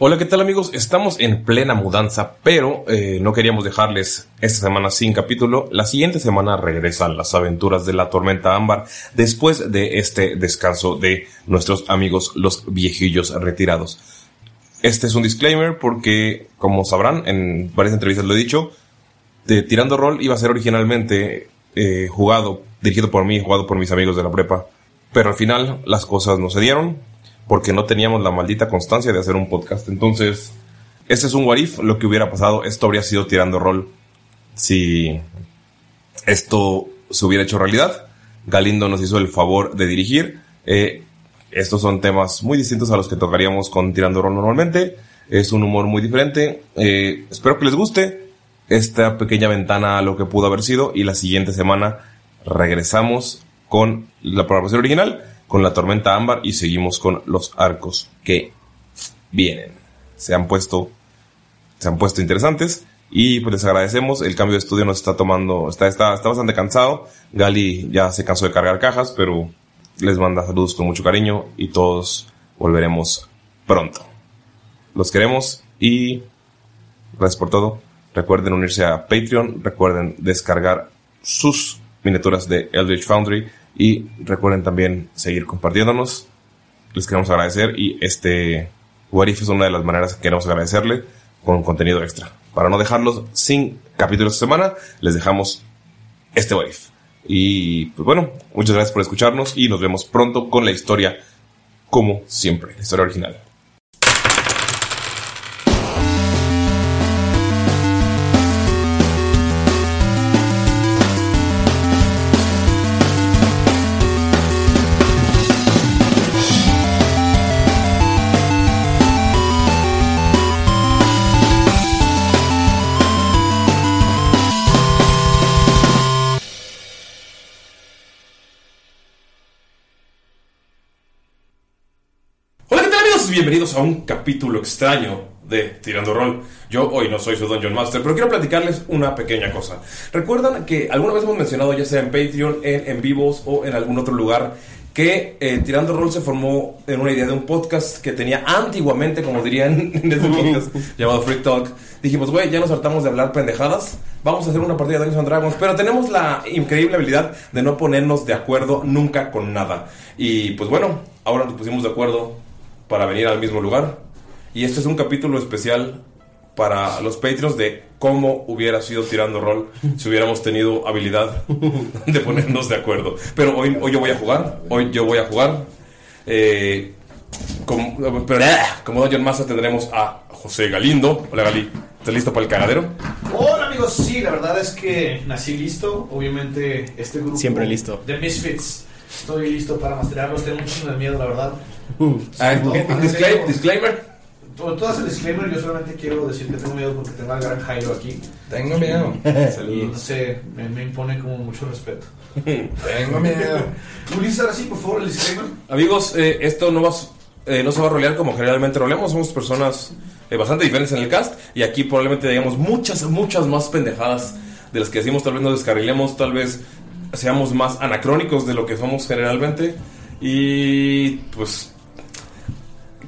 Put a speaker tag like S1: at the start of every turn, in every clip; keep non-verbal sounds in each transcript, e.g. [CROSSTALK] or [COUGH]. S1: Hola, ¿qué tal amigos? Estamos en plena mudanza, pero eh, no queríamos dejarles esta semana sin capítulo. La siguiente semana regresan las aventuras de la tormenta ámbar después de este descanso de nuestros amigos los viejillos retirados. Este es un disclaimer porque, como sabrán, en varias entrevistas lo he dicho, de Tirando Rol iba a ser originalmente eh, jugado, dirigido por mí, jugado por mis amigos de la prepa. Pero al final las cosas no se dieron porque no teníamos la maldita constancia de hacer un podcast. Entonces, este es un warif, lo que hubiera pasado, esto habría sido Tirando Rol si esto se hubiera hecho realidad. Galindo nos hizo el favor de dirigir. Eh, estos son temas muy distintos a los que tocaríamos con Tirando Rol normalmente. Es un humor muy diferente. Eh, espero que les guste esta pequeña ventana a lo que pudo haber sido. Y la siguiente semana regresamos con la programación original, con la tormenta ámbar y seguimos con los arcos que vienen. Se han puesto se han puesto interesantes y pues les agradecemos. El cambio de estudio nos está tomando, está, está, está bastante cansado. Gali ya se cansó de cargar cajas, pero les manda saludos con mucho cariño y todos volveremos pronto. Los queremos y gracias por todo. Recuerden unirse a Patreon, recuerden descargar sus miniaturas de Eldritch Foundry y recuerden también seguir compartiéndonos les queremos agradecer y este What If es una de las maneras que queremos agradecerle con contenido extra. Para no dejarlos sin capítulos esta semana, les dejamos este What If. Y pues bueno, muchas gracias por escucharnos y nos vemos pronto con la historia, como siempre, la historia original. Hola, ¿qué tal amigos? Bienvenidos a un capítulo extraño de Tirando Rol. Yo hoy no soy su Dungeon Master, pero quiero platicarles una pequeña cosa. ¿Recuerdan que alguna vez hemos mencionado, ya sea en Patreon, en, en vivos o en algún otro lugar, que eh, Tirando Rol se formó en una idea de un podcast que tenía antiguamente, como dirían [LAUGHS] en ese podcast, llamado Freak Talk? Dijimos, güey, ya nos hartamos de hablar pendejadas, vamos a hacer una partida de Dungeons and Dragons, pero tenemos la increíble habilidad de no ponernos de acuerdo nunca con nada. Y pues bueno, ahora nos pusimos de acuerdo para venir al mismo lugar. Y este es un capítulo especial para los Patreons de cómo hubiera sido tirando rol si hubiéramos tenido habilidad de ponernos de acuerdo. Pero hoy, hoy yo voy a jugar, hoy yo voy a jugar. Eh, como, pero, ah, como Dungeon Master tendremos a José Galindo. Hola Gali, ¿estás listo para el cagadero?
S2: Hola amigos, sí, la verdad es que nací listo. Obviamente, este grupo.
S3: Siempre listo.
S2: De Misfits.
S4: Uh,
S2: Estoy listo para masterarlos. Tengo mucho miedo, la verdad.
S3: Ah,
S2: No,
S3: ok.
S2: no,
S3: Disclaim-
S2: no.
S3: disclaimer.
S2: Bueno, tú haces el disclaimer, yo solamente quiero decir que tengo miedo porque tengo al gran Jairo aquí.
S4: Tengo miedo.
S2: Y no sé, me, me impone como mucho respeto.
S4: Tengo miedo.
S2: [LAUGHS] Ulises, ahora sí, por favor, el disclaimer.
S1: Amigos, eh, esto no, va a su- eh, no se va a rolear como generalmente roleamos. Somos personas eh, bastante diferentes en el cast. Y aquí probablemente digamos muchas, muchas más pendejadas de las que decimos. Tal vez nos descarrilemos, tal vez seamos más anacrónicos de lo que somos generalmente. Y pues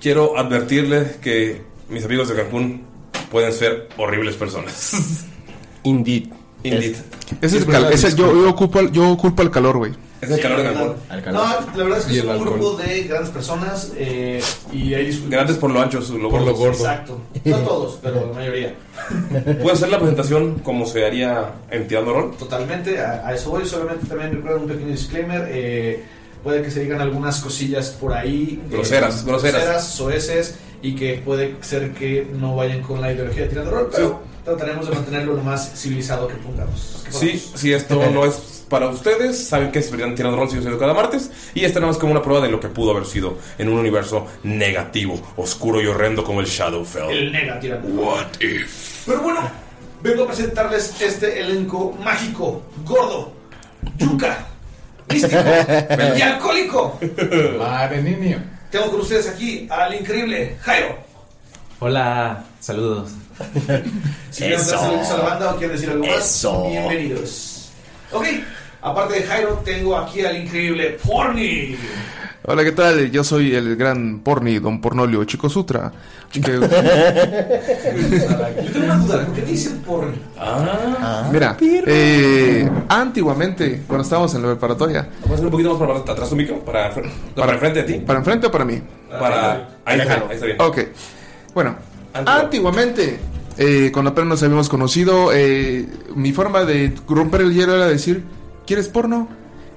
S1: quiero advertirles que mis amigos de Cancún pueden ser horribles personas.
S3: Indeed.
S1: Indeed.
S5: Ese es el cal- ese- yo, yo, ocupo, al- yo culpo al calor, güey.
S1: Es el calor de Cancún.
S2: No, la verdad es
S5: Y
S2: que es
S5: el
S2: un
S5: alcohol.
S2: grupo de grandes personas eh, y hay discu-
S1: Grandes por lo ancho, lo
S2: Por lo
S1: gordos.
S2: gordo. Exacto.
S1: [LAUGHS]
S2: No todos, pero la mayoría.
S1: ¿Puedo hacer la presentación como se haría en Tirando Rol?
S2: Totalmente, a, a eso voy. Solamente también recuerdo un pequeño disclaimer. eh, puede que se digan algunas cosillas por ahí. eh,
S1: Groseras, groseras.
S2: soeces, y que puede ser que no vayan con la ideología de tirando rol, pero trataremos de mantenerlo lo más civilizado que pongamos.
S1: Sí, si esto no es para ustedes, saben que es Brian Tirando Rol, si yo soy cada martes, y esta nada más como una prueba de lo que pudo haber sido en un universo negativo, oscuro y horrendo como el Shadowfell.
S2: El nega tirando rol.
S1: What if?
S2: Pero bueno, vengo a presentarles este elenco mágico, gordo, yuca, místico y alcohólico.
S4: Madre niño.
S2: Tengo con ustedes aquí al increíble Jairo.
S6: Hola,
S1: [LAUGHS]
S6: saludos.
S2: Si quieren dar saludos a la banda o quieren decir algo más, bienvenidos. Ok, aparte de Jairo, tengo aquí al increíble Porni.
S5: Hola, ¿qué tal? Yo soy el gran porni, don Pornolio Chico Sutra.
S1: [LAUGHS]
S5: Que-
S2: Yo tengo una duda, ¿por qué te dicen Porni?
S1: Ah.
S5: mira, eh, antiguamente, cuando estábamos en la preparatoria,
S1: Vamos a hacer un poquito más para atrás- atrás tu micro, para, fr- para enfrente de ti,
S5: ¿para enfrente o para mí?
S2: Ah,
S1: para... Ahí está, bien, ahí está bien.
S5: Ok, bueno, antiguamente, eh, cuando apenas nos habíamos conocido, eh, mi forma de romper el hielo era decir, ¿quieres porno?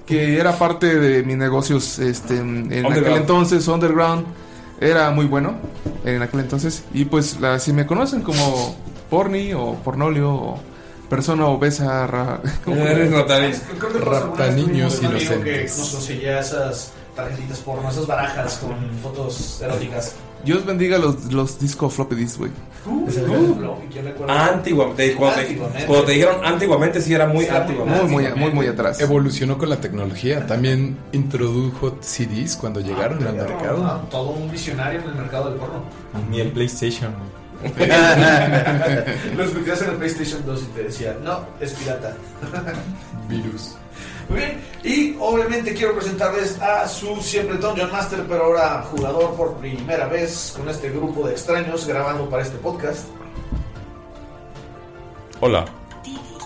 S5: Que era parte de mis negocios este, en en aquel
S1: Underground.
S5: entonces, underground, era muy bueno en aquel entonces. Y pues, la- si me conocen como porni o pornolio o persona obesa, ra- [LAUGHS]
S1: Eres notario.
S2: Creo que nosotros alguna vez
S4: niños
S2: tuvimos un amigo
S4: inocentes.
S2: que nos conseguía esas tarjetitas porno, esas barajas con fotos eróticas.
S5: Dios bendiga los, los disco floppy disks, güey.
S2: Uh, uh, no, ¿y quién
S1: Ah,
S2: recuerda?
S1: Antiguamente, cuando te,
S2: Antiguamente.
S1: cuando te dijeron antiguamente, sí era
S2: Sí,
S1: muy
S2: era muy
S1: antiguamente.
S5: Muy, muy, muy, muy atrás.
S4: Evolucionó con la tecnología. También introdujo CDs cuando llegaron al mercado.
S2: Ah, Todo un visionario en el mercado del porno.
S6: Ni el
S4: [LAUGHS]
S6: PlayStation.
S2: [LAUGHS] Lo explicas en el PlayStation 2 y te decía, no, es pirata. [LAUGHS]
S4: Virus.
S2: Muy bien, y obviamente quiero presentarles a su siempre Dungeon Master, pero ahora jugador por primera vez con este grupo de extraños grabando para este podcast.
S1: Hola.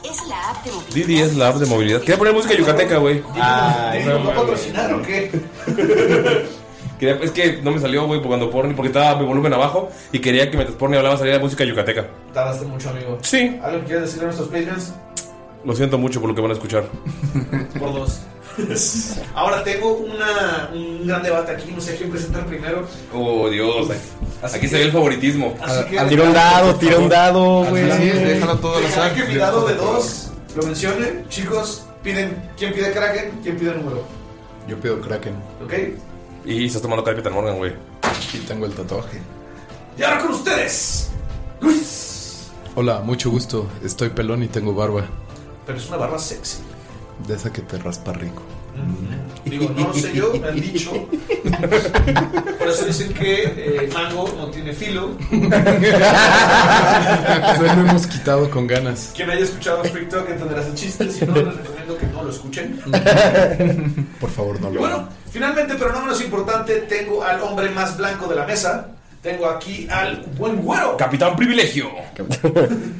S7: Es la app de
S1: Didi es la app de movilidad. Quería poner música yucateca, güey.
S2: Ay, ¿Te va a patrocinar o qué?
S1: Quería- es que no me salió, güey, por cuando porni, porque estaba mi volumen abajo y quería que mientras porni hablaba saliera música yucateca.
S2: Tardaste mucho, amigo.
S1: Sí.
S2: ¿Algo que quieras decirle a nuestros Patreons?
S1: Lo siento mucho por lo que van a escuchar.
S2: Por dos. [LAUGHS] Ahora tengo una, un gran debate aquí, no sé quién presentar primero.
S1: Oh, Dios.
S2: Así
S1: Aquí
S2: que-
S1: se ve el favoritismo.
S2: Así que.
S3: Tira un dado, tira un dado, güey.
S5: Así es, déjalo todo al
S2: Dejarán
S5: azar.
S2: que mi dado de dos lo mencione. Chicos, piden. ¿Quién pide Kraken? ¿Quién pide número?
S4: Yo pido Kraken
S2: ¿Ok?
S1: Y estás tomando Capitán Morgan, güey.
S4: y tengo el tatuaje.
S2: Y ahora con ustedes, Luis.
S4: Hola, mucho gusto. Estoy pelón y tengo barba.
S2: Pero es una barba sexy.
S4: De esa que te raspa rico.
S2: Digo, no lo sé yo, me han [LAUGHS] dicho. Por eso dicen que eh, Mango no tiene [LAUGHS] filo.
S4: Eso lo hemos quitado con ganas.
S2: Quien haya escuchado Freak Talk entenderá ese chiste. Si no, les recomiendo que no lo
S3: [LAUGHS]
S2: escuchen.
S4: Por favor, no
S2: Y
S4: lo
S2: bueno,
S4: hagan.
S2: finalmente, pero no menos importante, tengo al hombre más blanco de la mesa. Tengo aquí al buen güero.
S1: Capitán Privilegio.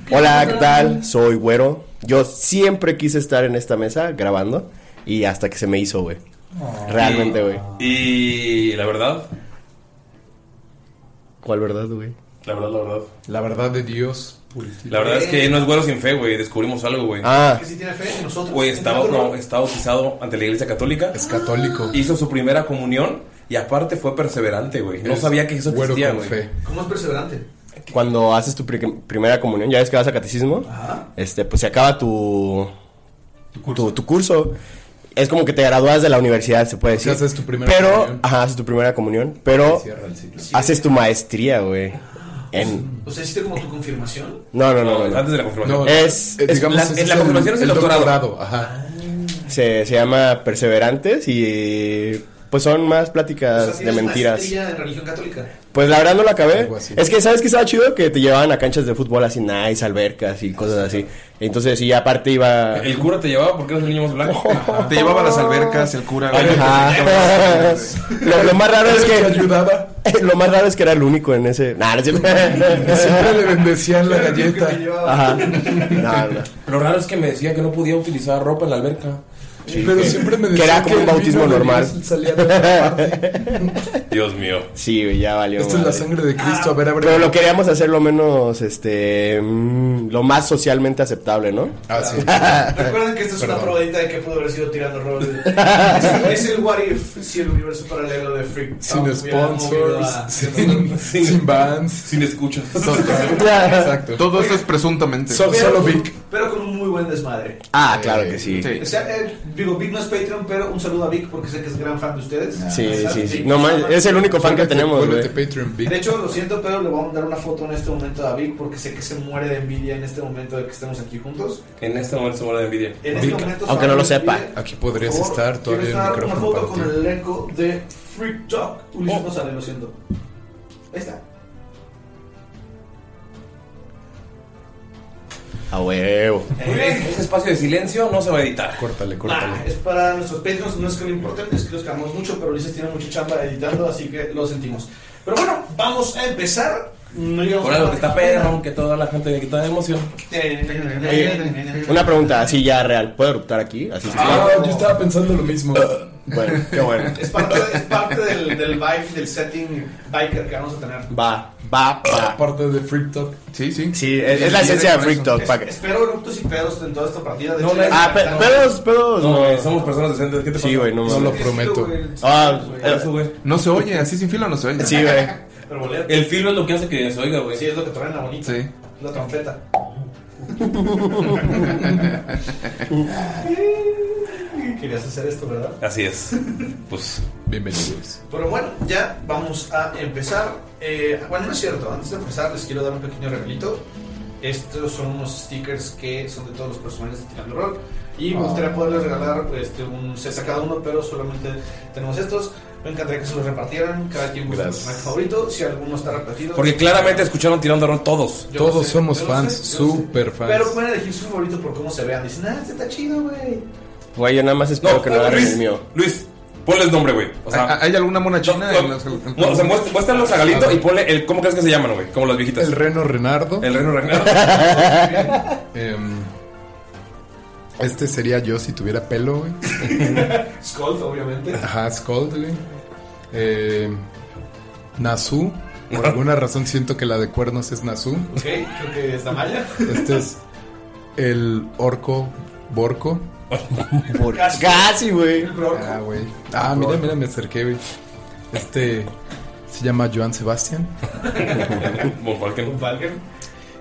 S3: Hola, ¿qué tal? Soy Güero. Yo siempre quise estar en esta mesa grabando y hasta que se me hizo, güey. Realmente, güey.
S1: Y la verdad,
S3: ¿Cuál verdad, güey?
S1: la verdad, la verdad.
S4: La verdad de Dios. puritita.
S1: La verdad es que no es güero sin fe, güey. Descubrimos algo, güey.
S3: Ah,
S2: Que si tiene fe en nosotros.
S1: Güey, está, no,
S2: es...
S1: está bautizado ante la iglesia católica.
S4: Es católico.
S1: Hizo su primera comunión y aparte fue perseverante, güey. No
S4: Es
S1: sabía que eso
S4: güero
S1: existía,
S4: con
S1: güey.
S4: fe.
S2: ¿Cómo es perseverante?
S3: cuando haces tu pri- primera comunión, ya ves que vas a catecismo, este, pues se acaba tu tu curso. Tu, curso. Es como que te gradúas de la universidad, se puede
S4: O sea,
S3: decir.
S4: haces tu primera
S3: pero,
S4: comunión.
S3: Ajá, haces tu primera comunión, pero
S4: Cierra el ciclo.
S3: haces tu maestría, güey. En-
S2: O sea, hiciste como tu confirmación.
S3: No, no, no, no, no.
S1: antes de la confirmación.
S3: No, es,
S1: Eh,
S3: es-
S1: digamos,
S3: la,
S1: es el- el doctorado,
S3: ajá. Se, se llama Perseverantes y pues son más pláticas de
S2: ¿Tienes
S3: mentiras.
S2: maestría en religión católica.
S3: Pues la verdad no la acabé. Es que, ¿sabes qué estaba chido? Que te llevaban a canchas de fútbol así nice, albercas y cosas así. Entonces, y aparte iba...
S1: El cura te llevaba porque eres el niño más blanco.
S4: [LAUGHS]
S5: Te llevaba a las albercas, el cura.
S3: Ajá. Ah. lo, lo más raro es que... [LAUGHS] Lo más raro es que era el único en ese... Nah, no es cierto.
S4: Siempre le bendecían la galleta.
S3: Ajá. No, no.
S1: Lo raro es que me decía que no podía utilizar ropa en la alberca.
S4: Pero siempre me
S3: Que era
S4: decían
S3: como un
S4: el
S3: bautismo
S4: vino de
S3: normal.
S4: Dios salía de otra parte.
S1: Dios mío.
S3: Sí, güey, ya valió.
S4: Esta es la
S3: madre.
S4: sangre de Cristo. A ver, abre.
S3: Pero lo queríamos hacer lo menos, este, mm, lo más socialmente aceptable, ¿no?
S4: Ah,
S3: [LAUGHS]
S2: sí. Recuerden que esta es una probadita de que pudo haber sido tirando
S4: [LAUGHS]
S2: rol. es, es el what if si el universo paralelo de Freak.
S4: Sin
S2: Out hubiera movido
S4: sponsors,
S2: a-
S4: sin, sin, bands,
S5: [LAUGHS]
S4: sin
S1: escuchas.
S4: Exacto.
S5: Todo eso es presuntamente.
S4: So- solo Vic.
S2: Pero con un muy buen desmadre.
S3: Ah, claro que sí.
S2: O sea, eh, digo, Vic no es Patreon, pero un saludo a Vic porque sé que es gran fan de ustedes.
S3: Sí,
S2: ¿Sabe?
S3: sí, sí. No man- es el único fan que tenemos, güey.
S2: De hecho, lo siento, pero le voy a mandar una foto en este momento a Vic porque sé que se muere de envidia en este momento de que estemos aquí juntos.
S1: En este momento se muere de envidia.
S2: En este momento se
S4: aunque no
S2: muere
S4: lo
S2: de
S4: sepa.
S2: envidia.
S4: Aquí podrías
S2: Por favor,
S4: estar, todavía
S2: quiero
S4: hay un
S2: estar
S4: micrófono
S2: una foto
S4: para
S2: con
S4: ti.
S2: el elenco de Freak Talk.
S3: Oh.
S2: Ulises no sale, lo siento. Ahí está.
S3: A huevo.
S1: Ese espacio de silencio no se va a editar.
S4: Córtale,
S2: Ah, es para nuestros Patreons, no es que lo importante, es que los queremos mucho, pero Ulises tiene mucha chamba editando, así que lo sentimos. Pero bueno, vamos a empezar. No llegamos
S1: Por
S2: a
S1: algo
S2: la
S1: que está
S2: parte
S1: perro, que toda la gente le quita de emoción.
S2: final.
S3: Oye, una pregunta así ya real. ¿Puedo eruptar aquí? Así sí.
S4: Ah, yo estaba pensando lo mismo.
S3: Bueno, qué bueno.
S2: Es parte, es parte del, del vibe, del setting biker que vamos a tener.
S3: Va, va, va.
S4: Aparte de Freak Talk.
S5: Sí, sí.
S3: Sí, es, es la esencia de Freak Talk.
S2: Es-
S3: pa' que-
S2: espero eructos y pedos en toda esta partida. De
S3: No,
S2: hecho,
S3: no es-
S2: ya-
S3: Ah, pe-
S2: no.
S3: pedos, pedos.
S1: No, güey, somos personas decentes. ¿Qué te pasa?
S3: Sí, güey, no,
S1: No
S3: mames.
S1: lo prometo.
S3: Ah,
S1: Por eso, güey.
S5: No se oye, así sin filo no se oye.
S3: Sí,
S1: [LAUGHS]
S3: güey.
S2: Pero boleto.
S1: El filo es lo que hace que se oiga, güey.
S2: Sí, es lo que traen la bonita.
S5: Sí.
S2: La trompeta. Querías hacer esto, ¿verdad?
S1: Así es. Pues.
S4: Bienvenidos.
S2: Pero bueno, ya vamos a empezar. Eh, bueno, no es cierto, antes de empezar les quiero dar un pequeño regalito. Estos son unos stickers que son de todos los personajes de Tirando Roll. Y me
S4: Ah.
S2: gustaría poderles regalar este, un set a cada uno, pero solamente tenemos estos. Me encantaría que se los repartieran. Cada quien busca su
S1: Gracias.
S2: personaje favorito. Si alguno está repetido.
S1: Porque claramente escucharon tirando rol todos.
S2: Yo Todos lo sé, somos yo lo fans, sé, yo lo sé.
S4: super
S2: Pero pueden elegir su favorito por cómo se vean. Dicen, ah, este está chido, güey. [LAUGHS]
S3: Güey, yo nada más espero que no agarren
S1: Luis,
S3: el mío.
S1: Luis, ponle el nombre, güey. O sea,
S5: ¿Hay alguna mona china? en los-
S1: no, o sea, muestra- muéstralos a Galito y ponle el. ¿Cómo crees que se llaman, güey? Como las viejitas.
S4: El reno Renardo.
S1: El reno
S4: [LAUGHS]
S1: Renardo.
S4: Em, este sería yo si tuviera
S1: [LAUGHS]
S4: pelo, güey.
S2: Skull, obviamente.
S4: Ajá, Scold, güey. Eh, Nasu. Por alguna razón siento que la de cuernos es Nasu.
S2: Ok, creo que es Damaya.
S4: Este es el orco Borco.
S3: Casi, güey.
S4: [LAUGHS] Ah, güey. Ah, mira, mira, me acerqué, güey. Este se llama
S1: [LAUGHS]
S4: Joan Sebastián.
S1: Von Falken.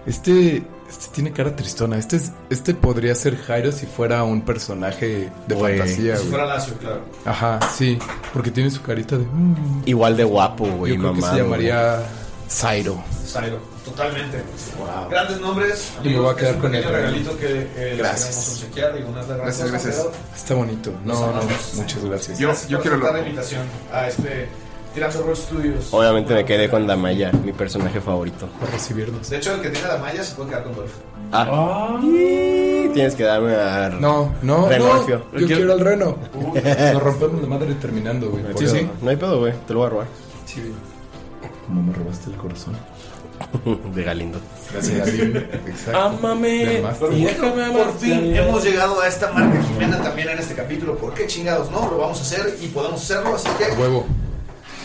S4: Este, este tiene cara tristona. Este, es- este podría ser Jairo si fuera un personaje de
S3: Güey.
S4: fantasía,
S2: Si
S4: güey.
S2: fuera Lazio, claro.
S4: Ajá, sí. Porque tiene su carita de. "Mm".
S3: Igual de guapo, güey.
S4: Yo creo que se
S3: mamado,
S4: llamaría Zairo.
S2: Cyro, totalmente. Grandes nombres.
S4: Y me voy a quedar
S2: es un
S4: con el
S2: pequeño
S4: regalito.
S2: regalito que eh, les
S4: Gracias.
S2: queremos obsequiar. Digo, no es la gran
S4: Gracias,
S2: cosa,
S4: gracias.
S2: pero
S4: Está bonito. No, no, muchas gracias.
S2: gracias por aceptar la invitación a este Tirando Roll Studios.
S3: Obviamente me quedé con Damaya, mi personaje favorito.
S4: Por recibirnos.
S2: De hecho, el que tenga la malla se puede quedar con Dolph.
S3: Ah. Y Tienes que darme a.
S4: No, no,
S3: Reno,
S4: no.
S3: Alfio.
S4: Yo quiero, el reno. Nos rompemos la madre terminando, güey.
S3: Sí, sí. No hay pedo, güey. Te lo voy a robar.
S4: Sí, güey. No me robaste el corazón.
S3: [LAUGHS] De Galindo.
S4: Gracias, Galindo. Exacto.
S1: Ámame.
S2: Pero
S1: Y
S2: bueno,
S1: déjame amar.
S2: por fin hemos llegado a esta marca Jimena también en este capítulo. ¿Por qué chingados no? Lo vamos a hacer y podemos hacerlo. Así que,
S4: Huevo.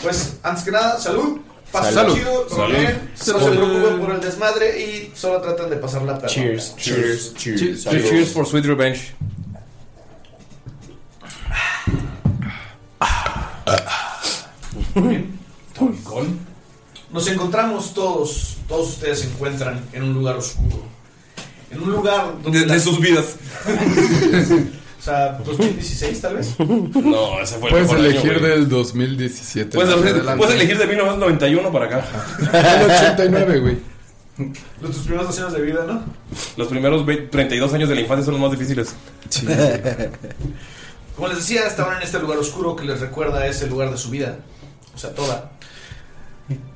S2: pues, antes que nada, salud. Pasen
S4: Salud.
S2: chido,
S4: Salud.
S2: roleen, No se
S4: Salud.
S2: preocupen por el desmadre y solo tratan de pasar la plata.
S3: Cheers, cheers, cheers.
S1: Cheers,
S3: Salud.
S1: cheers for sweet revenge.
S2: Nos encontramos todos, todos ustedes se encuentran en un lugar oscuro. En un lugar
S1: De, de sus vidas.
S2: [LAUGHS] O sea, 2016 tal vez.
S1: No, ese fue el
S4: Puedes
S1: mejor
S4: elegir
S1: año, güey.
S4: del 2017.
S1: Puedes,
S4: más
S1: elegir,
S4: adelante.
S1: puedes elegir de 1991 para
S4: [LAUGHS]
S1: acá.
S4: El 89, güey.
S2: Los tus primeros dos años de vida, ¿no?
S1: Los primeros ve- 32 años de la infancia son los más difíciles.
S2: Como les decía, estaban en este lugar oscuro que les recuerda a ese lugar de su vida. O sea, toda.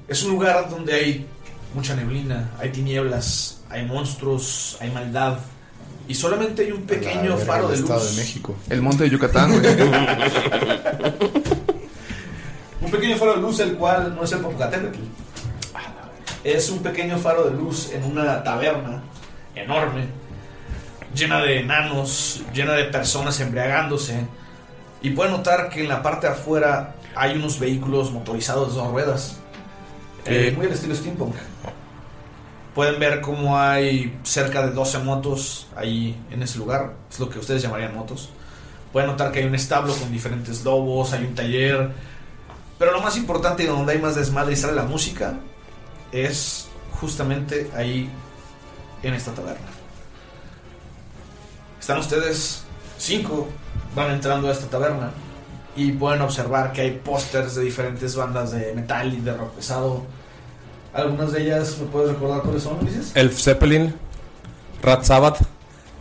S2: Es un lugar donde hay mucha neblina, hay tinieblas, hay monstruos, hay maldad. Y solamente hay un pequeño
S5: verga,
S2: faro
S5: el
S2: de
S5: Estado
S2: luz.
S5: de México. El monte de Yucatán, güey.
S2: [LAUGHS] Un pequeño faro de luz, el cual no es el Popocatépetl. Es un pequeño faro de luz en una taberna enorme, llena de enanos, llena de personas embriagándose. Y puede notar que en la parte de afuera hay unos vehículos motorizados de dos ruedas. Eh,
S1: Eh.
S2: muy al estilo steampunk. Pueden ver cómo hay cerca de 12 motos ahí en ese lugar. Es lo que ustedes llamarían motos. Pueden notar que hay un establo con diferentes lobos, hay un taller. Pero lo más importante y donde hay más desmadre y sale la música es justamente ahí en esta taberna. Están ustedes cinco, van entrando a esta taberna y pueden observar que hay pósters de diferentes bandas de metal y de rock pesado. Algunas de ellas, ¿me puedes recordar cuáles son, Ulises?
S1: Elf Zeppelin, Rat Sabbath,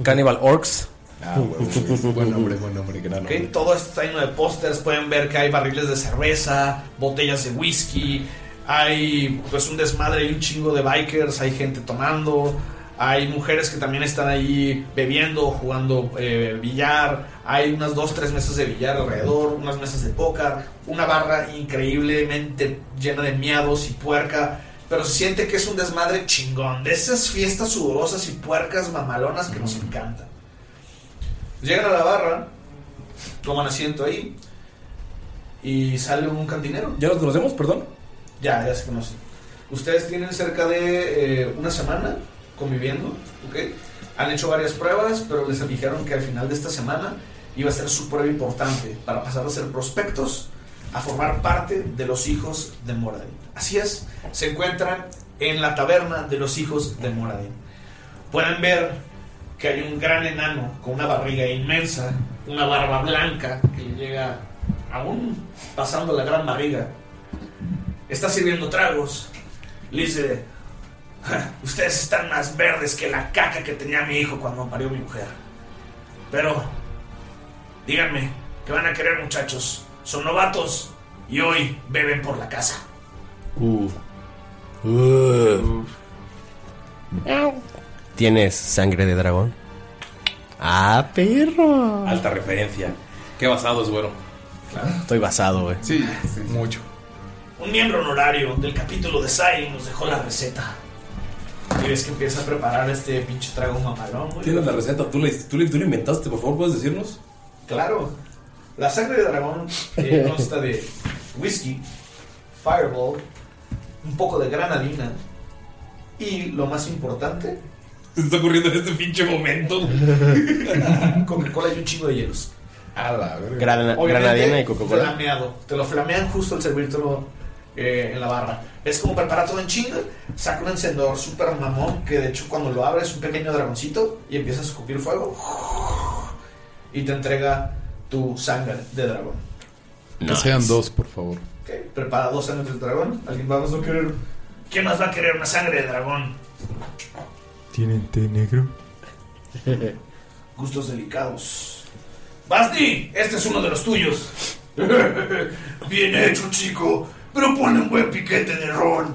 S1: Cannibal Orcs.
S4: Ah,
S1: [LAUGHS]
S4: güey. Buen hombre, buen hombre, gran
S2: Ok,
S4: hombre.
S2: todo esto está lleno de pósters, pueden ver que hay barriles de cerveza, botellas de whisky, hay pues un desmadre y un chingo de bikers, hay gente tomando, hay mujeres que también están ahí bebiendo, jugando eh, billar, hay unas dos, tres mesas de billar alrededor, unas mesas de póker, una barra increíblemente llena de miados y puerca. Pero se siente que es un desmadre chingón, de esas fiestas sudorosas y puercas mamalonas que nos encantan. Llegan a la barra, toman asiento ahí y sale un cantinero.
S1: ¿Ya los conocemos, perdón?
S2: Ya, ya se conocen. Ustedes tienen cerca de eh, una semana conviviendo, ¿ok? Han hecho varias pruebas, pero les dijeron que al final de esta semana iba a ser su prueba importante para pasar a ser prospectos a formar parte de los hijos de Moradin. Así es, se encuentran en la taberna de los hijos de Moradin. Pueden ver que hay un gran enano con una barriga inmensa, una barba blanca que le llega aún pasando la gran barriga. Está sirviendo tragos. Le dice, "Ja, ustedes están más verdes que la caca que tenía mi hijo cuando parió mi mujer. Pero, díganme, ¿qué van a querer muchachos? Son novatos y hoy beben por la casa.
S6: Uh.
S3: ¿Tienes sangre de dragón? Ah, perro.
S1: Alta referencia. Qué basado es, güero.
S3: Estoy basado, güey.
S5: Sí, mucho.
S2: Un miembro honorario del capítulo de Sai nos dejó la receta. Y ves que empieza a preparar este pinche trago mamalón, güey.
S1: Tienes la receta, tú la, tú la- tú la inventaste, por favor, ¿puedes decirnos?
S2: Claro. La sangre de dragón eh, consta de whisky, fireball, un poco de granadina y lo más importante,
S1: Se está ocurriendo en este pinche momento.
S2: [LAUGHS] Coca-Cola y un chingo de hielos.
S1: A la
S3: Grana-
S2: Obviamente,
S3: granadina y Coca-Cola.
S2: Flameado. Te lo flamean justo al servírtelo eh, en la barra. Es como preparar todo en chinga. Saca un encendedor super mamón. Que de hecho, cuando lo abres, un pequeño dragoncito. Y empieza a escupir fuego. Y te entrega tu sangre de dragón.
S4: Que sean dos, por favor.
S2: Ok, Prepara dos sangres de dragón. Alguien vamos a querer. ¿Quién más va a querer una sangre de dragón?
S6: ¿Tienen té negro?
S2: Gustos delicados. Basti, este es uno de los tuyos. [LAUGHS] Bien hecho, chico. Pero pone un buen piquete de ron.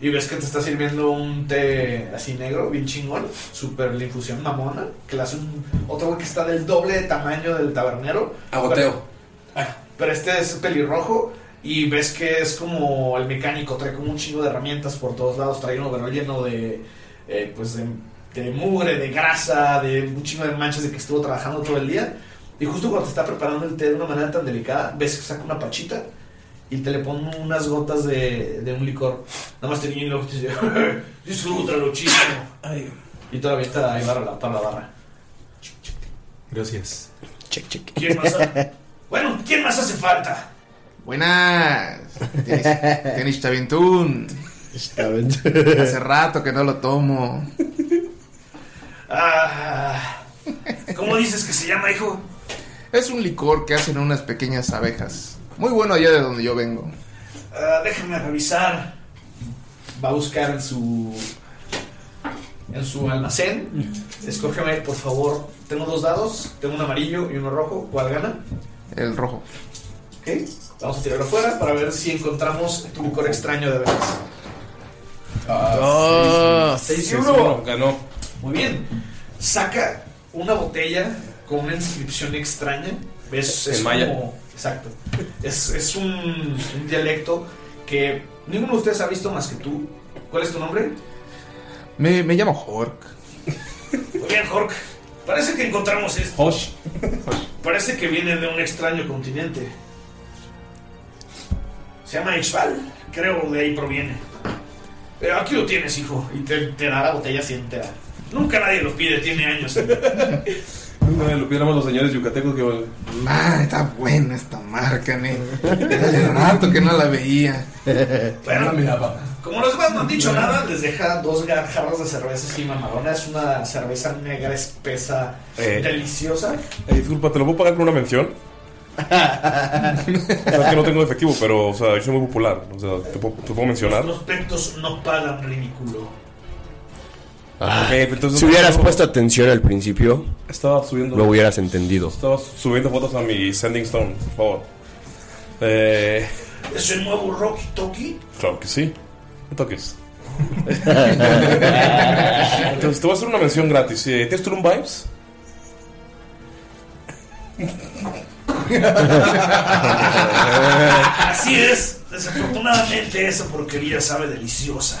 S2: Y ves que te está sirviendo un té así negro, bien chingón. Super la infusión mamona. Que le hace un, otro güey que está del doble de tamaño del tabernero.
S1: Agoteo.
S2: Pero, ah, pero este es pelirrojo. Y ves que es como el mecánico. Trae como un chingo de herramientas por todos lados. Trae un overall lleno de. eh, pues de, de mugre, de grasa, de un chingo de manchas de que estuvo trabajando todo el día. Y justo cuando te está preparando el té de una manera tan delicada, ves que saca una pachita y te le pone unas gotas de, de un licor. Nada más te guiña el ojo y te dice, [LAUGHS] disfrútalo, chico. Ay. Y todavía está ahí para la, para la barra.
S6: Gracias. Check, check.
S2: ¿Quién más? ha- bueno, ¿quién más hace falta?
S5: [LAUGHS] Buenas. Tenis Chavintún. Hace rato que no lo tomo.
S2: Ah, ¿Cómo dices que se llama, hijo?
S5: Es un licor que hacen unas pequeñas abejas. Muy bueno allá de donde yo vengo.
S2: Ah, déjame revisar. Va a buscar en su. En su almacén. Escógeme, por favor. Tengo dos dados. Tengo un amarillo y uno rojo. ¿Cuál gana?
S5: El rojo.
S2: Ok. Vamos a tirarlo afuera para ver si encontramos tu licor extraño de veras.
S1: Ah,
S2: seis,
S1: seis,
S2: seis,
S1: seis,
S2: uno.
S1: uno, ganó.
S2: Muy bien. Saca una botella con una inscripción extraña. ¿Ves?
S1: En
S2: Es
S1: maya.
S2: como- Exacto. Es, es un, un dialecto que ninguno de ustedes ha visto más que tú. ¿Cuál es tu nombre?
S5: Me, me llamo Jork.
S2: Muy bien, Jork. Parece que encontramos esto.
S5: Josh.
S2: [LAUGHS] Parece que viene de un extraño continente. Se llama Ixval. Creo de ahí proviene. Pero aquí lo tienes, hijo. Y te, te dará botella así entera. Nunca nadie lo pide, tiene años.
S1: Bueno, lo pidiéramos los señores yucatecos que.
S5: Ah, está buena esta marca, ne. Hace rato que no la veía.
S2: Bueno, Como los demás no han dicho nada, les deja dos gar- jarras de cerveza así mamadona. Es una cerveza negra, espesa,
S1: Eh.
S2: deliciosa.
S1: Eh, disculpa, ¿te lo puedo pagar con una [LAUGHS] mención? o sea, es que no tengo efectivo, pero, o sea, yo soy muy popular. O sea, ¿te puedo, te puedo mencionar?
S2: Los prospectos no pagan ridículo.
S1: Ah, ok, entonces-
S3: si hubieras puesto atención al principio,
S1: Estaba subiendo.
S3: lo hubieras entendido.
S1: Estaba subiendo fotos a mi Sending Stone, por favor. Eh,
S2: Es el nuevo Rocky Toki.
S1: claro que sí.
S2: [LAUGHS]
S1: No toques. Entonces te voy a hacer una mención gratis. Eh, ¿Tienes Tulum Vibes?
S2: Así es. Desafortunadamente, esa porquería sabe deliciosa.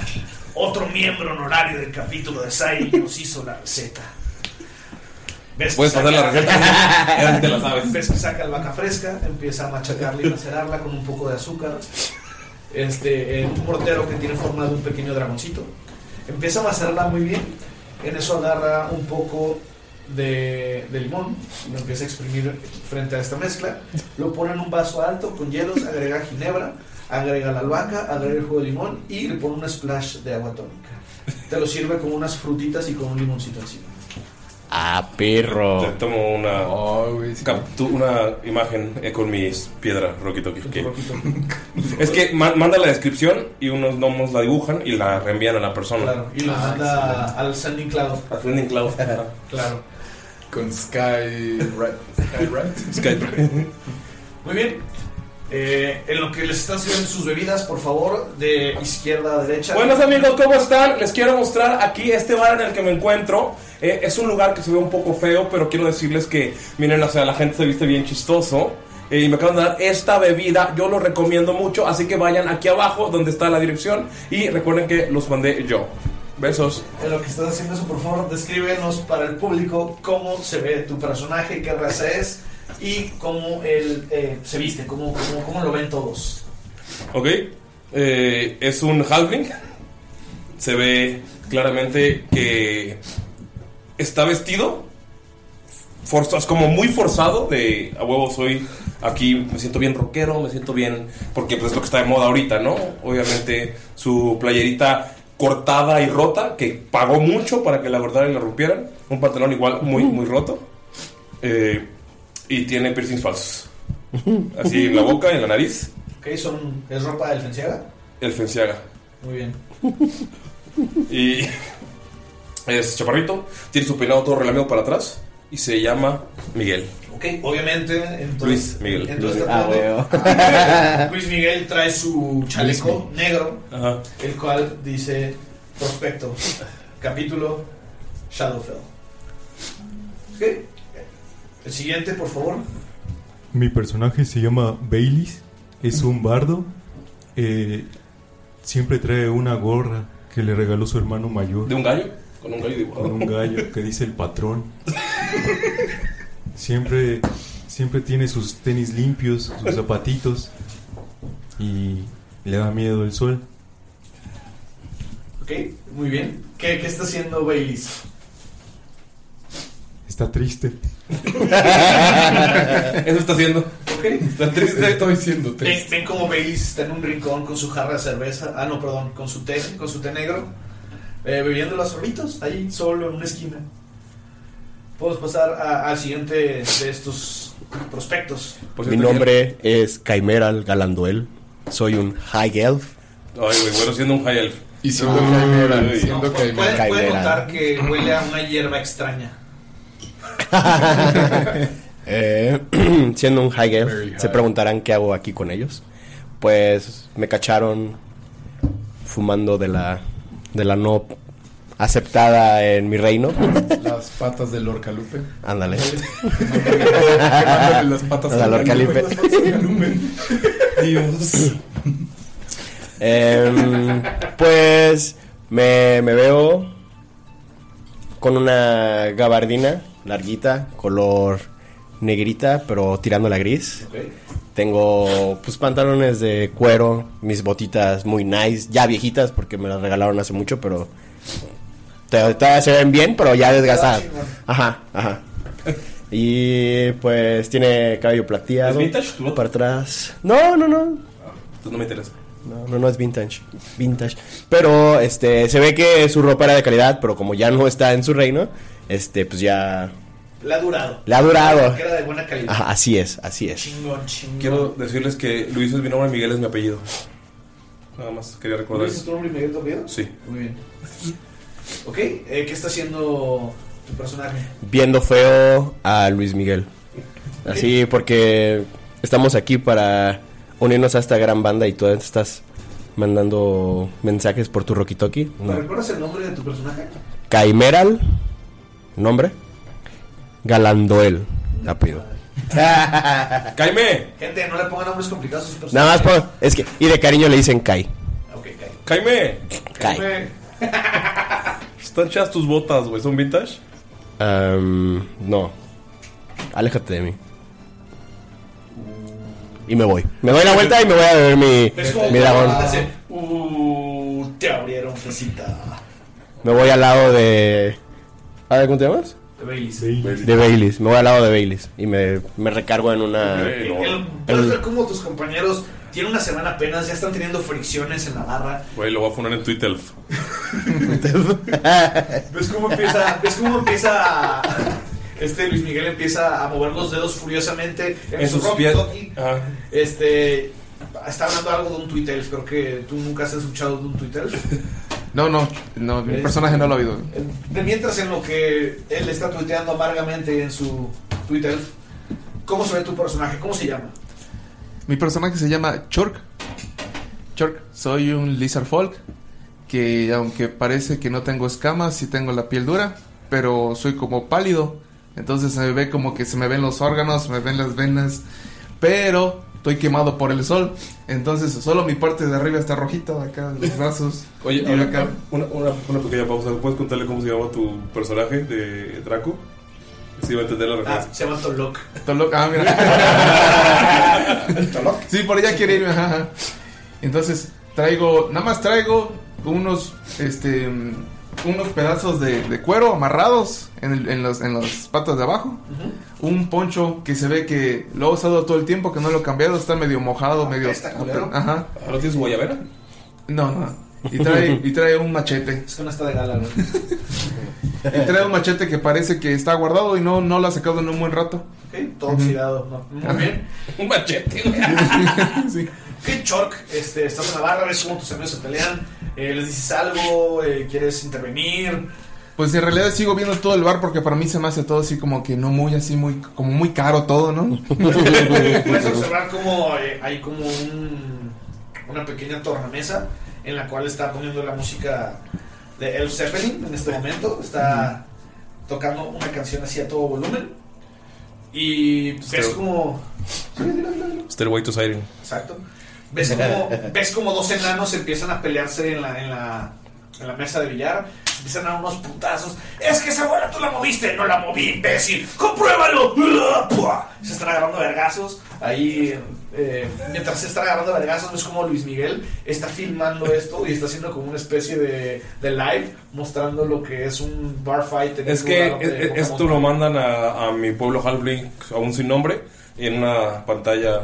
S2: Otro miembro honorario del capítulo de Sai nos hizo la receta. ¿Ves
S1: Puedes pasar
S3: [LAUGHS]
S2: [LAUGHS]
S1: la receta. Ya te la sabes.
S2: Ves que saca albahaca fresca, empieza a machacarla y macerarla con un poco de azúcar. Este, en un mortero que tiene forma de un pequeño dragoncito. Empieza a macerarla muy bien. En eso agarra un poco de, de limón, lo empieza a exprimir frente a esta mezcla. Lo pone en un vaso alto con hielos, agrega ginebra, agrega la albahaca, agrega el jugo de limón y le pone un splash de agua tónica. Te lo sirve con unas frutitas y con un limoncito encima.
S3: Ah, perro.
S1: Te tomo una,
S2: Oh,
S1: captu- una imagen eh, con mis piedras Rocky Toki. que- Es que ma- manda la descripción y unos gnomos la dibujan y la reenvían a la persona.
S2: Claro, y lo
S1: Ah,
S2: manda
S1: excelente.
S2: al Sending Cloud.
S1: Al Sending Cloud.
S2: claro.
S4: Con Sky Right.
S1: [LAUGHS]
S4: Sky Right.
S2: Muy bien. Eh, en lo que les están sirviendo sus bebidas, por favor, de izquierda a derecha.
S1: Buenos amigos, ¿cómo están? Les quiero mostrar aquí este bar en el que me encuentro. Eh, es un lugar que se ve un poco feo, pero quiero decirles que, miren, o sea, la gente se viste bien chistoso. Eh, y me acaban de dar esta bebida, yo lo recomiendo mucho, así que vayan aquí abajo donde está la dirección y recuerden que los mandé yo. Besos.
S2: En lo que estás haciendo eso, por favor, descríbenos para el público cómo se ve tu personaje, qué raza es y cómo él eh, se viste, cómo, cómo, cómo lo ven todos.
S1: Ok, eh, es un halfling. Se ve claramente que está vestido. Forza- es como muy forzado de a huevo soy aquí, me siento bien rockero, me siento bien, porque pues, es lo que está de moda ahorita, ¿no? Obviamente su playerita cortada y rota, que pagó mucho para que la cortaran y la rompieran, un pantalón igual muy, muy roto, eh, y tiene piercings falsos, así en la boca, en la nariz,
S2: Ok, son, es ropa del Fenciaga.
S1: el fenciaga.
S2: Muy bien.
S1: Y es chaparrito, tiene su peinado todo relamido para atrás y se llama Miguel.
S2: Ok, obviamente. Entonces,
S1: Luis Miguel.
S2: Entonces,
S1: Luis
S2: está
S1: Miguel.
S2: todo- [LAUGHS] Luis Miguel trae su chaleco negro,
S1: Ajá.
S2: el cual dice prospecto, capítulo Shadowfell. Ok. El siguiente, por favor.
S6: Mi personaje se llama Baileys, es un bardo. eh, siempre trae una gorra que le regaló su hermano mayor.
S1: ¿De un gallo? Con un gallo dibujado.
S6: Con un gallo que dice el patrón. Siempre, siempre tiene sus tenis limpios, sus zapatitos. Y le da miedo el sol.
S2: Ok, muy bien. ¿Qué, qué está haciendo Baileys?
S6: Está triste.
S1: [LAUGHS] Eso está haciendo.
S2: Ok.
S1: Está triste.
S4: Estoy siendo
S2: Ven,
S4: triste.
S2: ven como Baileys está en un rincón con su jarra de cerveza. Ah, no, perdón, con su té, con su té negro. eh, bebiendo las sorbitos, ahí solo en una esquina. Podemos pasar a- al siguiente de estos prospectos.
S3: Mi nombre es Caimeral Galanduel. Soy un High Elf.
S1: Ay, güey, bueno, siendo un high elf.
S3: Y siendo
S2: Ah,
S1: Ay,
S3: caimera,
S1: güey.
S3: siendo
S1: pues,
S3: caimera.
S2: Pueden, pueden
S3: Caimera.
S2: notar que huele a una hierba extraña.
S3: Eh, [CLEARS THROAT] siendo un high elf, se preguntarán qué hago aquí con ellos. Pues me cacharon fumando de la, de la no aceptada en mi reino.
S4: Las patas del Orcalupe.
S3: Ándale.
S4: Quemándole las patas
S3: Al Orcalupe.
S4: Las patas al Orcalupe. Dios.
S3: Em, pues me, me veo con una gabardina larguita, color negrita, pero tirándola a gris. Tengo pues pantalones de cuero, mis botitas muy nice, ya viejitas porque me las regalaron hace mucho, pero to- todavía se ven bien, pero ya desgastadas. Ajá, ajá. Y pues tiene cabello plateado
S1: vintage,
S3: para atrás. No, no, no.
S1: Tú pues no me interesa.
S3: No, no, no es vintage. Vintage. Pero este se ve que su ropa era de calidad, pero como ya no está en su reino, este pues ya
S2: Le ha durado.
S3: le ha durado.
S2: Que era de buena calidad.
S3: Ajá, así es, así es.
S2: Chingón, chingón.
S1: Quiero decirles que Luis es mi nombre, Miguel es mi apellido. Nada más quería recordar
S2: ¿Luis es
S1: eso. [LAUGHS]
S2: tu nombre y Miguel tu apellido?
S1: Sí.
S2: Muy bien. Ok, eh, ¿qué está haciendo tu personaje?
S3: Viendo feo a Luis Miguel. Así porque estamos aquí para unirnos a esta gran banda y tú estás mandando mensajes por tu Rokitoki.
S2: ¿Me
S3: No.
S2: recuerdas el nombre de tu personaje?
S3: Caimeral, nombre. Galandoel, apellido.
S1: ¡Caime!
S2: Gente, no le pongan nombres complicados a sus personajes.
S3: Nada más por- es que y de cariño le dicen Kai.
S1: ¡Caime!
S3: ¡Caime!
S1: Están chidas tus botas, güey. ¿Son vintage?
S3: Am, no. Aléjate de mí. Y me voy. Me doy la vuelta y me voy a beber mi, mi dragón.
S2: Hace, "Uh, te abrieron fresita.
S3: Me voy al lado de. ¿A ver, cómo te llamas?
S2: De Baileys.
S3: De Baileys. Me voy al lado de Baileys. Y me, me recargo en una.
S2: El- el-
S3: [LAUGHS]
S2: Puedes ver cómo tus compañeros tienen una semana apenas, ya están teniendo fricciones en la barra.
S1: Güey, lo voy a poner en Twitter.
S2: ¿Ves cómo empieza? ¿Ves cómo empieza? Este Luis Miguel empieza a mover los dedos furiosamente en,
S1: En
S2: su
S1: sus
S2: rock
S1: pies.
S2: talkie. Este está hablando algo de un tweet elf. Creo que tú nunca has escuchado de un tweet elf.
S5: No, no, no, mi
S2: ¿Ves?
S5: personaje no lo ha oído.
S2: De mientras en lo que él está tuiteando amargamente en su tweet elf, ¿cómo se ve tu personaje? ¿Cómo se llama?
S5: Mi personaje se llama Chork. Chork, soy un lizard folk que aunque parece que no tengo escamas, sí tengo la piel dura, pero soy como pálido. Entonces se me ve como que se me ven los órganos, se me ven las venas, pero estoy quemado por el sol. Entonces solo mi parte de arriba está rojita, de acá los brazos.
S1: Oye,
S5: y de
S1: ahora
S5: acá.
S1: acá. Una, una, una pequeña pausa. ¿Puedes contarle cómo se llama tu personaje de Draco? Sí, va a entender la referencia.
S2: Ah, se llama Tolok.
S5: Tolok, ah, mira. Sí, por allá quiere irme, ajá, ajá. Entonces, traigo, nada más traigo unos, este, mm, unos pedazos de, de cuero amarrados en, el- en, los- en las patas de abajo. Un poncho que se ve que lo he usado todo el tiempo, que no lo he cambiado, está medio mojado, medio...
S2: Ah, culero.
S5: Ajá.
S1: ¿Ahora tienes guayabera?
S5: No, no. Y
S1: [LAUGHS]
S5: trae, y trae un machete.
S2: Es que no está de gala, güey.
S5: Y trae un machete que parece que está guardado y no, no lo ha sacado en un buen rato.
S2: Ok, todo oxidado. ¿no? Muy bien.
S1: Un machete,
S2: [LAUGHS]
S1: güey.
S2: Qué chork. Este, estás en la barra, ves cómo tus amigos se pelean. eh, les dices algo, eh, quieres intervenir.
S5: Pues en realidad sigo viendo todo el bar porque para mí se me hace todo así como que no muy así, muy como muy caro todo, ¿no?
S2: [LAUGHS]
S5: [LAUGHS]
S2: Puedes observar cómo eh, hay como un- una pequeña tornamesa en la cual está poniendo la música de El Zeppelin en este momento. Está tocando una canción así a todo volumen. Y ves
S1: Pero-
S2: como.
S1: Stairway to Siren.
S2: Exacto. ¿Ves como, ves como dos enanos empiezan a pelearse en la, en la, en la mesa de billar? Empiezan a dar unos putazos. Es que esa bola tú la moviste. No la moví, imbécil. ¡Compruébalo! ¡Uah! ¡Pua! Se están agarrando vergazos. Ahí, eh, mientras se están agarrando vergazos, ves como Luis Miguel está filmando esto y está haciendo como una especie de, de live mostrando lo que es un bar fight. en
S1: Es
S2: un
S1: que
S2: lugar donde
S1: es-
S2: poca
S1: esto lo mandan a, a mi pueblo Halfling, aún sin nombre, en una pantalla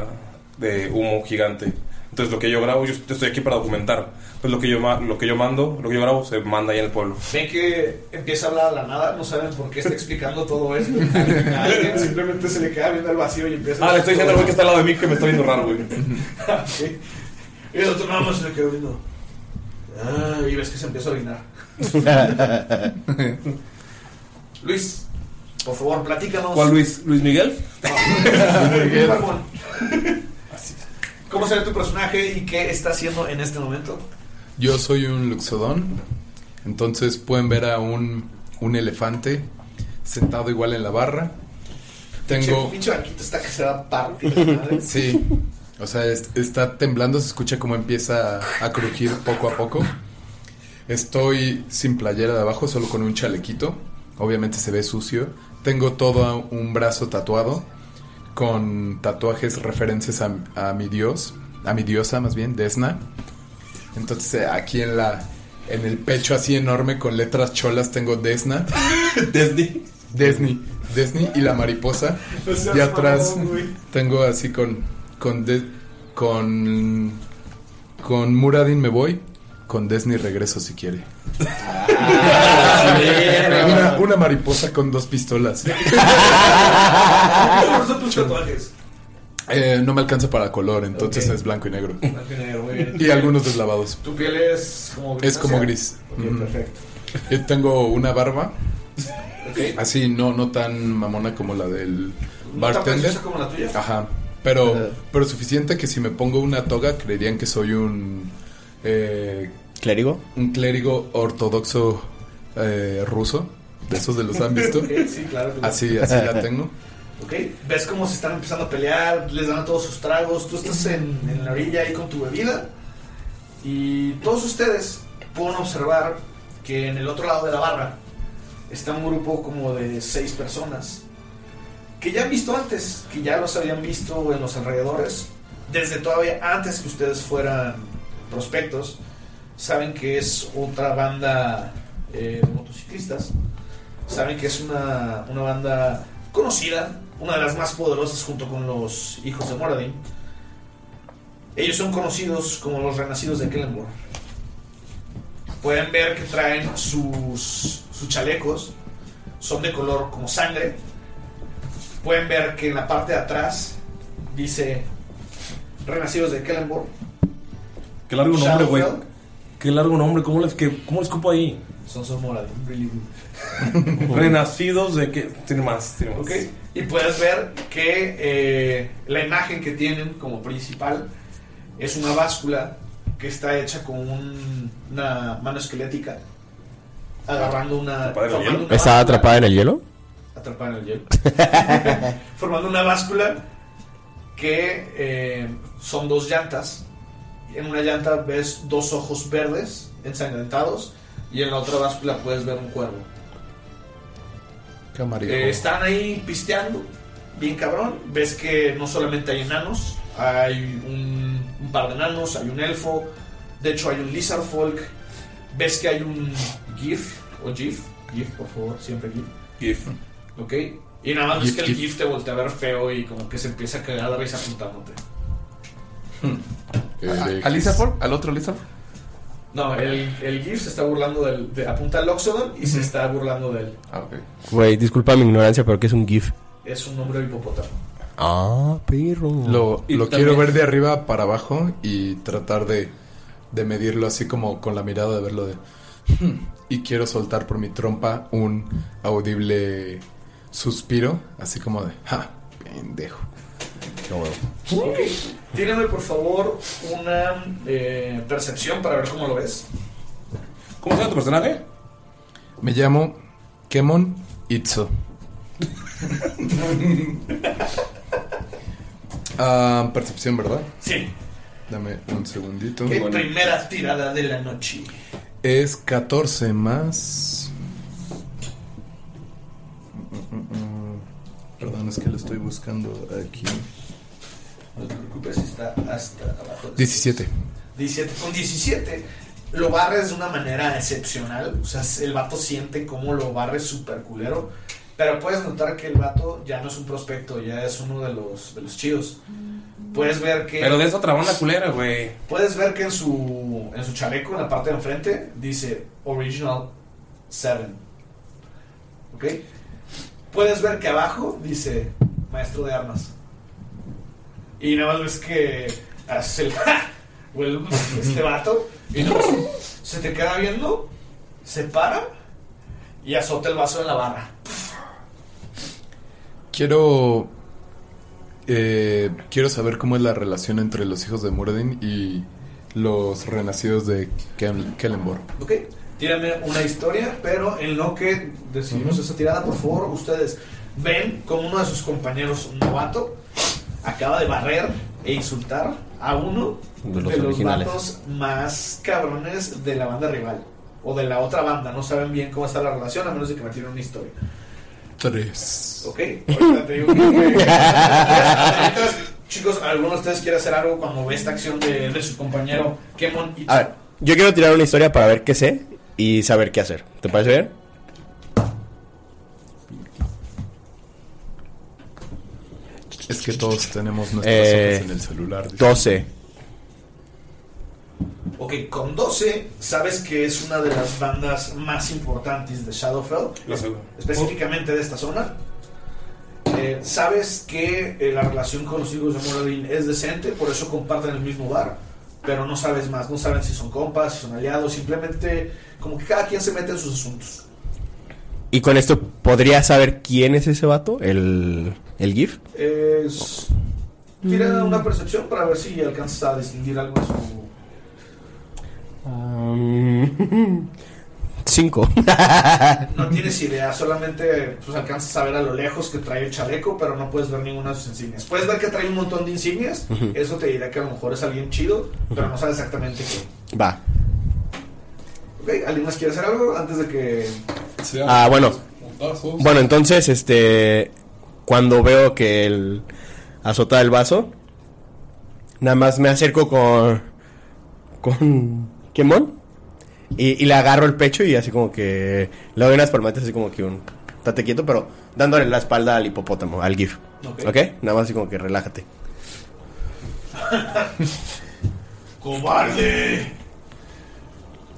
S1: de humo gigante. Entonces Entonces lo que yo grabo, yo estoy aquí para documentar. Pues lo que yo, ma- lo que yo mando, lo que yo grabo, se manda ahí en el pueblo.
S2: Ven que empieza a hablar a la nada, no saben por qué está explicando todo
S1: [LAUGHS]
S2: esto. Alguien- alguien simplemente se le queda viendo al vacío y empieza
S1: Ah, le estoy diciendo al güey que está al lado de mí que me está viendo raro, güey.
S2: [LAUGHS] Ok. Y el otro nada más se le quedó viendo. Ah, y ves que se empieza a orinar.
S3: [LAUGHS]
S2: Luis, por favor, platícanos.
S1: ¿Cuál [LAUGHS] Luis? ¿Luis Miguel?
S2: [LAUGHS]
S1: [LAUGHS]
S2: Ramón. ¿Cómo será tu personaje y qué está haciendo en este momento?
S4: Yo soy un luxodón. Entonces pueden ver a un, un elefante sentado igual en la barra. Tengo.
S2: Pinche banquito está que se va a partir. la
S1: [LAUGHS]
S2: madre.
S4: Sí. O sea, es- está temblando, se escucha cómo empieza a, a crujir poco a poco. Estoy sin playera de abajo, solo con un chalequito. Obviamente se ve sucio. Tengo todo un brazo tatuado con tatuajes referencias a, a mi dios, a mi diosa más bien, Desna. Entonces eh, aquí en la en el pecho así enorme con letras cholas tengo Desna, [LAUGHS] Disney, Disney, Disney y la mariposa.
S2: No seas
S4: y atrás
S2: mamón, güey.
S4: tengo así con con de- con con Muradin me voy, con Disney regreso si quiere. [LAUGHS] una, una mariposa con dos pistolas.
S2: ¿Cómo son tus tatuajes?
S4: Eh, no me alcanza para color, entonces es blanco y negro.
S2: Eh, y negro, muy bien.
S4: Y algunos deslavados.
S2: Tu piel es como
S4: Es como
S2: grisácea.
S4: gris.
S2: Ok,
S4: Ujú.
S2: perfecto.
S4: Yo tengo una barba.
S2: Ok.
S4: Así, no, no tan mamona como la del
S2: tan
S4: bartender.
S2: preciosa como la tuya.
S4: Ajá. Pero, pero suficiente que si me pongo una toga creerían que soy un... eh,
S3: ¿Clérigo?
S4: Un clérigo ortodoxo eh, ruso. De esos de los han
S2: [LAUGHS]
S4: visto.
S2: Ok, sí, claro, claro.
S4: Así, así [LAUGHS]
S2: [LAUGHS]
S4: la tengo.
S2: Ok, ves cómo se están empezando a pelear, les dan todos sus tragos, tú estás en, en la orilla ahí con tu bebida y todos ustedes pueden observar que en el otro lado de la barra está un grupo como de seis personas que ya han visto antes, que ya los habían visto en los alrededores, desde todavía antes que ustedes fueran prospectos, saben que es otra banda eh, de motociclistas, saben que es una, una banda conocida, una de las más poderosas junto con los hijos de Moradin. Ellos son conocidos como los renacidos de Kellenborg. Pueden ver que traen sus, sus chalecos, son de color como sangre. Pueden ver que en la parte de atrás dice Renacidos de Kellenborg.
S1: Qué largo nombre, güey.
S2: Shadowfell.
S1: Qué largo nombre. ¿Cómo les, qué, cómo les cupo ahí?
S2: Son son Moradin, really good.
S1: [LAUGHS] Renacidos de que. Tiene más, tiene más.
S2: Ok, Y puedes ver que eh, la imagen que tienen como principal es una báscula que está hecha con un- una mano esquelética agarrando una,
S3: Atrapada en el
S2: formando
S3: hielo.
S2: una
S3: ¿Está
S2: báscula-
S3: atrapada en el hielo?
S2: atrapada en el hielo. formando una báscula que eh, son dos llantas. En una llanta ves dos ojos verdes ensangrentados y en la otra báscula puedes ver un cuervo.
S4: Camarijo.
S2: Eh, están ahí pisteando, bien cabrón. Ves que no solamente hay enanos, hay un, un par de enanos, hay un elfo, de hecho hay un lizard folk. Ves que hay un GIF o GIF, GIF por favor, siempre GIF.
S1: GIF.
S2: Ok, y nada más ves
S1: GIF,
S2: que el
S1: GIF.
S2: GIF te voltea a ver feo y como que se empieza a cagar de risa apuntándote.
S4: Eh,
S5: ¿A- ¿Al Lizardform? ¿Al otro Lizard?
S2: No, el, el GIF se está burlando del. de- apunta al Oxodon y se está burlando de él.
S5: Ah,
S3: Güey, disculpa mi ignorancia, pero ¿qué es un GIF?
S2: Es un hombre hipopótamo.
S3: Ah, perro.
S4: Lo,
S3: Uh, Y
S4: lo
S3: también-
S4: quiero ver de arriba para abajo y tratar de, de medirlo así como con la mirada de verlo de... "Hmm". Y quiero soltar por mi trompa un audible suspiro, así como de... ¡Ja! Pendejo. Qué huevo.
S2: Ok. Tírame por favor una eh, percepción para ver cómo lo ves.
S1: ¿Cómo se llama
S2: [LAUGHS]
S1: tu personaje?
S4: Me llamo Kemon Itzo. Ah, percepción, ¿verdad?
S2: Sí.
S4: Dame un segundito.
S2: ¿Qué primera tirada de la noche?
S4: Es 14 más. Perdón, es que lo estoy buscando aquí.
S2: No te preocupes, está hasta abajo. de-
S4: 17.
S2: 17. Con 17 lo barres de una manera excepcional. O sea, el vato siente cómo lo barres super culero. Pero puedes notar que el vato ya no es un prospecto, ya es uno de los, de los chidos. Puedes ver que.
S1: Pero de esa otra banda culera, güey.
S2: Puedes ver que en su, en su chaleco, en la parte de enfrente, dice Original 7. ¿Ok? Puedes ver que abajo dice Maestro de Armas. Y nada más ves que hace el. [LAUGHS] o el- este vato. Y nada más se te queda viendo, se para y azota el vaso en la barra.
S4: Quiero. eh, quiero saber cómo es la relación entre los hijos de Muradin y los renacidos de Kel- Kellenborg.
S2: Ok, tírame una historia, pero en lo que decidimos esa tirada, por favor, ustedes ven como uno de sus compañeros, un novato, acaba de barrer e insultar a uno de
S8: De
S2: los,
S8: los originales.
S2: vatos más cabrones de la banda rival o de la otra banda. No saben bien cómo está la relación, a menos de que me tiren una historia.
S4: Tres.
S2: Ok, ahorita te digo que-
S4: [LAUGHS]
S2: Mientras, Chicos, ¿alguno de ustedes quiere hacer algo cuando ve esta acción de, de su compañero Kemon
S3: A ver, yo quiero tirar una historia para ver qué sé y saber qué hacer. ¿Te parece bien?
S4: Es que todos tenemos nuestras hojas en el celular. dice.
S3: 12.
S2: Ok, con 12 sabes que es una de las bandas más importantes de Shadowfell,
S1: Lo seguro.
S2: específicamente de esta zona. Eh, sabes que eh, la relación con los hijos de Moradin es decente, por eso comparten el mismo bar, pero no sabes más, no saben si son compas, si son aliados, simplemente como que cada quien se mete en sus asuntos.
S3: Y con esto podría saber quién es ese vato, el, el GIF.
S2: Es- Tira una percepción para ver si alcanzas a distinguir algo de su...
S3: Um,
S4: [LAUGHS]
S3: Cinco. [LAUGHS]
S2: No tienes idea, solamente pues, alcanzas a ver a lo lejos que trae el chaleco, pero no puedes ver ninguna de sus insignias. Puedes ver que trae un montón de insignias,
S3: Ujú.
S2: eso te dirá que a lo mejor es alguien chido, pero no sabes exactamente qué.
S3: Va.
S2: ¿Ok? ¿Alguien más quiere hacer algo antes de que...
S3: Ah, bueno. Bueno, entonces, este. Cuando veo que él azota el vaso, nada más me acerco con. con. Kemon. Y, y le agarro el pecho y así como que. Le doy unas palmatas así como que un. Estate quieto, pero dándole la espalda al hipopótamo, al GIF.
S2: Ok.
S3: ¿Ok? Nada más así como que
S2: [LAUGHS]
S3: relájate.
S2: [LAUGHS]
S3: [LAUGHS]
S2: ¡Cobarde!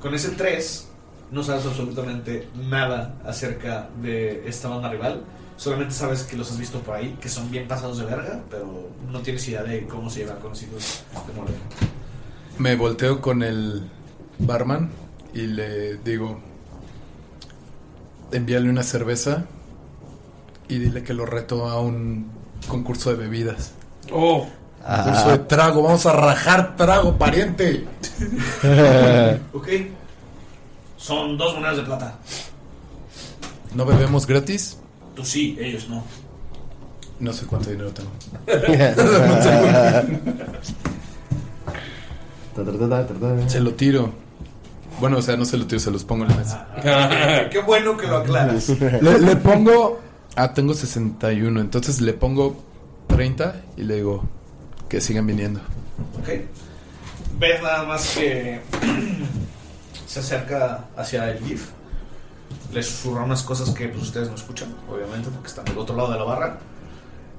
S2: Con ese 3 no sabes absolutamente nada acerca de esta banda rival. Solamente sabes que los has visto por ahí, que son bien pasados de verga, pero no tienes idea de cómo se llevan con los hijos de Mordor.
S4: Me volteo con el barman y le digo: envíale una cerveza y dile que lo reto a un concurso de bebidas.
S1: Oh.
S4: Concurso de trago, vamos a rajar trago, pariente.
S2: Ok. Son dos monedas de plata.
S4: ¿No bebemos gratis?
S2: Tú sí, ellos
S4: [LAUGHS]
S2: no.
S4: No sé cuánto dinero tengo. se lo tiro. Bueno, o sea, no se lo tiro, se los pongo en la mesa.
S2: Qué bueno que lo aclaras.
S4: [LAUGHS] Le, le pongo. Ah, tengo 61. Entonces le pongo 30 y le digo que sigan viniendo.
S2: Ok. Ves nada más que se acerca hacia el GIF. Le susurra unas cosas que pues, ustedes no escuchan, obviamente, porque están del otro lado de la barra.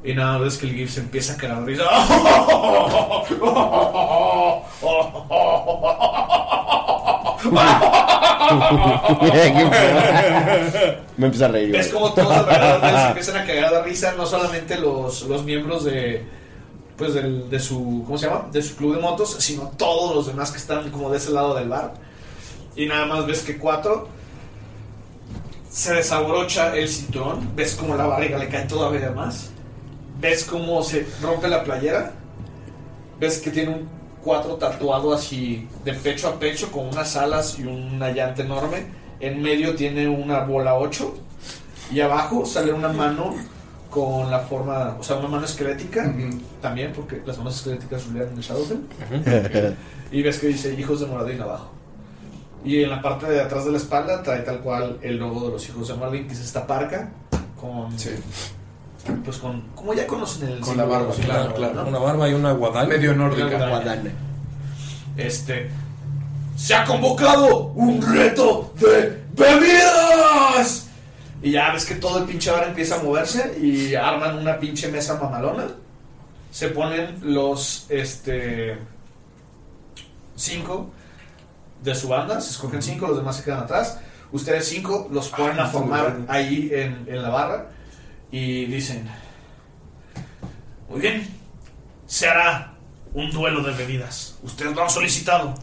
S2: Y nada, ves que el GIF se empieza a caer de
S4: [LAUGHS]
S2: risa. [LAUGHS]
S3: me empiezo a reír.
S2: Ves
S3: güey.
S2: como todos alrededor de él se [LAUGHS] empiezan a cagar de risa, no solamente los, los miembros de pues del, de su ¿cómo se llama? de su club de motos, sino todos los demás que están como de ese lado del bar. Y nada más ves que cuatro se desabrocha el cinturón, ves como la barriga le cae todavía más. Ves cómo se rompe la playera. Ves que tiene un cuatro tatuado así de pecho a pecho con unas alas y una llanta enorme. En medio tiene una bola 8 y abajo sale una mano con la forma, o sea, una mano esquelética también, porque las manos esqueléticas rulean en el Shadowfell. [LAUGHS] Y ves que dice hijos de Moradin abajo. Y en la parte de atrás de la espalda trae tal cual el logo de los hijos de Moradin, que es esta parca con. Pues con. Como ya conocen el.
S4: [LAUGHS] Con la
S2: símbolo
S4: barba,
S2: de los
S4: claro,
S2: hijos de
S4: claro.
S2: Moradin, ¿no?
S1: Una barba y una guadaña. Medio
S2: nórdica. Una guadaña. Este. ¡Se ha convocado un reto de bebidas! Y ya ves que todo el pinche bar empieza a moverse y arman una pinche mesa mamalona. se ponen los este cinco de su banda, se escogen cinco, los demás se quedan atrás. Ustedes cinco los ponen a formar ahí en, en la barra y dicen, muy bien, se hará un duelo de bebidas. Ustedes lo han solicitado.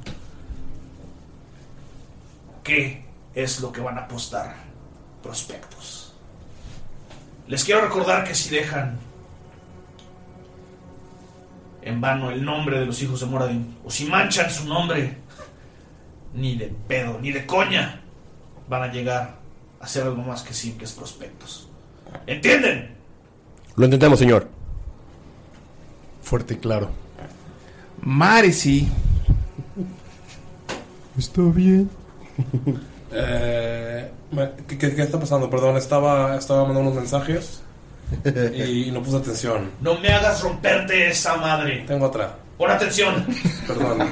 S2: ¿Qué es lo que van a apostar prospectos? Les quiero recordar que si dejan en vano el nombre de los hijos de Moradin, o si manchan su nombre, ni de pedo, ni de coña, van a llegar a ser algo más que simples prospectos. ¿Entienden?
S3: Lo intentamos, señor.
S4: Fuerte y claro.
S5: Mare sí.
S6: Está bien.
S1: Eh, me- ¿qué, qué, qué está pasando? Perdón, estaba, estaba mandando unos mensajes y,
S4: [LAUGHS]
S1: no puse atención.
S2: No me hagas romperte esa madre.
S1: Tengo otra.
S2: Pon atención.
S4: [LAUGHS]
S1: Perdón.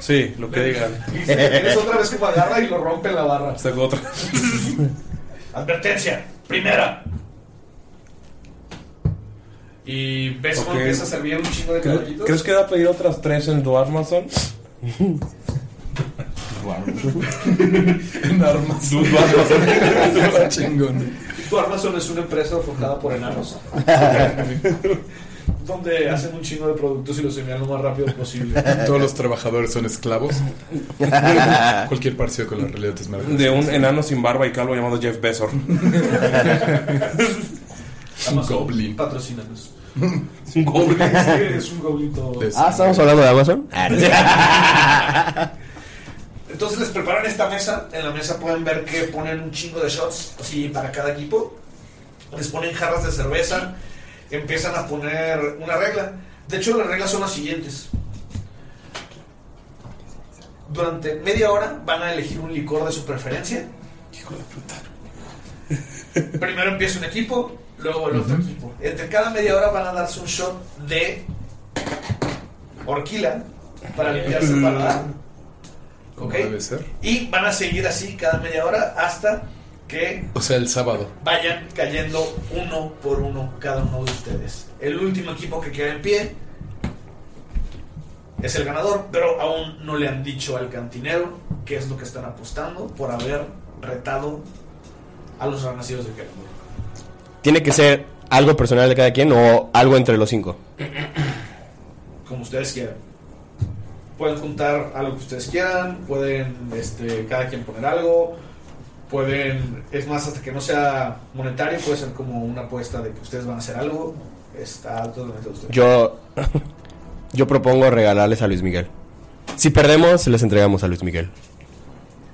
S1: Sí, lo que digan.
S2: Tienes otra vez como agarra y lo rompe en la barra.
S1: Tengo otra.
S2: Advertencia, primera. Y ves cómo
S1: Ok.
S2: empieza a servir un chingo de
S1: ¿Crees,
S2: caballitos.
S1: crees que va a pedir otras tres en Duarmason?
S2: [LAUGHS]
S4: en armas. Está chingón.
S2: Tu Amazon es una empresa forjada por [LAUGHS] enanos. donde hacen un chingo de productos y los envían lo más rápido posible.
S4: Todos los trabajadores son
S1: [LAUGHS]
S4: esclavos. Cualquier parecido con la realidad es maravilloso.
S1: De un enano sin barba y calvo llamado Jeff Bezor.
S2: [LAUGHS] Amazon, [LAUGHS] Patrocínanos.
S1: Es un goblin.
S2: Sí, es un goblin todo.
S3: Ah, estamos hablando de Amazon.
S2: Ah,
S3: [LAUGHS]
S2: Entonces les preparan esta mesa. En la mesa pueden ver que ponen un chingo de shots así para cada equipo. Les ponen jarras de cerveza. Empiezan a poner una regla. De hecho, las reglas son las siguientes. Durante media hora van a elegir un licor de su preferencia. Hijo de puta. Primero empieza un equipo, luego el otro equipo. Entre cada media hora van a darse un shot de horquila para limpiarse el paladar.
S4: Como
S2: Ok.
S4: debe ser.
S2: Y van a seguir así cada media hora hasta que
S4: O sea, el sábado.
S2: vayan cayendo uno por uno cada uno de ustedes. El último equipo que queda en pie es el ganador, pero aún no le han dicho al cantinero qué es lo que están apostando por haber retado a los renacidos de Kermur.
S3: Tiene que ser algo personal de cada quien o algo entre los cinco.
S2: [CLEARS THROAT] como ustedes quieran. Pueden juntar a lo que ustedes quieran, pueden este, cada quien poner algo, pueden, es más, hasta que no sea monetario, puede ser como una apuesta de que ustedes van a hacer algo. Está totalmente a ustedes. [LAUGHS]
S3: Yo, [LAUGHS] yo propongo regalarles a Luis Miguel. Si perdemos, les entregamos a Luis Miguel.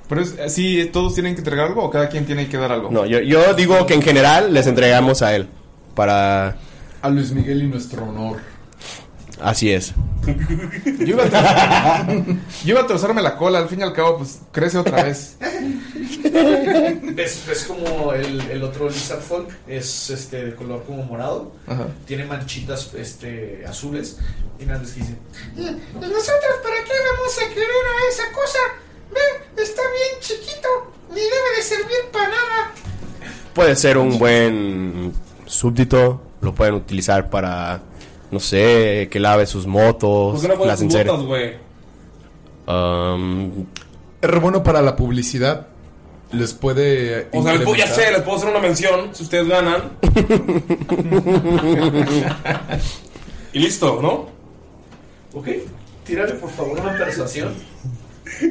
S5: Pero es así, ¿todos tienen que entregar algo o cada quien tiene que dar algo?
S3: No, yo, yo digo que en general les entregamos a él. Para.
S4: A Luis Miguel y nuestro honor.
S3: Así es.
S5: [LAUGHS] Yo iba, a trozar- [LAUGHS] yo iba a trozarme la cola, al fin y al cabo, pues crece otra vez.
S2: ¿Ves, ves como el, el otro Lizard Folk es este, de color como morado?
S5: Ajá.
S2: Tiene manchitas este, azules y nada les dice,
S8: Pues ¿Nosotros para qué vamos a querer a esa cosa? Ve, está bien chiquito, ni debe de servir para nada.
S3: Puede ser un buen súbdito. Lo pueden utilizar para. No sé, que lave sus motos.
S1: ¿Por qué no pones
S3: las
S1: tus
S3: encere.
S1: botas, güey?
S3: Um,
S4: Es bueno para la publicidad. Les puede.
S1: O sea, les puedo, ya
S4: incrementar.
S1: sé, les puedo hacer una mención si
S2: [LAUGHS]
S1: ustedes ganan. y listo, ¿no?
S2: ok, tírale por favor una persuasión.
S1: [LAUGHS]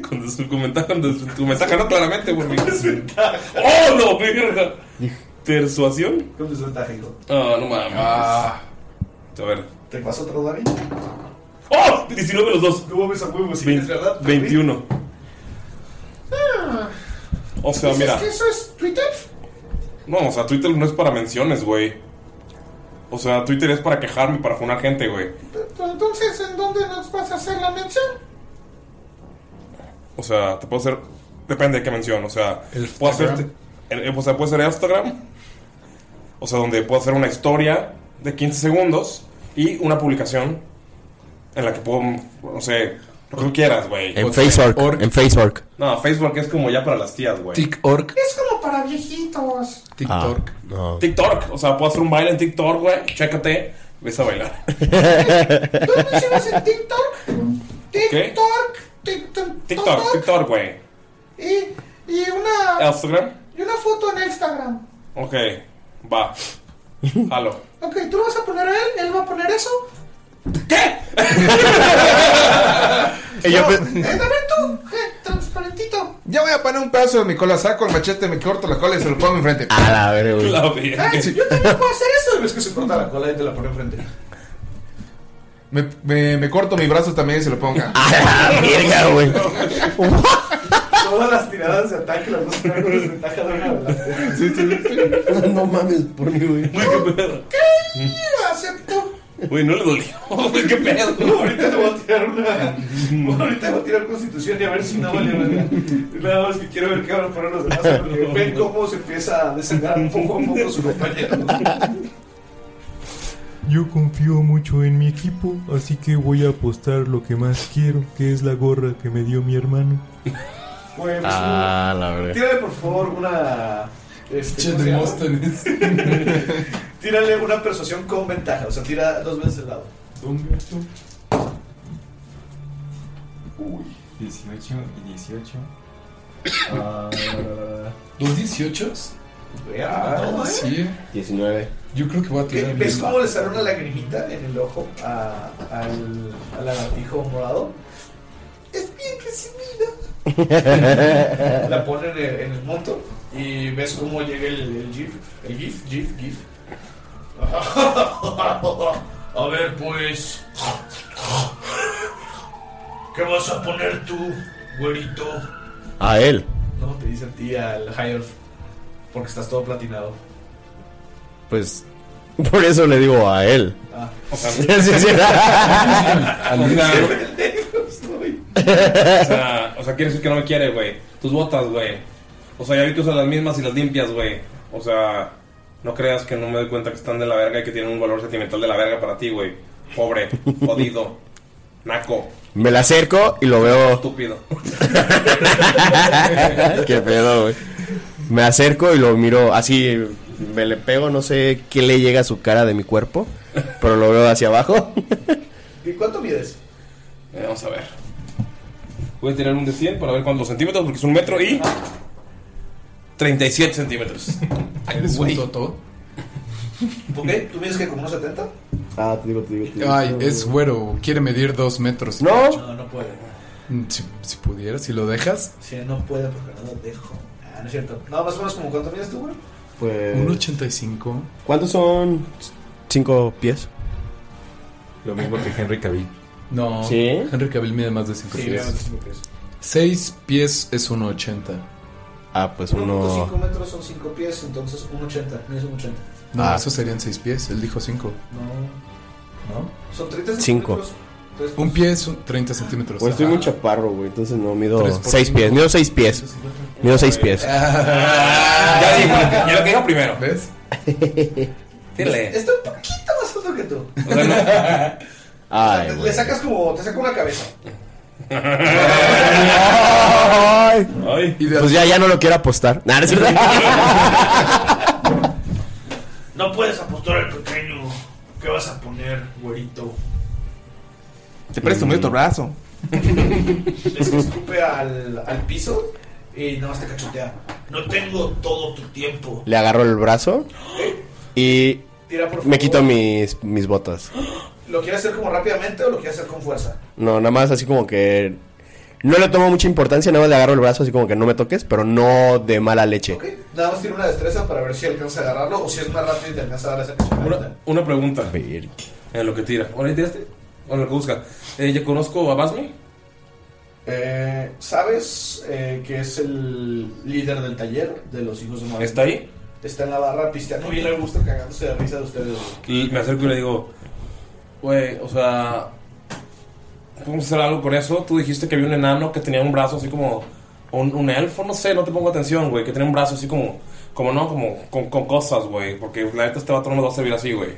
S1: Con desventaja, con desventaja, no claramente, güey.
S2: [LAUGHS]
S1: ¡Oh, no, verga! ¿Persuasión?
S2: Con desventaja, hijo.
S1: Ah, no mames.
S4: Ah.
S1: A ver.
S2: ¿Te pasó otro David?
S1: ¡Oh! 19 los dos.
S2: No mames a huevos, sí, es
S1: Vein-
S2: verdad.
S1: 21. O
S2: Pues
S1: sea, mira.
S8: ¿Eso es Twitter?
S1: No, o sea, Twitter no es para menciones, güey. O sea, Twitter es para quejarme, para funar gente, güey.
S8: Entonces, ¿en dónde nos vas a hacer la mención?
S1: O sea, te puedo hacer. Depende de qué mención. O sea,
S4: El
S1: puedo hacerte.
S4: Instagram.
S1: el- el- o sea, puede ser Instagram. O sea, donde puedo hacer una historia de 15 segundos y una publicación en la que puedo. No sé, lo que tú quieras, güey.
S3: en Facebook. En Facebook.
S1: No, Facebook es como ya para las tías, güey.
S4: TikTok.
S8: Es como para viejitos.
S4: TikTok.
S3: No.
S1: TikTok. O sea, puedo hacer un baile en TikTok, güey. Chécate. Ves a bailar.
S8: ¿Dónde hicimos el TikTok?
S1: ¿Qué?
S8: TikTok, TikTok,
S1: TikTok, TikTok, güey.
S8: Y, y una
S1: Instagram.
S8: y una foto en Instagram.
S1: Ok, va. Halo.
S8: Ok, tú lo vas a poner a él, él va a poner eso.
S5: Y yo pe-
S8: Eh, a ver tú, eh, transparentito.
S5: Yo voy a poner un pedazo de mi cola, saco el machete, me corto la cola y se lo pongo enfrente. A
S3: la verga,
S8: Ay, Eh, yo también puedo hacer eso.
S2: ¿Tú ves que se corta la cola y te la pone enfrente?
S5: Me, me- me corto mi brazo también y se lo pongo.
S3: Verga, güey.
S2: Todas las tiradas de ataque las dos traen una desventaja de una adelante.
S3: no mames, por mí, güey.
S8: Sí, acepto.
S1: Güey, no le dolió. [LAUGHS] Güey, qué pedo.
S2: Ahorita te voy a tirar una. Ahorita voy a tirar constitución y a ver si no vale verga. Nada más que quiero ver qué van a poner los demás. Porque ven cómo se empieza a desangrar poco a poco su compañero.
S6: Yo confío mucho en mi equipo, así que voy a apostar lo que más quiero, que es la gorra que me dio mi hermano.
S2: Güey, pues,
S6: Ah,
S2: un-
S6: la verdad.
S2: Tírale por favor una. Este,
S4: Che,
S2: ¿cómo se llama?
S4: Demóstenes.
S2: [LAUGHS] Tírale una persuasión con ventaja. O sea, tira dos veces el lado.
S9: Uy, 18 y Ah, 18.
S4: Ah, ¿Los 18?
S2: Ah,
S4: sí.
S3: 19.
S4: Yo creo que voy a tirar el
S2: ¿Ves
S4: mismo.
S2: cómo le sale una lagrimita en el ojo a- al, al lagartijo morado? Es bien resumida. La ponen en, en el moto y ves cómo llega el, el GIF. El GIF, GIF, GIF. [LAUGHS] A ver, pues. ¿Qué vas a poner tú, güerito?
S3: A él.
S2: No, te dice a ti al High Elf. Porque estás todo platinado.
S3: Pues por eso le digo a él.
S2: Ah,
S1: o sea,
S3: Sí, sí, sí.
S1: O sea, o sea, o sea, quiere decir que no me quiere, güey. Tus botas, güey. O sea, ya vi que usas las mismas y las limpias, güey. O sea, no creas que no me doy cuenta que están de la verga y que tienen un valor sentimental de la verga para ti, güey. Pobre, [LAUGHS] jodido, naco,
S3: Me la acerco y lo veo.
S1: estúpido. [LAUGHS]
S3: Qué pedo, güey. Me acerco y lo miro así. Me le pego, no sé qué le llega a su cara de mi cuerpo, pero lo veo hacia abajo.
S2: ¿Y cuánto mides?
S1: Eh, vamos a ver. Voy a tirar un de 100 para ver cuántos centímetros, porque es un metro y. 37 centímetros.
S4: ¿Eres
S1: Güey.
S4: un toto?
S2: ¿Por qué? ¿Tú mides que como unos 70?
S3: Ah, te digo, te digo,
S4: Ay, es güero. Quiere medir dos metros.
S2: No, no puede.
S4: Mm, Si, si pudiera, si lo dejas.
S2: Sí, no puede porque no lo dejo. Ah, no es cierto. No, más o menos como cuánto mides tú, güey.
S3: Pues.
S4: Un 85.
S3: ¿Cuántos son? ¿Cinco pies?
S4: Lo mismo que
S1: Henry Cavill.
S4: No.
S3: ¿Sí?
S4: Henry Cavill mide más de 5
S3: Sí, mide más de
S4: pies.
S3: cinco pies.
S4: 6 pies es 1,80.
S3: Ah, pues
S2: 5 metros son 5 pies, entonces 1,80. No es 1,80.
S4: No,
S3: Ah.
S4: esos serían 6 pies. Él dijo 5.
S2: No.
S4: ¿No?
S2: Son 30
S3: Cinco.
S2: centímetros. Tres
S4: Un pie es un 30 centímetros.
S3: Pues estoy
S4: Ajá.
S3: muy chaparro, güey, entonces no mido
S4: Tres por
S3: seis
S4: cinco.
S3: pies, mido seis pies. Mido seis pies.
S1: Ya dijo, ya lo que dijo primero. [LAUGHS]
S4: ¿Ves?
S1: Dile.
S2: Está un poquito más alto que tú.
S3: Ay,
S2: [LAUGHS] Le sacas como. Te saca una cabeza.
S3: Pues ya, ya no lo quiero apostar. Nah, no es [LAUGHS] cierto.
S2: No puedes apostar al pequeño. ¿Qué vas a poner, güerito?
S5: Te presto medio tu brazo.
S2: [LAUGHS] Es que escupe al, al piso y nada más te cachotea. No tengo todo tu tiempo.
S3: Le agarro el brazo y
S2: Tira, por favor.
S3: me quito mis, mis botas.
S2: ¿Lo quieres hacer como rápidamente o lo quieres hacer con fuerza?
S3: No, nada más así como que... No le tomo mucha importancia, nada más le agarro el brazo así como que no me toques, pero no de mala leche.
S2: Nada más tiene una destreza para ver si alcanza a agarrarlo o si es más rápido y te alcanza a dar esa cachetada.
S1: Una pregunta. En lo que tira. ¿Ahora ya tiraste? ¿O en lo que busca? Eh, ¿Ya conozco a Basmi?
S2: Eh, ¿Sabes eh, que es el líder del taller de los hijos de Madrid?
S1: ¿Está ahí?
S2: Está en la barra pisteando bien le gusto cagándose de risa de ustedes. dos.
S1: Y me acerco y le digo, güey, o sea, podemos hacer algo con eso. Tú dijiste que había un enano que tenía un brazo así como un, un elfo, no sé, no te pongo atención, güey, que tenía un brazo así como, como no, como con, con cosas, güey, porque la neta este vato no nos va a servir así, güey.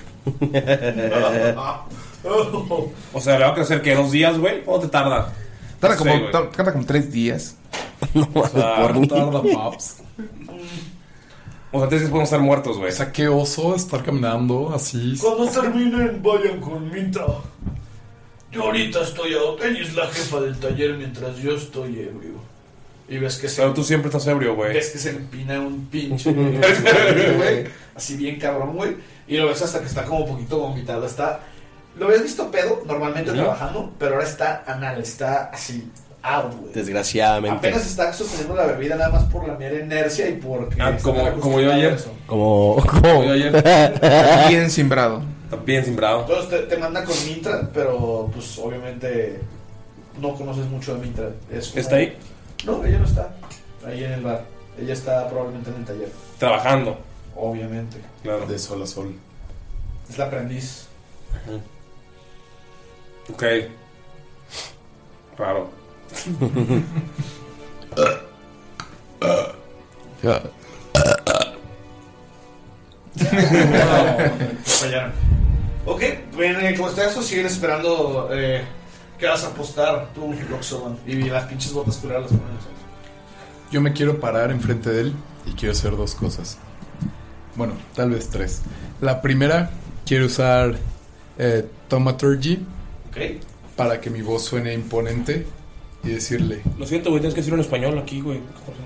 S1: o sea, le va a crecer que dos días, güey, ¿o te tarda?
S5: Tarda
S1: No sé,
S5: como,
S1: güey.
S5: tar-
S3: [LAUGHS]
S5: tarda como tres días.
S1: O sea, tarda, paps. O sea, antes que podemos estar muertos, güey.
S4: O sea, qué oso estar caminando así.
S2: Cuando terminen, vayan con Minta. Yo ahorita estoy out. Ella es la jefa del taller mientras yo estoy ebrio. Y ves que se.
S1: Pero tú siempre estás ebrio, güey.
S2: Ves que se empina un pinche. güey, Así bien cabrón, güey. Y lo ves hasta que está como un poquito vomitado. Está. Lo habías visto pedo normalmente
S3: Ujú.
S2: trabajando, pero ahora está anal, está así out, güey.
S3: Desgraciadamente.
S2: Apenas está sosteniendo la bebida nada más por la mera inercia y porque.
S1: Ah,
S2: está
S1: como,
S2: acostumbrado
S1: como yo
S2: a
S1: ayer.
S2: eso.
S3: Como.
S1: Como yo ayer.
S2: Está bien
S1: simbrado. Bien simbrado.
S2: Entonces te, te manda con Mintra, pero pues obviamente no conoces mucho de Mintra. Es como-
S1: ¿Está ahí?
S2: No, ella no está. Ahí en el bar. Ella está probablemente en el taller.
S1: Trabajando.
S2: Obviamente.
S1: Claro.
S4: De sol a sol.
S2: Es la aprendiz.
S1: Ok. Raro.
S2: Fallaron. Ok, ven, eh, como está eso, siguen esperando eh, que vas a apostar tú, Roxoman. Y las pinches botas culeras las ponen.
S4: Yo me quiero parar enfrente de él y quiero hacer dos cosas. Bueno, tal vez tres. La primera, quiero usar eh, Tomaturgy
S2: Ok.
S4: para que mi voz suene imponente y decirle:
S1: Lo siento, güey, tienes que decirlo en español aquí, güey.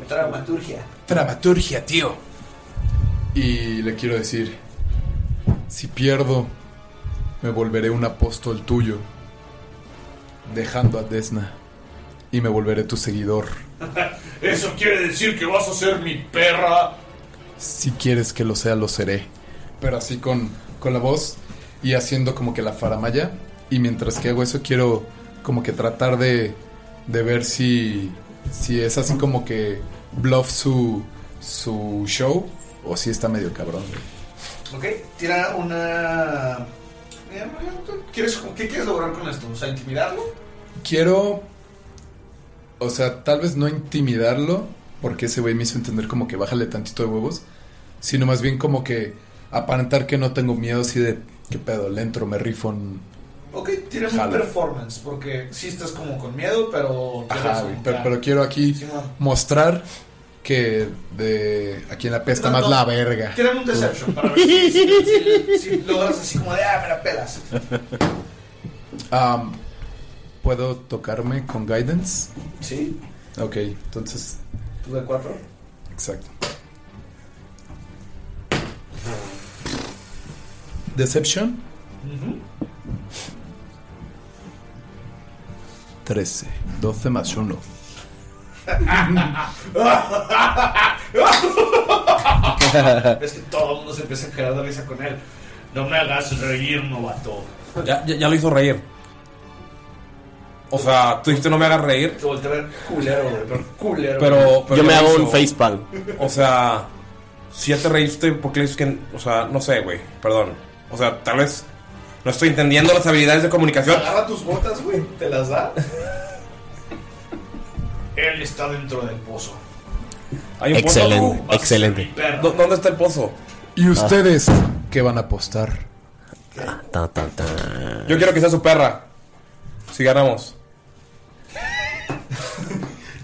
S2: Dramaturgia.
S4: Dramaturgia, tío. Y le quiero decir, si pierdo, me volveré un apóstol tuyo, dejando a Desna, y me volveré tu seguidor,
S2: [LAUGHS] Eso quiere decir que vas a ser mi perra.
S4: si quieres que lo sea, lo seré. Pero así con, con la voz y haciendo como que la faramaya, y mientras que hago eso quiero como que tratar de, de ver si, si es así como que bluff su, su show, o si está medio cabrón.
S2: Ok, tira una. eh, ¿Quieres, ¿Qué quieres lograr con esto? O sea, intimidarlo.
S4: Quiero. O sea, tal vez no intimidarlo, porque ese güey me hizo entender como que bájale tantito de huevos, sino más bien como que aparentar que no tengo miedo, así de qué pedo, le entro, me rifo. un-
S2: Ok, tira un
S4: Jalo.
S2: performance, porque sí estás como con miedo, pero.
S4: Ajá, güey, pero, pero quiero aquí mostrar que de aquí en la pesta más la verga.
S2: Tira un deception para ver si, si- si- si logras así como de, ah, me la pelas.
S4: [LAUGHS] Am, ¿Puedo tocarme con guidance?
S2: Sí.
S4: Ok, entonces,
S2: ¿Tú de cuatro?
S4: exacto. Deception. [LAUGHS] 13, 12 más 1.
S2: Es que todo el mundo se empieza a quedar de risa con él. No me hagas reír, novato.
S1: Ya, ya, ya lo hizo reír. O sea, tú dijiste no me hagas reír.
S2: Te volteé a ver culero, güey, pero culero.
S1: Pero, pero
S3: Yo me
S1: ya lo
S3: hago
S1: hizo.
S3: un facepalm.
S1: O sea, si ya te reíste, ¿por qué le dices que.? O sea, no sé, güey. Perdón. O sea, tal vez. No estoy entendiendo las habilidades de comunicación.
S2: Agarra tus botas, güey, te las da. Él está dentro del pozo.
S1: Hay un
S3: Excelente,
S1: pozo.
S3: excelente.
S1: ¿Dó- ¿Dónde está el pozo?
S4: ¿Y ustedes qué van a apostar?
S3: Ta, ta, ta.
S1: Yo quiero que sea su perra. Si ganamos.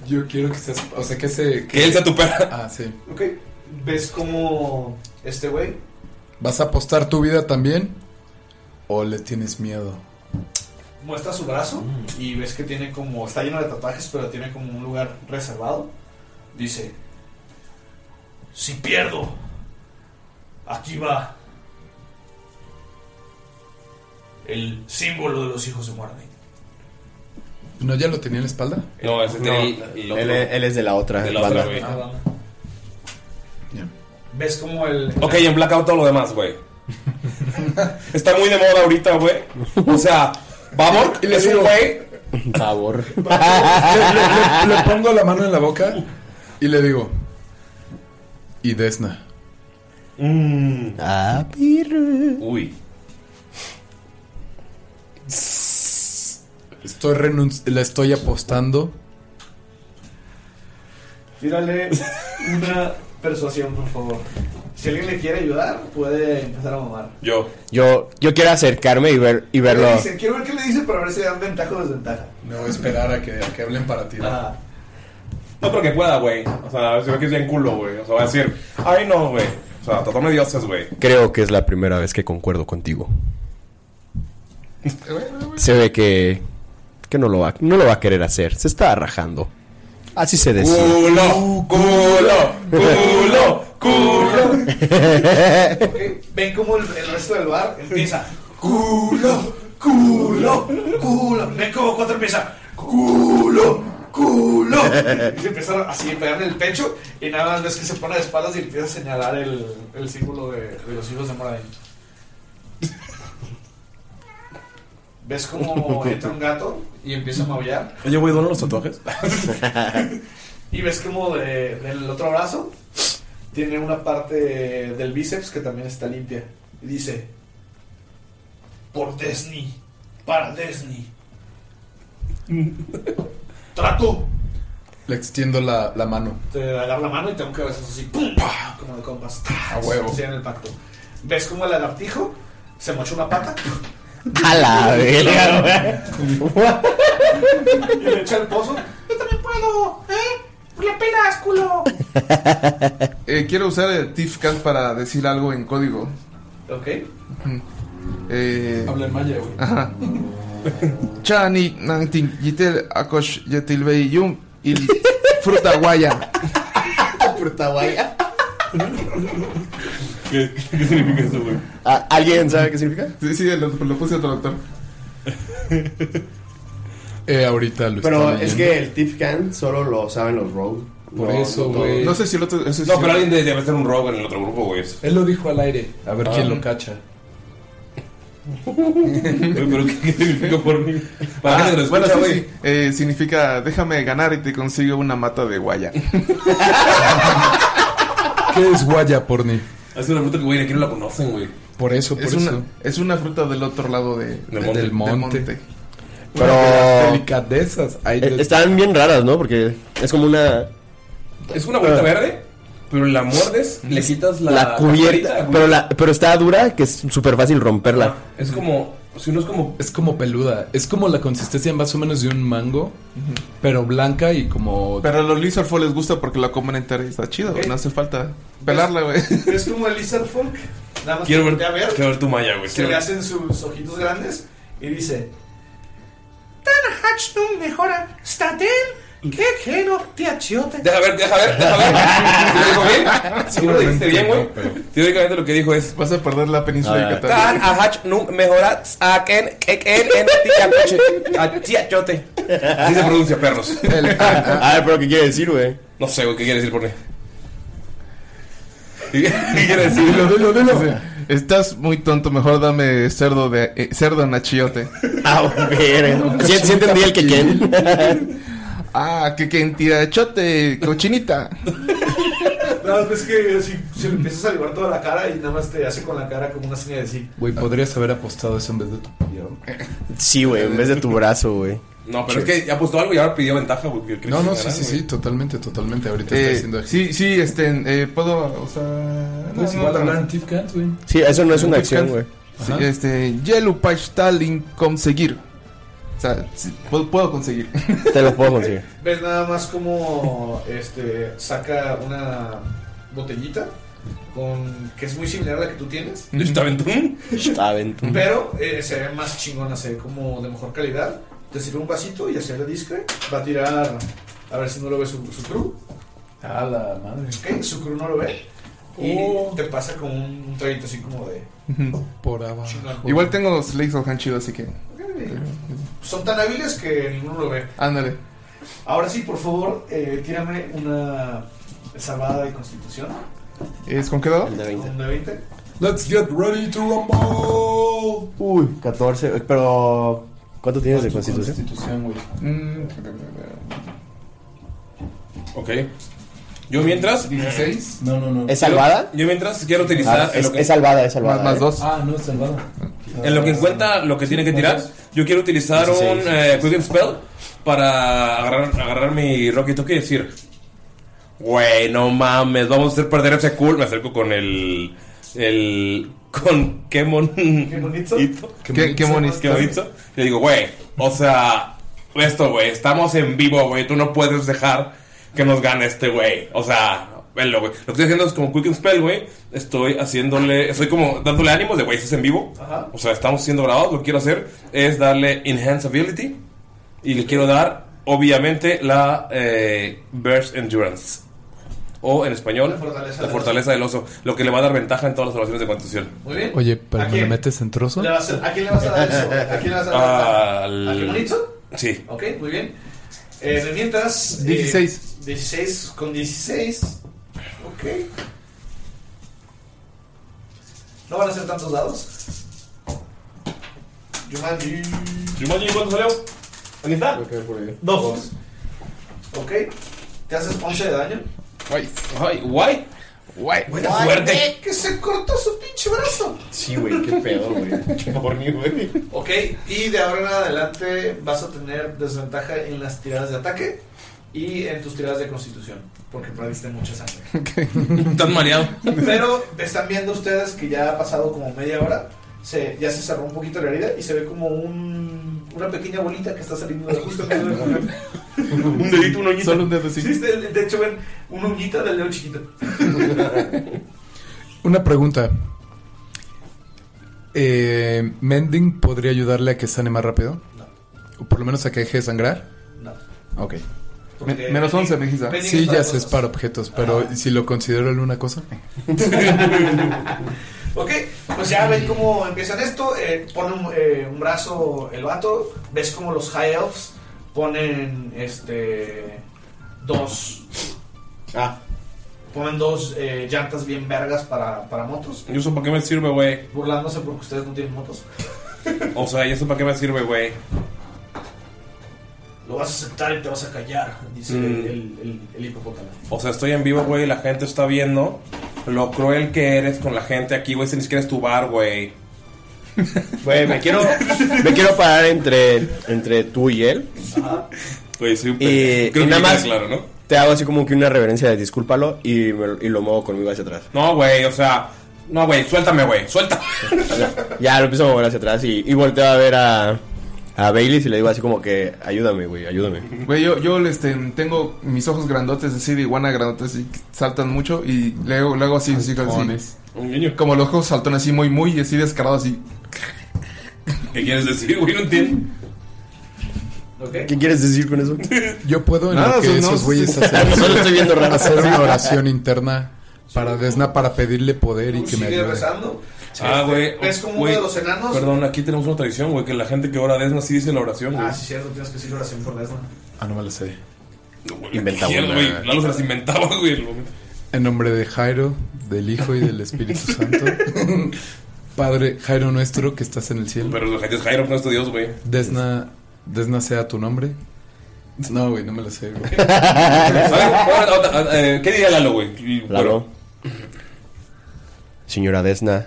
S4: Yo quiero que seas. O sea, que se.
S1: Que él sea tu perra.
S4: Ah, sí.
S2: Ok, ves como este güey
S4: ¿Vas a apostar tu vida también? ¿O le tienes miedo?
S2: muestra su brazo y ves que tiene como, está lleno de tatuajes, pero tiene como un lugar reservado. Dice, si pierdo, aquí va el símbolo de los hijos de Muerte.
S4: ¿No ya lo tenía en la espalda?
S1: No, ese
S3: No, él, él es de la otra.
S1: De la otra,
S3: banda.
S1: güey.
S2: Ah, Ves como el...
S1: Ok, en Blackout todo lo demás,
S4: [LAUGHS]
S1: güey. Está muy de moda ahorita, güey. O sea, vamos.
S4: Y le
S1: Es un
S4: digo- [LAUGHS]
S1: güey.
S3: Favor.
S4: le, le- le pongo la mano en la boca y le digo. Y Desna.
S3: Ah,
S4: [LAUGHS]
S3: pirru.
S1: Mm. Uy.
S4: Estoy renunci- le estoy apostando.
S2: Tírale una persuasión, por favor. Si alguien le quiere ayudar, puede empezar a mamar.
S1: Yo.
S3: Yo, yo quiero acercarme y, ver, y verlo.
S2: Le dice, quiero ver qué le dice para ver si dan ventaja o desventaja.
S4: No esperar a que, a que hablen para tirar.
S2: Ah.
S1: No porque pueda, güey. O sea, se ve que es bien culo, güey. O sea, va a decir, ay no, güey. O sea, tratame de haces, güey.
S3: Creo que es la primera vez que concuerdo contigo. Se ve que, que no, lo va, no lo va a querer hacer. Se está rajando. Así se decía.
S1: Culo, culo, culo,
S2: culo. Ok, Ven como el, el resto del bar empieza. Culo, culo, culo. Ven como cuatro empieza. Culo, culo. Y se empieza así a pegar en el pecho. Y nada más ves que se pone de espaldas y empieza a señalar el, el símbolo de, de los hijos de Moradín. Ves como entra un gato y empieza a maullar.
S1: Oye, güey, ¿dónde los tatuajes?
S2: Y ves como de- del otro brazo tiene una parte del bíceps que también está limpia. Y dice, por Disney, para Disney. Trato.
S4: Le extiendo la, la mano.
S2: Te agarra la mano y tengo que besar así, ¡pum! como de compas.
S4: A huevo.
S2: Sí, en el pacto. Ves como el lagartijo se mocha una pata.
S3: A la
S2: [LAUGHS]
S3: verga,
S2: Y le echa el pozo.
S8: puedo, ¿eh? La pelas, culo.
S5: Eh, quiero usar el Tifcat para decir algo en código.
S2: Ok.
S5: Eh,
S2: Habla en maya, güey.
S1: [LAUGHS]
S5: Ajá. Chani, Nantin, Yitel, Akosh, Yetil, Bey, Yum, Il, Fruta Guaya.
S3: [LAUGHS] Fruta Guaya.
S1: ¿Qué, qué significa eso, güey?
S3: Ah, ¿Alguien sabe qué significa?
S5: Sí, sí, lo, lo puse a traductor.
S4: Eh, ahorita lo
S3: Pero
S4: está
S3: es
S4: leyendo.
S3: que el tip can solo lo saben los rogues.
S4: Por eso, güey. No sé si el otro- ese sí
S1: No,
S4: lo-
S1: pero alguien debe ser un rogue en el otro grupo, güey.
S4: Él lo dijo al aire. A ver
S1: Ah.
S4: quién lo cacha.
S1: Güey, pero ¿qué, qué significa por mí? Para
S5: Ah,
S1: que lo
S5: bueno,
S1: escucha,
S5: sí,
S1: güey.
S5: sí. Eh, significa déjame ganar y te consigo una mata de guaya.
S4: ¿Qué es guaya, porni?
S1: Es una fruta que, güey, aquí no la conocen, güey.
S4: Por eso, por
S5: es
S4: eso.
S5: Una, es una fruta del otro lado de,
S1: Del
S5: de-
S1: monte.
S5: del monte.
S3: Pero-
S5: Una de las
S4: delicadezas. Ahí
S3: Eh, Están bien raras, ¿no? Porque es como una.
S1: Es una bolita verde, pero la muerdes, le quitas la,
S3: Ah. La, cubierta.
S1: carita, güey.
S3: pero, la, pero está dura que es súper fácil romperla.
S1: Es como. Si uno es como.
S4: Es como peluda. Es como la consistencia más o menos de un mango, pero blanca y como.
S5: Pero a los Lizardfall les gusta porque la comen entera y está chido, güey. No hace falta
S1: [LAUGHS]
S5: pelarla, güey.
S2: Es como el Lizard Folk. Nada más
S5: Quiero
S2: que voltea
S5: ver-
S2: a ver.
S5: quiero ver tu malla, güey.
S2: Que
S5: Quiero
S2: le
S5: ver.
S2: hacen sus ojitos grandes y dice:
S8: Tan Hachnum mejora. Staten. Qué quiero, tía chiote.
S1: Deja ver, deja ver, deja ver. Si lo dijo bien, si lo dijiste bien, Ah, güey. Teóricamente lo que dijo es.
S5: Vas a perder la península
S1: Ah,
S5: de
S1: ya.
S5: Yucatán.
S1: Tan
S5: [LAUGHS]
S1: a hach nun mejora tsaken keken en tiacoche, a tiachote. Así se pronuncia, perros.
S3: [LAUGHS] A ver, pero ¿qué quiere decir, ah. güey?
S1: No sé, güey, ¿qué quiere decir por mí? ¿Qué quiere decir?
S5: Dilo, dilo, dilo. Dice, Estás muy tonto, mejor dame cerdo de eh, cerdo
S4: [LAUGHS]
S5: nachiote.
S3: Ah, Sí- sí entendí el
S5: quequén. [LAUGHS] ah, quequén tirachote, cochinita.
S2: [LAUGHS] Nada más ves que así se le empieza a salivar toda la cara y nada más te hace con la cara como una señal de decir.
S4: Güey, podrías haber apostado eso en vez de tu
S2: yo.
S3: Sí, güey, en vez de tu brazo, güey.
S1: No, pero es que ya apostó algo y ahora pidió ventaja, güey. que- que
S4: No, no, sí,
S1: ganara,
S4: sí,
S1: güey.
S4: sí, totalmente, totalmente. Ahorita
S5: Eh,
S4: está haciendo
S5: sí, sí, este, eh, puedo, o sea,
S2: Ah,
S4: No es igual hablar en Tifcans, güey. Sí,
S3: eso no es una
S5: Tifcans.
S3: acción, güey.
S5: Sí,
S3: Ajá.
S5: este, Yellow Pastalin conseguir. O sea, sí, puedo, puedo conseguir.
S3: [LAUGHS] Te lo puedo conseguir.
S2: Ves nada más como este, saca una botellita con, que es muy similar a la que tú tienes,
S1: Staventún.
S3: Staventún.
S2: pero eh, se ve más chingona, se ve como de mejor calidad. Te sirve un vasito y hacia la discre va a tirar, a ver si no lo ve su, su crew.
S4: A la madre.
S2: Ok, su crew no lo ve. Y te pasa con un traguito así como de...
S4: Por abajo.
S5: Igual tengo Slays of Hand chido, así que.
S2: Son tan hábiles que ninguno lo ve.
S5: Ándale.
S2: Ahora sí, por favor, eh, tírame una salvada de constitución.
S5: ¿Es con qué dado?
S2: Un de 20.
S4: Let's get ready to rumble.
S3: Uy, 14. eh, Pero. ¿Cuánto tienes de constitución?
S4: Constitución, güey.
S1: Ok. Yo mientras.
S5: 16.
S4: No, no, no.
S3: ¿Es salvada?
S1: Yo, yo mientras quiero utilizar.
S3: Ah,
S1: en
S3: es,
S1: lo que-
S3: es salvada, es salvada. ¿eh?
S4: Ah, no, es salvada.
S1: En lo que encuentra lo que tiene que tirar, yo quiero utilizar un
S3: 16.
S1: eh, Quick Game Spell para agarrar, agarrar mi Rocky Toki y decir: Güey, no mames, vamos a hacer perder ese cool. Me acerco con el. el con qué mon. Qué [LAUGHS]
S2: bonito.
S5: Qué- qué monito.
S1: Qué bonito. Le digo, güey, o sea, esto, güey, estamos en vivo, güey, tú no puedes dejar que nos gane este güey. O sea, velo, güey. Lo que estoy haciendo es como Quick and Spell, güey. Estoy haciéndole, estoy como dándole ánimos de güey, esto es en vivo.
S2: Ajá.
S1: O sea, estamos siendo grabados. Lo que quiero hacer es darle Enhance Ability. Y le quiero dar, obviamente, la eh, Burst Endurance. O en español, la fortaleza, del oso. Lo que le va a dar ventaja en todas las oraciones de constitución.
S2: Muy bien.
S10: Oye, pero
S2: ¿A
S10: me lo
S2: quién?
S10: metes en trozo.
S2: ¿Le vas a, ¿A quién le vas a dar eso? ¿A quién le vas a dar?
S1: Al-
S2: ¿A Kimonitsu?
S1: Sí.
S2: Ok, muy bien. Eh, de mientras. eh,
S5: 16.
S2: 16 con 16. Ok. No van a ser tantos dados. Jumanji.
S1: Jumanji, ¿cuánto salió? ¿Dónde está?
S2: Dos. Ok. Te haces 11 de daño.
S1: Guay. Guay. Guay. Guay. Buena
S2: Ay,
S1: suerte.
S2: eh, Que se cortó su pinche brazo.
S1: Sí, güey, qué pedo, güey. güey.
S2: Ok, y de ahora en adelante vas a tener desventaja en las tiradas de ataque y en tus tiradas de constitución, porque perdiste mucha
S5: [LAUGHS]
S2: sangre.
S1: Estás mareado.
S2: Pero están viendo ustedes que ya ha pasado como media hora, se, ya se cerró un poquito la herida y se ve como un, una pequeña bolita que está saliendo de justo en medio del colon.
S1: Un dedito, un oñito.
S5: Solo un dedo, sí.
S2: Sí, de, de hecho ven una uñita del dedo chiquito.
S10: Una pregunta. Eh,
S4: ¿Mending podría ayudarle a que sane más rápido? O por lo menos a que deje de sangrar.
S2: No.
S4: Ok.
S5: Me- menos 11, me dijiste. ¿ah?
S4: Sí, ya sé, es para objetos, pero si lo considero en una cosa.
S2: [LAUGHS] Ok, pues ya ven cómo empiezan esto. eh, pone un, eh, un brazo el vato. Ves como los High Elves ponen este. Dos.
S1: Ah.
S2: Ponen dos eh, llantas bien vergas para, para motos.
S1: ¿Y eso para qué me sirve, güey?
S2: Burlándose porque ustedes no tienen motos.
S1: O sea, ¿y eso para qué me sirve, güey?
S2: Lo vas a aceptar y te vas a callar, dice
S1: Mm.
S2: el, el, el hipopótamo.
S1: O sea, estoy en vivo, güey, la gente está viendo lo cruel que eres con la gente aquí, güey, si ni siquiera es tu bar, güey.
S3: [LAUGHS] Güey, me quiero, [LAUGHS] me quiero parar entre, entre tú y él.
S1: Güey, soy un
S3: y, eh,
S1: pendejo. Creo
S3: y
S1: que
S3: nada
S1: me queda
S3: más
S1: claro, ¿no?
S3: te hago así como que una reverencia de discúlpalo y, me- y lo muevo conmigo hacia atrás.
S1: No, güey, o sea, no, güey, suéltame, güey, suéltame.
S3: Ya lo empiezo a mover hacia atrás y, y volteo a ver a, a Bailey y le digo así como que ayúdame, güey, ayúdame.
S5: Güey, yo, yo este, tengo mis ojos grandotes, así de iguana grandotes y saltan mucho y le hago, le hago así, así,
S1: Saltones.
S5: así. Como los ojos saltan así muy, muy, así descarado, así.
S1: [LAUGHS] ¿Qué quieres decir, güey? No entiendo.
S3: [LAUGHS] ¿Qué quieres decir con eso?
S10: Yo puedo en
S3: Nada,
S10: lo que
S3: son- no,
S10: esos güeyes
S3: sí.
S10: hacen.
S3: Solo estoy viendo raro.
S10: Hacer una oración interna para Desna para pedirle poder y que me
S2: Sigue
S10: ayude.
S2: rezando.
S1: Ah,
S2: Este,
S1: güey.
S2: ¿Ves como
S1: güey,
S2: uno de los enanos?
S1: Perdón, aquí tenemos una tradición, güey, que la gente que ora a Desna sí dice la oración, güey.
S2: Ah, sí, cierto, tienes que decir oración por Desna.
S10: Ah, no me lo sé.
S3: Inventamos.
S1: Mierda, güey, Lalo se las inventaba, güey. en el momento.
S10: En nombre de Jairo, del Hijo y del Espíritu Santo. Padre Jairo nuestro que estás en el cielo.
S1: Pero la gente es Jairo, pues, no es tu Dios, güey.
S10: Desna, Desna sea tu nombre. No, güey, no me lo sé.
S1: [LAUGHS]
S10: güey.
S1: ¿Sabes? Ahora, ahora, eh, ¿Qué diría Lalo, güey?
S3: Claro. Señora Desna,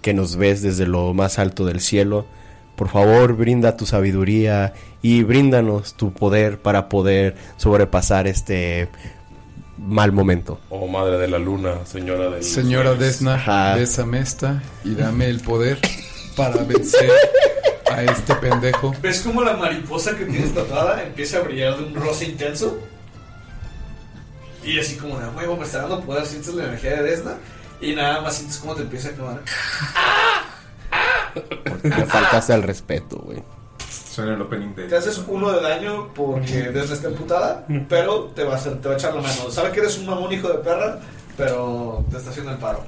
S3: que nos ves desde lo más alto del cielo, por favor brinda tu sabiduría y bríndanos tu poder para poder sobrepasar este mal momento.
S1: Oh, madre de la luna, señora de
S10: Señora Desna, bésame esta y dame el poder para vencer a este pendejo.
S2: ¿Ves como la mariposa que tienes tatuada empieza a brillar de un rosa intenso? Y así como de "A huevo, me está dando poder, sientes la energía de Desna y nada más sientes cómo te empieza a quemar.
S3: Le faltaste al respeto, güey.
S9: Suena el opening de.
S2: Te haces uno de daño porque Desna está emputada, pero te va, a hacer- te va a echar la mano. Sabe que eres un mamón hijo de perra, pero te está haciendo el paro.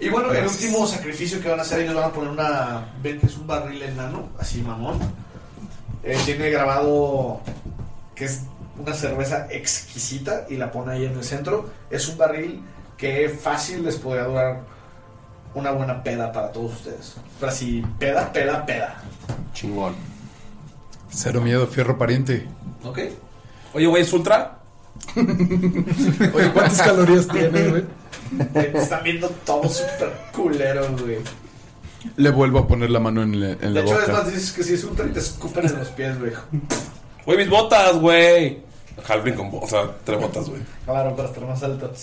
S2: Y bueno, el
S11: Gracias.
S2: último sacrificio que van a hacer, ellos van a poner una. Ven que es un barril enano, así mamón. Eh, tiene grabado que es una cerveza exquisita y la pone ahí en el centro. Es un barril que fácil les podría durar una buena peda para todos ustedes. Pero así, peda, peda, peda.
S3: Chingón.
S10: Cero miedo, fierro pariente.
S2: ¿Ok?
S1: Oye, güey, ¿es ultra?
S10: Oye, ¿cuántas calorías tiene, güey?
S2: Te están viendo todos super culeros, güey.
S10: Le vuelvo a poner la mano en la, en
S2: De
S10: la
S2: hecho, es
S10: boca.
S2: más, dices que si es un y te escupen en los pies, güey.
S1: Güey, mis botas, güey. Halfling con bo- o sea, tres botas, güey.
S2: Claro, para estar más alto. [LAUGHS]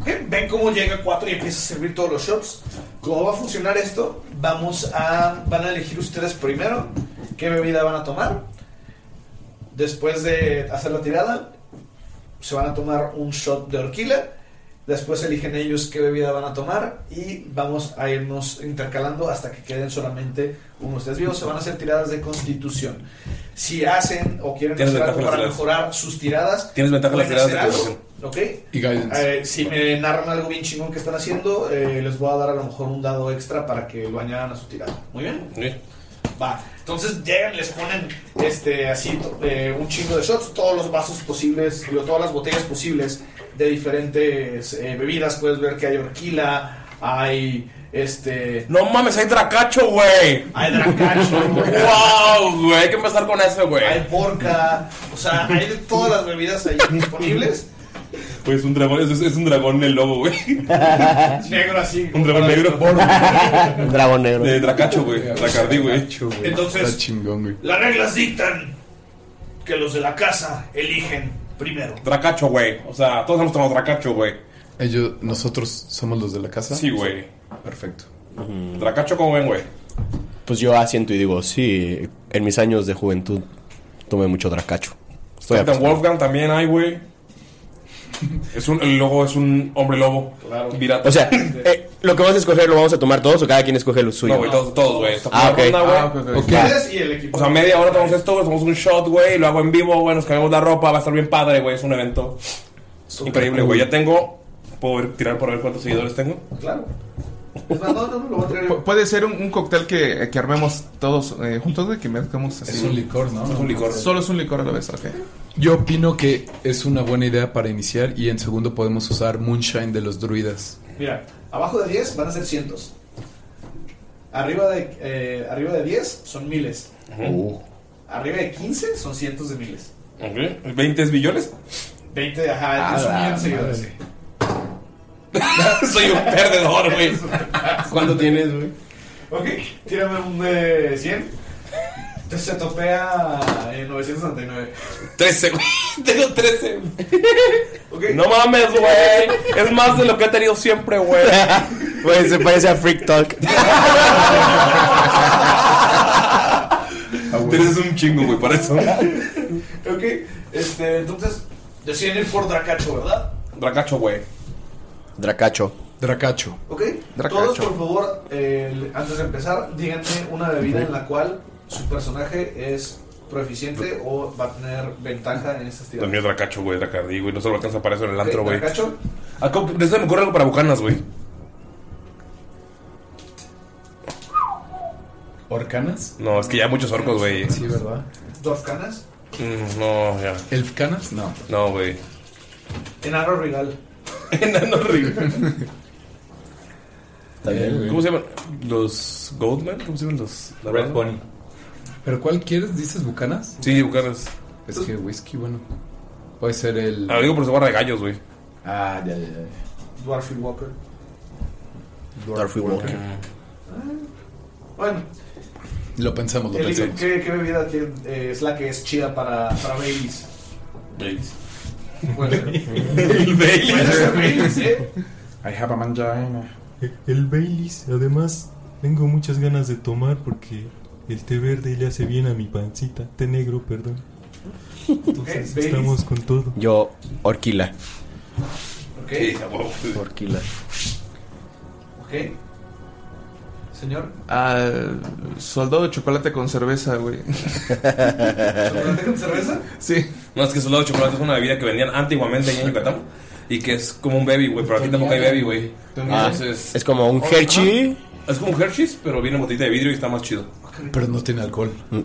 S2: Ok, Ven cómo llega 4 y empieza a servir todos los shops. ¿Cómo va a funcionar esto? Vamos a. Van a elegir ustedes primero qué bebida van a tomar. Después de hacer la tirada, se van a tomar un shot de horquila. Después eligen ellos qué bebida van a tomar y vamos a irnos intercalando hasta que queden solamente uno de ustedes vivos. Se van a hacer tiradas de constitución. Si hacen o quieren
S1: Tienes
S2: hacer
S1: ventaja
S2: algo
S1: en las
S2: para
S1: tiradas.
S2: mejorar sus tiradas,
S1: Tienes ventaja en las
S2: pueden
S1: tiradas de
S2: hacer algo, ¿ok?
S10: Y guidance.
S2: Eh, si me narran algo bien chingón que están haciendo, eh, les voy a dar a lo mejor un dado extra para que lo añadan a su tirada. Muy bien. Va. Entonces llegan, les ponen este, así to- eh, un chingo de shots, todos los vasos posibles, digo, todas las botellas posibles de diferentes eh, bebidas. Puedes ver que hay horquila, hay este.
S1: No mames, hay dracacho, güey.
S2: Hay dracacho.
S1: [LAUGHS] wow, güey. Hay que empezar con eso, güey.
S2: Hay porca. O sea, hay de todas las bebidas ahí disponibles.
S1: Pues un dragón, es, es un dragón el lobo, güey.
S2: Negro así.
S1: Un dragón negro.
S3: Un dragón negro.
S1: De dracacho, güey. Dracardí, güey.
S2: Entonces- Está
S10: chingón, güey.
S2: Las reglas dictan que los de la casa eligen primero.
S1: Dracacho, güey. O sea, todos hemos tomado dracacho, güey.
S10: Ellos, nosotros somos los de la casa.
S1: Sí, güey.
S10: Perfecto.
S1: Dracacho, ¿cómo ven, güey?
S3: Pues yo asiento y digo, sí, en mis años de juventud tomé mucho dracacho. Estoy
S1: Captain
S3: acostumbrado.
S1: Wolfgang también hay, güey. Es un, el lobo es un hombre lobo. Pirata. [LAUGHS]
S3: O sea, eh, lo que vamos a escoger lo vamos a tomar todos o cada quien escoge lo suyo.
S1: No, güey, todos, todos, güey. Esta
S3: Ah, ok.
S1: fue la ronda, güey.
S3: Ah, ok, ok.
S1: Va.
S3: Ustedes
S2: y el equipo.
S1: O sea, media hora tomamos esto, güey, tomamos un shot, güey, lo hago en vivo, güey, nos cambiamos la ropa, va a estar bien padre, güey, es un evento increíble, güey. Ya tengo, puedo ver- tirar por ver cuántos seguidores tengo.
S2: Claro. Es más, no, no, no, lo voy a traer.
S5: Pu- Puede ser un, un cóctel que, que armemos todos eh, juntos, güey, que mezclamos así.
S10: Es un licor, ¿no?
S5: Es un licor. Solo es un licor a la vez, ok.
S10: Yo opino que es una buena idea para iniciar y en segundo podemos usar Moonshine de los druidas.
S2: Mira, abajo de 10 van a ser cientos. Arriba de, eh, arriba de 10 son miles. Arriba de 15 son cientos de miles.
S1: Ok. ¿20 es billones?
S2: 20, ajá,
S1: Ah,
S2: es un
S1: la
S2: millón de seguidores.
S1: Soy un perdedor, güey.
S3: ¿Cuánto tienes, güey?
S2: Ok, tírame un de 100. Entonces se topea en 969.
S1: 13, güey. [LAUGHS] Tengo 13. No mames, güey. Es más de lo que he tenido siempre, güey.
S3: [LAUGHS] Güey, se parece a Freak Talk.
S1: Tienes un chingo, güey, para eso.
S2: Ok, este, entonces deciden ir por Dracacho, ¿verdad?
S1: Dracacho, güey.
S3: Dracacho.
S10: Dracacho.
S2: Ok, todos por favor, eh, antes de empezar, díganme una bebida en la cual su personaje es proficiente o va a tener ventaja en estas
S1: Dios
S2: tiradas.
S1: mío, Dracacho, güey, Dracardí, güey. No solo alcanza para eso en el antro,
S2: Ok,
S1: güey.
S2: Dracacho.
S1: Ah, ¿cómo que- Desde me ocurre algo para bucanas, güey.
S10: ¿Orcanas?
S1: No, es que ya hay muchos orcos, güey.
S10: Sí, ¿verdad?
S2: ¿Dos canas?
S1: Mm, no, ya.
S10: ¿Elfcanas? No.
S1: No, güey.
S2: Enano Rigal.
S1: Enano Rigal.
S10: Está bien, güey.
S1: ¿Cómo se llaman? ¿Los Goldman? ¿Cómo se llaman los? la
S10: Red
S1: banda?
S10: Bunny. ¿Pero cuál quieres? ¿Dices bucanas?
S1: Sí, bucanas.
S10: Es que whisky, bueno. Puede ser el.
S1: Ah, lo digo por su barra de gallos, güey.
S10: Ah, ya, ya, ya.
S2: Dwarfy Walker.
S3: Dorothy Walker.
S2: Bueno,
S10: Lo pensamos, lo
S2: elige,
S10: pensamos.
S2: ¿qué, qué bebida tiene- eh, es la que es chida para, para babies?
S1: Babies.
S2: Puede ser.
S1: El
S2: Baileys. Puede ser
S10: [LAUGHS]
S2: Baileys, ¿eh?
S5: I have a mangina.
S6: El Baileys, además, tengo muchas ganas de tomar porque el té verde le hace bien a mi pancita. Té negro, perdón. Entonces
S2: Baileys.
S6: estamos con todo.
S3: Yo, [LAUGHS] Orquila.
S10: [LAUGHS]
S2: Ok,
S3: Orquila.
S2: ok. Señor,
S5: Ah, soldado de chocolate con cerveza, güey.
S2: ¿chocolate con
S1: [LAUGHS]
S2: cerveza?
S5: Sí.
S1: No, es que soldado de chocolate es una bebida que vendían antiguamente allá en Yucatán. Y que es como un baby, güey. Pero aquí tampoco hay baby, güey.
S3: Ah,
S1: Entonces.
S3: es como un
S1: Ajá.
S3: Hershey.
S1: Es como un Hershey's, pero viene en botita de vidrio y está más chido.
S10: Pero no tiene alcohol.
S1: Mm.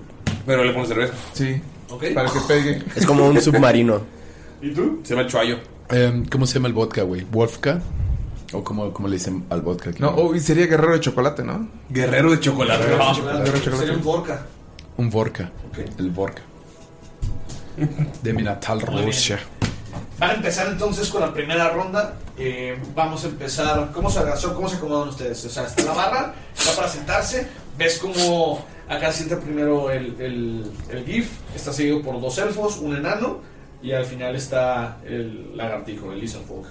S1: Pero le pones cerveza.
S5: Sí.
S2: Ok.
S5: Para que pegue.
S3: Es como un submarino.
S2: ¿Y tú?
S1: Se llama Chuayo.
S10: Em, ¿Cómo se llama el vodka, güey? ¿Wolfka? ¿O cómo, cómo le dicen al vodka? aquí?
S5: No, oh, y sería guerrero de chocolate, ¿no?
S1: Guerrero de chocolate.
S5: Guerrero de
S1: Ah.
S5: chocolate. Guerrero de chocolate.
S2: Sería un vodka.
S10: Un vodka. El vodka. De mi natal
S2: Muy bien.
S10: Rusia.
S2: Van a empezar entonces con la primera ronda. Eh, vamos a empezar. ¿Cómo se agachó? ¿Cómo se acomodan ustedes? O sea, está la barra, está para sentarse. Ves como acá sienta primero el, el, el GIF. Está seguido por dos elfos, un enano. Y al final está el lagartijo, el Lizardfolk.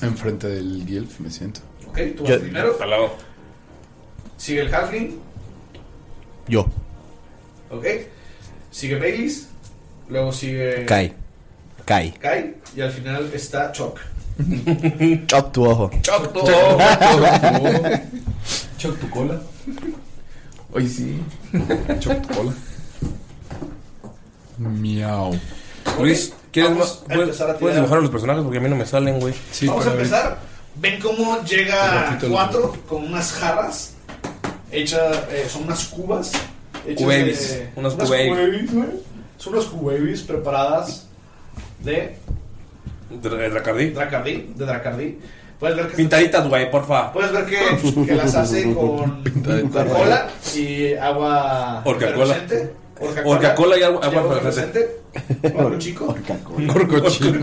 S10: Enfrente del Guilf me siento.
S2: Ok, tú vas primero.
S1: Al lado.
S2: Sigue el Halfling.
S3: Yo.
S2: Ok. Sigue Baileys. Luego sigue.
S3: Kai. Kai.
S2: Kai y al final está Choc.
S3: Chop tu ojo.
S2: Choc tu
S3: Choc.
S10: Choc tu cola.
S4: Hoy sí.
S10: Choc tu cola.
S4: Miau.
S1: Luis, ¿quieres
S2: vamos
S1: ma-
S2: a
S1: puedes-
S2: empezar a
S1: ¿Puedes
S2: tirar.
S1: dibujar a los personajes? Porque a mí no me salen, güey.
S2: Vamos a empezar. Ven cómo
S1: Un
S2: llega
S1: ratito lo
S2: cuatro con unas jarras hechas, eh, son unas cubas. hechas
S1: Cubevis,
S2: de-
S1: unas cubevis.
S2: cubevis, güey. Son unas cubevis preparadas de
S1: Dracardí.
S2: Dracardí, de Dracardí. Puedes ver que
S1: Pintaditas, güey, porfa.
S2: Puedes ver
S1: [LAUGHS]
S2: que, que las hace con cola y agua
S1: Orcacola.
S2: efervescente.
S1: Orcacola y agua- agua
S2: efervescente. Orco chico.
S1: Orco chico.
S2: [LAUGHS]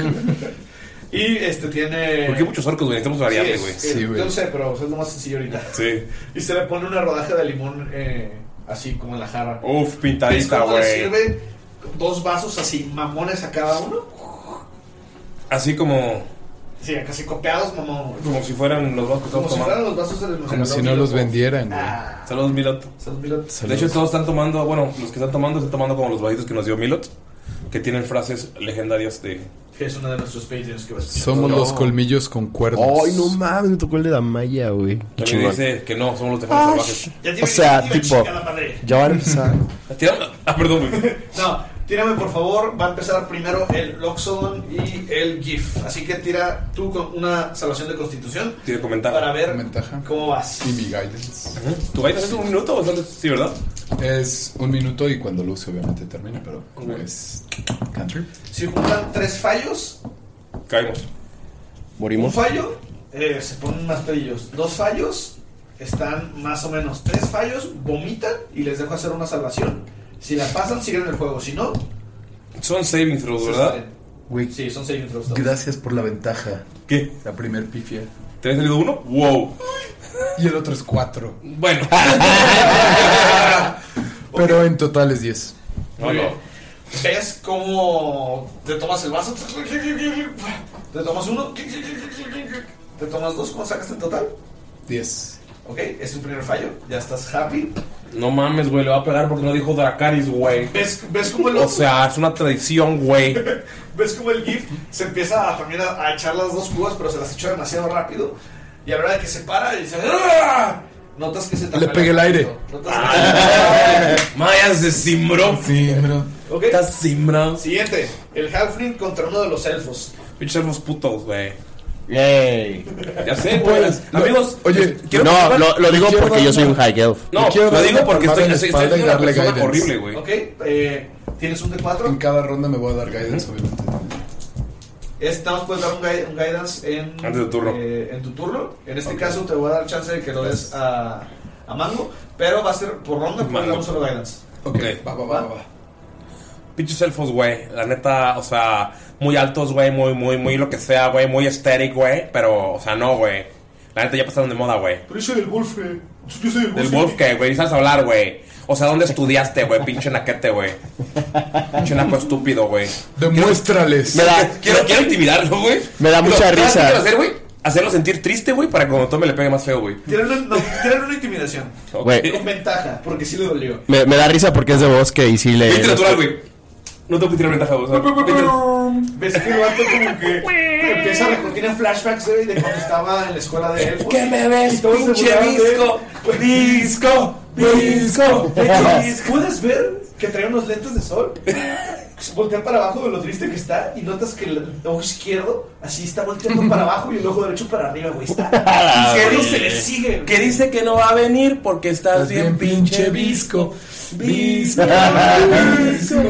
S2: Y este tiene.
S1: Porque hay muchos orcos, güey. Necesitamos variarle,
S2: Sí,
S1: güey.
S2: es que- Yo sé, pero es lo más sencillo ahorita.
S1: Sí.
S2: Y se le pone una rodaja de limón eh, así como en la jarra.
S1: Uf, pintadita,
S2: ¿Ves cómo le
S1: güey.
S2: sirve dos vasos así mamones a cada uno?
S1: Así como,
S2: Sí, casi copiados, mamón. güey.
S1: como si fueran los vasos que
S2: Como
S1: estamos
S2: si
S1: tomando.
S2: fueran los vasos de Ah. los
S10: Como si no los vendieran, güey.
S1: Saludos, Milot. De hecho, todos están tomando, bueno, los que están tomando, están tomando como los vasitos que nos dio Milot, que tienen frases legendarias de.
S2: Que es uno de nuestros Patreons que vas a escuchar.
S10: Somos
S1: No.
S10: los colmillos con cuerdas.
S3: Ay, no mames, me tocó el de la malla, güey. Qué
S1: También
S3: chingón.
S1: dice que no, somos los
S3: Ah,
S1: tejanos salvajes.
S3: sh- o sea, tipo, ya van a empezar.
S1: Tírame- Ah, perdón, güey.
S2: [LAUGHS] No, tírame por favor. Va a empezar primero el Loxodon y el GIF. Así que tira tú con una salvación de constitución.
S1: Tiene comentario.
S2: Para ver cómo vas.
S10: Y mi guidance.
S1: ¿Tu guidance es un minuto o solo- sí, verdad?
S10: Es un minuto y cuando lo use obviamente termina, pero como es country.
S2: Si juntan tres fallos,
S1: Caemos.
S2: un
S3: Morimos.
S2: fallo, eh, se ponen más pedillos. Dos fallos, están más o menos. Tres fallos, vomitan y les dejo hacer una salvación. Si la pasan, siguen en el juego. Si no,
S1: Son saving throws,
S2: se
S1: ¿verdad?
S2: salen. Sí, son saving throws. todos.
S10: Gracias por la ventaja.
S1: ¿Qué?
S10: La primer pifia.
S1: ¿Te había salido uno? ¡Wow!
S10: Y el otro es cuatro.
S2: [LAUGHS]
S1: Bueno.
S10: Pero en total es diez.
S2: Muy bien. ¿Ves cómo te tomas el vaso? Te tomas uno. Te tomas dos. ¿Cómo sacas en total?
S10: Diez.
S2: Ok, es tu primer fallo. Ya estás happy.
S1: No mames, güey, le va a pegar porque no dijo Dracaris, güey.
S2: ¿Ves, ves cómo el
S1: O sea, es una traición, güey.
S2: [LAUGHS] ¿Ves cómo el GIF se empieza a, también a, a echar las dos cubas, pero se las echó demasiado rápido? Y a la hora de que se para, dice. "¡Ah!", Notas que se
S10: Le pegué el aire.
S1: Ah. [LAUGHS] Maya se simbró.
S10: Simbro.
S2: Ok.
S1: Estás simbrado.
S2: Siguiente: el Halfling contra uno de los elfos.
S1: Pinches elfos putos, güey.
S3: Yay.
S1: Ya sé,
S3: Pues,
S1: pues. güey. Amigos,
S10: oye,
S1: quiero
S3: no,
S1: que-
S3: lo, lo digo
S1: quiero
S3: porque
S1: dar
S3: yo soy un
S1: una-
S3: high elf.
S1: No, lo digo porque estoy, estoy, estoy siendo una persona horrible, güey.
S2: Ok, eh, tienes un D4.
S10: En cada ronda me voy a dar guidance, obviamente.
S2: Es, nada más puedes dar un, gui- un guidance en,
S1: Antes de tu turno.
S2: eh, en tu turno. En este caso te voy a dar chance de que lo des a, a Mango, pero va a ser por ronda porque
S1: Mango.
S2: le damos solo guidance.
S1: Ok,
S10: va, va, va, va.
S1: Pinches elfos, güey. La neta, o sea, muy altos, güey. Muy, muy, muy lo que sea, güey. Muy estéril, güey. Pero, o sea, no, güey. La neta ya pasaron de moda, güey.
S2: Pero yo soy el Wolf, Yo soy el
S1: Del Wolf que, güey, ni sabes hablar, güey. O sea, ¿dónde estudiaste, güey? Pinche naquete, güey. Pinche naco estúpido, güey.
S10: Demuéstrales.
S3: Me da-
S1: Quiero, quiero intimidarlo, güey.
S3: Me da
S1: Pero,
S3: mucha
S1: ¿sabes qué
S3: risa.
S1: quiero hacer, güey? Hacerlo sentir triste, güey, para que cuando tome le pegue más feo, güey.
S2: Tienen una, no, tirar una intimidación.
S3: Güey.
S2: Con ventaja, porque sí le dolió.
S3: Me, me da risa porque es de bosque y sí le.
S1: Pinche natural, güey. No tengo que tirar ventaja, güey. O sea,
S2: Ves que el vato como que empieza a recordar, tiene flashbacks güey, de cuando estaba en la escuela de elfos.
S1: Eh, ¿Qué me ves,
S2: Y todos se
S1: pinche
S2: burlaban de él.
S1: disco? Disco, disco,
S2: [LAUGHS] De
S1: disco.
S2: hecho, ¿Puedes ver que trae unos lentes de sol? [LAUGHS] Voltea para abajo de lo triste que está y notas que el ojo izquierdo así está volteando
S1: [LAUGHS]
S2: para abajo y el ojo derecho para arriba, güey. Está. El cielo se le sigue.
S1: Que dice que no va a venir porque estás bien pinche visco. Visco. [LAUGHS] visco.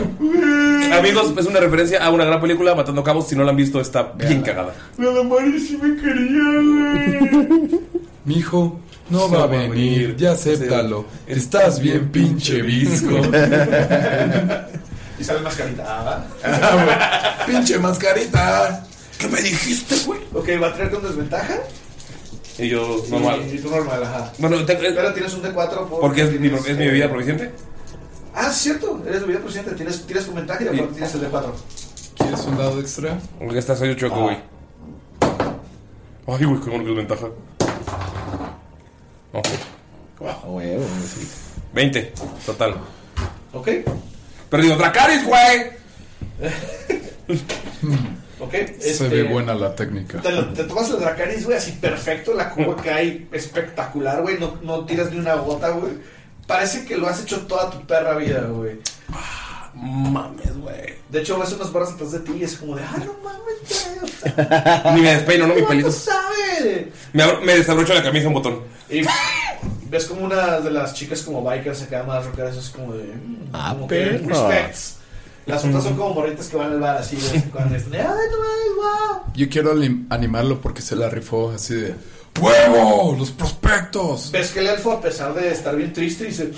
S1: Amigos, es una referencia a una gran película, Matando Cabos. Si no la han visto, está bien cagada.
S2: La madre sí me quería, güey.
S10: Mi hijo no va a venir, ya acéptalo. Estás bien pinche visco. [LAUGHS]
S2: Y sale mascarita. [LAUGHS] ¿va? Ah,
S10: pinche mascarita.
S1: ¿Qué me dijiste, güey?
S2: Ok, va a traer con desventaja.
S1: Y yo,
S2: Y- Y,
S1: normal.
S2: tú normal, ajá.
S1: Bueno, te-
S2: Pero tienes un D4 por-
S1: porque es mi,
S2: tienes,
S1: es mi
S2: eh,
S1: bebida proficiente.
S2: Ah, es cierto. Eres bebida presidente. Tienes, tienes con ventaja y aparte tienes el D4.
S10: ¿Quieres un dado extra?
S1: Porque esta soy yo choco, güey. Ah. Ay, güey, qué bueno que es ventaja. Ok. Wow. 20, total.
S2: Ok.
S1: [LAUGHS] Pero digo, Dracaris, güey.
S2: ¿Ok?
S4: Se
S2: Este,
S4: ve buena la técnica.
S2: Te, lo- te tomas el Dracaris, güey, así perfecto. La cuba cae espectacular, güey. No, no tiras ni una gota, güey. Parece que lo has hecho toda tu perra vida, güey. mames, güey. De hecho, ves unos barras atrás de ti y es como de, ah, no
S1: Ni me despeino, ¿no? Mis
S2: ¿Cuánto
S1: pelitos.
S2: sabe?
S1: Me, abro- me desabrocho la camisa un botón.
S2: Y ves como una de las chicas como bikers acá más rockeras es como de... mm,
S1: Ah,
S2: como que
S1: perro.
S2: respects. Las otras son como morritas que van al bar así de vez en cuando. y están de, "Ay, no mames, guau".
S4: Yo quiero anim- animarlo porque se la rifó así de ¡Huevo! Los prospectos.
S2: Ves que el elfo, a pesar de estar bien triste, dice: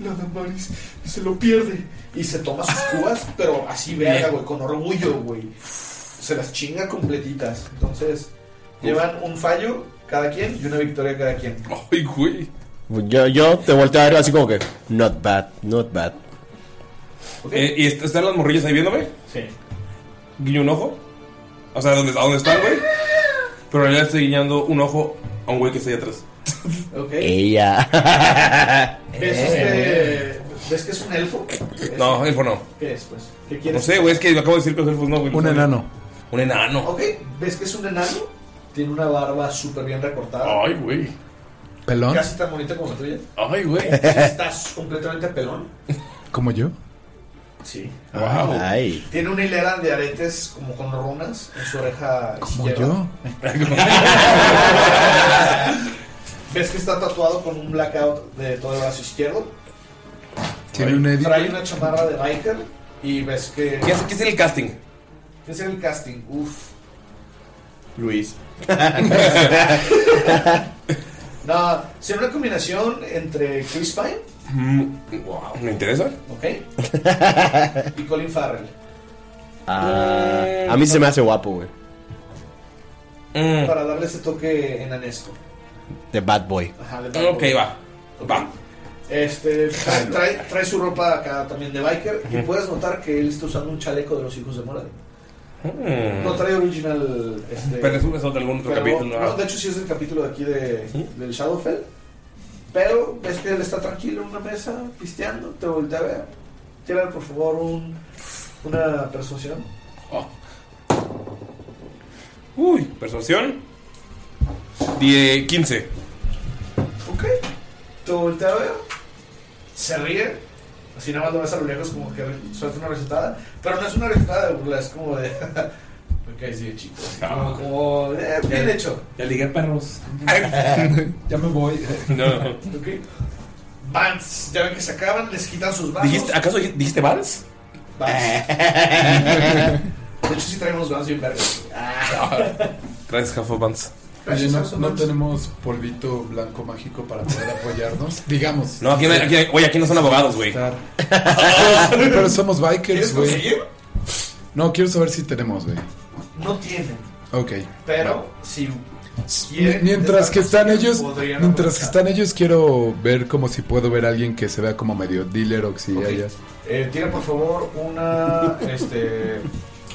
S2: Nada más, se lo pierde. Y se toma
S1: [LAUGHS]
S2: sus cubas, pero así verga, güey, con orgullo, güey. Se las chinga completitas. Entonces, llevan un fallo cada quien y una victoria cada quien.
S1: Ay, güey.
S3: Yo, yo te volteo a ver así como que, not bad, not bad.
S1: Eh, ¿Y est- están las morrillas ahí viéndome?
S2: Sí.
S1: Guiño un ojo. O sea, ¿dónde, ¿a dónde están, güey? Pero en realidad estoy guiñando un ojo a un güey que está ahí atrás. [LAUGHS]
S2: Ok.
S3: Ella.
S2: [LAUGHS] ¿Ves, este, ¿Ves que es un elfo?
S1: No, elfo no.
S2: ¿Qué es, pues? ¿Qué
S1: No
S2: quieres?
S1: sé, güey, es que acabo de decir que los elfos no, güey.
S2: Un enano.
S1: Un enano.
S2: Ok, ¿ves que es un enano? Tiene una barba súper bien recortada.
S1: Ay, güey.
S4: ¿Pelón?
S2: Casi tan bonita como la tuya. [LAUGHS]
S1: Ay, güey.
S2: Estás completamente pelón.
S4: ¿Como yo?
S2: Sí.
S4: Wow.
S3: Ay.
S2: Tiene una hilera de aretes como con runas en su oreja
S4: ¿Como
S2: izquierda.
S4: yo?
S2: [LAUGHS] Ves que está tatuado con un blackout de todo el brazo izquierdo.
S4: Tiene un edit.
S2: Trae una chamarra de biker y ves que.
S1: ¿Qué, hace- qué es el casting?
S2: ¿Qué es el casting? Uf.
S3: Luis.
S2: No, sería una combinación entre Chris Pine
S1: Wow. Mm. ¿Me interesa?
S2: ¿Ok? y Colin Farrell.
S3: [LAUGHS] Ah, a mí se me hace guapo, güey.
S1: Mm.
S2: Para darle ese toque enanesco.
S3: The bad boy.
S2: Ajá, de Batman.
S1: Ok, va. Va.
S2: Este, trae, trae- trae su ropa acá también de biker y
S1: Ujú.
S2: puedes notar que él está usando un chaleco de los hijos de Morad. No trae original. Este,
S1: Hmm. Pero es un- es otro- algún otro capítulo, ah. ¿no?
S2: No, de hecho, sí es el capítulo de aquí de, del Shadowfell. Pero ves que él está tranquilo en una mesa, pisteando, te voltea a ver. Tira, por favor, un, una persuasión.
S1: Mm. Uy, persuasión. Die 15.
S2: Ok. Te voltea a ver. Se ríe. Así nada más lo ves a lo lejos como que suelta una recetada. Pero no es una recetada de burla, es como de. [LAUGHS] ok, sí, chicos. Como, como, eh, bien hecho.
S1: Ya ligué perros.
S2: ya me voy.
S1: [LAUGHS] No.
S2: Ok. Vans. Ya ven que se acaban, les quitan sus vasos.
S1: ¿Dijiste, ¿Acaso dij- dijiste Vals?
S2: Vans.
S1: [LAUGHS]
S2: de hecho, sí traemos vans bien verdes.
S1: Ah. Traes Half of Vans.
S4: Oye, ¿no, no tenemos polvito blanco mágico para poder
S2: [LAUGHS]
S4: apoyarnos? Digamos.
S1: No, aquí, no- aquí, oye, aquí no son abogados, güey. [LAUGHS]
S4: Pero somos bikers, güey.
S2: conseguir?
S4: No, quiero saber si tenemos, güey.
S2: No tienen.
S4: Ok.
S2: Pero si
S4: M-
S2: quieren.
S4: Mientras que están ellos,
S2: podrían
S4: mientras que
S2: aprovechar.
S4: están ellos, quiero ver como si puedo ver a alguien que se vea como medio dealer o que sí haya-
S2: Eh, tira, por favor, una. Este.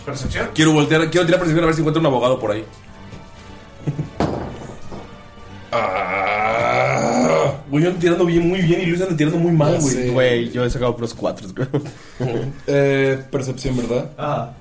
S2: Percepción.
S1: Quiero voltear, quiero tirar percepción a ver si encuentro un abogado por ahí. Ah, Güey, yo ando tirando bien, muy bien y Luis anda tirando muy mal,
S3: Ya sé.
S1: güey.
S3: Güey, yo he sacado puros cuatro, creo.
S4: Eh, percepción, ¿verdad?
S2: Ajá.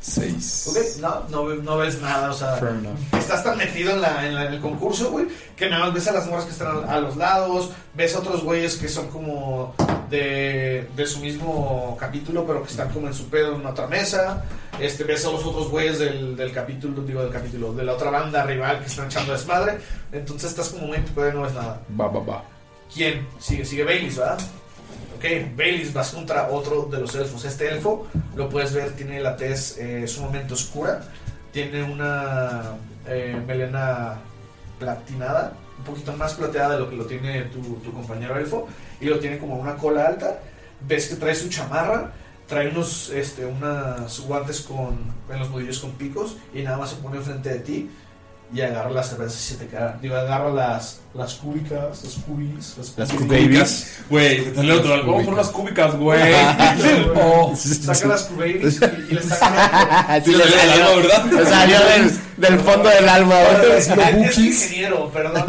S4: Seis.
S2: Ok, no, no, ve- no ves nada, o sea,
S4: Fair enough.
S2: estás tan metido en, la- en la- en el concurso, güey, que nada más ves a las morras que están a, a los lados, ves a otros güeyes que son como de, de su mismo capítulo, pero que están como en su pedo en otra mesa, este, ves a los otros güeyes del, del capítulo, digo, del capítulo, de la otra banda rival que están echando desmadre, entonces estás como muy metido y no ves nada.
S4: Va, va, va.
S2: ¿Quién? Sigue, sigue Baileys, ¿verdad? Ok, Baileys vas contra otro de los elfos. Este elfo, lo puedes ver, tiene la tez eh, sumamente oscura. Tiene una eh, melena platinada, un poquito más plateada de lo que lo tiene tu, tu compañero elfo. Y lo tiene como una cola alta. Ves que trae su chamarra, trae unos este, unas guantes con, en los nudillos con picos. Y nada más se pone enfrente de ti y agarra las cervezas y se te quedan. Digo, agarra las, las cúbicas, las cubis, las,
S1: Las
S2: cubis. [LAUGHS]
S1: cubabies. Güey, te sale otro. Vamos por unas cúbicas,
S3: [LAUGHS]
S1: güey.
S2: No, Oh. Saca las cubabies y, y le saca.
S3: [LAUGHS] Sí, le salió, le salió del, del fondo del alma,
S2: Es
S3: güey.
S2: es ingeniero,
S3: [LAUGHS]
S2: perdón.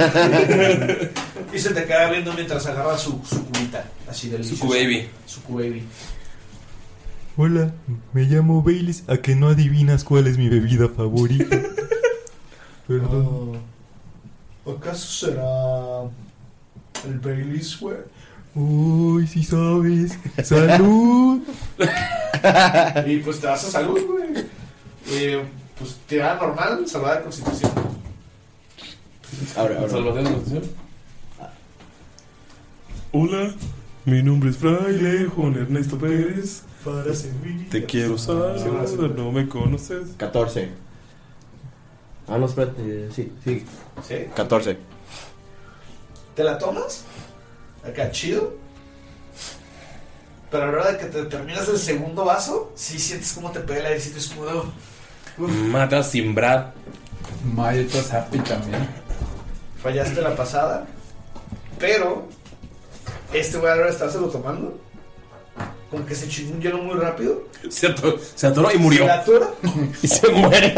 S2: Y se te queda viendo mientras agarra su, su cubita. Así del
S1: Su cubaby.
S2: Su cubaby.
S6: Hola, me llamo Baileys. A que no adivinas cuál es mi bebida
S12: [LAUGHS]
S6: favorita. Perdón.
S2: ¿Acaso será el Baileys, güey?
S6: Uy, si sabes. Salud.
S2: [LAUGHS] y pues te vas a salud, güey. Eh, pues tirada normal, salvada de constitución.
S3: Ahora, ahora.
S2: Salvada de constitución.
S12: [LAUGHS] Hola, mi nombre es Fraile Juan Ernesto Pérez.
S2: Para servir.
S12: Te quiero saludar, no me conoces.
S3: 14. Ah, no, espérate. Sí, sí.
S2: ¿Sí?
S3: 14.
S2: ¿Te la tomas? Acá, chido. Pero a la hora de que te terminas el segundo vaso, sí sientes cómo te pega el airecito, es como de, "Oh".
S1: Mata sin Brad.
S4: Maltos happy también.
S2: fallaste la pasada. Pero, este güey a la hora de estárselo tomando, como que se chingó un hielo muy rápido.
S1: Se atoró, se atoró y murió.
S2: Se la atora.
S1: [LAUGHS] y se
S4: [LAUGHS]
S1: muere.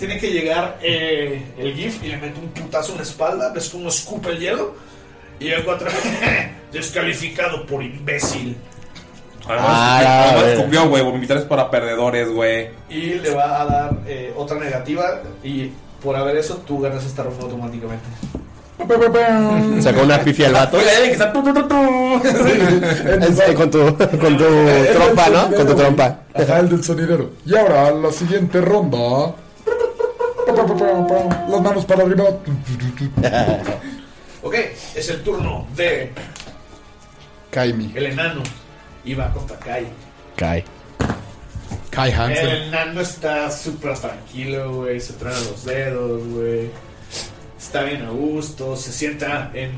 S2: Tiene que llegar eh, el GIF y le mete un putazo en la espalda. Ves cómo escupe el hielo. Y el cuatro [LAUGHS] descalificado por imbécil.
S1: Además,
S2: Ah,
S1: escupió-
S2: a
S1: además
S2: ver.
S1: escupió, güey. Vomitar es para perdedores, güey.
S2: Y le va a dar eh, otra negativa. Y por haber eso, tú ganas esta ronda automáticamente.
S3: Sacó una pifia al vato.
S1: Oiga, ya ven que está.
S3: Este, con tu, con tu trompa, ¿no? Con tu trompa.
S4: Ajá, el del sonidero. Y ahora, la siguiente ronda. Las manos para arriba.
S2: Ok, es el turno de
S4: Kaimi.
S2: el enano. Y va contra Kai.
S3: Kai.
S4: Kai
S2: El
S4: Hansen.
S2: enano está súper tranquilo, güey. Se truena los dedos, güey. Está bien a gusto. Se sienta en,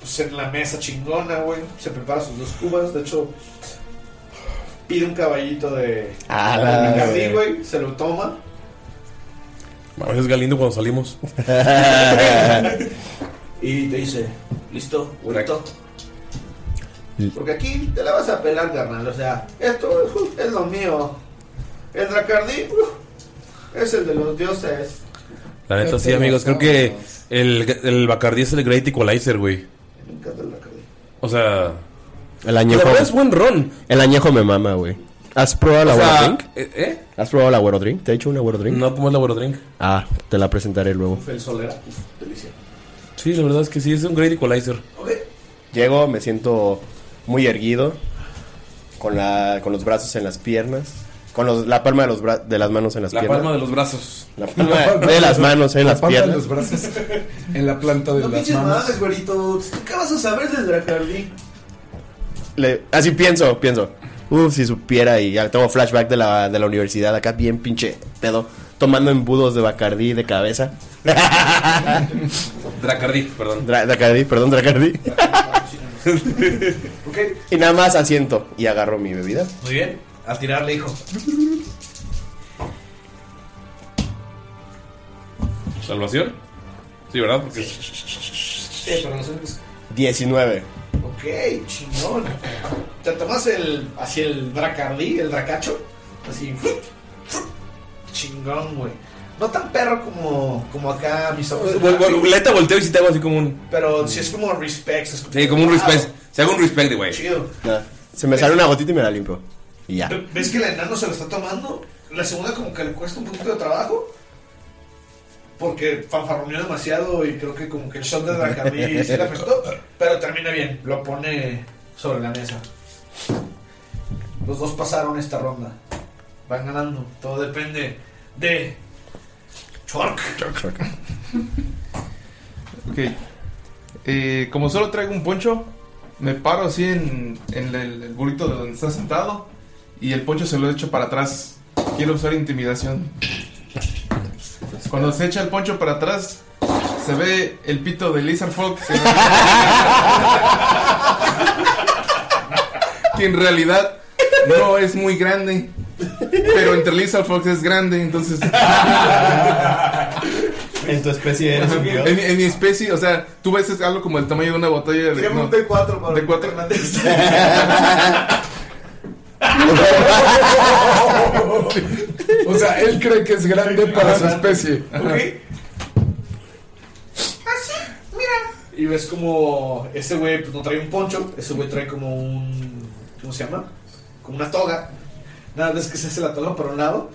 S2: pues, en la mesa chingona, güey. Se prepara sus dos cubas. De hecho, pide un caballito de.
S3: A la
S2: de Bacardí,
S3: verga.
S2: güey. Se lo toma.
S1: A veces Galindo
S3: [LAUGHS]
S1: cuando [LAUGHS] salimos.
S2: [LAUGHS] y te dice: Listo, bonito. Porque aquí te la vas a pelar, carnal. O sea, esto uh, es lo mío. El Dracardí uh, es el de los dioses.
S1: La neta, sí, amigos. Creo que el, el Bacardí es el Great Equalizer, güey. O sea.
S3: El añejo.
S1: La verdad es buen ron.
S3: El añejo me mama, güey. ¿Has probado la
S1: O sea,
S3: Güero Drink?
S1: ¿eh, eh?
S3: ¿Has probado la Güero Drink? ¿Te he hecho una Güero Drink?
S1: No, ¿cómo es la Güero Drink?
S3: Ah, te la presentaré luego.
S2: El solera, uf,
S4: [LAUGHS]
S2: delicia.
S1: Sí, la verdad es que sí, es un Great Equalizer.
S3: Llego, me siento muy erguido, con, la, con los brazos en las piernas, con los- la palma de, los bra- de las manos en las
S1: La
S3: piernas.
S1: palma de los brazos.
S3: La palma [LAUGHS] de las manos en
S4: La
S3: las
S4: palma de
S3: piernas.
S4: los brazos. En la planta de
S2: No
S4: las
S2: pinches
S4: manos.
S2: mamadas, güerito. ¿Tú ¿Qué vas a saber del Dracardí?
S3: Le- así pienso, pienso. Uf, si supiera y ya tengo flashback de la, de la universidad acá, bien pinche pedo, tomando embudos de Bacardí de cabeza.
S1: Dracardí, perdón.
S3: Dracardí, perdón, Dracardí.
S2: Ok,
S3: y nada más asiento y agarro mi bebida.
S2: muy bien. Al tirar le dijo:
S1: ¿Salvación? Sí, ¿verdad? Porque.
S2: pues,
S3: 19.
S2: Ok, chingón. Te tomas el, así el Dracardí, el Dracacho. Así, chingón, güey. No tan perro como, como acá, mis ojos.
S1: Vol- vol- La neta volteo y si te hago así como un.
S2: Pero si es como respect. Es
S1: Sí, como un respect. Se hago un respect, güey.
S2: Chido.
S3: Nada. Se me sale una gotita y me la limpio. Y ya.
S2: ¿Ves que el enano se lo está tomando? La segunda como que le cuesta un poquito de trabajo. Porque fanfarroneó demasiado y creo que como que el shot de Dracardí se le afectó. Pero termina bien, lo pone sobre la mesa. Los dos pasaron esta ronda. Van ganando. Todo depende de... Chork.
S5: Ok. Eh, como solo traigo un poncho, me paro así en, en el, el burrito de donde está sentado y el poncho se lo echo para atrás. Quiero usar intimidación. Cuando se echa el poncho para atrás, se ve el pito de Lizard Fox. que en realidad no es muy grande. Pero entre Lizard Fox es grande, entonces.
S3: En tu especie
S5: Ajá. en, mi- en mi especie, o sea, tú ves es algo como el tamaño de una botella de.
S2: Tiremos
S5: no,
S2: un D4 para
S5: de cuatro. [LAUGHS]
S4: O sea, él cree que es grande para su especie.
S2: Y ves como ese güey pues, no trae un poncho, ese güey trae como un. ¿Cómo se llama? como una toga. Nada más que se hace la toga por un lado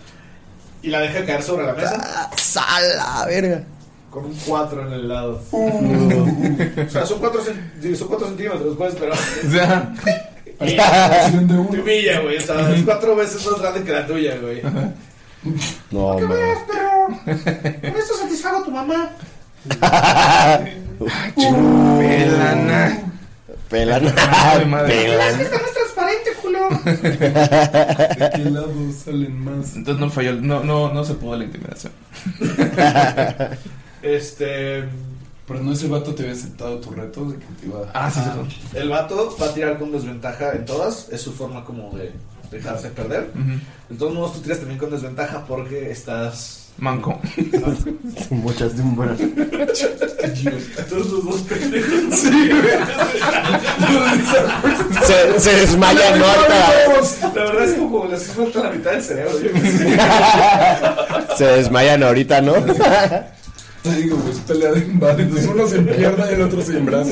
S2: y la deja caer sobre la mesa.
S3: ¡Sala, verga!
S2: Con un 4 en el lado. o sea, son 4 son cuatro centímetros, puedes esperar.
S5: O sea, [LAUGHS]
S2: Y- Tu milla, güey. O sea, es cuatro veces más grande que la tuya, güey.
S3: No, man.
S13: Pero con esto satisfago a tu mamá.
S3: Pelana. Pelana.
S13: Es que
S3: Pelana.
S13: está más transparente, culo.
S4: ¿De qué lado salen más?
S2: Entonces no falló, no, no, no se pudo la
S4: [LAUGHS]
S2: intimidación. Este.
S4: Pero no ese vato te había aceptado tu reto de que te iba a...
S2: El vato va a tirar con desventaja en todas. Es su forma como de dejarse perder.
S5: Ujú.
S2: De todos modos, tú tiras también con desventaja porque estás. [LAUGHS]
S5: Manco.
S3: Muchas de un brazo.
S2: Entonces los dos pendejos.
S13: Sí,
S3: Se, se
S2: [LAUGHS]
S3: desmaya Norta.
S2: La verdad es como les hace falta la mitad del cerebro. yo creo.
S3: Se desmayan ahorita, ¿no?
S4: Te digo, pues pelea de inválidos. Uno sin pierna y el otro sin brazo.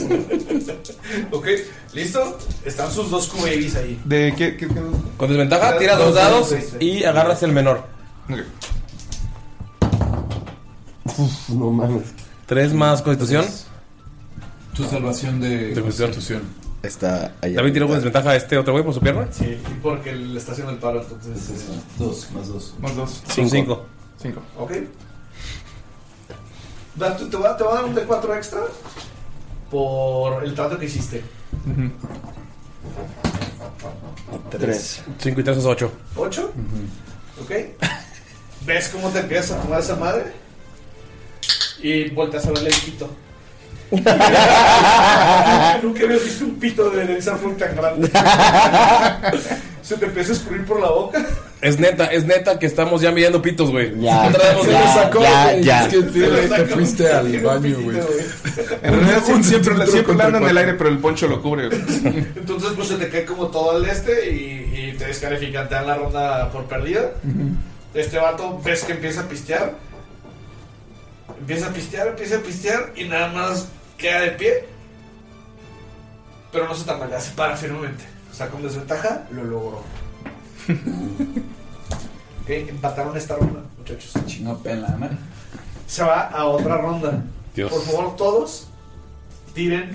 S2: Ok, listo. Están sus dos QBs ahí.
S5: ¿De qué? qué, qué?
S1: Con desventaja, tira dos dados y agarras el menor.
S3: no mames.
S1: Tres más constitución.
S4: Tu salvación de, constitución.
S3: Está allá.
S1: David tiró con desventaja a este otro güey por su pierna.
S2: Sí, y porque le está haciendo el paro, entonces. eh,
S4: Dos, más dos.
S5: Más dos.
S1: Son cinco.
S5: Cinco.
S2: Ok. Da- ¿Te te va, te va a dar un D4 extra por el trato que hiciste?
S1: Tres. Cinco y tres es ocho.
S2: ¿Ocho? ¿Ok? ¿Ves cómo te empiezas a tomar esa madre? Y volteas a verle el
S4: [LAUGHS]
S2: pito. Nunca había visto un pito de Denisa Flug tan
S4: [LAUGHS]
S2: grande. Se te empieza a escurrir por la boca.
S1: Es neta, es neta que estamos ya midiendo pitos, güey.
S3: Ya,
S1: traemos
S3: ya,
S1: el saco,
S3: ya,
S1: güey.
S3: ya.
S4: Es que te,
S1: Se lo
S4: te
S1: saco.
S4: fuiste al baño, güey.
S5: En realidad siempre, siempre, siempre
S4: contra
S5: anda en el
S4: cuatro.
S5: aire, pero el poncho lo cubre. güey.
S2: Entonces, pues se te cae como todo el este y, y te descalifican, te dan la ronda por perdida. Este vato ves que empieza a pistear. Empieza a pistear, empieza a pistear y nada más queda de pie. Pero no se tambalea, se para firmemente. O sea, con desventaja lo logró. ok, empataron esta ronda, muchachos.
S4: Chinga pela, man.
S2: Se va a otra ronda.
S4: Dios.
S2: Por favor, todos tiren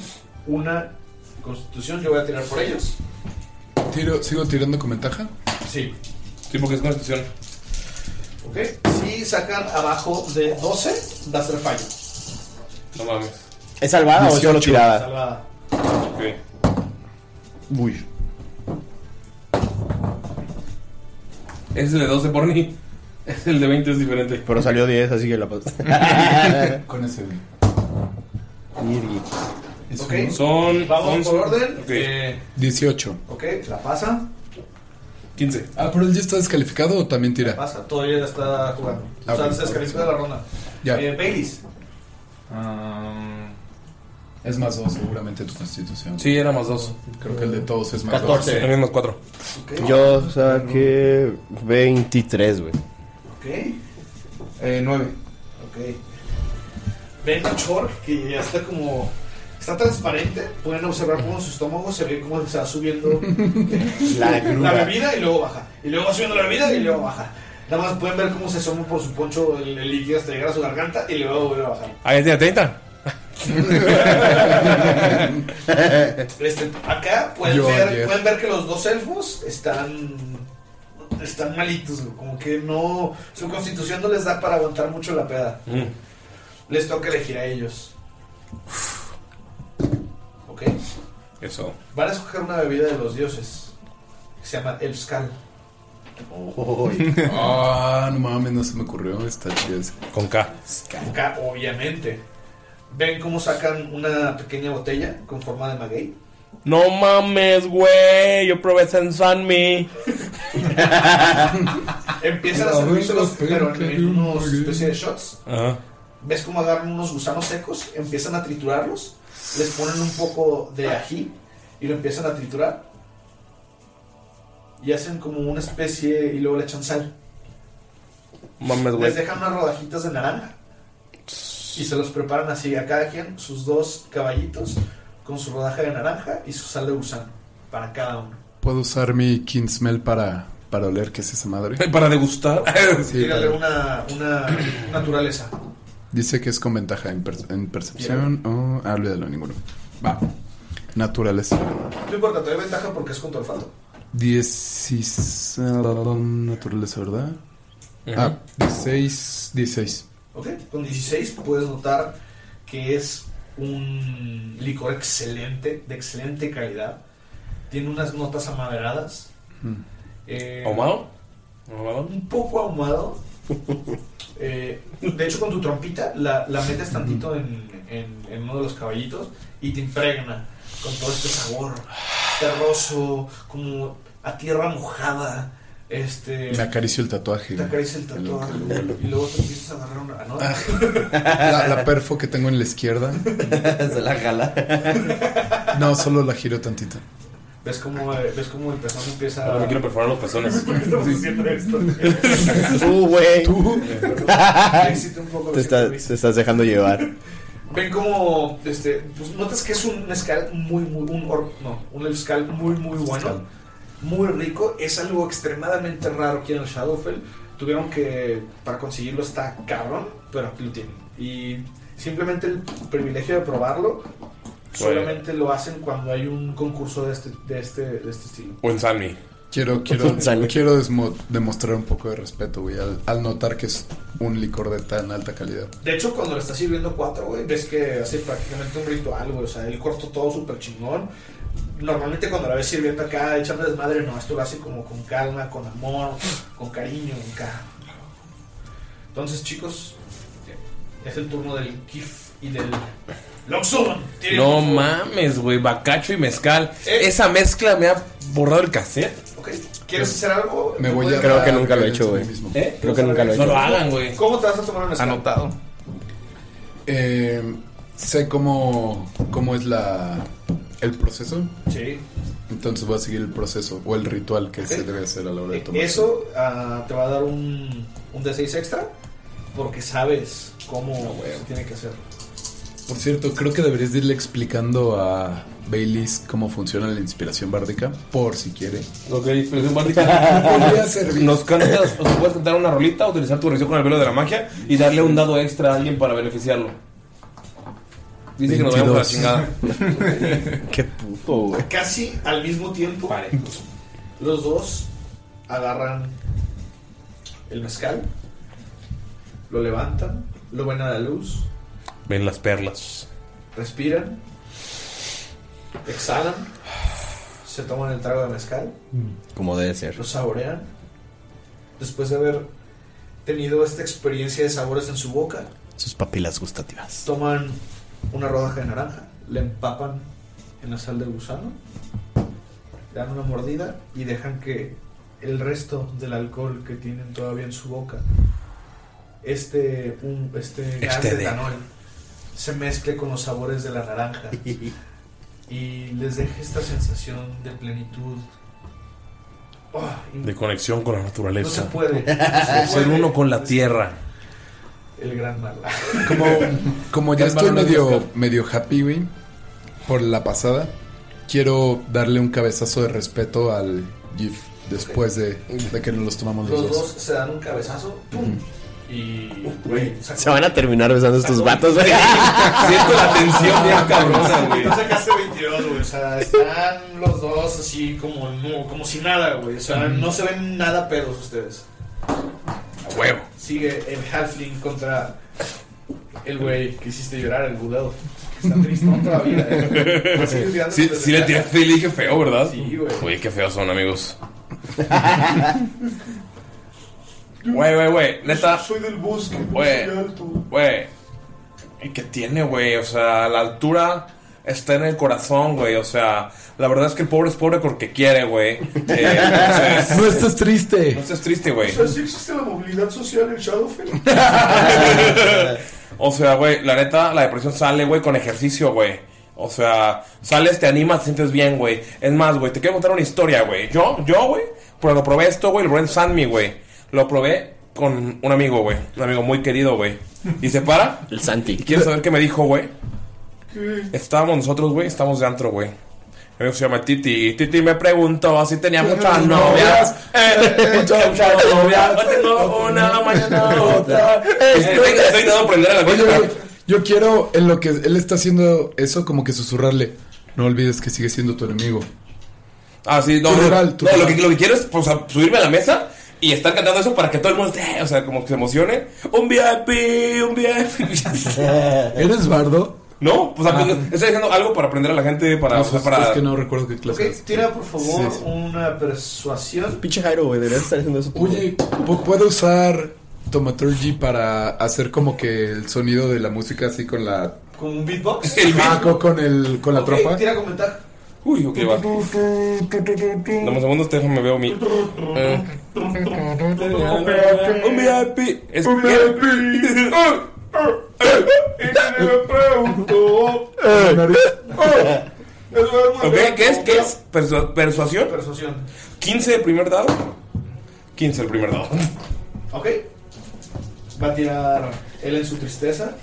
S2: una constitución. Yo voy a tirar por ellos.
S4: Tiro, ¿Sigo tirando con ventaja?
S2: Sí.
S1: Sí, porque es constitución.
S2: Ok, si sacan abajo de 12, das el fallo.
S1: No mames.
S3: ¿Es salvada o solo
S2: 18.
S3: tirada?
S2: Salvada.
S3: Uy.
S1: Es el de 12 por mí. Es el de 20 es diferente.
S3: Pero salió 10, así que la pasó. [LAUGHS]
S4: Con ese.
S2: Ok,
S1: Son.
S2: Vamos
S1: once.
S2: por orden.
S1: Ok.
S2: Eh,
S4: 18.
S2: Ok, la pasa.
S1: 15.
S4: Ah, pero él ya está descalificado o también
S2: La
S4: tira.
S2: pasa, todavía la está jugando.
S4: Ah,
S2: o sea,
S4: bueno,
S2: se descalificó de la ronda.
S4: Ya. Mm.
S2: Eh, Baileys.
S4: Es más dos, seguramente tu constitución.
S1: Sí, era más dos.
S4: Creo que el de todos es más
S1: 14.
S4: dos.
S1: A mí más cuatro.
S3: Yo saqué 23, güey.
S2: Ok,
S5: Eh, nueve.
S2: ok. Ven a Chor, que ya está como. Está transparente. Pueden observar cómo su estómago se ve cómo se va subiendo
S3: La grúa.
S2: bebida y luego baja. Y luego va subiendo la bebida y luego baja. Nada más pueden ver cómo se asoma por su poncho el, el líquido hasta llegar a su garganta y luego vuelve a bajar.
S1: Ahí tiene 30. [LAUGHS]
S2: Este, acá pueden
S1: Yo
S2: ver,
S1: ayer.
S2: pueden ver que los dos elfos están están malitos, güey, como que no su constitución no les da para aguantar mucho la peda.
S6: Mm.
S2: Les toca elegir a ellos. Ok.
S1: Eso.
S2: Van a escoger una bebida de los dioses que se llama Elfscal.
S4: Ah, no mames, no se me ocurrió. Está chido ese.
S1: Con K.
S2: [LAUGHS] Acá, obviamente. Ven cómo sacan una pequeña botella con forma de maguey.
S1: No mames, güey. Yo probé Sensanmi.
S2: Empiezan a
S1: A ver,
S2: servírselos,
S1: la pena
S2: pero
S1: que
S2: en unos especie de shots.
S1: Ajá.
S2: ves cómo agarran unos gusanos secos, empiezan a triturarlos, les ponen un poco de ají y lo empiezan a triturar. Y hacen como una especie y luego le echan sal.
S1: Mames, güey.
S2: Les dejan unas rodajitas de naranja y se los preparan así a cada quien sus dos caballitos con su rodaja de naranja y su sal de gusano para cada uno.
S4: Puedo usar mi Kingsmell para, para oler qué es esa madre.
S1: [LAUGHS] Para degustar.
S4: Sí,
S2: Tírale
S4: para-
S2: una, una naturaleza.
S4: Dice que es con ventaja en, per- en percepción. o ah, olvídalo, ninguno. Va. Naturaleza.
S2: No importa, te doy ventaja porque es con tu olfato.
S4: 16. Naturaleza, ¿verdad?
S2: Ajá.
S4: Ah, 16. 16.
S2: ¿Ok? Con 16 puedes notar que es un licor excelente, de excelente calidad. Tiene unas notas amaderadas.
S4: Mm.
S2: Eh,
S1: ¿Ahumado?
S2: Un poco
S1: [LAUGHS]
S2: ahumado. Eh, de hecho, con tu trompita la, la metes tantito en, en- en uno de los caballitos y te impregna con todo este sabor terroso, como a tierra mojada. Este,
S4: Me acaricio el tatuaje.
S2: Te acaricia el
S4: En lo
S2: tatuaje.
S4: que lo Ah. huelo.
S2: Y luego te empiezas a agarrar una. ah, no.
S4: La, la perfo que tengo en la izquierda.
S2: Se la
S4: jala. No, solo la giro tantito.
S2: [LAUGHS] ¿Ves cómo, eh, ¿Ves cómo el pezón empieza
S4: Ahora
S2: a.?
S4: me quiero
S1: perforar los
S2: [LAUGHS]
S1: pezones.
S2: ¿Por qué estamos haciendo
S4: [LAUGHS]
S2: esto?
S3: Tú, güey.
S2: [LAUGHS] Tú. Me excita un poco lo
S3: Te,
S2: siento,
S3: está-
S2: Luis.
S3: te estás dejando llevar.
S2: Ven como. Este, pues notas que es un mezcal muy, muy. Un, or- no, un mezcal muy, muy bueno. Muy rico. Es algo extremadamente raro aquí en el Shadowfell. Tuvieron que. Para conseguirlo está cabrón, pero aquí lo tienen. Y simplemente el privilegio de probarlo. Solamente lo hacen cuando hay un concurso de este, de este, de este estilo.
S1: O en Sanmi.
S4: Quiero,
S1: [LAUGHS]
S4: quiero,
S1: Sale.
S4: quiero desmo- demostrar un poco de respeto, güey, al, al notar que es un licor de tan alta calidad.
S2: De hecho, cuando le está sirviendo cuatro, güey, ves que hace prácticamente un ritual, güey. O sea, él cortó todo súper chingón. Normalmente cuando la ves sirviendo acá, echando desmadre, no, esto lo hace como con calma, con amor, con cariño, acá. Entonces, chicos, es el turno del Kif y del Loxodon. Tiren,
S1: No
S2: por favor.
S1: mames, güey. Bacacho y mezcal. Esa mezcla me ha borrado el cassette.
S2: ¿Quieres hacer algo?
S1: Me voy a-
S3: Creo que nunca lo he hecho, güey.
S1: ¿Eh?
S3: Creo que nunca lo he hecho.
S1: No lo hagan, güey.
S2: ¿Cómo te vas a tomar una escala?
S4: Anotado. Eh, sé cómo, cómo es la el proceso.
S2: Sí.
S4: Entonces voy a seguir el proceso o el ritual que se debe hacer a la hora de tomar.
S2: Eh, Eso ah, te va a dar un, un D6 extra porque sabes cómo
S3: Ah,
S2: se tiene que hacer.
S4: Por cierto, creo que deberías de irle explicando a Baileys cómo funciona la inspiración bárdica, por si quiere.
S1: Ok, expresión básica. [LAUGHS]
S4: Podría servir.
S1: Nos cantas, o sea, puedes cantar una rolita, utilizar tu reacción con el velo de la magia y darle un dado extra a alguien para beneficiarlo. Dice que nos vemos a la
S2: 22.
S1: chingada.
S3: Qué puto, güey.
S2: Casi al mismo tiempo, los dos agarran el mezcal, lo levantan, lo ven a la luz,
S1: Ven las perlas.
S2: respiran, exhalan, se toman el trago de mezcal,
S1: Mm.
S3: Como debe ser.
S2: lo saborean. Después de haber tenido esta experiencia de sabores en su boca,
S3: Sus papilas gustativas.
S2: toman una rodaja de naranja, le empapan en la sal del gusano, le dan una mordida y dejan que el resto del alcohol que tienen todavía en su boca, este, un, este gas
S1: Este
S2: de
S1: de-
S2: etanol, se mezcle con los sabores de la naranja y les deje esta sensación de plenitud. Oh,
S1: De conexión con la naturaleza.
S2: No se puede,
S1: [LAUGHS]
S2: no se
S1: Ser
S2: puede.
S1: uno con la tierra.
S2: el gran mal.
S4: [LAUGHS] Como, como ya estoy
S2: Calmaron el
S4: medio,
S2: mezcal.
S4: medio happy, güey, por la pasada, quiero darle un cabezazo de respeto al GIF después de, de que nos los tomamos los,
S2: Los dos
S4: dos.
S2: se dan un cabezazo, ¡pum! Y, güey, sacó-
S3: Se van a terminar besando estos vatos,
S2: [LAUGHS]
S1: [LAUGHS]
S3: güey.
S2: Siento
S1: la tensión bien
S2: cabrona,
S1: güey.
S2: Tú sacaste 22, güey. O sea, están los dos así como, no, como si nada, güey. O sea, no se ven nada pedos ustedes.
S1: A huevo.
S2: Sigue el Halfling contra el güey que hiciste llorar, el Budeo. Está tristón todavía. eh. Sigue tirando
S1: [LAUGHS] Sí,
S2: desde
S1: sí le
S2: acá.
S1: tiré feo y le dije feo, ¿verdad?
S2: Sí, güey.
S1: Uy, qué feos son,
S2: [LAUGHS]
S1: amigos. Güey, güey, güey, neta.
S2: Soy del bosque,
S1: Güey.
S2: soy alto.
S1: Güey. ¿Y qué tiene, güey? O sea, la altura está en el corazón, güey. O sea, la verdad es que el pobre es pobre porque
S2: [LAUGHS]
S1: quiere, güey. Eh,
S4: No estás triste.
S1: no estés triste, güey.
S2: O sea, sí existe la movilidad social en Shadowfell.
S1: O sea, güey, la neta, la depresión sale, güey, con ejercicio, güey. O sea, sales, te animas, te sientes bien, güey. Es más, güey, te quiero contar una historia, güey. Yo, yo, güey, cuando probé esto, güey, lo probé en Sanmi, güey. Lo probé con un amigo, güey. Un amigo muy querido, güey. Y se para. El Santi. ¿Quieres saber qué me dijo, güey?
S2: ¿Qué?
S1: Estábamos nosotros, güey, estábamos de antro, güey. Eso se llama Titi. Titi me preguntó si tenía muchas novias. Eh, muchas, muchas novias. Hoy tengo una, mañana otra. Estoy estoy intentando aprender a la
S4: Oye, güey, yo quiero, en lo que él está haciendo eso, como que susurrarle. No olvides que sigue siendo tu enemigo.
S1: Ah, sí, no,
S4: Tu
S1: no,
S4: rival, tu
S1: no, lo,
S4: rival.
S1: que, lo que quiero es pues, a- subirme a la mesa y estar cantando eso para que todo el mundo esté, o sea, como que se emocione. Un VIP, un VIP.
S4: ¿Eres bardo?
S1: No, pues aprendo- estoy haciendo algo para aprender a la gente, para...
S4: No,
S1: o sea,
S4: pues,
S1: para...
S4: es que no recuerdo qué clase
S2: Ok, [LAUGHS] tira por favor una persuasión.
S3: Pinche Jairo, güey, deberías estar haciendo eso.
S4: Oye, ¿pu- ¿puedo usar Tomaturgy para hacer como que el sonido de la música así con la...
S2: ¿Con un [LAUGHS] beatbox?
S4: Ah, co- con, el, con la
S2: Ok,
S4: trompa?
S2: Tira con ventaja.
S1: Uy, ok, va. Dame un segundo, déjame veo mi... Eh, un VIP. Es
S14: Un
S1: que... Ok, ¿qué es? ¿Qué es? Persua- ¿Persuasión?
S2: Persuasión.
S1: 15 el primer dado. 15 el primer [LAUGHS] dado.
S2: Ok. Va a tirar él en su tristeza.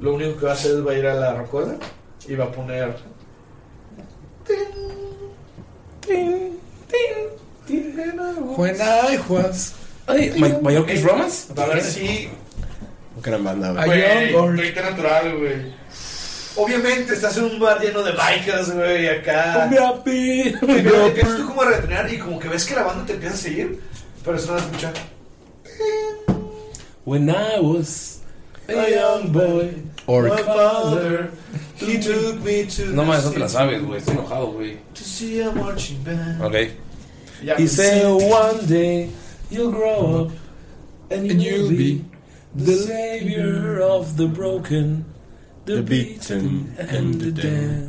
S2: Lo único que va a hacer es va a ir a la rocola y va a poner.
S4: Juana, ay, Juas.
S1: Ay, May- Mallorquis Romas.
S2: A ver si.
S3: Gran banda, güey.
S2: Güey, veinte natural, güey. Obviamente estás en un bar lleno de bikers, güey, acá.
S1: ¡Papi!
S2: Pero empiezas tú como a retener y como que ves que la banda te empieza a seguir, pero eso no la escucha.
S1: When I was
S2: a young boy,
S1: Orc.
S2: my father, he took me to
S1: No
S2: the
S1: más, no te la
S2: city
S1: sabes, güey. Estoy enojado, güey.
S2: To see a marching band.
S1: Ok.
S2: Ya.
S1: Y say one day you'll grow up and you'll be the savior of the broken, the beaten and the dead.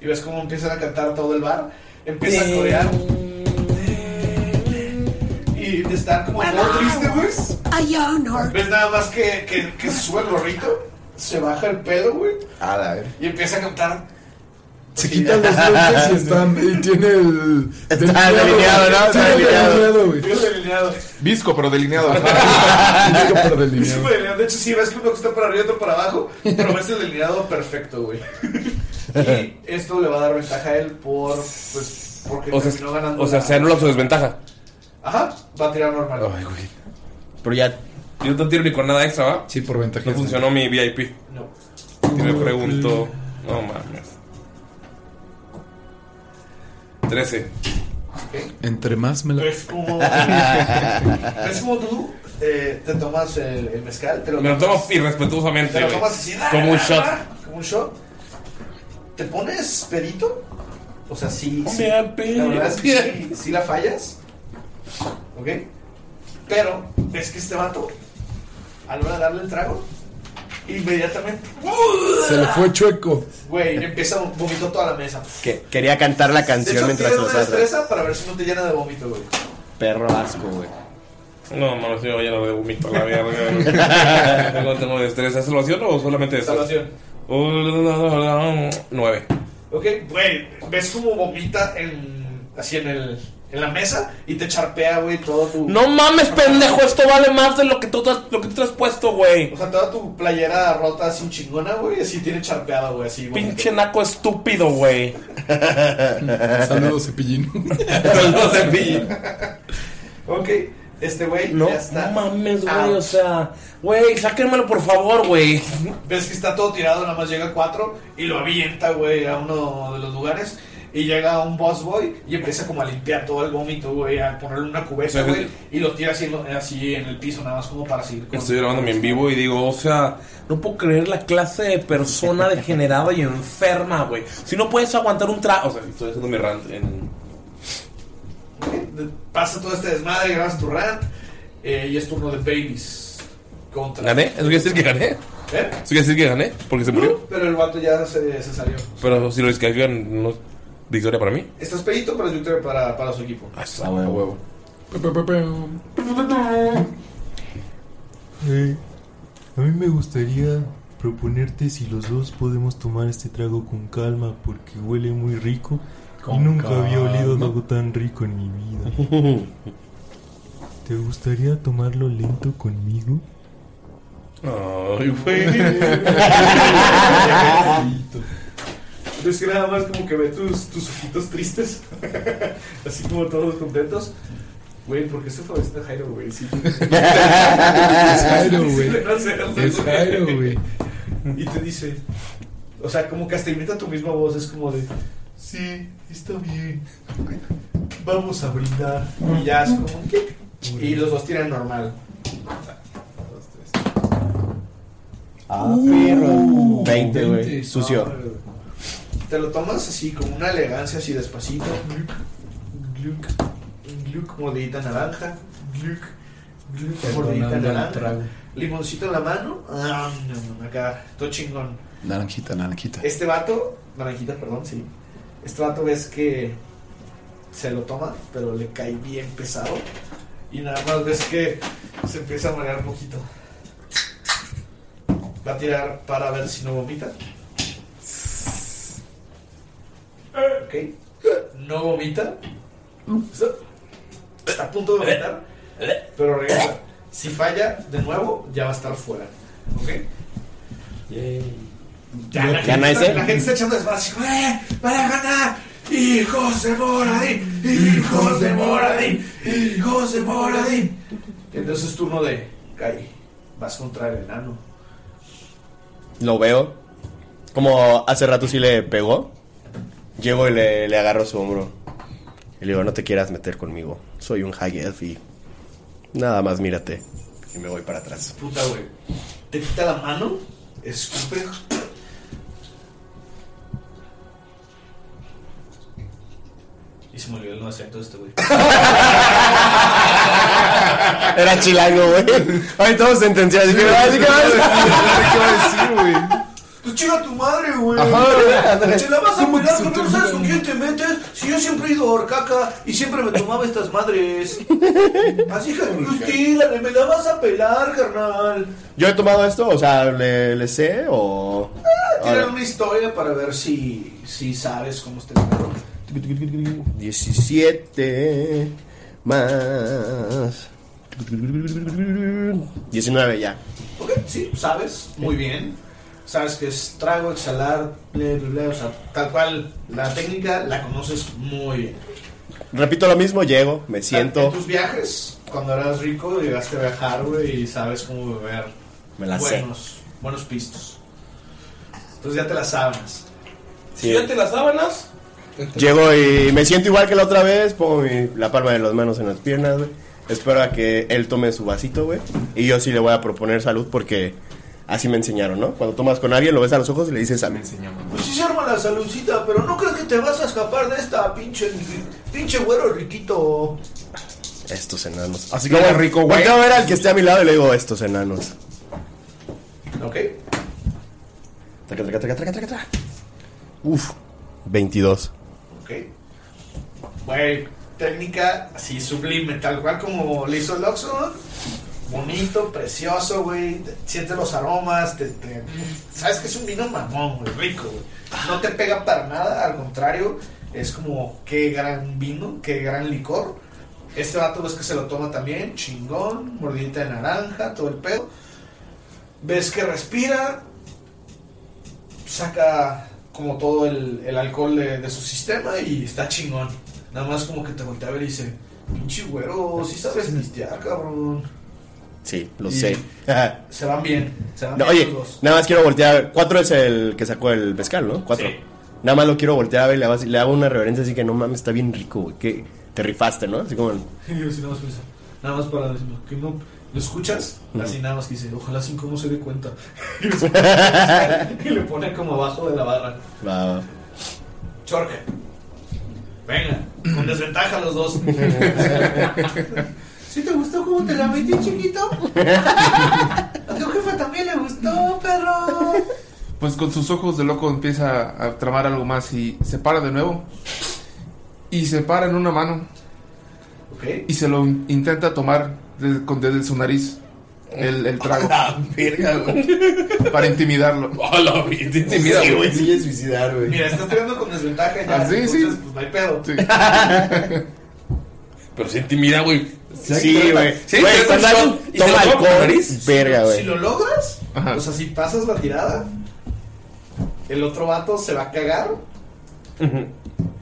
S2: Y ves cómo empiezan a cantar todo el bar, empiezan a corear. Y de estar como todo triste, güey. Ves nada más que, que, que se sube el gorrito, se baja el pedo, güey,
S4: A la ver.
S2: y empieza a cantar.
S4: Se quitan los lentes y están... Y tiene el... delineado,
S5: delineado, ¿no? Está
S4: Tiene el
S5: delineado.
S4: güey.
S2: Dios
S1: [LAUGHS]
S2: delineado.
S5: Visco, pero
S4: [LAUGHS]
S5: delineado.
S4: Digo, pero
S2: Es
S5: [LAUGHS]
S4: delineado.
S2: súper delineado. De hecho, sí, ves que uno que está para arriba y otro para abajo, pero ves el delineado perfecto, güey. Y esto le va a dar ventaja a él por, pues, porque
S1: O sea,
S2: terminó ganando.
S1: o sea,
S2: la-
S1: se anula su desventaja.
S2: Ajá, va a tirar normal.
S1: Ay, güey. Pero ya. Yo no tiro ni con nada extra, ¿va? Sí, por ventaja. No funcionó mi VIP.
S2: No.
S1: Y me pregunto. No mames. 13.
S4: Entre más me la...
S2: Es
S4: [LAUGHS]
S2: como. es como tú eh, te tomas el, el mezcal, te lo
S1: Me lo
S2: tomas-
S1: tomo irrespetuosamente.
S2: Te lo
S1: güey.
S2: tomas así, dale,
S1: Como un
S2: dale,
S1: shot.
S2: dale, Como un shot. ¿Te pones pedito? O sea, sí. sí.
S1: Mira,
S2: La verdad es que
S3: [LAUGHS]
S2: sí, sí la fallas. ¿Ok? Pero ves que este vato, a la hora de darle el trago, inmediatamente.
S3: Se le fue chueco.
S2: Güey, empieza a vomitar toda la mesa.
S3: Que, quería cantar la
S2: De
S3: canción
S2: hecho,
S3: mientras
S2: tira
S3: lo
S2: una
S3: atrás.
S2: destreza para ver si no te llena de vómito, güey.
S3: Perro asco, güey.
S1: No, mano, yo ya lo de vomito la
S2: [LAUGHS]
S1: verga. güey. Tengo- Tengo destreza. ¿Es salvación o solamente destreza?
S2: Salvación.
S1: Nueve.
S2: Ok, güey, ves como vomita en, así en, el, en la mesa y te charpea, güey, todo tu.
S1: No mames, pendejo, esto vale más de lo que tú, te- lo que tú te has puesto, güey.
S2: O sea, toda tu playera rota, sin chingona, güey, así tiene charpeada, güey, así, [LAUGHS] güey.
S1: Pinche naco estúpido, güey. [LAUGHS]
S4: Saludos, cepillín.
S1: Saludos, cepillín.
S2: Ok, este güey
S1: No
S2: ya está.
S1: mames,
S2: Ah,
S1: güey, o sea, güey, sáquenmelo por favor, güey.
S2: Ves que está todo tirado, nada más llega cuatro y lo avienta, güey, a uno de los lugares. Y llega un boss boy y empieza como a limpiar todo el vómito, güey, a ponerle una cubeta,
S1: O sea,
S2: güey, y lo tira así, en lo- así en el piso, nada más como para seguir. con-
S1: Estoy grabándome en vivo y digo, o sea, no puedo creer la clase de persona degenerada y enferma, güey. Si no puedes aguantar un trago, o sea, estoy haciendo mi rant en...
S2: Pasa todo este desmadre, grabas tu rant eh, y es turno de babies. Contra.
S1: ¿Gané? ¿Eso quiere decir que gané? ¿Eso
S2: ¿Eh?
S1: quiere decir que gané? Porque se murió.
S2: Pero el vato ya se, se salió.
S1: Pero si lo descargan, no... Victoria para mí.
S2: Estás pedito, pero es victoria para, para su equipo.
S1: Ah, huevo, huevo.
S6: Eh, a mí me gustaría proponerte si los dos podemos tomar este trago con calma porque huele muy rico y
S5: Con
S6: nunca había
S5: calma.
S6: olido algo tan rico en mi vida. ¿Te gustaría tomarlo lento conmigo?
S4: [LAUGHS]
S1: Ay, güey.
S2: Ves que nada más como que ve tus, tus ojitos tristes. [LAUGHS] Así como todos contentos. Güey, ¿por qué se fue a Jairo, güey? Sí.
S4: [LAUGHS] Es Jairo, güey.
S2: Sí, no hacerlo,
S4: Es Jairo, güey.
S2: Y te dice, o sea, como que hasta imita tu misma voz, es como de, sí, está bien, vamos a brindar. Y ya es como, "Clic". y los dos tiran normal.
S3: Ah, perro. 20, güey.
S2: 20,
S3: Sucio.
S2: no, güey. Te lo tomas así, con una elegancia, así despacito. Gluk, gluk, gluk, mordidita naranja. Gluk, gluk, mordidita
S4: Perdonando al
S2: naranja.
S4: trago.
S2: Limoncito en la mano. Ah, no, no, acá, todo chingón.
S4: Naranjita, naranjita.
S2: Este vato, naranjita, perdón, sí. Este vato ves que se lo toma, pero le cae bien pesado. Y nada más ves que se empieza a marear un poquito. Va a tirar para ver si no vomita. Ok. No vomita. Está a punto de vomitar, pero regresa. Si falla de nuevo, ya va a estar fuera. Ok. Ya, la,
S3: ¿Gana
S2: gente,
S3: ese?
S2: la gente está echando despacio. ¡Eh! ¡Van a ganar! ¡Hijos de Moradín! ¡Hijos de Moradín! ¡Hijos de Moradín! Entonces es turno de Kai. Vas contra el enano.
S3: Lo veo. Como hace rato sí le pegó. Llego y le, le agarro su hombro. Y le digo, no te quieras meter conmigo. Soy un high elf y... Nada más mírate. Y me voy para atrás.
S2: Puta, güey. Te quita la mano, escupe. Y se me olvidó el no acento de este
S3: [LAUGHS]
S2: güey.
S3: Era chilango, güey. Ay, todos sentenciados. Dije, "Ay, sí que vas".
S2: Pues chinga tu madre, güey.
S3: Ajá, güey, ándale.
S2: Se la vas a
S3: ¿Cómo
S2: pelar,
S3: que se
S2: pero no
S3: te
S2: sabes con quién te metes. Si yo siempre he ido a Orcaca y siempre me tomaba estas
S3: [LAUGHS]
S2: madres. Así que, pues tírale, me la vas a pelar, carnal.
S3: Yo he tomado esto, o sea, le, le sé o...
S2: Tírale una historia para ver si, si sabes cómo está el pedo.
S3: 17 más... 19 ya.
S2: Ok, sí, sabes, muy bien. Sabes que es trago, exhalar, ble, ble, ble, o sea, tal cual la técnica la conoces muy bien.
S3: Repito lo mismo, llego, me
S2: En
S3: siento...
S2: tus viajes, cuando eras rico, llegaste a viajar, güey, y sabes cómo beber
S3: Me la sé.
S2: buenos, buenos pistos. Entonces ya te las sabes.
S3: Sí.
S1: Fíjate las sábanas.
S3: Llego y me siento igual que la otra vez, pongo mi- la palma de las manos en las piernas, güey. Espero a que él tome su vasito, güey. Y yo sí le voy a proponer salud porque así me enseñaron, ¿no? Cuando tomas con alguien, lo ves a los ojos y le dices a mí.
S2: Pues sí se arma la saludcita, pero no crees que te vas a escapar de esta pinche, pinche güero riquito.
S3: Estos enanos. Así
S2: que era rico, güey.
S3: Volteo a ver al que esté a mi lado y le digo, estos enanos.
S2: Ok.
S3: Traca, traca, traca, traca, traca, traca. Uf, 22.
S2: Ok. Güey, técnica así sublime, tal cual como le hizo el Oxxo, ¿no? Bonito, precioso, güey. te- Sientes los aromas, te, te- sabes que es un vino mamón, güey, rico, güey. No te pega para nada, al contrario, es como qué gran vino, qué gran licor. Este vato ves que se lo toma también, chingón, mordidita de naranja, todo el pedo. Ves que respira, saca como todo el, el alcohol de, de su sistema y está chingón. Nada más como que te voltea a ver y dice, pinche güero, si sabes pistear, cabrón.
S3: Sí, lo
S2: Y-
S3: [LAUGHS] sé.
S2: Se van bien, se van
S3: No, oye,
S2: bien los dos. [LAUGHS]
S3: nada más quiero voltear. Cuatro es el que sacó el pescal, ¿no? Cuatro.
S2: Sí.
S3: Nada más lo quiero voltear a ver y le hago, así- le hago una reverencia así que no mames, está bien rico, güey. Que te rifaste, ¿no? Así como.
S2: Y yo así nada más pienso, nada más para decirlo, que no, ¿lo escuchas? Así nada más que dice, ojalá sin cómo se dé cuenta. [LAUGHS] Y
S3: [LAUGHS]
S2: lo escucha, y le pone como abajo de la barra.
S3: Va, va.
S2: Chorca. Venga, con desventaja los dos.
S15: [LAUGHS] ¿Sí te gustó cómo te la metí, chiquito? A tu jefa también le gustó, perro.
S5: Pues con sus ojos de loco empieza a tramar algo más y se para de nuevo. Y se para en una mano.
S2: Ok.
S5: Y se lo in- intenta tomar desde, con- desde su nariz. El, el trago. Para intimidarlo. Intimida,
S2: Sí, güey, sí,
S3: es suicidar, güey.
S2: Mira, estás tirando con desventaja ya.
S5: Ah, sí, sí.
S2: entonces, Pues no hay pedo.
S1: Pero se intimida, güey.
S3: Sí, güey.
S1: Sí,
S3: Güey,
S1: pero
S3: estás
S1: es
S3: dando-
S1: un- y se
S3: Toma
S1: lo toma por la
S3: alcohol.
S1: nariz.
S3: Verga,
S2: Si
S3: güey.
S2: lo logras, o sea, si pasas la tirada, el otro vato se va a cagar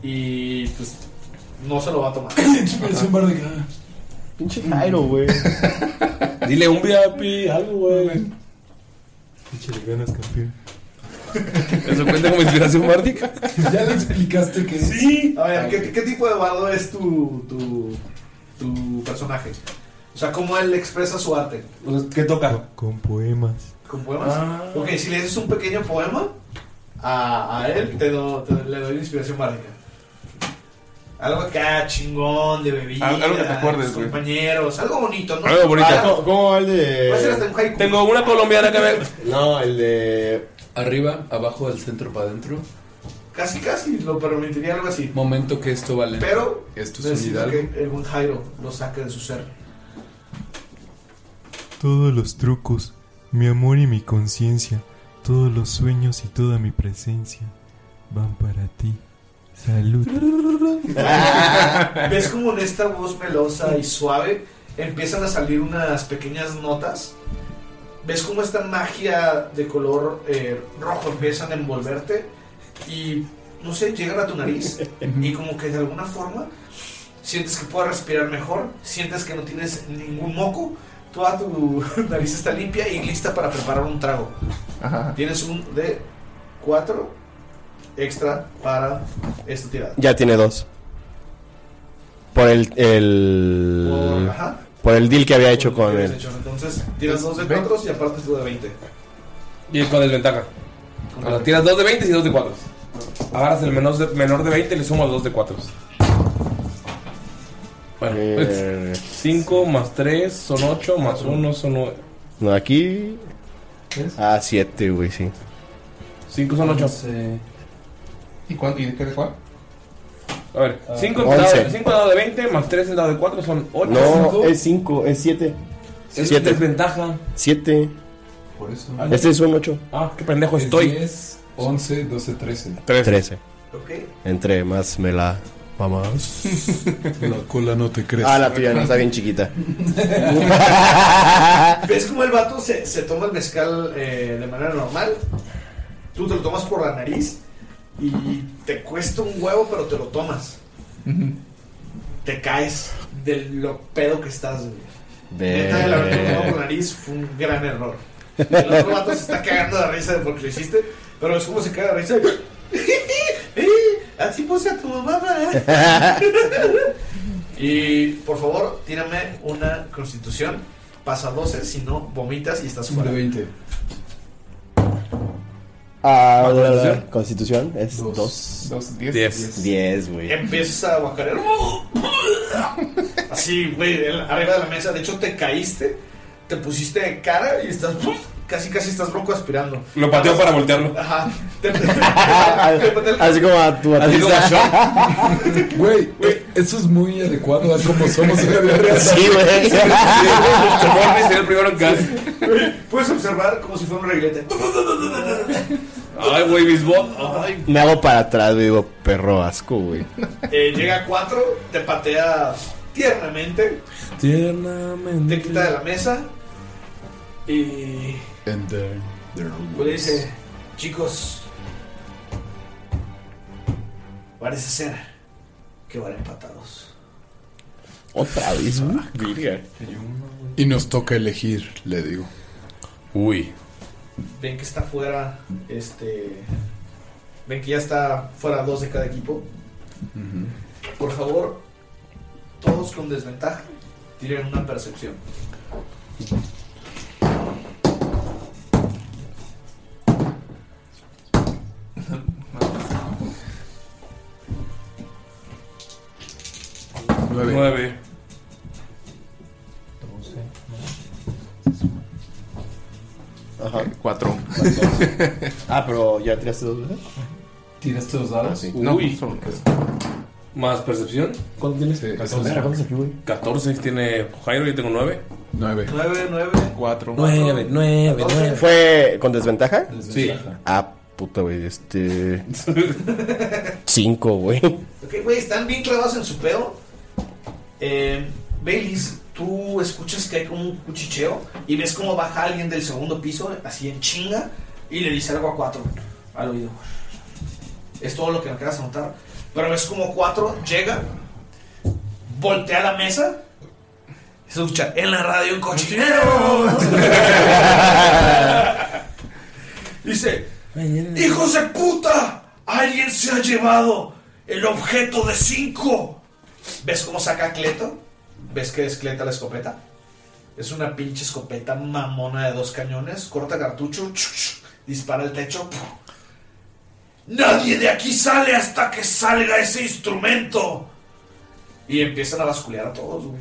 S2: Y pues no se lo va a [LAUGHS] tomar.
S4: Parece un bar de cada.
S3: Pinche Jairo, güey.
S1: Dile un VIP, algo, güey.
S6: Échale ganas, campeón.
S1: ¿Eso cuenta como inspiración, Mardi?
S4: Ya le explicaste que
S2: Sí. A ver, ¿qué, qué tipo de bardo es tu, tu, tu personaje? O sea, ¿cómo él expresa su arte? O sea, ¿Qué toca?
S6: Con poemas.
S2: ¿Con poemas?
S6: Ah.
S2: Ok, si le haces un pequeño poema a, a él, te do- te- le doy la inspiración básica. Algo acá chingón, de bebida.
S5: Al- algo que te acuerdes,
S2: sus
S5: güey.
S2: Compañeros, algo bonito, ¿no? Pues
S1: Algo bonito.
S2: Ah,
S3: ¿Cómo, cómo va el de.?
S2: Puede ser hasta un haiku.
S1: Tengo una colombiana que me.
S3: No, el de.
S4: Arriba, abajo, al centro, para adentro.
S2: Casi, casi lo permitiría algo así.
S4: Momento que esto vale.
S2: Pero
S4: Esto es un
S2: necesito
S4: hidalgo.
S2: que el buen Jairo lo saque de su ser.
S6: Todos los trucos, mi amor y mi conciencia, todos los sueños y toda mi presencia van para ti. [LAUGHS] Salud.
S2: ¿Ves como en esta voz melosa y suave empiezan a salir unas pequeñas notas? ¿Ves como esta magia de color eh, rojo empiezan a envolverte? Y, no sé, llegan a tu nariz y como que de alguna forma sientes que puedes respirar mejor, sientes que no tienes ningún moco, toda tu [LAUGHS] nariz está limpia y lista para preparar un trago. Tienes un de 4 extra para esta tirada.
S3: Ya tiene dos. Por el. el
S2: Por- ajá.
S3: por el deal que había hecho con
S2: Tienes
S3: él.
S2: Pues, hecho, Entonces, tiras dos de 4 y aparte tú de 20.
S1: Y con desventaja. Ahora tiras 2 de 20 y 2 de 4. Agarras el menor de, menor de 20 y le sumas 2 de 4.
S3: Eh,
S1: Bueno, 5 más 3 son 8, más 1 son 9.
S3: No, aquí. Ah, siete, güey, sí.
S1: 5 son 8.
S5: ¿Y, cuán- ¿Y de qué de cuál?
S1: A ver, 5
S3: Once.
S1: dado de 20 más 3 dado de 4 son 8.
S3: No, es cinco, es siete.
S1: Es
S3: Siete.
S1: desventaja.
S3: Siete.
S4: Por eso.
S3: Este es un ocho.
S1: Ah, qué pendejo estoy.
S4: 10, 11, 12, 13.
S3: Trece.
S2: Ok.
S3: Entre más me la. Vamos.
S4: La cola no te crece.
S3: Ah, la tuya no está bien chiquita.
S2: ¿Ves cómo el vato se, se toma el mezcal eh, de manera normal? Tú te lo tomas por la nariz y te cuesta un huevo, pero te lo tomas. Te caes de lo pedo que estás, güey. Neta, el haberte tomado por la nariz fue un gran error. El otro vato se está cagando de risa de porque lo hiciste, pero es como se caga de risa. [LAUGHS] Eh, Así puse a tu mamá, ¿verdad? Y por favor, tírame una constitución. Pasa 12, si no, vomitas y estás fuera.
S4: De 20.
S3: Ah, la, la,
S2: ¿Constitución?
S3: la, Constitución es dos.
S5: Dos,
S2: diez.
S3: Diez.
S2: Diez.
S3: Diez, güey.
S2: Empiezas a guacarear. Así, güey, en- arriba de la mesa. De hecho, te caíste, te pusiste de cara y estás. pues, Casi, casi estás loco aspirando.
S1: Lo pateó para voltearlo.
S2: Ajá.
S3: Ah, Así como a tu
S1: Así como yo.
S4: Güey, eh, eso es muy adecuado a cómo somos en la vida real.
S3: [LAUGHS] Sí, güey.
S1: Chupón sería el primero en casa.
S2: Puedes observar como si fuera un reglete.
S1: Ay, güey, bisbol.
S2: Ay.
S3: [LAUGHS] Me hago para atrás, güey, digo, perro asco, güey.
S2: Eh, llega a 4, te patea tiernamente,
S1: Tiernamente.
S2: te quita de la mesa y
S4: And then there
S2: pues, le dice: Chicos, parece ser que van empatados.
S3: Otra vez, güey.
S4: Y nos toca elegir, le digo.
S1: Uy.
S2: Ven que está fuera, este. Ven que ya está fuera dos de cada equipo. Por favor, todos con desventaja, tiren una percepción.
S4: Nueve.
S1: 9.
S3: Ajá.
S5: Cuatro.
S3: Ah, pero ya tiraste dos veces.
S4: ¿Tiraste los dados?
S5: No,
S1: Uy.
S5: solo tres.
S1: ¿Más percepción? ¿Cuánto tienes?
S4: Sí, eso
S3: Mira, ¿cuántos aquí, güey?
S1: 14 tiene Jairo, yo tengo 9.
S4: Nueve.
S2: 9, 9.
S5: Cuatro.
S1: 9, 9,
S3: ¿Fue con desventaja?
S1: Sí.
S3: Ah, puta, güey, este. Cinco,
S1: [LAUGHS]
S3: güey.
S2: Ok, güey, están bien clavados en su pedo. Eh, Baileys, tú escuchas que hay como un cuchicheo y ves cómo baja alguien del segundo piso, así en chinga, y le dice algo a cuatro al oído. Es todo lo que me quieras anotar. Pero ves como cuatro llega, voltea a la mesa, se escucha en la radio un cochinero. [LAUGHS] Dice: ¡Hijos de puta! ¡Alguien se ha llevado el objeto de cinco! ¿Ves cómo saca a Cleto? ¿Ves que es Cleta la escopeta? Es una pinche escopeta mamona de dos cañones. Corta cartucho, chuc, chuc, dispara el techo. ¡puf! ¡Nadie de aquí sale hasta que salga ese instrumento! Y empiezan a basculear a todos, güey.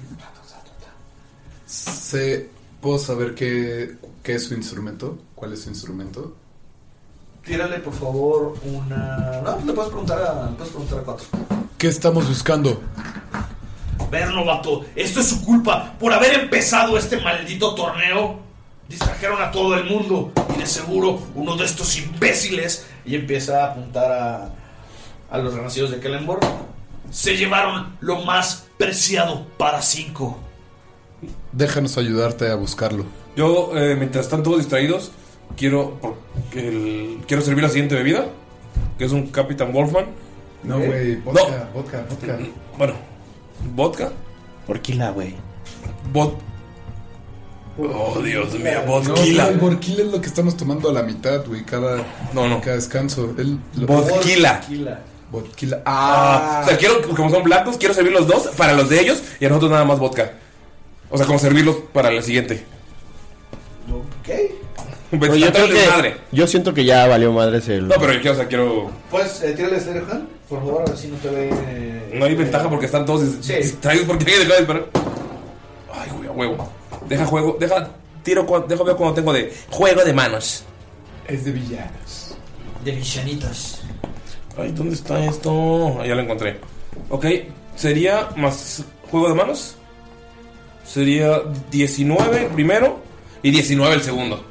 S4: Se, ¿Puedo saber qué, qué es su instrumento? ¿Cuál es su instrumento?
S2: Tírale, por favor, una. No, le puedes preguntar a, le puedes preguntar a cuatro.
S4: ¿Qué estamos buscando?
S2: Verlo, vato. Esto es su culpa. Por haber empezado este maldito torneo, distrajeron a todo el mundo. Y de seguro, uno de estos imbéciles. Y empieza a apuntar a, a los renacidos de Kellenborg. Se llevaron lo más preciado para cinco.
S4: Déjanos ayudarte a buscarlo.
S1: Yo, eh, mientras están todos distraídos, quiero, por- el- quiero servir la siguiente bebida, que es un Capitán Wolfman.
S4: No,
S1: Eh,
S4: güey, vodka, vodka, vodka.
S1: Bueno, vodka.
S3: Porquila, güey.
S1: Bot. Oh, Dios mío,
S4: No,
S1: vodka.
S4: el vodka es lo que estamos tomando a la mitad, güey, cada, cada descanso. El, lo-
S1: Vodka.
S4: Vodka.
S1: Ah,
S4: Ah,
S1: o sea, quiero, como son blancos, quiero servir los dos para los de ellos y a nosotros nada más vodka. O sea, como servirlos para el siguiente. Ok.
S3: Pero yo, creo que- yo siento que ya valió madres el.
S1: No, pero yo, o sea, quiero.
S2: Pues, eh, tírale a Slayer Hand, por favor, a ver si no te ve. eh,
S1: No hay ventaja porque están todos dis- distraídos porque alguien dejó de disparar. Ay, güey, a huevo. Deja juego, deja tiro, cua- deja ver cuando tengo de juego de manos.
S4: Es de villanos.
S2: De villanitas.
S1: Ay, ¿dónde está esto? Ah, ya lo encontré. Ok, sería más juego de manos. Sería 19 el primero y 19 el segundo.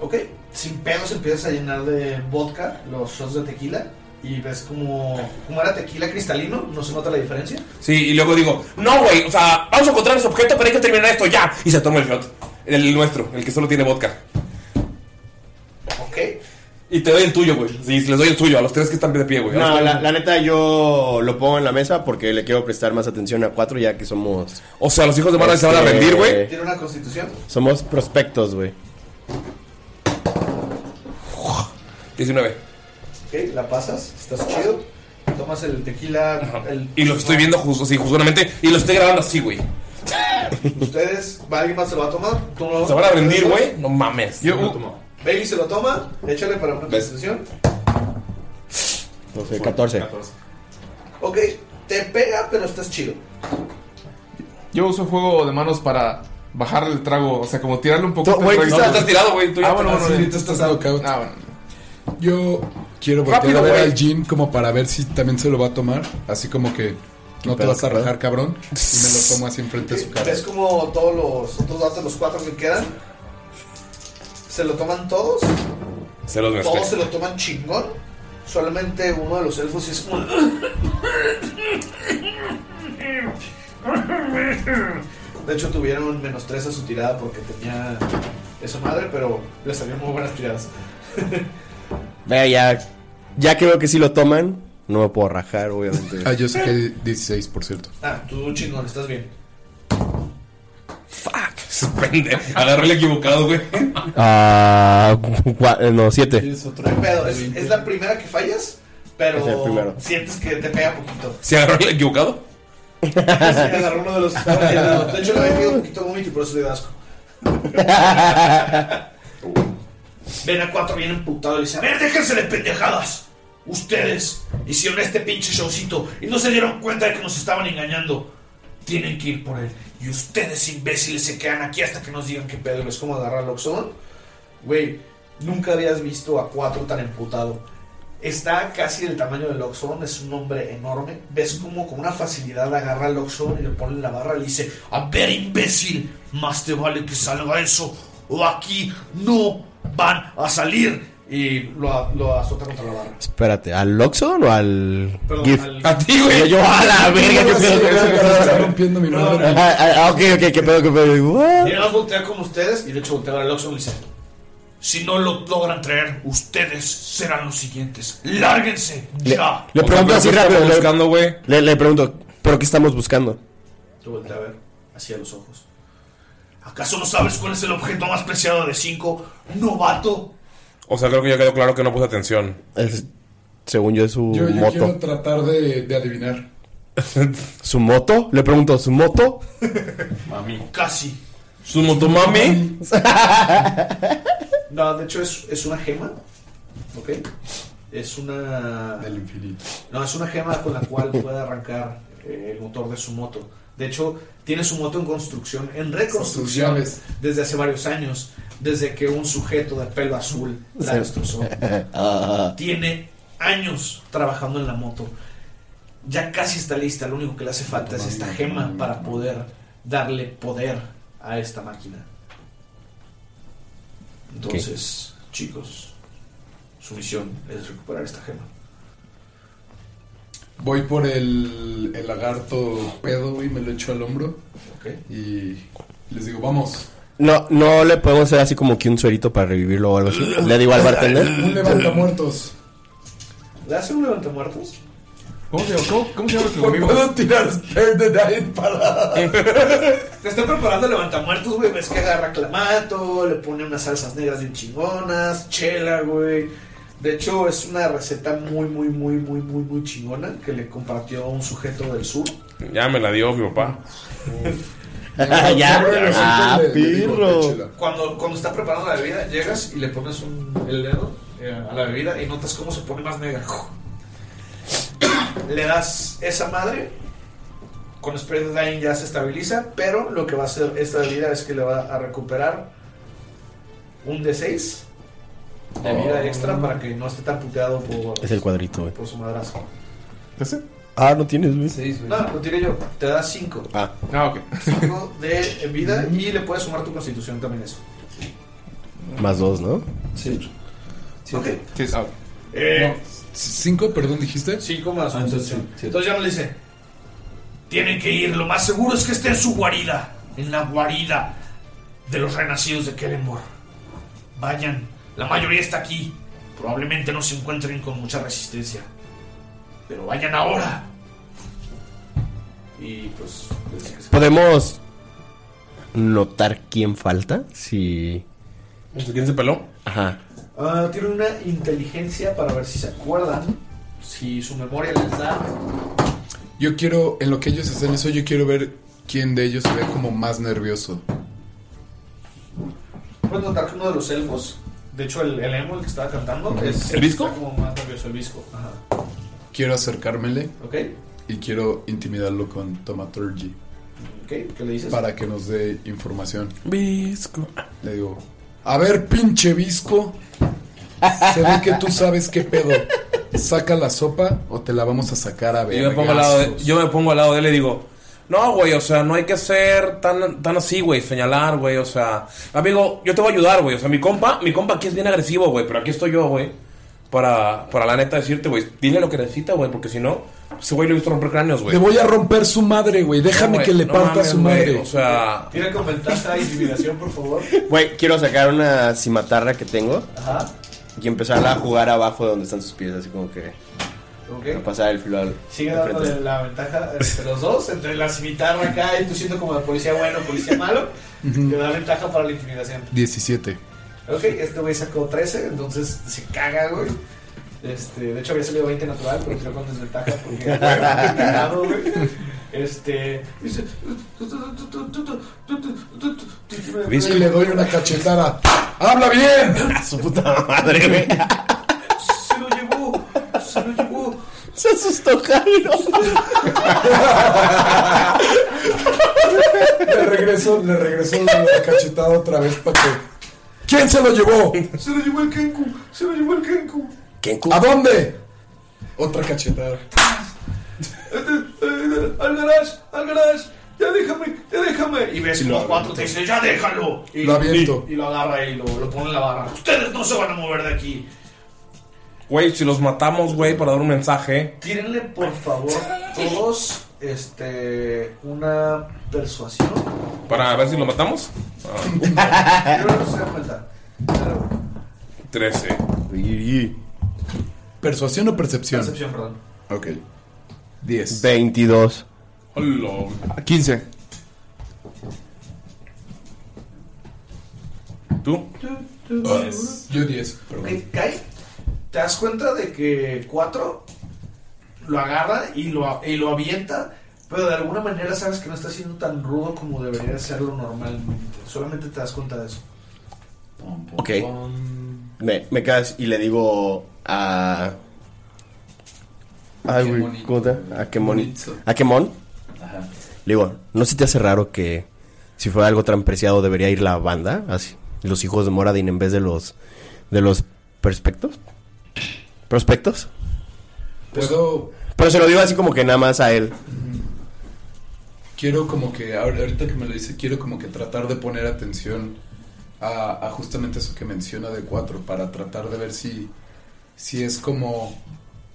S2: Ok, sin pedos empiezas a llenar de vodka los shots de tequila. Y ves como, como era tequila cristalino, no se nota la diferencia.
S1: Sí, y luego digo, no, güey, o sea, vamos a encontrar ese objeto, pero hay que terminar esto ya. Y se toma el shot. El nuestro, el que solo tiene vodka.
S2: Ok.
S1: Y te doy el tuyo, güey. Sí, les doy el suyo a los tres que están de pie, güey.
S3: No, la, la neta yo lo pongo en la mesa porque le quiero prestar más atención a cuatro ya que somos. Este,
S1: O sea, los hijos de Mara se van a rendir, güey.
S2: Tiene una constitución.
S3: Somos prospectos, güey.
S1: 19.
S2: Ok, la pasas, estás chido. Tomas el tequila. el-
S1: Y los estoy viendo justo, sí, justamente. Y los estoy grabando así, güey.
S2: Ustedes, ¿va ¿alguien más se lo va a tomar? ¿Tú no lo-
S1: Se van a rendir, güey. No mames.
S2: Yo- Bailey se lo toma, échale para una constitución.
S3: No sé, 14.
S2: Ok, te pega, pero estás chido.
S5: Yo uso juego de manos para bajarle el trago, o sea, como tirarle un poco.
S4: Tú,
S5: de
S4: güey,
S5: trago.
S4: tú estás-
S1: Tú
S5: Ah,
S4: ya
S5: bueno,
S4: te-
S5: bueno,
S4: sí,
S5: bien.
S4: tú estás knockout.
S5: Ah, bueno.
S4: Yo quiero voltear
S5: Rápido,
S4: a ver
S5: güey.
S4: al Jin como para ver si también se lo va a tomar. Así como que no te
S3: pedo,
S4: vas a
S3: qué pedo?
S4: rajar, cabrón. Y me lo tomo así enfrente de su cara.
S2: Ves como todos los otros datos, los cuatro que quedan, se lo toman todos.
S1: Se los mezclé.
S2: Todos se lo toman chingón. Solamente uno de los elfos sí es como. [COUGHS] De hecho, tuvieron menos 3 a su tirada porque tenía esa madre, pero les salieron muy buenas tiradas. [LAUGHS]
S3: Vea, ya. Ya que veo que sí lo toman, no me puedo rajar, obviamente.
S4: Ah, yo saqué 16, por cierto.
S2: Ah, tú chingón, estás bien.
S1: Pende. Agarré el equivocado,
S3: [LAUGHS]
S1: güey.
S3: Ah, cua- eh, no, 7.
S2: No hay pedo, es, es la primera que fallas,
S3: Es el
S2: pero
S3: primero.
S2: sientes que te pega poquito.
S1: ¿Se agarró el equivocado?
S2: Sí, agarró uno de los. De hecho, le había pegado un poquito vómito y por eso le dio asco. Ven a cuatro bien emputado y dice: A ver, déjense de pendejadas. Ustedes hicieron este pinche showcito y no se dieron cuenta de que nos estaban engañando. Tienen que ir por él. Y ustedes, imbéciles, se quedan aquí hasta que nos digan que pedo. Es como agarrar al Oxxon. Güey, nunca habías visto a cuatro tan emputado. Está casi del tamaño del Oxxon, es un hombre enorme. Ves como con una facilidad agarra al Oxxon y le pone en la barra y le dice, a ver imbécil, más te vale que salga eso o aquí no van a salir. Y lo, a- lo azota contra la barra.
S3: Espérate, ¿al Oxxon o al
S2: Perdón,
S3: GIF?
S2: al-
S1: A ti, güey.
S3: Yo, a la verga, qué pedo, qué pedo, qué pedo.
S4: rompiendo mi
S3: madre. Ah, ah, ok, ok, qué pedo, qué pedo.
S2: Y
S3: What?
S2: él voltea como ustedes y de hecho voltea al Oxxon y le dice, Si no lo logran traer, ustedes serán los siguientes. ¡Lárguense!
S3: Le,
S2: ¡Ya!
S3: le pregunto así rápido. le-
S1: buscando, güey?
S3: Le, le pregunto, ¿pero qué estamos buscando?
S2: Te volteé a ver hacia los ojos. ¿Acaso no sabes cuál es el objeto más preciado de cinco? ¡Novato!
S1: O sea, creo que ya quedó claro que no puse atención.
S3: según yo, es su
S4: Yo, yo
S3: moto.
S4: quiero tratar de, de adivinar.
S3: [LAUGHS] ¿Su moto? Le pregunto, ¿su moto?
S2: Mami. Casi.
S1: ¿Su motomami?
S2: [LAUGHS] No, de hecho es, es una gema. ¿Ok? Es una. Del
S4: infinito.
S2: No, es una gema con la cual puede arrancar eh, el motor de su moto. De hecho, tiene su moto en construcción, en reconstrucción, desde hace varios años, desde que un sujeto de pelo azul la destrozó.
S3: Ah.
S2: Tiene años trabajando en la moto. Ya casi está lista. Lo único que le hace falta es esta gema para poder darle poder a esta máquina. Entonces, chicos, su misión es recuperar esta gema.
S4: Voy por el, el lagarto pedo y me lo echo al hombro. Y les digo, vamos.
S3: No, no le podemos hacer así como que un suerito para revivirlo o algo así. Le digo al
S4: Un
S3: bartender.
S4: levanta muertos.
S2: ¿Le hace un levantamuertos?
S4: ¿Cómo se, cómo, cómo se llama tu
S2: ¿Por
S4: amigo?
S2: puedo
S4: tirar Spare the Dying para. Eh.
S2: Te está preparando el levantamuertos, güey. Ves que agarra clamato, le pone unas salsas negras bien chingonas, chela, güey. De hecho, es una receta muy, muy, muy, muy, muy, muy chingona que le compartió un sujeto del sur.
S1: Ya me la dio mi papá.
S3: [LAUGHS]
S2: Ya,
S1: ya.
S2: Ah,
S1: pirro.
S2: Cuando, cuando está preparando la bebida, llegas y le pones un- el dedo eh, a la bebida y notas cómo se pone más negra. Le das esa madre, con spray de Dying ya se estabiliza, pero lo que va a hacer esta bebida es que le va a recuperar un D6 de vida
S4: Oh.
S2: extra para que no esté tan puteado por,
S3: Es el cuadrito, güey.
S2: por su madrazo.
S3: Ah, no tienes, güey.
S2: No, lo tiré yo, te da 5.
S3: Ah.
S2: Ah, ok. 5 de vida y le puedes sumar tu constitución también eso.
S3: Más dos, ¿no?
S2: Sí. Ok.
S4: ah. No, ¿Cinco, perdón, dijiste?
S2: Eh, Cinco más. Ah, entonces, entonces ya no le dice. Tienen que ir, lo más seguro es que esté en su guarida, en la guarida de los renacidos de Kellenborg. Vayan, la mayoría está aquí. Probablemente no se encuentren con mucha resistencia. Pero vayan ahora. Y pues.
S3: ¿Podemos notar quién falta? Si...
S1: ¿Quién se peló?
S3: Ajá.
S2: Ah, tiene una inteligencia para ver si se acuerdan. Si su memoria les da.
S4: Yo quiero, en lo que ellos hacen eso, yo quiero ver quién de ellos se ve como más nervioso.
S2: Puedes notar que uno de los elfos, de hecho el, el emo el que estaba cantando, es
S4: ¿El visco?
S2: está como más nervioso, el visco. Ajá.
S4: Quiero acercármele.
S2: Ok.
S4: Y quiero intimidarlo con Tomaturgy.
S2: Ok, ¿qué le dices?
S4: Para que nos dé información. Visco. Le digo, a ver, pinche visco. Se ve que tú sabes qué pedo. Saca la sopa o te la vamos a sacar a ver.
S1: Yo me, pongo al lado de, yo me pongo al lado de él y digo, no, güey, o sea, no hay que ser tan, tan así, güey, señalar, güey, o sea, amigo, yo te voy a ayudar, güey, o sea, mi compa, mi compa aquí es bien agresivo, güey, pero aquí estoy yo, güey, para, para la neta decirte, güey, dile lo que necesita, güey, porque si no, ese güey le he visto romper cráneos, güey.
S4: Le voy a romper su madre, güey. Déjame
S1: No, güey,
S4: que le
S1: no
S4: parta
S1: mames,
S4: su
S1: güey,
S4: madre.
S1: O sea,
S2: Tira con ventaja y divinación, por favor.
S3: Güey, quiero sacar una cimatarra que tengo
S2: Ajá.
S3: y empezarla a jugar abajo de donde están sus pies, así como que...
S2: Ok.
S3: a pasar el filo al...
S2: Sigue
S3: al frente.
S2: dándole la ventaja entre los dos, entre la cimitarra acá y tú siendo como el policía bueno, policía malo, te da ventaja para la intimidación.
S4: 17.
S2: Ok, este güey sacó 13, entonces se caga, güey. Este, de hecho había salido 20 natural, pero creo con desventaja porque güey, cagado, güey. Este, dice,
S4: Y le doy una cachetada. ¡Habla bien!
S1: [LAUGHS]
S3: Su puta madre, güey.
S2: se lo llevó, se lo llevó.
S3: Se asustó, Jairo.
S4: Le regreso, le regreso la cachetada otra vez para que. ¿Quién se lo llevó?
S2: Se lo llevó el Kenku, se lo llevó el Kenku.
S4: ¿A dónde? Otra cachetada.
S2: Este, eh, Al garage, al garage, ya déjame, ya déjame. Y ves
S4: Y
S2: y
S4: lo
S2: los
S4: agarra.
S2: cuatro te dicen, ya déjalo. Y
S4: Lo aviento.
S2: Y, y lo agarra y lo, lo pone en la barra. Ustedes no se van a mover de aquí.
S1: güey, si los matamos, güey, para dar un mensaje,
S2: Tírenle, por favor, todos este, una
S4: [LAUGHS]
S2: persuasión.
S1: para ver si lo matamos. ah,
S2: Yo no se da cuenta. Pero,
S16: 13.
S4: ¿Persuasión o percepción?
S2: Percepción, perdón.
S4: Ok. 10.
S3: 22.
S16: Hola.
S4: 15.
S16: ¿Tú?
S4: Yo 10.
S2: Ok, cae. Te das cuenta de que 4 lo agarra y lo, y lo avienta, pero de alguna manera sabes que no está siendo tan rudo como debería serlo normalmente. Solamente te das cuenta de eso.
S3: Ok. Me, me quedas y le digo a. Ay, güey, ¿cómo te- A Kemon.
S10: Monito.
S3: A Kemon.
S10: Ajá.
S3: Le digo, ¿no se te hace raro que si fue algo tan preciado debería ir la banda? Así, los hijos de Moradin en vez de los. de los prospectos. ¿Prospectos?
S4: Puedo.
S3: Pero se lo digo así como que nada más a él.
S4: Quiero como que, ahor- ahorita que me lo dice, quiero como que tratar de poner atención a, a justamente eso que menciona de cuatro, para tratar de ver si, si es como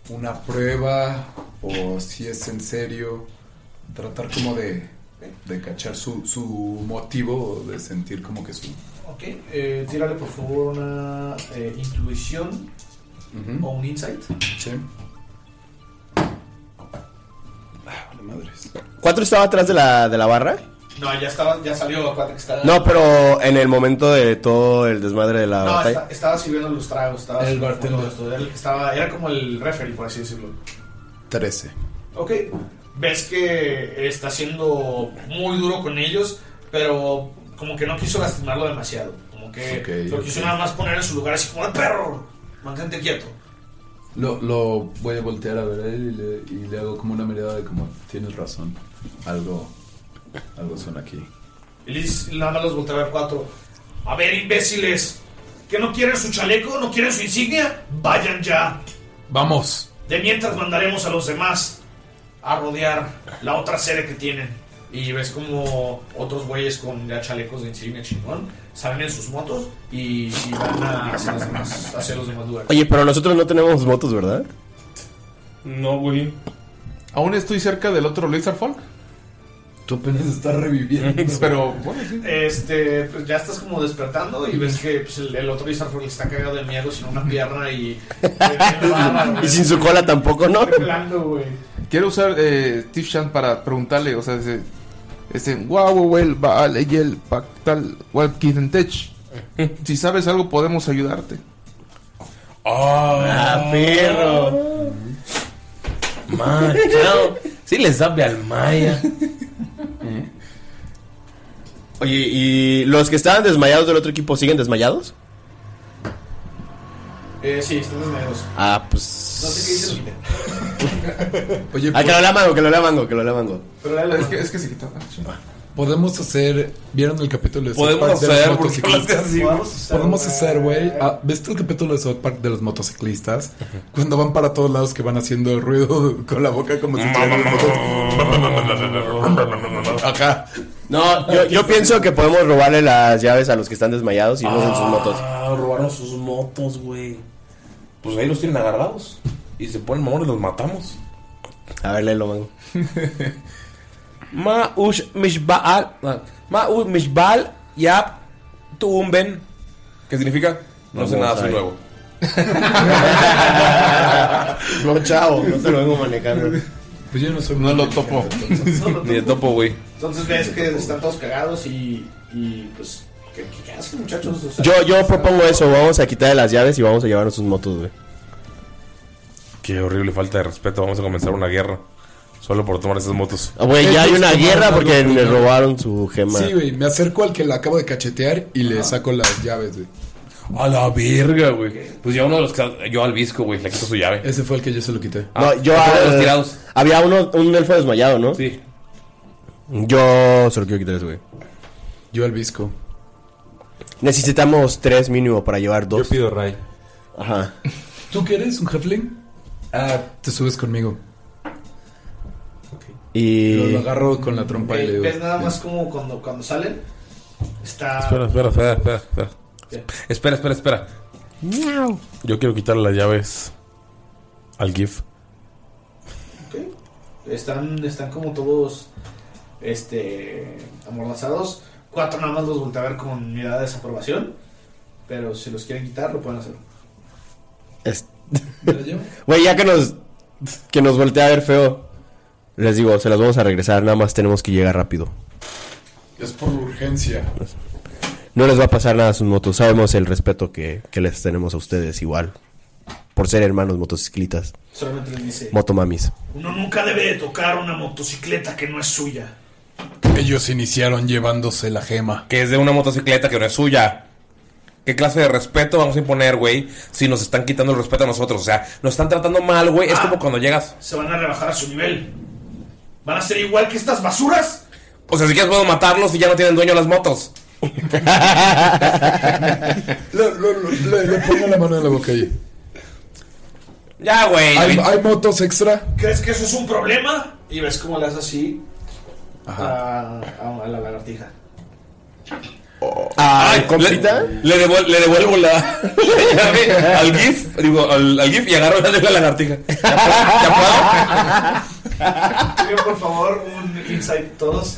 S4: una prueba o si es en serio, tratar como de, de cachar su, su motivo, de sentir como que su...
S2: Ok, eh, tírale por favor una eh, intuición o un insight.
S4: Sí. Ah, vale madres.
S3: ¿Cuatro estaba atrás de la, de la barra?
S2: No, ya estaba, ya salió cuate, que
S10: Ah.
S2: está-
S3: No, pero en el momento de todo el desmadre de la
S2: No,
S3: batalla.
S2: esta- estaba sirviendo los tragos, estaba
S3: El
S2: sirviendo
S3: bartender.
S2: todo esto, Era, el que estaba, era como el referee, por así decirlo.
S4: 13.
S2: Ok, ves que está siendo muy duro con ellos, pero como que no quiso lastimarlo demasiado. Como que
S4: Ok,
S2: lo
S4: ok.
S2: quiso nada más poner en su lugar así como de perro. Mantente quieto.
S4: Lo, lo voy a voltear a ver a él y le, y le hago como una mirada de como, tienes razón, algo, algo suena aquí.
S2: Y le dice- nada más los voltea a ver cuatro. A ver, imbéciles, ¿que no quieren su chaleco? ¿No quieren su insignia? Vayan ya.
S4: Vamos.
S2: De mientras mandaremos a los demás a rodear la otra sede que tienen. Y ves como otros güeyes con ya chalecos de insignia chingón salen en sus motos y, y van a hacer los demás, hacia los demás lugares.
S3: Oye, pero nosotros no tenemos votos, ¿verdad?
S16: No, güey.
S5: Aún estoy cerca del otro Lizard Folk.
S4: Tú apenas estás reviviendo.
S5: Pero bueno,
S2: Este, pues ya estás como despertando y ves que pues, el, el otro Lizardford está cagado de miedo sin una pierna
S3: [LAUGHS]
S2: y.
S3: y sin su cola tampoco, ¿no?
S2: temblando, güey.
S5: Quiero usar eh, Steve Chan para preguntarle, o sea, ese, ese wow, well, vale, yel, pactal, walking
S1: [LAUGHS]
S5: and tech. Si sabes algo, podemos ayudarte.
S16: ¡Ah,
S3: perro!
S16: Man, chao. Sí le sabe al Maya.
S3: Eh. Oye, ¿y los que estaban desmayados del otro equipo siguen desmayados?
S2: Eh, sí, están desmayados.
S3: Ah,
S2: No sé qué dice
S3: pues.
S2: el líder.
S4: Oye,
S3: Ah, que lo lea mango, que lo lea mango, que lo lea mango.
S4: es,
S5: que, es que se quitó.
S4: Podemos hacer. ¿Vieron el capítulo de
S16: Podemos
S4: de los
S16: hacer,
S4: motociclistas?
S16: porque hablaste así, güey. Podemos hacer,
S4: Podemos hacer, güey. Ah, ¿Viste el capítulo de South Park de los motociclistas? Cuando van para todos lados que van haciendo ruido [LAUGHS] con la boca como si estuvieran motos. Acá.
S3: No, yo, yo pienso que podemos robarle las llaves a los que están desmayados y irnos en sus motos.
S16: Ah, robaron sus motos, güey. Pues ahí los tienen agarrados. Y se ponen mamones, los matamos.
S3: A ver, léelo,
S16: [LAUGHS]
S3: mango.
S16: Ma ush mishbaal. ah, Ma ush mishbal yap tumben. ¿Qué significa? No sé
S3: Vamos
S1: pues
S16: nada, soy
S3: ahí.
S16: nuevo. [LAUGHS]
S3: [LAUGHS] No, chao, no te lo vengo manejando.
S4: Pues yo no soy
S5: No lo topo.
S16: Ni de topo, güey.
S2: Entonces ves que están todos cagados y. y pues. ¿Qué, qué hacen, muchachos? O sea,
S3: Yo, yo propongo eso, vamos a quitarle las llaves y vamos a llevarnos sus motos, güey.
S16: Qué horrible falta de respeto. Vamos a comenzar una guerra. Solo por tomar esas motos.
S3: Ah, Güey, ya hay una guerra porque le
S4: primero.
S3: robaron su gema.
S4: Sí, güey. Me acerco al que la acabo de cachetear y le saco las llaves, güey.
S16: A la verga, güey. Pues ya uno de los que. Yo al visco, güey. Le quito su llave.
S4: Ese fue el que yo se lo quité.
S1: Ah,
S3: No, yo
S16: a Ah, los
S3: al-
S16: tirados.
S3: había uno, un elfo desmayado, ¿no?
S16: Sí.
S3: Yo se lo quiero quitar ese, güey.
S4: Yo al visco.
S3: Necesitamos tres mínimo para llevar dos. Yo pido Ray. Ajá.
S4: ¿Tú qué eres? ¿Un halfling? Ah, te subes conmigo.
S3: Y.
S4: Lo, lo agarro con la trompa y le digo.
S2: ves nada más como cuando, cuando salen. Está.
S16: Espera, espera, espera, espera. Espera,
S2: ¿Qué?
S16: espera, espera. espera.
S2: Miau.
S16: Yo quiero quitarle las llaves al GIF.
S2: Están, están como todos este amordazados. Cuatro nada más los voltea a ver con mirada de desaprobación. Pero si los quieren quitar, lo pueden hacer.
S3: Es- [LAUGHS] Güey, ya que nos que nos voltea a ver feo, les digo, se las vamos a regresar, nada más tenemos que llegar rápido.
S17: Es por urgencia.
S3: No les va a pasar nada a sus motos, sabemos el respeto que, que les tenemos a ustedes igual. Por ser hermanos motociclistas.
S2: Solamente les dice:
S3: Motomamis.
S2: Uno nunca debe de tocar una motocicleta que no es suya.
S1: Ellos iniciaron llevándose la gema. Que es de una motocicleta que no es suya. ¿Qué clase de respeto vamos a imponer, güey? Si nos están quitando el respeto a nosotros. O sea, nos están tratando mal, güey.
S4: Ah.
S1: Es como cuando llegas.
S2: Se van a rebajar a su nivel. ¿Van a ser igual que estas basuras?
S1: O sea, si quieres puedo matarlos y ya no tienen dueño
S3: [LAUGHS]
S1: las motos.
S4: Le, le- le- le pongo la mano en la boca ahí.
S1: Ya, güey.
S4: ¿Hay, hay motos extra?
S2: ¿Crees que eso es un problema? Y ves cómo le haces así a, a- a la lagartija.
S1: Ay, Le, le devol- le devuelvo la, la llave al GIF, digo, al, al GIF y agarro la de la lagartija.
S2: Pido, por favor un insight todos.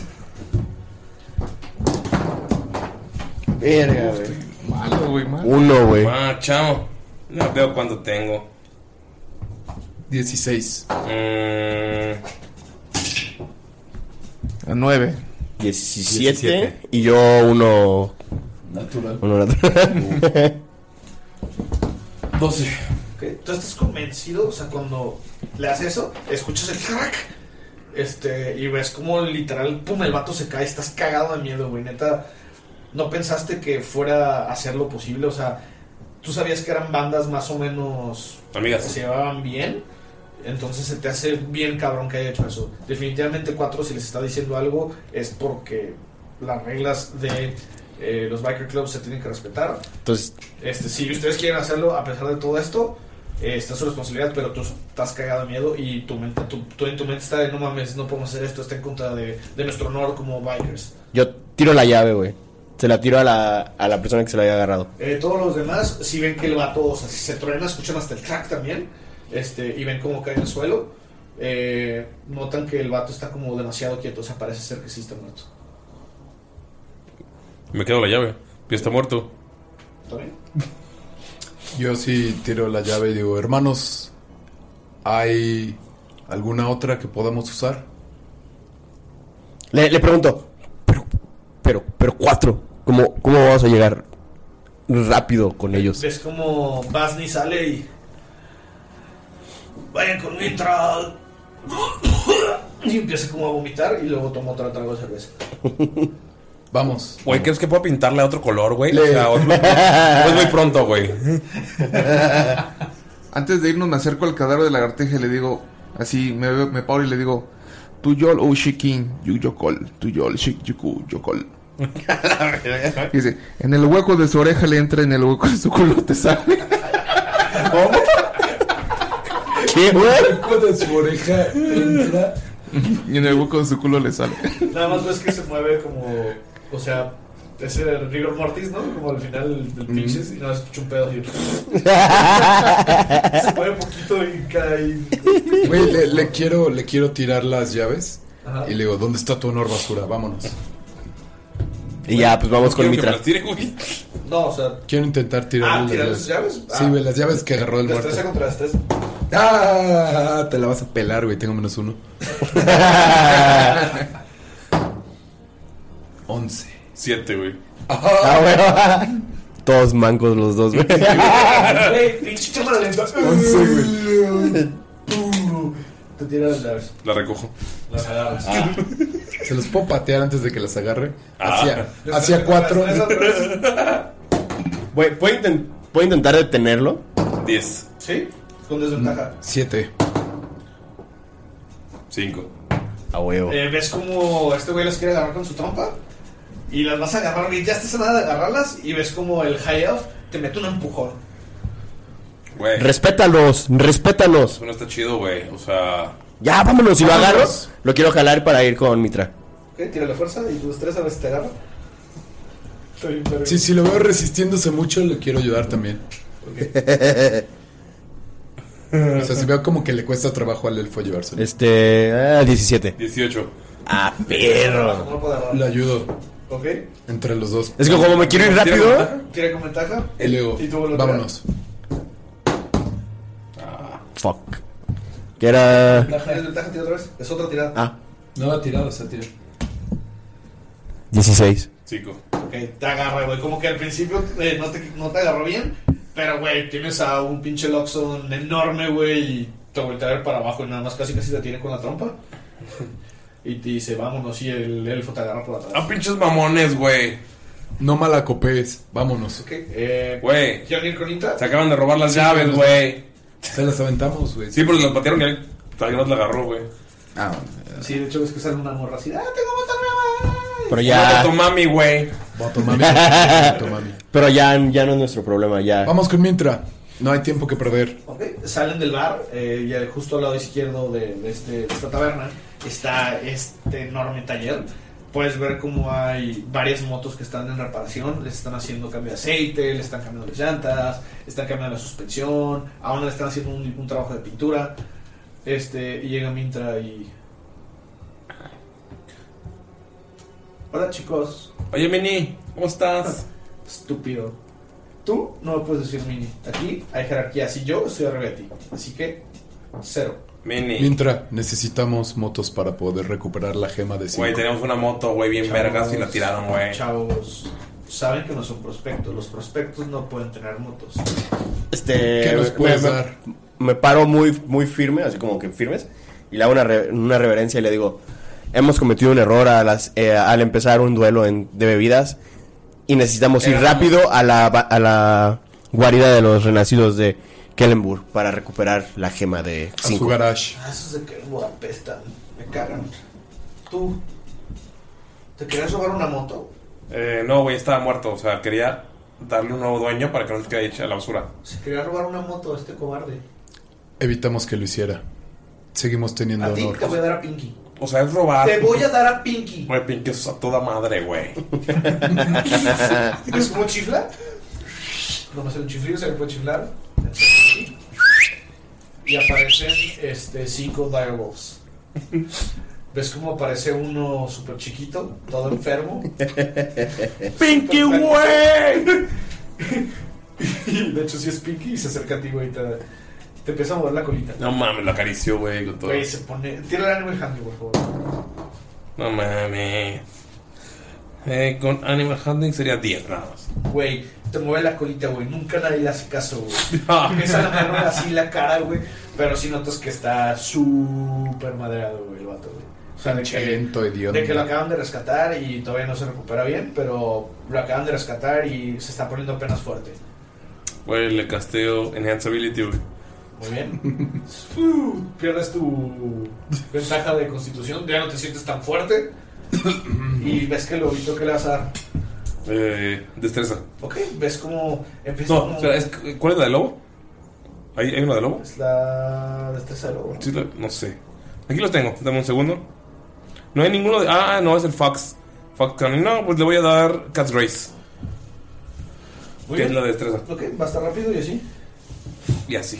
S3: Verga, güey.
S1: Malo, güey, malo.
S3: Uno, güey.
S1: Ah, chao. No veo cuando tengo. 16. Mm,
S3: A 9. 17. Y yo uno.
S2: Natural.
S3: Uno
S4: [LAUGHS]
S3: natural.
S1: 12.
S2: Tú estás convencido, o sea, cuando le haces eso, escuchas el crack. Este, y ves como literal, pum, el vato se cae, estás cagado de miedo, güey. Neta, no pensaste que fuera a hacer lo posible, o sea, tú sabías que eran bandas más o menos.
S1: Amigas.
S2: que se llevaban bien. Entonces se te hace bien cabrón que haya hecho eso. Definitivamente, cuatro, si les está diciendo algo, es porque las reglas de eh, los biker clubs se tienen que respetar.
S3: Entonces,
S2: Este, si ustedes quieren hacerlo a pesar de todo esto, eh, está su responsabilidad, pero tú estás cagado de miedo y tu mente, tu, tú en tu mente está de no mames, no podemos hacer esto, está en contra de, de nuestro honor como bikers.
S3: yo tiro la llave, güey. Se la tiro a la, a la persona que se la había agarrado.
S2: Eh, todos los demás, si ven que el vato, o sea, si se truena, escuchan hasta el crack también, este, y ven cómo cae en el suelo, eh, notan que el vato está como demasiado quieto, o sea, parece ser que sí está muerto.
S1: Me quedo la llave. Y está muerto.
S2: ¿Está bien?
S4: Yo sí tiro la llave y digo, hermanos, ¿hay alguna otra que podamos usar?
S3: Le, le pregunto, pero, pero, pero cuatro. ¿Cómo, ¿Cómo vamos a llegar rápido con
S2: [LAUGHS]
S3: ellos?
S2: Ves como Basni sale y. Vayan con Mitra. Y empieza como a vomitar y luego toma otro trago de cerveza.
S1: [LAUGHS]
S4: Vamos.
S1: Güey, ¿crees que puedo pintarle a otro color, güey? O
S5: Le-
S1: sea,
S5: [LAUGHS]
S1: otro- es muy pronto, güey.
S5: Antes de irnos me acerco al cadáver de la lagartija y le digo, así me, veo- me paro y le digo, oh, Tuyol Ushikin, Yuyokol, Tuyol Shik Yuku Yokol. Y dice, en el hueco de su oreja le entra, en el hueco de su culo te sale.
S3: ¿Qué,
S4: Con de su oreja entra.
S5: [LAUGHS] Y en el hueco de su culo le sale.
S2: Nada más ves que se mueve como. O sea, ese rigor mortis, ¿no? Como al final
S4: Mm.
S2: del pinches y nada más escucha un pedo
S4: [LAUGHS]
S2: así. se mueve poquito y cae.
S4: Güey, le, le quiero, le quiero tirar las llaves.
S2: Ajá.
S4: Y le digo, ¿dónde está tu honor basura? Vámonos.
S3: Y ya, pues vamos con Mitra.
S2: No, o sea.
S4: Quiero intentar tirar
S2: Ah, ¿tirar las llaves?
S4: Sí,
S2: Ah.
S4: güey, las llaves que agarró el
S2: de
S4: muerto.
S2: destreza contra
S4: [LAUGHS]
S2: destreza.
S4: Ah, te la vas a pelar, güey. Tengo
S2: [LAUGHS]
S4: menos uno. Once.
S1: Siete, güey.
S3: Ah, güey. Todos mancos los dos, güey.
S2: Güey, pinche cámara lenta. Te tira las llaves.
S1: [LAUGHS] La recojo.
S2: Las agarras.
S4: Ah. Se los puedo patear antes de que las agarre.
S3: Ah.
S4: Hacia, hacia cuatro.
S3: Güey, ¿puedo, inten- puedo intentar detenerlo?
S1: 10.
S2: ¿Sí? Con desventaja.
S4: Siete.
S1: 5.
S3: A huevo.
S2: Eh, ves como este güey las quiere agarrar con su trompa y las vas a agarrar y ya estás a nada de agarrarlas y ves como el high elf te mete un empujón.
S3: Respétalos, respétalos.
S1: Eso no está chido, güey. O sea.
S3: Ya, vámonos, si lo
S1: Vámonos.
S3: agarro, lo quiero jalar para ir con Mitra.
S2: Ok, tira la fuerza y tus tres a veces te agarra. Estoy bien, pero-
S4: Sí, si lo veo resistiéndose mucho, le quiero ayudar también. o sea, si veo como que le cuesta trabajo al elfo llevárselo.
S3: Este, ah, 17.
S1: 18.
S3: Ah, perro.
S4: Le ayudo.
S2: Ok.
S4: Entre los dos.
S3: Es que como me quiero ir
S2: ¿Tira
S3: rápido-
S2: con ventaja? ¿Tira con ventaja?
S4: Y luego,
S2: tú vuelves a
S4: vámonos.
S3: Fuck. Que era.
S2: tirar. ¿Tienes ventaja? Tira otra vez. Es otra tirada.
S3: Ah.
S2: No, tirado, o sea, tira.
S3: 16.
S2: Chico. Ok, te agarra, güey. Como que al principio eh, no, te, no te agarró bien, pero, güey, tienes a un pinche Loxon enorme, güey, y te voltea a ver para abajo y nada más casi casi te tiene con la trompa. y te dice, vámonos, y el elfo te agarra por atrás.
S16: Ah, pinches mamones, güey.
S4: No malacopes, vámonos.
S2: Ok, eh,
S16: Güey.
S2: ¿Quieren ir con Inta?
S16: Se acaban de robar las llaves, güey. Se
S4: las aventamos, güey.
S16: Sí, porque las patearon y él todavía no la agarró, güey.
S4: Ah,
S2: Sí, de hecho es que sale una morra así. ¡Ah,
S3: Pero ya.
S16: Botomami, güey.
S4: Botomami.
S3: [LAUGHS] Pero ya, ya no es nuestro problema, ya.
S4: Vamos con Mintra. No hay tiempo que perder.
S2: Ok, salen del bar eh, y al- justo al lado izquierdo de, de este- de esta taberna está este enorme taller. Puedes ver cómo hay varias motos que están en reparación, les están haciendo cambio de aceite, le están cambiando las llantas, están cambiando la suspensión, a una le están haciendo un, un trabajo de pintura. Este, y llega Mintra y... Hola chicos.
S16: Oye, Mini, ¿cómo estás?
S2: Estúpido. Tú no me puedes decir Mini. Aquí hay jerarquía. Si yo estoy arriba de ti. Así que, cero.
S4: Mintra, necesitamos motos para poder recuperar la gema de cinco.
S16: Güey, tenemos una moto, güey, bien
S2: Chavos,
S16: vergas y la tiraron, güey.
S2: Chavos, saben que no son prospectos. Los prospectos no pueden tener motos.
S3: Este,
S2: ¿Qué nos
S3: me-
S2: puedes
S3: me,
S2: dar?
S3: me paro muy, muy firme, así como que firmes, y le hago una, re- una reverencia y le digo, hemos cometido un error a las- eh, al empezar un duelo en- de bebidas y necesitamos ir
S16: Erramos.
S3: rápido a la, ba- a la guarida de los renacidos de Kellenburg para recuperar la gema de
S2: A su
S3: cinco. [LAUGHS]
S4: garage.
S2: Ah, esos de que buah, apestan. Me cagan. Tú, ¿te querías robar una moto?
S16: Eh, no, güey, estaba muerto. O sea, quería darle un nuevo dueño para que no se quede hecha a la basura.
S2: Se quería robar una moto a este cobarde.
S4: Evitamos que lo hiciera. Seguimos teniendo
S2: A ti
S4: honor.
S2: te
S4: [LAUGHS]
S2: voy a dar a Pinky.
S16: O sea, es robar.
S2: Te voy a dar a Pinky.
S16: Güey, Pinky es a toda madre, güey.
S2: ¿Ves cómo chifla? Nomás el chiflido se le puede chiflar. Y aparecen este, cinco direwolves. ¿Ves cómo aparece uno súper chiquito, todo enfermo?
S16: ¡Pinky, güey!
S2: Y [LAUGHS] de hecho, si es Pinky y se acerca a ti, güey, y te, te empieza a mover la colita.
S16: No mames, lo acarició, güey, con todo.
S2: Güey, se pone. Tira el animal handling, por favor.
S16: No mames. Eh, con Animal Handling sería 10 nada más.
S2: Güey, te mueve la colita, güey. Nunca nadie le hace caso, [LAUGHS] güey. Empieza a lamerle así la cara, güey. Pero sí notas que está súper madreado, güey, el vato, güey. O sea, de que,
S4: Lento, idiota.
S2: de que lo acaban de rescatar y todavía no se recupera bien, pero lo acaban de rescatar y se está poniendo apenas fuerte.
S16: Güey, le casteo Enhance Ability, güey.
S2: Muy [LAUGHS] bien. Uh, Pierdes tu ventaja de constitución, ya no te sientes tan fuerte. y ves que el lobito que le vas a dar.
S16: Eh, destreza.
S2: Ok, ves cómo empieza
S16: No,
S2: como-
S16: espera, es- ¿cuál es la de lobo? ¿Hay, hay una de lobo?
S2: Es la destreza del lobo.
S16: Sí, la- no sé. Aquí los tengo, dame un segundo. No hay ninguno de. Ah, no, es el Fox. Fox Cannon. No, pues le voy a dar Cat's Grace.
S2: Muy
S16: que
S2: bien.
S16: es la destreza.
S2: Ok, va a estar rápido y así.
S16: Y así.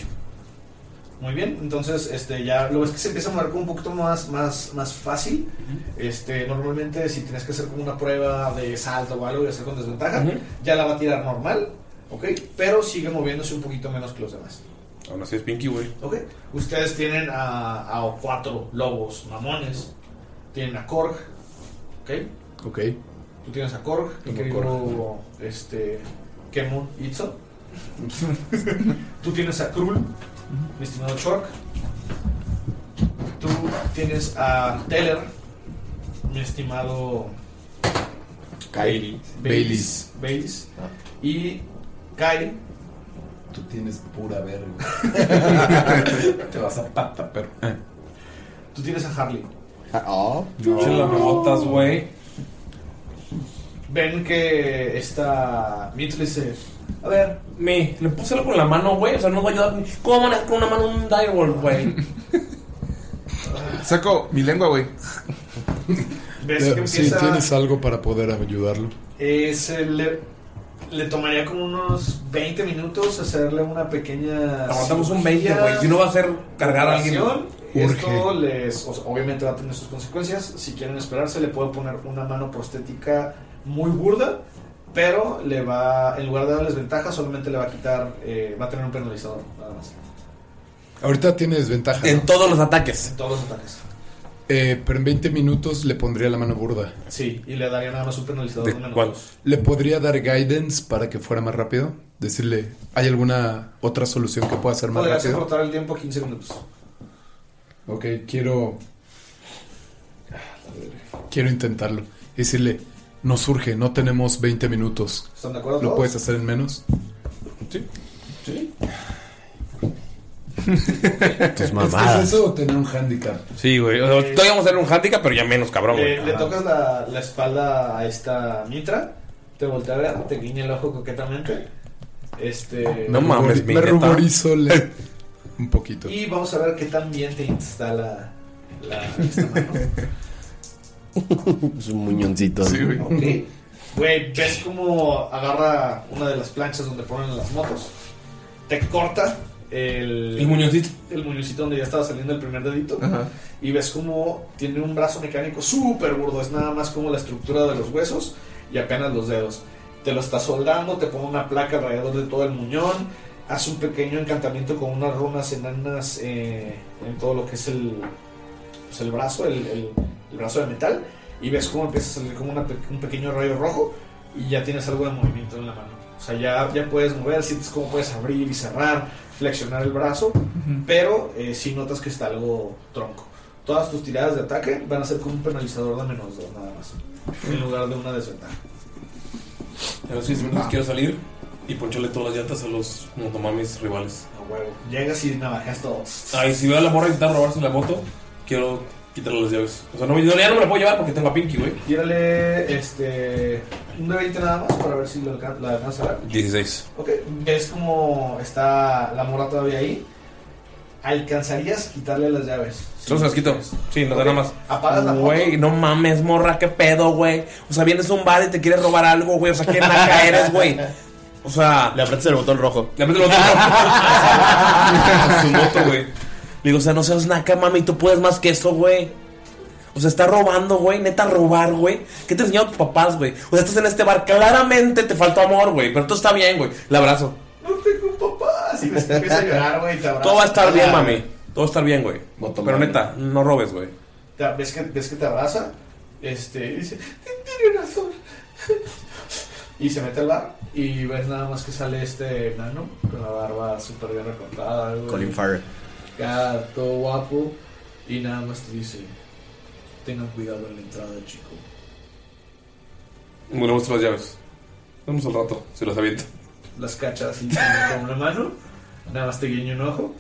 S2: Muy bien, entonces este ya lo ves que se empieza a marcar un poquito más, más, más fácil. Este, normalmente si tienes que hacer como una prueba de salto o algo y hacer con desventaja,
S16: Ujú.
S2: ya la va a tirar normal, ¿ok? Pero sigue moviéndose un poquito menos que los demás.
S16: Aún así es Pinky, güey.
S2: ¿Ok? Ustedes tienen a, a cuatro lobos mamones. Tienen a Korg. ¿Ok?
S4: Ok.
S2: Tú tienes a Korg, mi
S4: Tengo
S2: querido este, Kemon Itzo. [LAUGHS] Tú tienes a Krul, mi estimado Chork. Tú tienes a Teller, mi estimado
S4: Kai.
S2: Baileys. Baileys. Y Kai,
S4: Tú tienes pura verga.
S2: [LAUGHS] Te vas a pata, pero. eh. Tú tienes a Harley.
S3: Oh,
S16: no. Se la botas, güey.
S2: Ven que esta Mitch le dice: A ver,
S16: Me, le puse algo con la mano, güey. O sea, no va a ayudar. ni- ¿Cómo van a hacer con una mano un Direwolf, [LAUGHS] güey?
S5: Saco mi lengua, güey.
S2: ves que
S4: Si
S2: empieza.
S4: tienes algo para poder ayudarlo.
S2: Eh, se le, le tomaría como unos 20 minutos hacerle una pequeña.
S16: Aguantamos un
S2: cirugía,
S16: 20, güey. Si no va a ser cargar a alguien.
S2: operación, Esto les, o sea, obviamente va a tener sus consecuencias. Si quieren esperarse, le puedo poner una mano prostética muy burda, pero le va, en lugar de darles ventaja, solamente le va a quitar, eh, va a tener un penalizador, nada más.
S4: Ahorita tiene desventaja.
S1: En todos los ataques.
S2: En todos los ataques.
S4: Eh, pero en 20 minutos le pondría la mano burda.
S2: Sí, y le daría nada más un penalizador de menos dos.
S4: ¿Le podría dar guidance para que fuera más rápido? Decirle, ¿hay alguna otra solución que pueda ser más
S2: Podrías
S4: rápido?
S2: cortar el tiempo a 15 minutos.
S4: Ok, quiero. Quiero intentarlo. Decirle, no surge, no tenemos 20 minutos.
S2: ¿Están de acuerdo
S4: ¿Lo
S2: todos?
S4: puedes hacer en menos?
S2: Sí. Sí.
S4: Tus
S1: mamadas.
S4: ¿Es eso o tener un handicap?
S1: Sí, güey. O sea, todavía vamos a tener un handicap, pero ya menos cabrón, güey.
S2: Eh,
S16: Ah.
S2: Le, le tocas la, la espalda a esta mitra, te voltea a ver, te guiña el ojo coquetamente. Este.
S1: No mames,
S4: Me
S1: mi neta.
S4: ruborizó le- un poquito.
S2: Y vamos a ver qué tan bien te instala la, esta mano.
S3: Es un muñoncito.
S4: Sí, güey.
S2: Ok. Güey, ves cómo agarra una de las planchas donde ponen las motos. Te corta el.
S1: El muñoncito.
S2: El muñoncito donde ya estaba saliendo el primer dedito.
S1: Ajá.
S2: Y ves cómo tiene un brazo mecánico súper burdo. Es nada más como la estructura de los huesos y apenas los dedos. Te lo está soldando, te pone una placa alrededor de todo el muñón. Hace un pequeño encantamiento con unas runas enanas eh, en todo lo que es el, pues, el brazo, el, el- el brazo de metal. Y ves cómo empieza a salir como una pe- un pequeño rayo rojo. Y ya tienes algo de movimiento en la mano. O sea, ya, ya puedes mover, sientes cómo puedes abrir y cerrar, flexionar el brazo. Pero eh, sí notas que está algo tronco. Todas tus tiradas de ataque van a ser como un penalizador de menos dos, nada más. En lugar de una desventaja.
S1: A los 15 minutos quiero salir y poncharle todas las llantas a los motomamis rivales.
S2: A huevo. Llegas y navajas todos.
S1: Ah, y si veo a la morra intentar robarse la moto, quiero quitarle las llaves. O sea, no, me- ya no me la puedo llevar porque tengo a Pinky, güey.
S2: Tírale este, un de 20 nada más para ver si lo alcan- la alcanza a ver.
S1: 16.
S2: Ok, ves como está la mora todavía ahí. Alcanzarías quitarle las llaves.
S1: Entonces las quito. Sí, no da nada más.
S2: Apagas la [LAUGHS]
S1: Güey, no mames, morra, qué pedo, güey. O sea, vienes a un bar y te quieres robar algo, güey. O sea, qué naca eres, [LAUGHS] güey. O sea. Le aprietas el botón rojo. Le [LAUGHS] aprietas el botón rojo. A su moto, güey. Le digo, o sea, no seas naca, mami, tú puedes más que eso, güey. O sea, está robando, güey. Neta, robar, güey. ¿Qué te enseñaron tus papás, güey? O sea, estás en este bar. Claramente te faltó amor, güey. Pero todo está bien, güey. Le abrazo.
S2: Ah, sí, ves que empieza a llorar, güey. te abraza.
S1: Todo va a estar bien,
S2: Ah,
S1: mami. Todo va a estar bien, güey. Pero neta, no robes, güey.
S2: te- ves, que, ves que te abraza. Este, y dice, tiene razón. [LAUGHS] Y se mete al bar y ves nada más que sale este nano con la barba súper bien recortada. güey.
S3: Colin Farrell.
S2: Acá, todo guapo. Y nada más te dice, tengan cuidado en la entrada,
S3: [LAUGHS]
S2: chico.
S1: Me le muestro las llaves. Vamos al rato, se las aviento.
S2: Las cachas y con una mano. [LAUGHS] Nada más te guiño un ojo.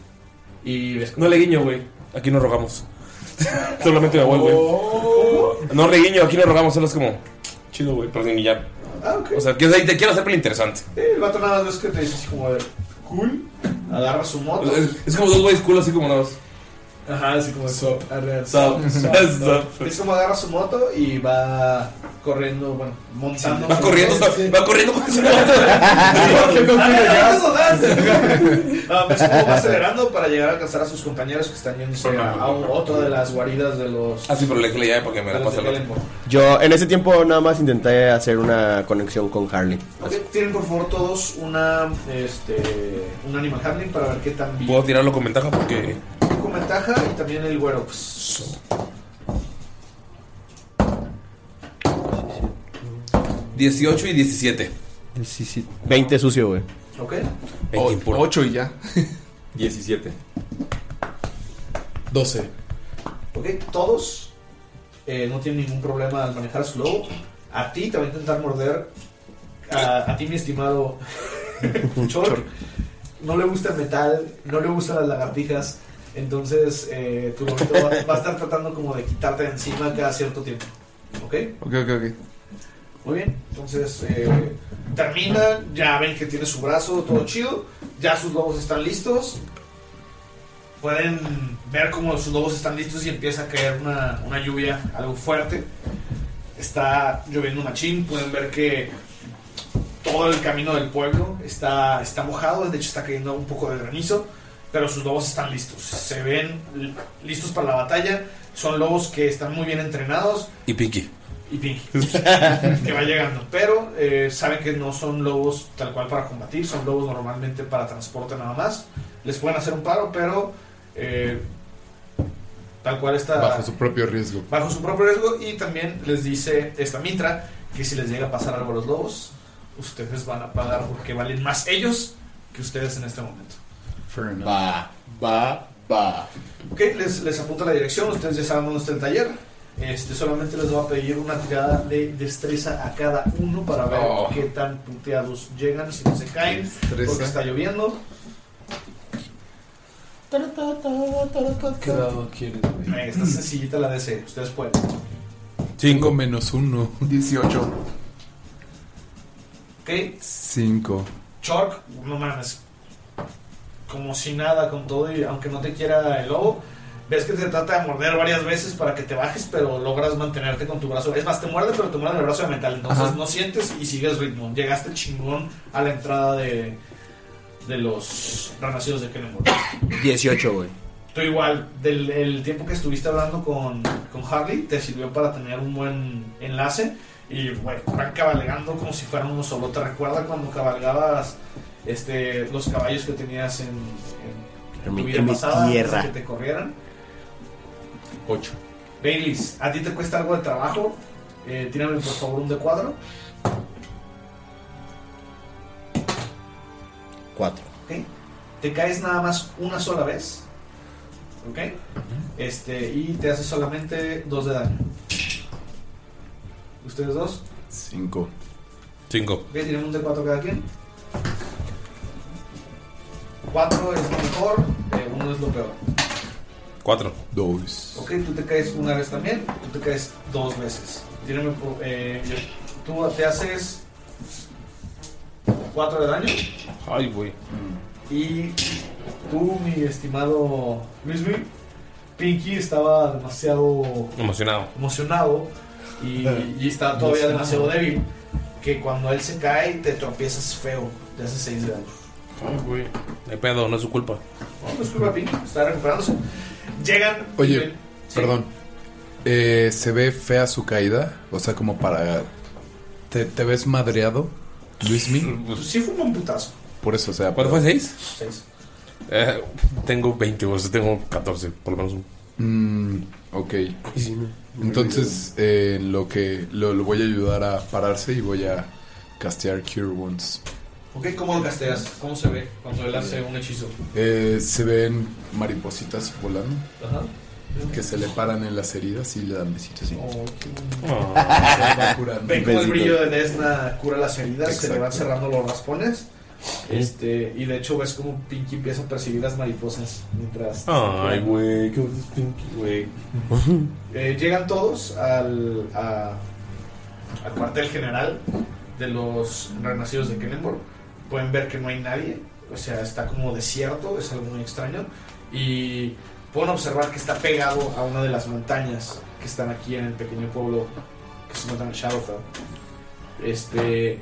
S2: Y ves
S1: No le guiño, güey. Aquí no rogamos. [LAUGHS] Solamente me voy, güey.
S2: Oh.
S1: No le guiño, aquí no rogamos. Solo es como chido, güey. Pero sin guiñar. O sea, quiero, te quiero hacer peli interesante.
S2: El vato nada más ves que te dice así como, de, cool. Agarra su moto.
S1: Es, es como dos güeyes cool, así como nada más.
S2: Ajá, así como Sop.
S1: [LAUGHS] Sup, sup, sup.
S2: Es como agarra su moto y va corriendo, bueno, montando.
S1: Va
S2: su-
S1: corriendo,
S2: Sí, sí.
S1: va corriendo
S2: [LAUGHS]
S1: con su moto.
S2: Sí,
S1: no tiene
S2: Ah,
S1: gas.
S2: no, gas. No, ves cómo va acelerando para llegar a alcanzar a sus compañeros que están yéndose a, a un- otra de las guaridas de los.
S1: Así, Ah, pero le dejé la llave para que me la
S2: de los
S1: pase
S2: de
S1: al
S2: Kellenborg.
S3: Yo en ese tiempo nada más intenté hacer una conexión con Harley.
S2: Ok, tienen por favor todos una, este, un animal handling para ver qué tan bien.
S1: Puedo tirarlo con ventaja porque.
S2: Con ventaja y también el güero. pues.
S1: 18 y 17.
S3: 20 sucio, güey.
S2: Ok.
S1: 8
S4: y ya.
S1: 17.
S4: 12.
S2: Ok, todos eh, no tienen ningún problema al manejar a su lobo. A ti te va a intentar morder. A, a ti, mi estimado Chork. No le gusta el metal, no le gustan las lagartijas. Entonces, eh, tu lobito va, va a estar tratando como de quitarte de encima cada cierto tiempo. ¿Ok?
S5: Ok, ok, ok.
S2: Muy bien. Entonces, eh, termina. Ya ven que tiene su brazo, todo chido. Ya sus lobos están listos pueden ver cómo sus lobos están listos y empieza a caer una, una lluvia, algo fuerte. Está lloviendo machín, pueden ver que todo el camino del pueblo está, está mojado, de hecho está cayendo un poco de granizo. pero sus lobos están listos. Se ven l- listos para la batalla. Son lobos que están muy bien entrenados
S16: Y Pinky.
S2: y Pinky, que va llegando. Pero eh, saben que no son lobos tal cual para combatir, son lobos normalmente para transporte nada más. Les pueden hacer un paro, pero eh, tal cual está
S4: Bajo su propio riesgo.
S2: bajo su propio riesgo y también les dice esta mitra que si les llega a pasar algo a los lobos, ustedes van a pagar porque valen más ellos que ustedes en este momento.
S10: Va, va, va.
S2: Ok, les, les apunta la dirección, ustedes ya saben dónde está el taller. Este, solamente les voy a pedir una tirada de destreza a cada uno para ver
S10: Oh.
S2: qué tan punteados llegan, si no se caen,
S10: Destreza.
S2: porque está lloviendo.
S10: ¿Qué dado quieres?
S2: Eh, Está sencillita la DC, ustedes pueden.
S10: 5 menos 1. 18.
S2: Ok,
S10: 5.
S2: Chork, no mames. Como si nada con todo y aunque no te quiera el lobo, ves que te trata de morder varias veces para que te bajes, pero logras mantenerte con tu brazo. Es más, te muerde, pero te muerde el brazo de metal. Entonces
S10: Ajá.
S2: no sientes y sigues ritmo. Llegaste chingón a la entrada de, de los renacidos de Kellenborg.
S18: 18, güey.
S2: Tú igual, del el tiempo que estuviste hablando con, con Harley, te sirvió para tener un buen enlace. Y bueno, van cabalgando como si fueran uno solo. ¿Te recuerda cuando cabalgabas este, los caballos que tenías en, en- en
S18: En
S2: tu
S18: mi-
S2: vida
S18: en mi
S2: pasada? antes de
S18: tierra.
S2: Que te corrieran.
S10: 8.
S2: Baileys, a ti te cuesta algo de trabajo. Eh, tírame por favor un de cuadro.
S3: 4.
S2: ¿ok? Te caes nada más una sola vez. ¿Ok? Este, y te hace solamente dos de daño. ¿Ustedes dos?
S10: 5.
S16: 5.
S2: Ok, tienen un D4 cada quien. 4 es lo mejor, 1 es lo peor.
S16: 4.
S10: 2.
S2: Ok, tú te caes una vez también, tú te caes dos veces. Tírame, por- eh, tú te haces 4 de daño.
S16: Ay, güey.
S2: Y tú, mi estimado Luismi, Pinky estaba demasiado
S16: Emocionado.
S2: emocionado y, y estaba todavía
S16: Emocionado.
S2: demasiado débil. Que cuando él se cae, te tropiezas feo. Te hace 6 de daño.
S16: Ay, güey. De pedo, no es su culpa.
S2: No, pues culpa, Pinky, está recuperándose. Llegan.
S10: Oye,
S2: Sí.
S10: perdón. Eh, ¿Se ve fea su caída? O sea, como para... ¿Te, te ves madreado, Luismi?
S2: Sí, fue un buen putazo.
S10: Por eso, o sea...
S16: Pues, ¿Cuánto fue?
S10: pero-
S16: ¿6?
S2: Seis.
S16: Eh, tengo 20, o sea, tengo 14, por lo menos un.
S10: Mm, ok. Entonces, eh, lo que lo, lo voy a ayudar a pararse y voy a castear Cure Wounds.
S2: Ok, ¿cómo lo casteas? ¿Cómo se ve cuando él hace un hechizo?
S10: Eh, se ven maripositas volando
S2: Ajá.
S10: que se le paran en las heridas y le dan besitos. así.
S2: Oh.
S10: Se
S16: Ah.
S2: [LAUGHS]
S10: va
S4: Ah.
S10: curando.
S2: Ven cómo el brillo de Desna cura las heridas, se le van
S10: Exacto.
S2: cerrando los raspones. Este, y de hecho ves como Pinky empieza a percibir las mariposas mientras.
S16: Ay, güey, qué bonito es Pinky, güey.
S2: Eh, llegan todos al, a- al cuartel general de los renacidos de Kellenborg. Pueden ver que no hay nadie, o sea, está como desierto, es algo muy extraño. Y pueden observar que está pegado a una de las montañas que están aquí en el pequeño pueblo que se encuentra en Shadowfell. Este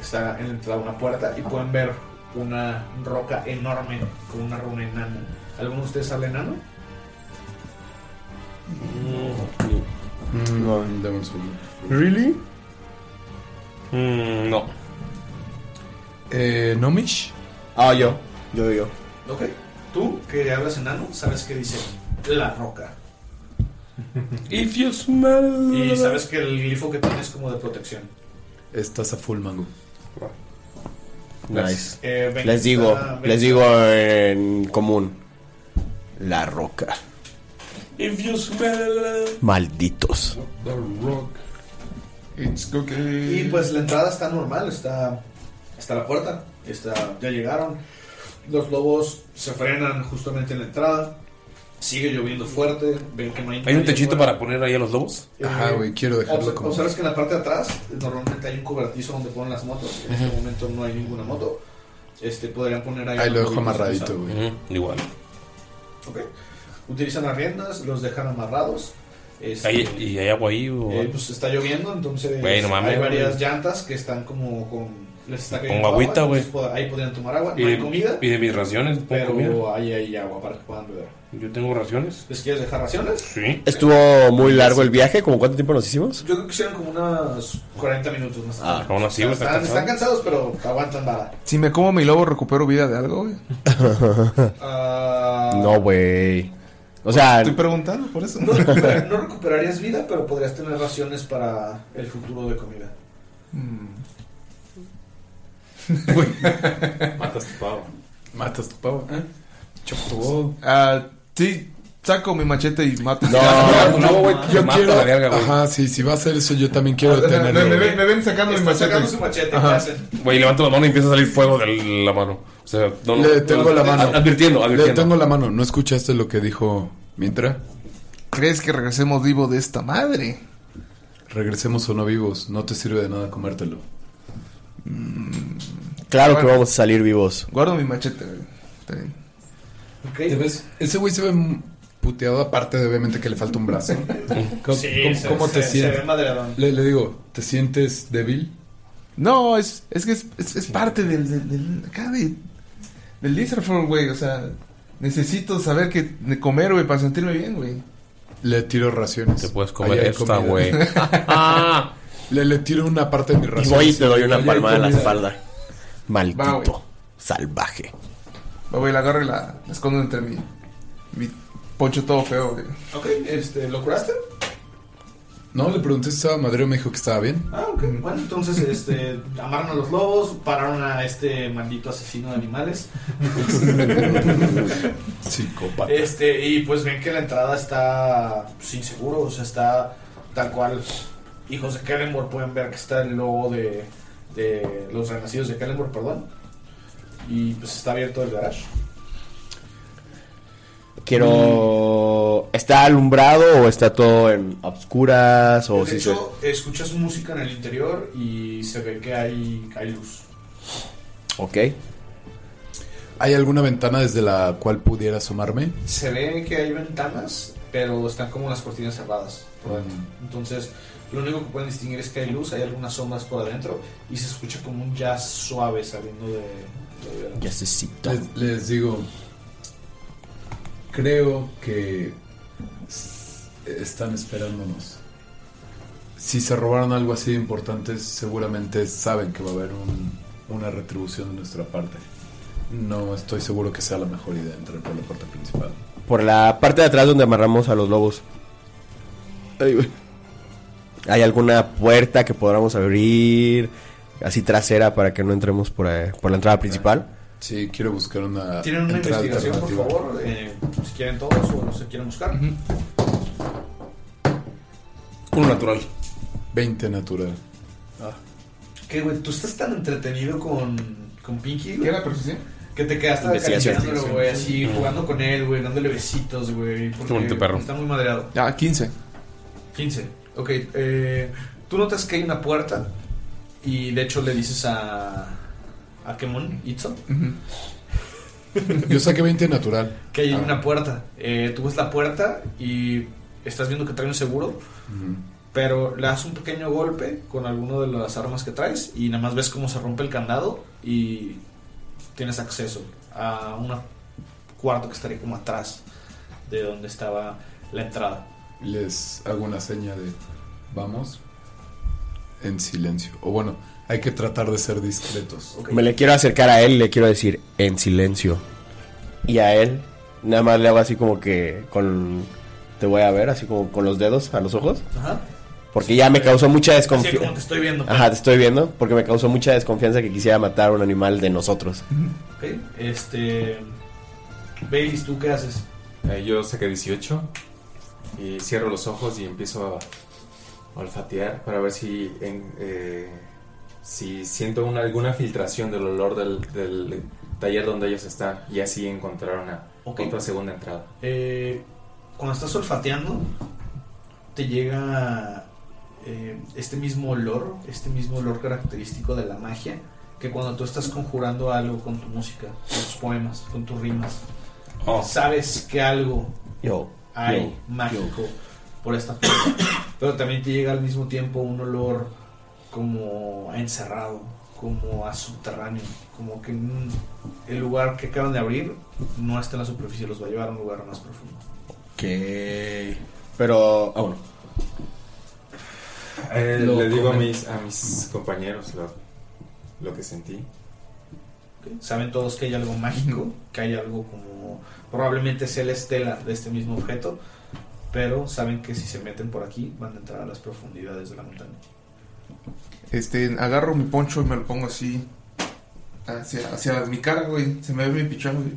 S2: está en la entrada de una puerta y pueden ver una roca enorme con una runa enana. ¿Alguno de ustedes habla enano?
S10: Mm, dame un segundo.
S3: ¿Really?
S16: no.
S10: Eh, ¿Nomish?
S3: Ah, yo. Yo, yo.
S2: Ok. Tú, que hablas enano, sabes que dice la roca.
S16: If you smell.
S2: Y sabes que el glifo que tienes como de protección.
S10: Estás a full mango.
S3: Nice.
S2: Eh, ven-
S3: les digo,
S2: ah, ven-
S3: les digo en común. La roca.
S16: If you smell.
S3: Malditos.
S10: The rock.
S2: Y pues la entrada está normal, está, está la puerta, está, ya llegaron. Los lobos se frenan justamente en la entrada. Sigue lloviendo fuerte, ven que no hay...
S16: ¿Hay un
S2: nadie
S16: techito
S2: afuera.
S16: para poner ahí a los lobos?
S2: Eh, obser- Observas que en la parte de atrás normalmente hay un cobertizo donde ponen las motos. En este
S16: Ujú.
S2: momento no hay ninguna moto. Este, podrían poner ahí...
S10: Ahí
S2: unos
S10: lo dejo
S2: globitos
S10: amarradito,
S2: cruzados.
S10: güey.
S16: Ujú, Igual.
S2: Ok. Utilizan las riendas, los dejan amarrados. Este,
S19: Ahí- ¿Y hay agua ahí? o-
S2: eh, pues está lloviendo, entonces
S19: Güey, no mames,
S2: hay varias
S19: güey.
S2: llantas que están como con. Les está
S19: Pongo
S2: cayendo agua,
S19: agüita,
S2: entonces pod- Ahí podrían tomar agua.
S19: y,
S2: No hay comida.
S19: de, y de mis raciones, ¿puedo
S2: Pero
S19: comer?
S2: ahí hay agua para que puedan beber.
S19: Yo tengo raciones.
S2: ¿Les quieres dejar raciones?
S5: ¿Eh?
S19: Sí.
S3: Estuvo muy largo el viaje, ¿como cuánto tiempo nos hicimos?
S2: Yo creo que hicieron como unos 40 minutos más.
S3: Ah,
S2: tarde.
S3: aún así, güey,
S2: están,
S3: está
S2: están cansados, pero aguantan nada.
S5: Si me como mi lobo, recupero vida de algo, güey.
S3: no, güey. O sea,
S5: Ah. Estoy preguntando por
S4: [LAUGHS]
S5: eso.
S2: No, recupera- no recuperarías vida, pero podrías tener raciones para el futuro de comida.
S5: Mm. Matas tu pavo. Matas tu pavo. ¿eh? Chocobo. Ah, sí, saco mi machete y mato. [LAUGHS]
S4: No, no, güey, yo quiero.
S5: Ajá.
S4: Ajá, sí, si va a hacer eso, yo también quiero
S5: Me-
S4: detenerlo.
S5: me- me
S4: güey.
S5: ven- me ven sacando mi
S2: Están
S5: machete.
S2: sacando su machete,
S5: Ajá.
S2: ¿qué hacen?
S19: Güey, levanto la mano y empieza a salir fuego de la mano. O sea, no, no-
S4: Le tengo la mano.
S19: Ad- Advirtiendo,
S4: Le
S19: advirtiendo.
S4: tengo la mano. ¿No escuchaste lo que dijo Mitra?
S5: ¿Crees que regresemos vivo de esta madre?
S4: Regresemos o no vivos. No te sirve de nada comértelo.
S3: Mm, claro que vamos a salir vivos.
S5: Guardo mi machete, güey. Está bien.
S4: ¿Te ves? Ese güey se ve m- puteado, aparte de obviamente que le falta un brazo. ¿Cómo,
S5: Sí,
S4: cómo-
S5: se-
S4: cómo
S5: se-
S4: te
S5: se ve
S4: sientes?
S5: madreadón.
S4: Le, le digo, ¿te sientes débil?
S5: No, es, es que es, es- es parte del, del, del, acá de- del Lizardfall, güey. O sea, necesito saber que de comer, güey, para sentirme bien, güey.
S4: Le tiro raciones. Te
S19: puedes
S5: comer esta,
S4: [LAUGHS]
S5: güey.
S4: le, le tiro una parte de mi
S3: Y
S4: ración.
S3: voy y te doy una
S4: Ahí hay
S3: palmada en la
S4: comida.
S3: espalda.
S5: Va, güey.
S3: Maldito. Salvaje.
S5: Va, güey, la agarro y la, la escondo entre mi, mi poncho todo feo, güey.
S2: Ok, este, ¿lo curaste?
S4: No, le pregunté si estaba madre me dijo que estaba bien.
S2: Ah, ok. Bueno, entonces este, [LAUGHS] amarran a los lobos, pararon a este maldito asesino de animales.
S4: Psicópata.
S2: Este, y pues ven que la entrada está sin seguro, o sea, está tal cual. Hijos de Kellenborg pueden ver que está el logo de, de los renacidos de Kellenborg, perdón. Y pues está abierto el garage.
S3: Quiero.
S4: Mm.
S3: ¿Está alumbrado o está todo en a obscuras? O
S2: de
S3: si se-
S2: hecho, escuchas música en el interior y se ve que hay, hay luz.
S3: Ok.
S4: ¿Hay alguna ventana desde la cual pudiera asomarme?
S2: Se ve que hay ventanas, pero están como las cortinas cerradas. por dentro. Entonces, lo único que pueden distinguir es que hay luz, hay algunas sombras por adentro y se escucha como un jazz suave saliendo de... de-
S4: Les, les digo, creo que s- están esperándonos. Si se robaron algo así de importante, seguramente saben que va a haber un- una retribución de nuestra parte. No estoy seguro que sea la mejor idea entrar por la puerta principal.
S3: Por la parte de atrás donde amarramos a los lobos. Ay, güey. ¿Hay alguna puerta que podamos abrir? Así trasera para que no entremos por, ahí- por la entrada principal.
S4: Sí, quiero buscar una.
S2: Tienen una
S4: entrada
S2: investigación, por
S4: alternativa.
S2: favor, eh, si quieren todos o no se quieren buscar.
S19: Uno natural.
S4: 20 natural.
S2: ¿Qué, güey? ¿Tú estás tan entretenido con, con Pinky? ¿Qué
S5: era percepción?
S2: Que te quedaste
S5: Investigación.
S2: acariciándolo, güey, así,
S5: Investigación.
S2: jugando con él, güey, dándole besitos, güey. porque
S5: Este bonito perro.
S2: Está muy madreado.
S5: Ah, 15.
S2: 15. Ok, eh, tú notas que hay una puerta y de hecho le dices a. a Kemon, Itzo,
S4: Yo saqué 20 natural. Ah,
S2: que hay una puerta. Eh, tú ves la puerta y estás viendo que trae un seguro, pero le das un pequeño golpe con alguna de las armas que traes y nada más ves cómo se rompe el candado y tienes acceso a un cuarto que estaría como atrás de donde estaba la entrada.
S4: Les hago una seña de vamos en silencio. O bueno, hay que tratar de ser discretos.
S3: Me le quiero acercar a él y le quiero decir en silencio. Y a él, nada más le hago así como que con. Te voy a ver, así como con los dedos a los ojos.
S2: Ajá.
S3: Porque ya me causó mucha
S2: Así como
S3: desconfianza.
S2: te estoy viendo.
S3: Ajá, te estoy viendo. Porque me causó mucha desconfianza que quisiera matar a un animal de nosotros.
S2: Ok, este. Baileys, ¿tú qué haces?
S1: Eh, yo saqué 18
S19: Eh,
S1: y cierro los ojos y empiezo a olfatear para ver si, en- eh, si siento una- alguna filtración del olor del, del taller donde ellos están y así encontrar una otra segunda entrada.
S2: Eh, cuando estás olfateando, te llega eh, este mismo olor, este mismo olor característico de la magia, que cuando tú estás conjurando algo con tu música, con tus poemas, con tus rimas, sabes que algo
S3: Oh. Yo.
S2: hay
S3: yo,
S2: mágico por esta puerta. Pero también te llega al mismo tiempo un olor como a encerrado, como a subterráneo, como que mm, el lugar que acaban de abrir no está en la superficie, los va a llevar a un lugar más profundo.
S3: Que. Pero. Ah, bueno.
S20: Eh,
S2: Lo
S20: le digo a
S2: comen.
S20: mis, a mis compañeros lo, lo que sentí.
S2: Saben todos que hay algo mágico, que hay algo como... Probablemente sea la estela de este mismo objeto, pero saben que si se meten por aquí van a entrar a las profundidades de la montaña.
S5: Este, agarro mi poncho y me lo pongo así. Hacia, hacia mi cara, güey. Se me ve mi pichón, güey.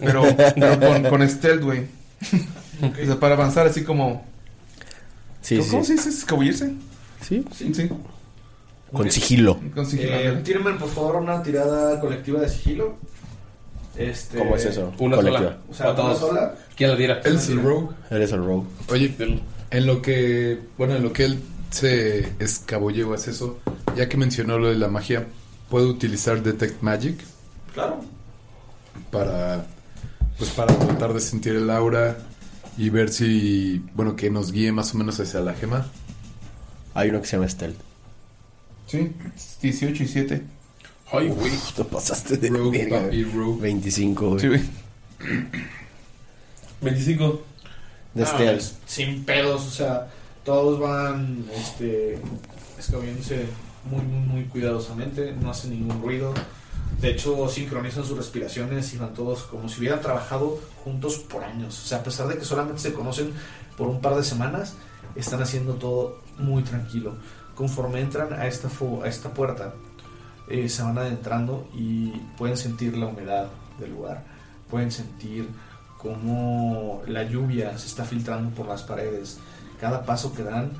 S5: Pero, pero con, con stealth, güey. O sea, para avanzar así como.
S3: Sí,
S5: ¿Cómo,
S3: sí.
S5: cómo se dice? ¿Escabullirse?
S3: Sí.
S5: Sí.
S3: Con sigilo.
S5: Con sigilo.
S2: Eh, tírenme por favor una tirada colectiva de sigilo. Este,
S3: ¿Cómo es eso?
S2: Una
S3: Colectiva.
S2: sola. O sea, una sola.
S1: ¿Quién la tira?
S4: Él es el rogue.
S3: Él es el rogue.
S4: Oye, en lo que. Bueno, en lo que él se escabulle o hace eso, ya que mencionó lo de la magia, ¿puedo utilizar Detect Magic?
S2: Claro.
S4: Para. Pues para tratar de sentir el aura y ver si. Bueno, que nos guíe más o menos hacia la gema.
S3: Hay uno que se llama Stealth.
S5: Sí, 18 y 7.
S4: Ay,
S3: güey. [LAUGHS] Te pasaste de
S4: Rogue,
S3: verga,
S4: papi,
S3: güey. 25, güey.
S5: Sí, güey.
S1: 25.
S3: De
S2: Ah,
S3: Stealth.
S2: pues, sin pedos, o sea, todos van este, escabulléndose muy, muy, muy cuidadosamente, no hacen ningún ruido. De hecho, sincronizan sus respiraciones y van todos como si hubieran trabajado juntos por años. O sea, a pesar de que solamente se conocen por un par de semanas, están haciendo todo muy tranquilo. Conforme entran a esta, fu- a esta puerta, eh, se van adentrando y pueden sentir la humedad del lugar. Pueden sentir cómo la lluvia se está filtrando por las paredes. Cada paso que dan,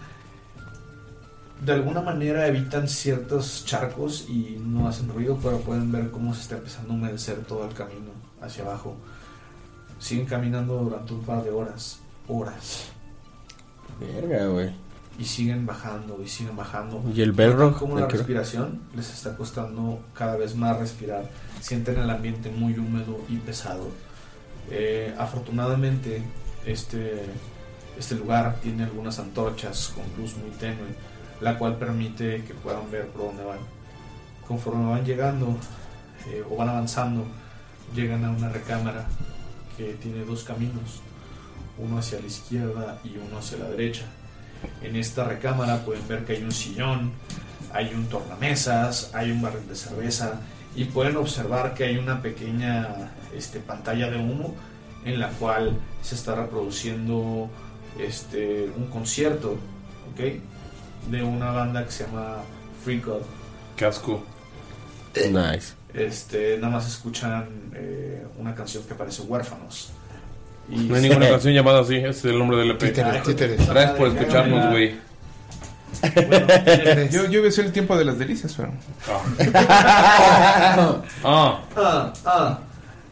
S2: de alguna manera evitan ciertos charcos y no hacen ruido, pero pueden ver cómo se está empezando a humedecer todo el camino hacia abajo. Siguen caminando durante un par de horas, horas,
S3: Verga, güey.
S2: y siguen bajando y siguen bajando.
S3: ¿Y el Belrog?
S2: Notan Como
S3: ¿De
S2: la
S3: qué?
S2: respiración les está costando cada vez más respirar. Sienten el ambiente muy húmedo y pesado. Eh, afortunadamente, este, este lugar tiene algunas antorchas con luz muy tenue, la cual permite que puedan ver por dónde van. Conforme van llegando eh, o van avanzando, llegan a una recámara que tiene dos caminos, uno hacia la izquierda y uno hacia la derecha. En esta recámara pueden ver que hay un sillón, hay un tornamesas, hay un barril de cerveza y pueden observar que hay una pequeña este, pantalla de humo en la cual se está reproduciendo este, un concierto ¿ok? de una banda que se llama Freak Out.
S1: Casco.
S3: Nice.
S2: Este, nada más escuchan eh, una canción que parece huérfanos. Y-
S1: No hay ninguna canción llamada así, ese es el nombre
S16: E
S1: del EP.
S2: Títeres, títeres.
S1: Gracias por escucharnos, güey.
S5: Yo, yo besé el tiempo de las delicias, pero. [LAUGHS]
S1: Ah.
S2: [LAUGHS] Ah, ah.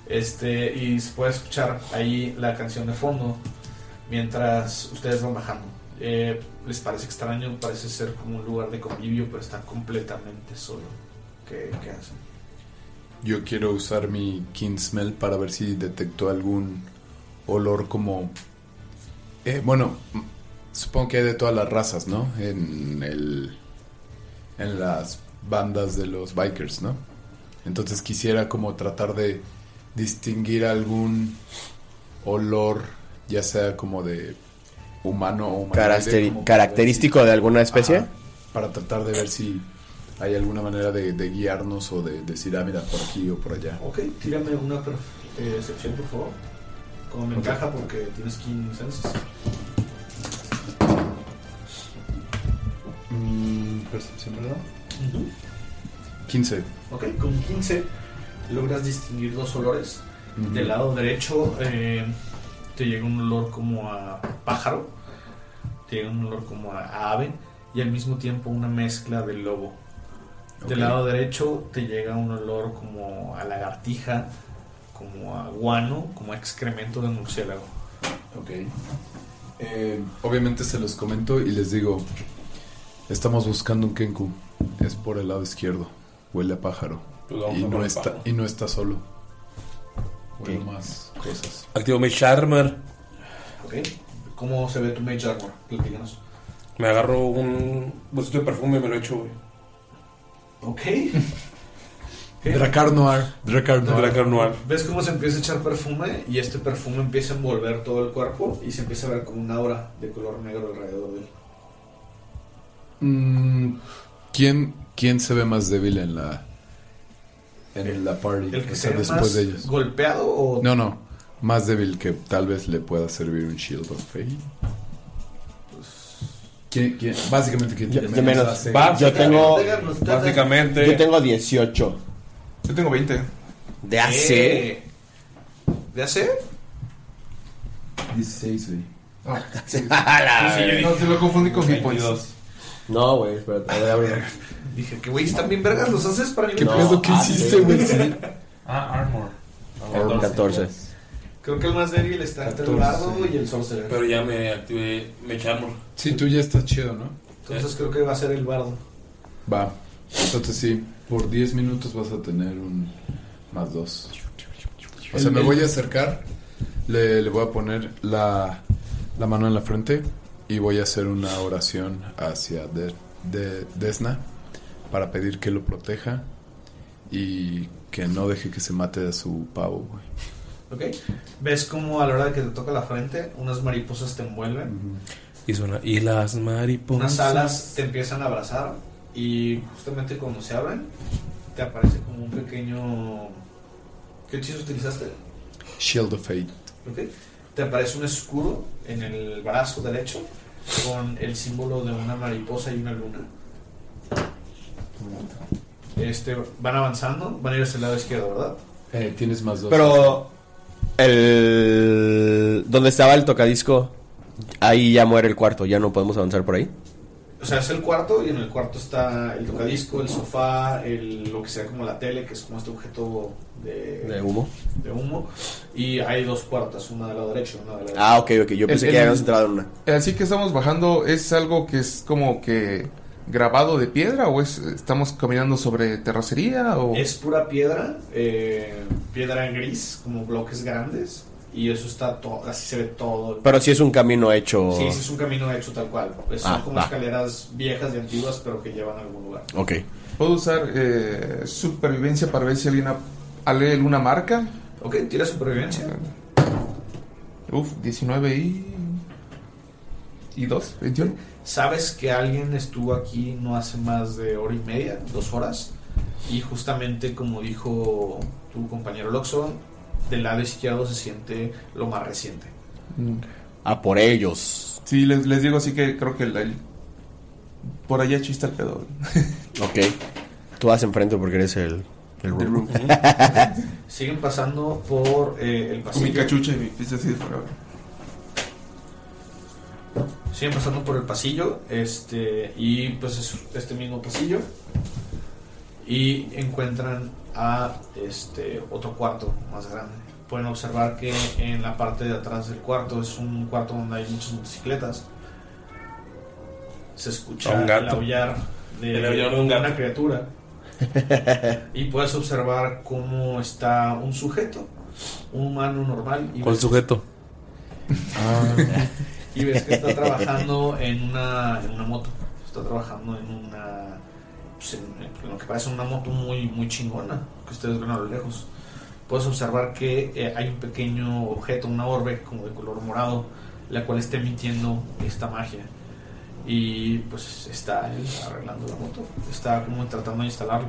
S2: Este, y se puede escuchar ahí la canción de fondo mientras ustedes van bajando. Eh, les parece extraño, parece ser como un lugar de convivio, pero está completamente solo. ¿Qué, qué hacen?
S4: Yo quiero usar mi King Smell para ver si detecto algún olor como... Eh, bueno, m- supongo que hay de todas las razas, ¿no? En, el, en las bandas de los bikers, ¿no? Entonces quisiera como tratar de distinguir algún olor, ya sea como de humano o humanoide,
S3: Caracteri-
S4: como para ver
S3: característico de alguna especie.
S4: para tratar de ver si hay alguna manera de, de guiarnos o de decir, ah, mira, por aquí o por allá.
S2: Ok, tírame una per- eh, excepción, por favor. Con ventaja porque tienes 15 senses.
S4: Mm, percepción, ¿verdad? 15.
S2: Ok, con 15 logras distinguir dos olores.
S4: Ujú.
S2: Del lado derecho eh, te llega un olor como a pájaro, te llega un olor como a, a ave y al mismo tiempo una mezcla de lobo. Del
S21: Ok.
S2: lado derecho te llega un olor como a lagartija, como a guano, como a excremento de murciélago.
S4: Ok. Eh, obviamente se los comento y les digo, estamos buscando un Kenku. Es por el lado izquierdo. Huele a pájaro.
S1: Pues vamos
S4: Y
S1: a por
S4: no,
S1: el
S4: está,
S1: pájaro.
S4: y no está solo. Huele más cosas.
S1: Activo mi Charmer.
S2: Ok. ¿Cómo se ve tu Mage Armor? Platícanos.
S16: Me agarro un bolsito de perfume y me lo echo, güey.
S2: Ok.
S4: Dracar Noir. Dracar Noir.
S2: ¿Ves cómo se empieza a echar perfume? Y este perfume empieza a envolver todo el cuerpo y se empieza a ver como una aura de color negro alrededor de él.
S4: Mm, ¿quién, ¿Quién se ve más débil en la en la party?
S2: el que se
S4: O sea,
S2: ve
S4: después
S2: más
S4: de ellos.
S2: golpeado o-
S4: No, no. Más débil que tal vez le pueda servir un Shield of Fate. ¿Quién, quién? Básicamente, ¿quién
S3: Yo,
S4: tiene
S3: Pues, de menos.
S4: hace-
S3: yo tengo.
S4: Básicamente.
S3: Yo tengo 18.
S11: Yo tengo 20.
S3: ¿De AC?
S2: Eh, ¿De AC?
S10: 16, güey.
S3: [LAUGHS] la
S10: Sí,
S3: verga.
S10: no, te lo confundí con Hit Points.
S3: No, güey, espérate. a ver, a ver.
S2: Dije que güey, están bien vergas los haces para mí.
S3: ¿Qué pedo? ¿Qué hiciste, güey? [LAUGHS] Sí.
S2: Ah, armor.
S3: Armor 14.
S2: Creo que el más débil está este entre el bardo y el sorcerer.
S16: Pero ya me activé, me eché armor.
S4: Sí, tú ya estás chido, ¿no?
S2: Entonces creo que va a ser el bardo.
S4: Va. Entonces sí, por 10 minutos vas a tener un más 2. O sea, me voy a acercar, le, le voy a poner la, la mano en la frente y voy a hacer una oración hacia de, de- Desna para pedir que lo proteja y que no deje que se mate a su pavo, güey.
S2: ¿Ok? ¿Ves cómo a la hora de que te toca la frente, unas mariposas te envuelven?
S16: Y suena. Y las mariposas.
S2: Unas alas te empiezan a abrazar y justamente cuando se abren te aparece como un pequeño... ¿Qué hechizo utilizaste?
S4: Shield of Fate.
S2: ¿Ok? Te aparece un escudo en el brazo derecho con el símbolo de una mariposa y una luna. Este, van avanzando, van a ir hacia el lado izquierdo, ¿verdad?
S4: Eh, tienes más 2.
S3: Pero. El. Donde estaba el tocadisco. Ahí ya muere el cuarto. Ya no podemos avanzar por ahí.
S2: O sea, es el cuarto y en el cuarto está el tocadisco, el sofá, el, lo que sea como la tele, que es como este objeto de,
S3: De humo.
S2: de humo. Y hay dos puertas, una del lado derecho y una del lado
S3: Ah, ok, ok. Yo pensé
S2: El-
S3: que
S2: el-
S3: habíamos entrado en una.
S11: Así que estamos bajando, ¿es algo que es como que grabado de piedra o es estamos caminando sobre terracería o
S2: Es pura piedra, eh, piedra gris, como bloques grandes. Y eso está todo, así se ve todo.
S3: Pero sí es un camino hecho.
S2: Sí, sí es un camino hecho tal cual. Es-
S3: Ah,
S2: son como
S3: va.
S2: escaleras viejas y antiguas, pero que llevan a algún lugar.
S3: Ok.
S11: puedo usar eh, supervivencia para ver si alguien ha- ale alguna marca?
S2: Ok, tira supervivencia.
S11: Uf, 19 y y 2, 21.
S2: Sabes que alguien estuvo aquí no hace más de hora y media, dos horas, y justamente como dijo tu compañero Loxo, del lado izquierdo se siente lo más reciente.
S11: mm,
S3: A por ellos.
S11: Sí, les, les digo así que creo que el- el- por allá chista el
S5: [LAUGHS]
S11: pedo.
S3: Ok. Tú vas enfrente porque eres el. El [LAUGHS] room.
S2: [LAUGHS] Siguen pasando por eh, el
S11: Con mi
S2: pasillo.
S11: cachucha y mi pizza así de fuera.
S2: Siguen pasando por el pasillo, este, y pues es este mismo pasillo. Y encuentran a este otro cuarto más grande. Pueden observar que en la parte de atrás del cuarto es un cuarto donde hay muchas motocicletas. Se escucha
S16: A un gato.
S2: el aullar de,
S16: El aullar de un gato.
S2: una criatura.
S16: [LAUGHS]
S2: y puedes observar cómo está un sujeto, un humano normal. Y
S16: ¿Cuál
S2: ves-
S16: sujeto?
S2: [LAUGHS]
S1: Ah.
S2: y ves que está trabajando en una, en una moto. Está trabajando en una. pues, en, en lo que parece una moto muy, muy chingona. Que ustedes ven a lo lejos. Puedes observar que eh, hay un pequeño objeto, una orbe como de color morado, la cual está emitiendo esta magia. Y pues está él arreglando la moto. Está como tratando de instalarlo.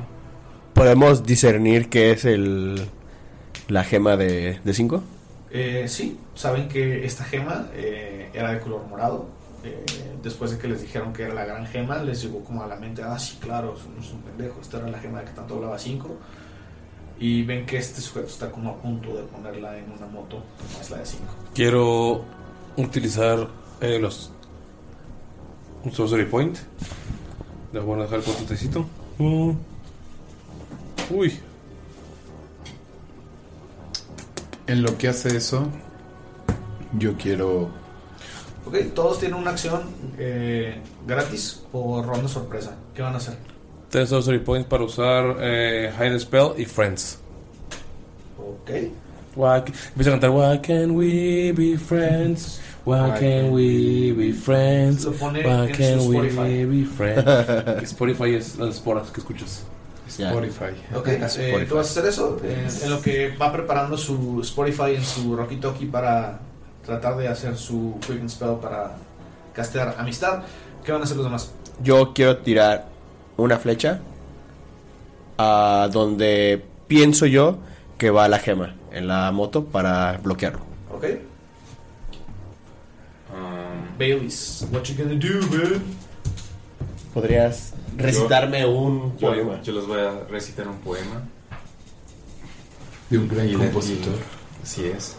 S3: ¿Podemos discernir qué es el. La gema de 5?
S2: Eh, sí, saben que esta gema eh, era de color morado. Eh, después de que les dijeron que era la gran gema, les llegó como a la mente, ah, sí, claro, somos un pendejo, esta era la gema de que tanto hablaba 5. Y ven que este sujeto está como a punto de ponerla en una moto, que no es la de 5.
S16: Quiero utilizar eh, los. Un Sorcery Point. Les voy a dejar con tecito. Mm. Uy.
S4: En lo que hace eso, yo quiero
S2: Ok, todos tienen una acción eh, gratis por ronda sorpresa. ¿Qué van a hacer?
S16: Tres Sorcery Points para usar eh, Hide Spell y Friends.
S2: Ok.
S16: Why ca- Empieza a cantar Why can we be friends?
S1: Why can we be friends?
S22: Lo pone
S1: Why
S22: en
S1: can
S22: su
S1: we
S22: Spotify.
S1: be
S2: [LAUGHS]
S1: friends? Spotify es las esporas que escuchas.
S2: Ok, eh, tú vas a hacer eso eh, en lo que va preparando su Spotify en su Rocky Toki para tratar de hacer su Quick and Spell para castear amistad. ¿Qué van a hacer los demás?
S3: Yo quiero tirar una flecha a donde pienso yo que va la gema en la moto para bloquearlo.
S2: Ok.
S6: Um,
S2: Baileys, what you [LAUGHS] gonna do, man?
S3: ¿Podrías recitarme
S6: Yo-
S3: un
S6: yo-
S3: poema?
S6: Yo les voy a recitar un poema.
S23: De un gran
S6: Y le-
S23: compositor.
S6: y- Así es.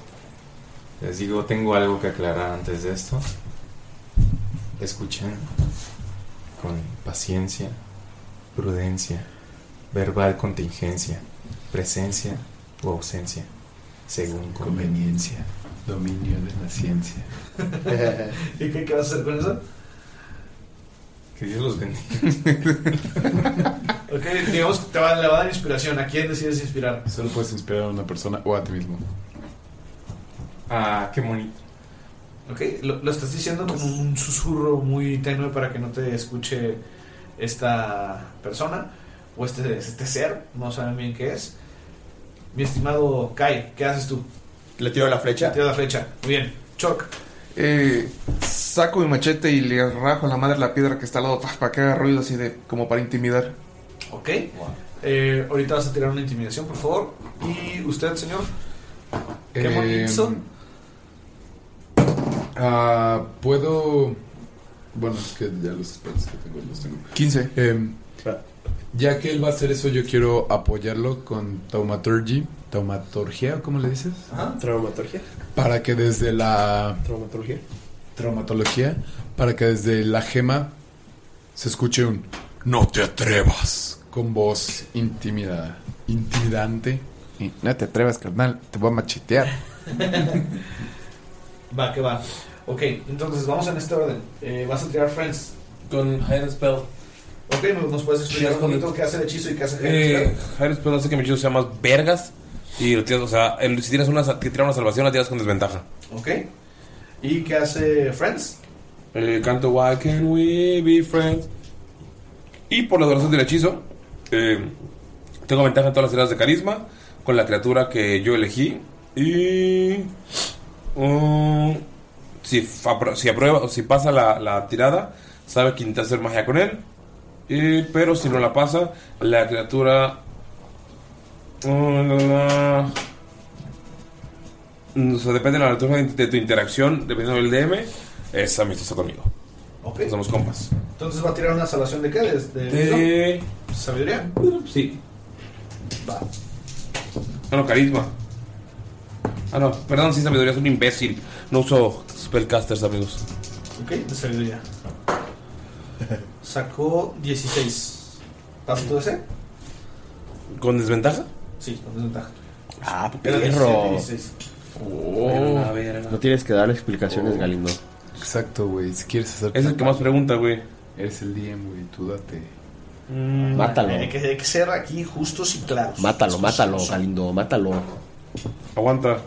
S6: Les digo, tengo algo que aclarar antes de esto. Escuchen con paciencia, prudencia, verbal contingencia, presencia o ausencia, según conveniencia, dominio de la ciencia.
S2: ¿Y qué, qué vas a hacer con eso?
S6: Que Dios los bendiga.
S2: Ok, digamos que te va, le va a dar inspiración. ¿A quién decides inspirar?
S4: Solo puedes inspirar a una persona o a ti mismo.
S6: Ah, qué bonito.
S2: Ok, lo, lo estás diciendo como un susurro muy tenue para que no te escuche esta persona o este, este ser, no saben bien qué es. Mi estimado Kai, ¿qué haces tú?
S3: Le tiro la flecha.
S2: Le tiro la flecha, muy bien. Choc.
S5: Eh, saco mi machete y le rajo a la madre la piedra que está al lado pa- para que haga ruido así de como para intimidar.
S2: Ok. Eh, ahorita vas a tirar una intimidación, por favor. ¿Y usted, señor? ¿Qué
S4: Eh,
S2: bonito?
S4: Ah, Puedo. Bueno, es que ya los spells que tengo los tengo.
S5: 15.
S4: Em, ya que él va a hacer eso, yo quiero apoyarlo con Taumaturgy. Taumaturgia, ¿cómo le dices?
S3: Traumaturgia.
S4: Para que desde la.
S3: Traumaturgia.
S4: Traumatología. Para que desde la gema se escuche un. No te atrevas. Con voz intimidada. Intimidante. Y, no te atrevas, carnal. Te voy a [LAUGHS] machetear.
S2: Va, que va. Ok, entonces vamos en este orden. Eh, vas a tirar Friends. Con Hidden Spell. Ok, ¿nos, nos puedes explicar un poquito qué hace el hechizo y qué hace el Hidden
S1: Eh,
S2: Spell?
S1: Jairo Espejo hace que mi hechizo sea más vergas. Y lo tiras, o sea, el- si tienes una, sa- que tira una salvación, la tiras con desventaja.
S2: Ok. ¿Y qué hace Friends?
S1: Eh, canto Why Can We Be Friends. Y por las gracias del hechizo, eh, tengo ventaja en todas las tiradas de carisma con la criatura que yo elegí. Y. um, si, fa- si aprueba o si pasa la, la tirada, sabe que intenta hacer magia con él. Y- pero si no la pasa, la criatura. uh, la, la, Mm, o sea, depende de la naturaleza de, de tu interacción, dependiendo del DM, es amistoso conmigo. Pues
S2: Ok.
S1: Somos compas.
S2: Entonces va a tirar una salvación de qué? ¿De,
S1: De-
S2: wisdom? sabiduría?
S1: Sí.
S2: Va.
S1: Ah, no, carisma. Ah, no, perdón, sí, sabiduría, es un imbécil. No uso spellcasters, amigos.
S2: Ok, de sabiduría. Sacó 16. ¿Pasas tú ese?
S1: ¿Con desventaja?
S2: Sí, con desventaja.
S3: Ah,
S2: Era
S3: perro.
S2: 16.
S3: Oh. No tienes que darle explicaciones, Galindo.
S4: Exacto, güey. Si quieres hacer.
S3: Es el que más
S1: pregunta, güey.
S4: Eres el DM, güey. Tú date.
S3: Mátalo.
S2: Mm, Hay que, hay que ser aquí justos y claros.
S3: Mátalo, mátalo, Galindo, mátalo.
S1: Aguanta.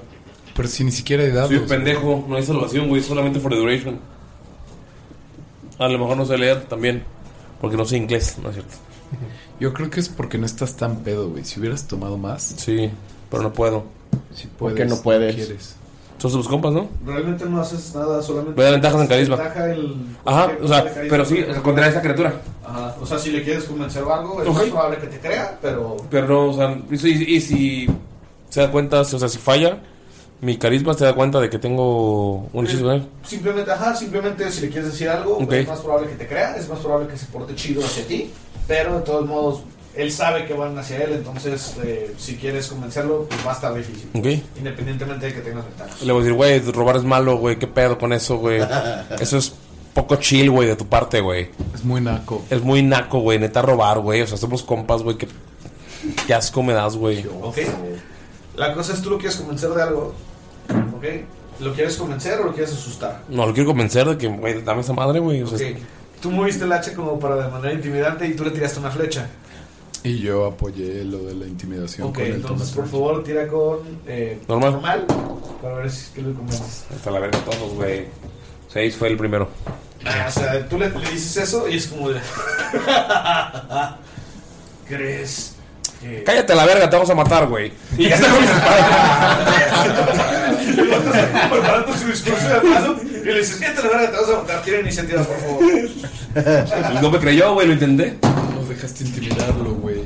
S4: Pero si ni siquiera he dado.
S1: Soy un pendejo, no hay salvación, güey, solamente for the duration. A lo mejor no sé leer también, porque no sé inglés, ¿no es cierto?
S4: Yo creo que es porque no estás tan pedo, güey. Si hubieras tomado más.
S1: Sí, pero no puedo.
S4: Si
S1: ¿Por
S4: puedes.
S1: qué no puedes?
S4: quieres.
S1: Son sus compas, ¿no?
S2: Realmente no haces nada, solamente.
S1: Voy a dar ventajas en carisma.
S2: Ventaja el-
S1: Ajá,
S2: el-
S1: o sea,
S2: el carisma.
S1: pero sí, contra esa criatura.
S2: Ajá, o sea, si le quieres convencer o algo, es
S1: Ok.
S2: más probable que te crea, pero.
S1: Pero no, o sea, y, si- y si se da cuenta, o sea, si falla, mi carisma se da cuenta de que tengo un hechizo con él.
S2: Simplemente, ajá, simplemente si le quieres decir algo,
S1: Ok.
S2: es más probable que te crea, es más probable que se porte chido hacia ti, pero de todos modos, él sabe que van hacia él, entonces eh, si quieres convencerlo, pues va a estar difícil.
S1: Ok.
S2: Independientemente de que tengas ventajas.
S1: Le voy a decir, güey, robar es malo, güey, qué pedo con eso, güey. Eso es poco chill, güey, de tu parte, güey.
S4: Es muy naco.
S1: Es muy naco, güey, neta robar, güey. O sea, somos compas, güey, qué, qué asco me das, güey.
S2: Ok. La cosa es tú lo quieres convencer de algo, ¿ok? ¿Lo quieres convencer o lo quieres asustar?
S1: No, lo quiero convencer de que, güey, dame esa madre, güey. O sea,
S2: Ok. Tú moviste el hacha como para de manera intimidante y tú le tiraste una flecha.
S4: Y yo apoyé lo de la intimidación
S2: Ok,
S4: con el
S2: entonces por
S4: tomate.
S2: favor tira con eh,
S16: Normal.
S2: para ver si es que lo convences.
S16: Hasta la verga todos, güey. Seis fue el primero.
S2: Ah, o sea, tú le, le dices eso y es como de. [LAUGHS] ¿Crees? que-
S16: Cállate a la verga, te vamos a matar, güey. Y ya está con
S2: [LAUGHS] Preparando su discurso de atraso y le dices, cállate la verga, te vas a votar. Tira iniciativa, por favor.
S16: No me creyó, güey, lo intenté.
S4: Nos dejaste intimidarlo, güey.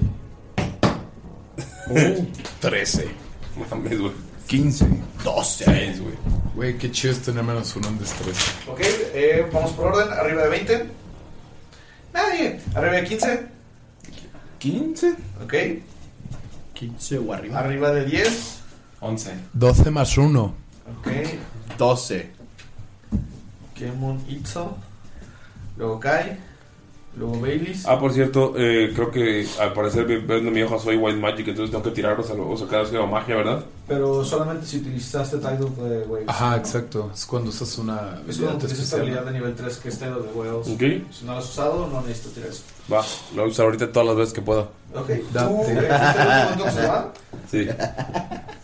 S16: Uh, 13. Mames, güey.
S4: 15.
S16: 12. güey.
S4: Güey, qué chido es tener menos uno en destreza.
S2: Ok, eh, vamos por orden. Arriba de 20. Nadie. Arriba de 15.
S18: 15.
S2: Ok. 15 o arriba. Arriba de 10.
S18: 11.
S4: 12 más 1.
S2: Ok.
S3: 12.
S2: Kemon Itzo. Luego Kai. Luego Baileys.
S16: Ah, por cierto, eh, creo que al parecer vi- viendo mi hoja soy White Magic, entonces tengo que tirarlos a lo- o sacar así magia, ¿verdad?
S2: Pero solamente si utilizaste Tide of the Waves.
S4: Ajá, exacto. Es cuando usas una
S2: Es cuando
S4: habilidad
S2: utilizas tu
S4: especial.
S2: habilidad de nivel 3 que es Tide of the Waves.
S16: Ok.
S2: Si no la has usado, no necesitas tirar eso.
S16: Va, lo voy a usar ahorita todas las veces que pueda.
S2: Ok. ¿Tú eh,
S16: [LAUGHS]
S2: fuiste el último en observar?
S16: Sí.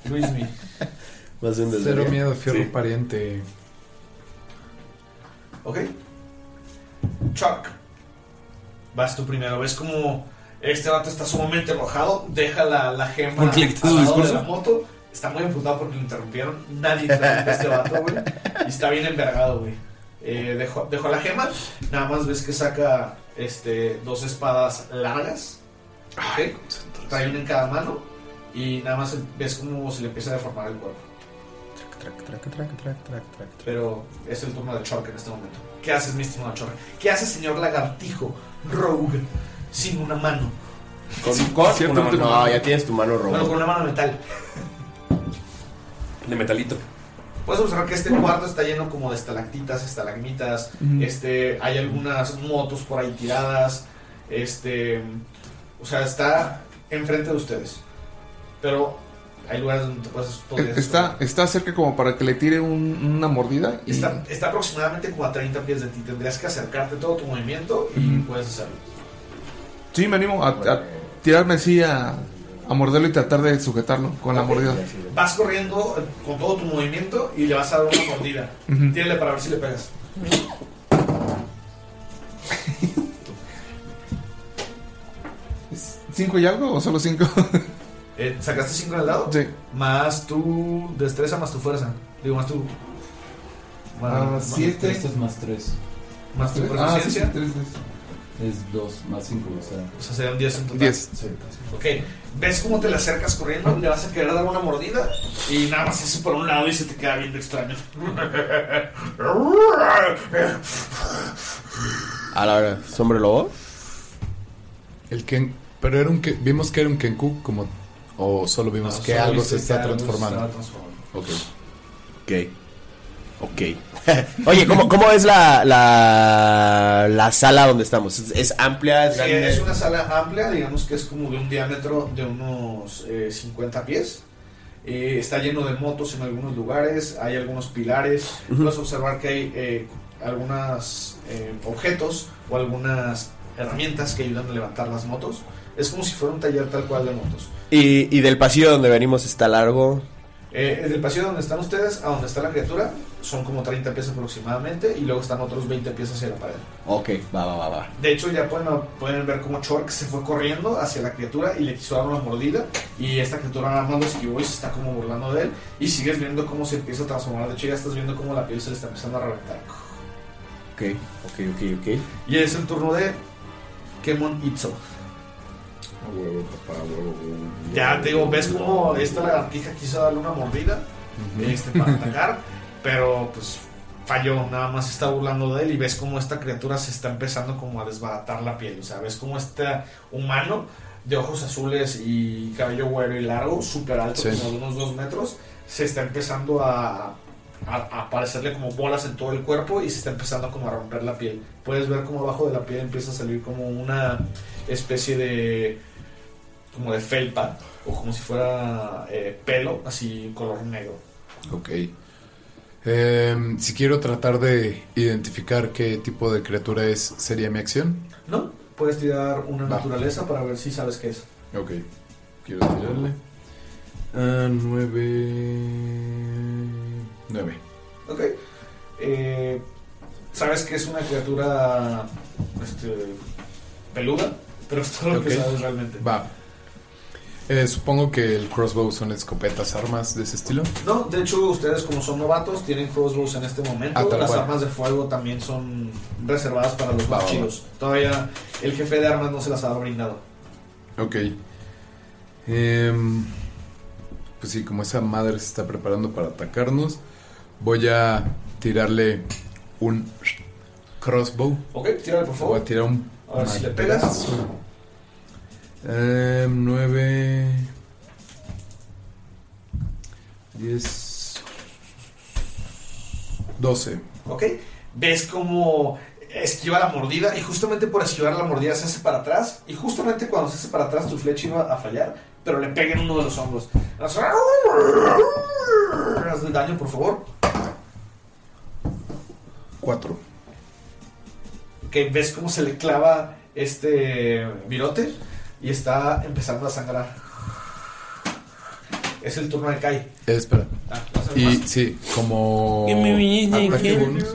S2: Luismi.
S4: Cero miedo, fierro
S2: Sí.
S4: pariente.
S2: Ok. Chuck. Vas tú primero. Ves como este vato está sumamente enojado. Deja la, la gema
S16: ¿Por qué le quitas
S2: al
S16: su
S2: lado de
S16: discurso?
S2: la moto. Está muy emputado porque lo interrumpieron. Nadie interrumpe a este vato, güey. Y está bien envergado, güey. Eh, dejó, dejó la gema. Nada más ves que saca este, dos espadas largas. Ok. Trae una en cada mano. Y nada más ves cómo se le empieza a deformar el cuerpo. Pero es el turno de Chork en este momento. ¿Qué haces, mi estimado Chork? ¿Qué hace, señor lagartijo rogue sin una mano?
S16: Con, con
S3: Cierto,
S16: una
S3: tú-
S16: mano.
S3: no, ya tienes tu mano
S2: Bueno, con
S3: robada.
S2: una mano de metal.
S16: De metalito.
S2: Puedes observar que este cuarto está lleno como de estalactitas, estalagmitas.
S16: Ujú.
S2: Este, hay algunas motos por ahí tiradas. Este, o sea, está enfrente de ustedes. Pero hay lugares donde te puedes podrías
S5: Eh, Está, está cerca como para que le tire un- una mordida. Y
S2: Está, está aproximadamente como a 30 pies de ti. Tendrías que acercarte todo tu movimiento y puedes hacerlo.
S5: Sí, me animo a, a tirarme así a, a morderlo y tratar de sujetarlo con la mordida.
S2: Vas corriendo eh, con todo tu movimiento y le vas a dar una mordida.
S5: Ujú.
S2: Tírale para ver si le pegas.
S5: ¿Cinco y algo o solo cinco? [LAUGHS]
S2: Eh, ¿Sacaste 5 en el dado?
S5: Sí.
S2: Más tu destreza, más tu fuerza. Digo, más tu.
S5: Ah,
S2: más-
S5: siete.
S2: Esto es más
S18: 3.
S2: Más tu
S5: Tres. Ah, sí,
S2: presencia.
S5: tres, tres.
S18: Es 2 más 5, o sea.
S2: O sea, serían 10 en total.
S5: 10.
S2: Ok, ves cómo te le acercas corriendo, le vas a querer dar una mordida y nada más eso por un lado y se te queda viendo
S5: [LAUGHS]
S2: extraño.
S3: A la hora, ¿sombre lobo?
S4: El Ken. Pero era un que, vimos que era un Kenku como. O solo vimos
S2: No,
S4: que
S2: Ah, solo
S4: algo
S2: viste
S4: se
S2: que
S4: está
S2: algo se
S4: transformando.
S2: estaba transformando.
S4: Ok.
S3: Ok. Ok. [LAUGHS] Oye, ¿cómo, cómo es la, la, la sala donde estamos? ¿Es, es amplia? ¿Es
S2: Sí,
S3: grande?
S2: es una sala amplia, digamos que es como de un diámetro de unos eh, 50 pies. Eh, está lleno de motos en algunos lugares, hay algunos pilares. Puedes observar que hay eh, algunos objetos o algunas herramientas que ayudan a levantar las motos. Es como si fuera un taller tal cual de motos.
S3: Y, y del pasillo donde venimos está largo.
S2: Eh, desde el pasillo donde están ustedes a donde está la criatura son como 30 pies aproximadamente y luego están otros 20 pies hacia la pared.
S3: Ok, va, va, va, va.
S2: De hecho, ya pueden, pueden ver cómo Chork se fue corriendo hacia la criatura y le quiso dar una mordida. Y esta criatura nada más lo esquivó y se está como burlando de él. Y sigues viendo cómo se empieza a transformar. De hecho, ya estás viendo cómo la piel se le está empezando a reventar.
S3: Ok, ok, ok, ok.
S2: Y es el turno de Kemon Itzo. Ya te digo, ves cómo esta lagartija quiso darle una mordida
S8: Ujú.
S2: este, para atacar, pero pues falló, nada más se está burlando de él y ves cómo esta criatura se está empezando como a desbaratar la piel, o sea, ves cómo este humano de ojos azules y cabello güero y largo, súper alto,
S4: Sí.
S2: como de unos dos metros, se está empezando a, a, a aparecerle como bolas en todo el cuerpo y se está empezando como a romper la piel. Puedes ver como abajo de la piel empieza a salir como una especie de como de felpa o como si fuera eh, pelo así color negro.
S4: Ok. Em, si quiero tratar de identificar qué tipo de criatura es, ¿sería mi acción?
S2: No, Puedes tirar una
S4: Va.
S2: naturaleza para ver si sabes qué es.
S4: Ok. Quiero tirarle. Ah, 9. 9.
S2: Ok. Eh, sabes que es una criatura este, peluda, pero es todo lo que
S4: Ok.
S2: sabes realmente.
S4: Va. Eh, supongo que el crossbow son escopetas, armas de ese estilo.
S2: No, de hecho, ustedes como son novatos tienen crossbows en este momento.
S4: Ah, tal
S2: Las
S4: cual.
S2: armas de fuego también son reservadas para los
S4: Va,
S2: más
S4: va, va.
S2: chidos. Todavía el jefe de armas no se las ha brindado.
S4: Ok. Em, pues sí, como esa madre se está preparando para atacarnos, voy a tirarle un crossbow.
S2: Ok, tírale por favor.
S4: Voy a tirar un.
S2: A ver si le pegas.
S4: Em, 9. 10. 12.
S2: ¿ok? Ves como esquiva la mordida y justamente por esquivar la mordida se hace para atrás y justamente cuando se hace para atrás tu flecha iba a fallar, pero le pega en uno de los hombros. Haz hazle daño, por favor.
S4: 4.
S2: Que ves cómo se le clava este virote y está empezando a sangrar. Es el turno de Kai.
S4: Eh, espera.
S2: Ah, vas a ver
S4: y
S2: más.
S4: sí, como.
S2: Que me viene,
S4: ataque
S2: que-
S4: bonus.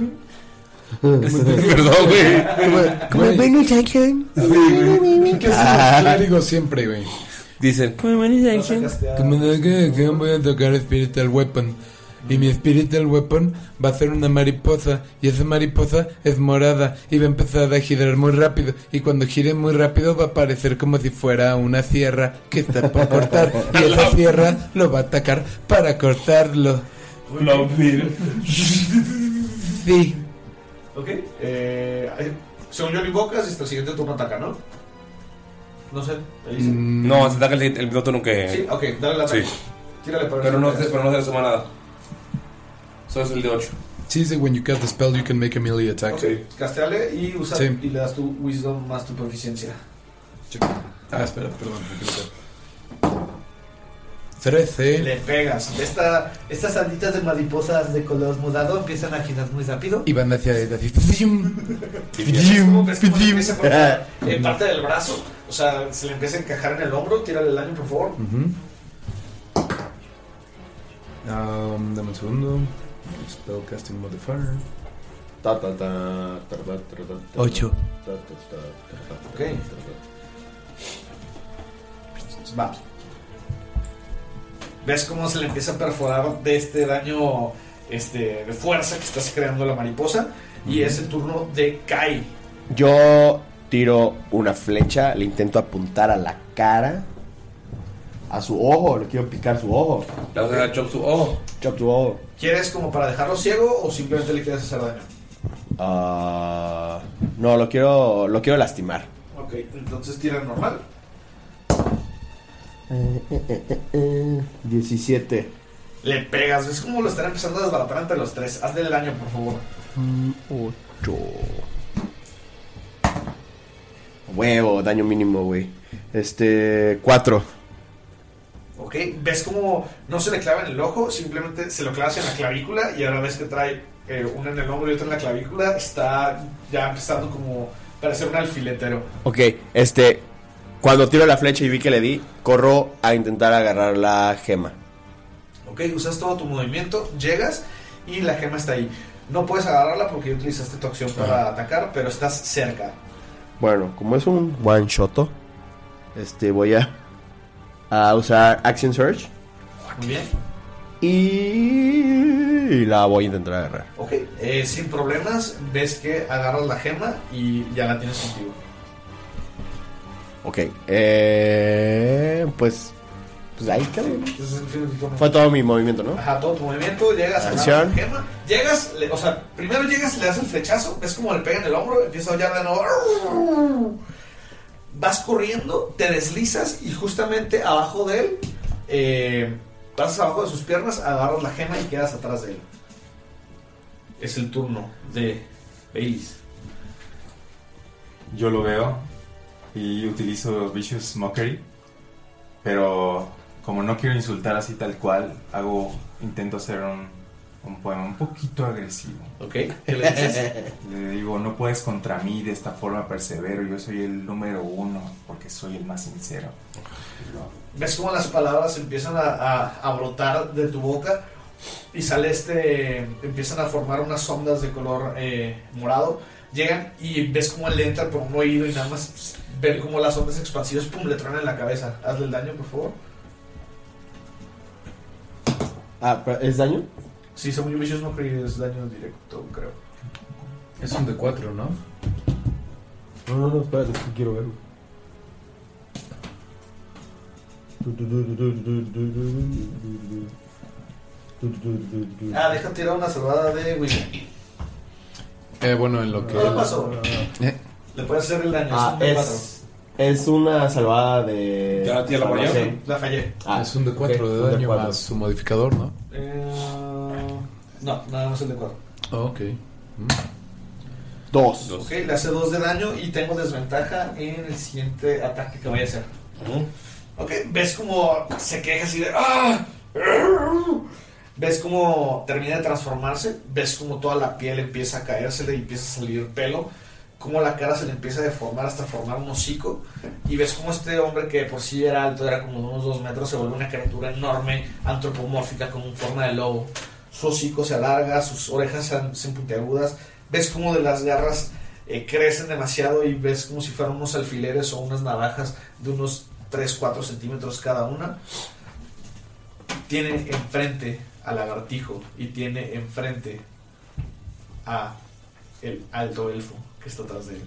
S4: [LAUGHS]
S24: Perdón, güey.
S4: Güey, Pues, ¿Qué hacen los clérigos siempre, güey?
S1: Dicen.
S4: Como no que acción voy a atacar Spiritual Weapon. Y mi Spiritual Weapon va a ser una mariposa. Y esa mariposa es morada. Y va a empezar a girar muy rápido. Y cuando gire muy rápido va a parecer como si fuera una sierra que está por cortar. Y esa sierra lo va a atacar para cortarlo.
S1: Lo miro.
S4: Sí.
S2: Ok. Eh, según yo lo invocas y hasta el siguiente turno ataca, ¿no? No sé. ahí dice.
S4: Mm,
S1: No, se ataca el, el piloto nunca. eh.
S2: Sí, ok, dale la
S1: Sí.
S2: Tírale para ver
S1: Pero
S2: si
S1: no,
S2: pegas.
S1: se- pero no se le suma nada. Solo es el de 8.
S4: Sí, dice, when you cast the spell you can make a melee attack.
S2: Casteale y usa
S4: Sí.
S2: y le das tu wisdom más tu proficiencia.
S4: Ah, espera, perdón. 13.
S2: Le pegas. Esta, estas alitas de mariposas de color mudado empiezan a girar muy rápido.
S4: Y van hacia él así.
S2: Empieza por la- en parte del brazo. O sea, se le empieza a encajar en el hombro. Tírale el daño, por favor.
S4: Ujú. Um, dame un segundo. Spellcasting modifier.
S6: Ta, ta, ta, ta, ta, ta, ta, ta,
S4: Ocho.
S6: ta, ta, ta, ta, ta,
S2: Ok.
S6: ta, ta.
S2: Va. ¿Ves cómo se le empieza a perforar de este daño este, de fuerza que estás creando la mariposa? Y
S3: Ujú.
S2: es el turno de Kai.
S3: Yo tiro una flecha, le intento apuntar a la cara, a su ojo, le quiero picar su ojo.
S1: Le vas a dar chop su ojo.
S3: Chop su ojo.
S2: ¿Quieres como para dejarlo ciego o simplemente le quieres hacer daño?
S3: Ah, no, lo quiero, lo quiero lastimar.
S2: Ok, entonces tira normal.
S3: 17.
S2: Le pegas, ¿ves cómo lo están empezando a desbaratar entre los tres? Hazle el daño, por favor.
S3: 8. Huevo, daño mínimo, güey. Este, 4.
S2: Ok, ves cómo no se le clava en el ojo, simplemente se lo clavas en la clavícula y ahora ves que trae eh, una en el hombro y otra en la clavícula. Está ya empezando como para ser un alfiletero.
S3: Ok, este, cuando tiro la flecha y vi que le di, corro a intentar agarrar la gema.
S2: Ok, usas todo tu movimiento, llegas y la gema está ahí. No puedes agarrarla porque ya utilizaste tu acción para atacar, pero estás cerca.
S3: Bueno, como es un one shot, este voy a, a usar Action Search
S2: Muy bien.
S3: y la voy a intentar agarrar.
S2: Ok, eh, sin problemas, ves que agarras la gema y ya la tienes contigo.
S3: Ok, eh, pues, pues ahí quedó.
S2: Entonces, en fin, como-
S3: Fue todo mi movimiento, ¿no?
S2: Ajá, todo tu movimiento, llegas, agarras la
S3: Acción.
S2: gema, llegas, le- o sea, primero llegas, le das el flechazo, ves como le pega en el hombro, empieza a hollar de nuevo. Vas corriendo, te deslizas y justamente abajo de él, eh, pasas abajo de sus piernas, agarras la gema y quedas atrás de él. Es el turno de Baileys.
S6: Yo lo veo y utilizo Vicious Mockery, pero como no quiero insultar así tal cual, hago intento hacer un
S18: un poema un poquito agresivo.
S2: Ok, ¿qué le dices?
S18: [LAUGHS] Le digo, no puedes contra mí de esta forma, persevero. Yo soy el número uno porque soy el más sincero.
S2: ¿Ves cómo las palabras empiezan a, a- a brotar de tu boca? Y sale este. Empiezan a formar unas ondas de color eh, morado. Llegan y ves cómo él entra por un oído y nada más pss, ver cómo las ondas expansivas pum, le traen en la cabeza. Hazle el daño, por favor.
S3: Ah, pero ¿es daño?
S2: Sí, según yo, Vicious Mockery es daño directo, creo.
S10: Es un de 4, ¿no?
S25: No, Ah, no, no, espérate, es que quiero verlo.
S2: Ah, deja tirar una salvada de William.
S4: Eh, bueno, en lo
S2: No lo pasó. Le puedes hacer el daño.
S3: Ah,
S2: un de cuatro.
S3: es, es una salvada de. Ah.
S4: ¿Ya la tía la
S3: no
S4: falló?
S3: sé.
S2: La fallé.
S4: es un de 4
S3: ok,
S4: de
S3: un
S4: daño
S3: cuatro.
S4: más su modificador, ¿no?
S2: Eh, no, nada más el de 4.
S4: Ah, ok. Mm.
S3: Dos.
S2: Ok, le hace 2 de daño y tengo desventaja en el siguiente ataque que voy a hacer. Ok, ves como se queja así de. ¡Ah! Ves como termina de transformarse, ves como toda la piel empieza a caérsele y empieza a salir pelo, como la cara se le empieza a deformar hasta formar un hocico, y ves como este hombre que de por sí era alto, era como de unos dos metros, se vuelve una criatura enorme, antropomórfica, con forma de lobo. Su hocico se alarga, sus orejas se- se puntiagudas, ves como de las garras eh, crecen demasiado y ves como si fueran unos alfileres o unas navajas de unos 3-4 centímetros cada una tiene enfrente al lagartijo y tiene enfrente a el alto elfo que está atrás de él.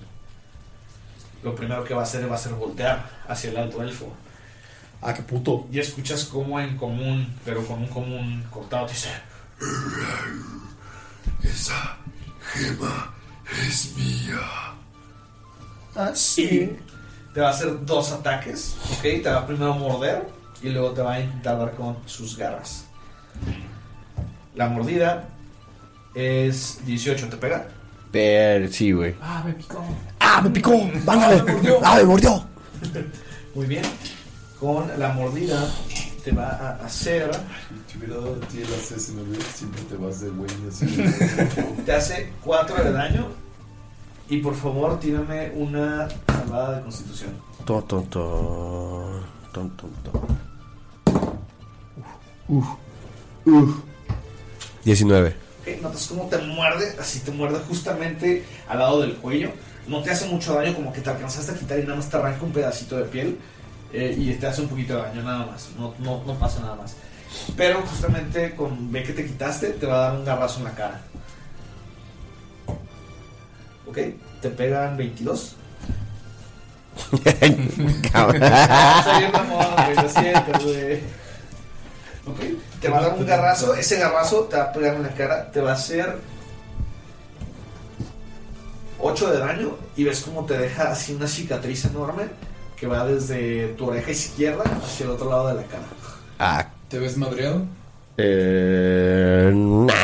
S2: Lo primero que va a hacer va a ser voltear hacia el alto elfo.
S25: Ah, qué puto.
S2: Y escuchas como en común, pero con un común cortado, te dice...
S8: Esa gema es mía.
S25: Ah,
S2: Así. Te va a hacer dos ataques, ¿ok? Te va primero a morder y luego te va a intentar dar con sus garras. La mordida es 18, ¿te pega?
S3: Per, sí, güey.
S2: Ah, me picó.
S3: ¡Ah, me picó! ¡Vándale! ¡Ah, me mordió!
S2: Muy bien. Con la mordida te va a hacer.
S10: Te hubiera dado a ti el asesino, güey, Siempre te vas de güey así.
S2: [LAUGHS] Te hace 4 de daño. Y por favor, tírame una salvada de constitución.
S3: Ton, ton, ton. Ton, ton, ton.
S25: Uf. Uf.
S3: 19.
S2: Ok, Notas cómo te muerde, así te muerde justamente al lado del cuello. No te hace mucho daño, como que te alcanzaste a quitar y nada más te arranca un pedacito de piel. eh, y te hace un poquito de daño, nada más. No, no, no pasa nada más. Pero justamente con ve que te quitaste, te va a dar un garrazo en la cara. Ok, te pegan 22. [LAUGHS]
S3: Cabrón.
S2: Soy un mamón, güey, lo siento, güey. Ok, te va a dar un garrazo. Ese garrazo te va a pegar en la cara. Te va a hacer 8 de daño. Y ves cómo te deja así una cicatriz enorme que va desde tu oreja izquierda hacia el otro lado de la cara.
S3: Ah.
S4: ¿Te ves madreado?
S3: Eh. nah.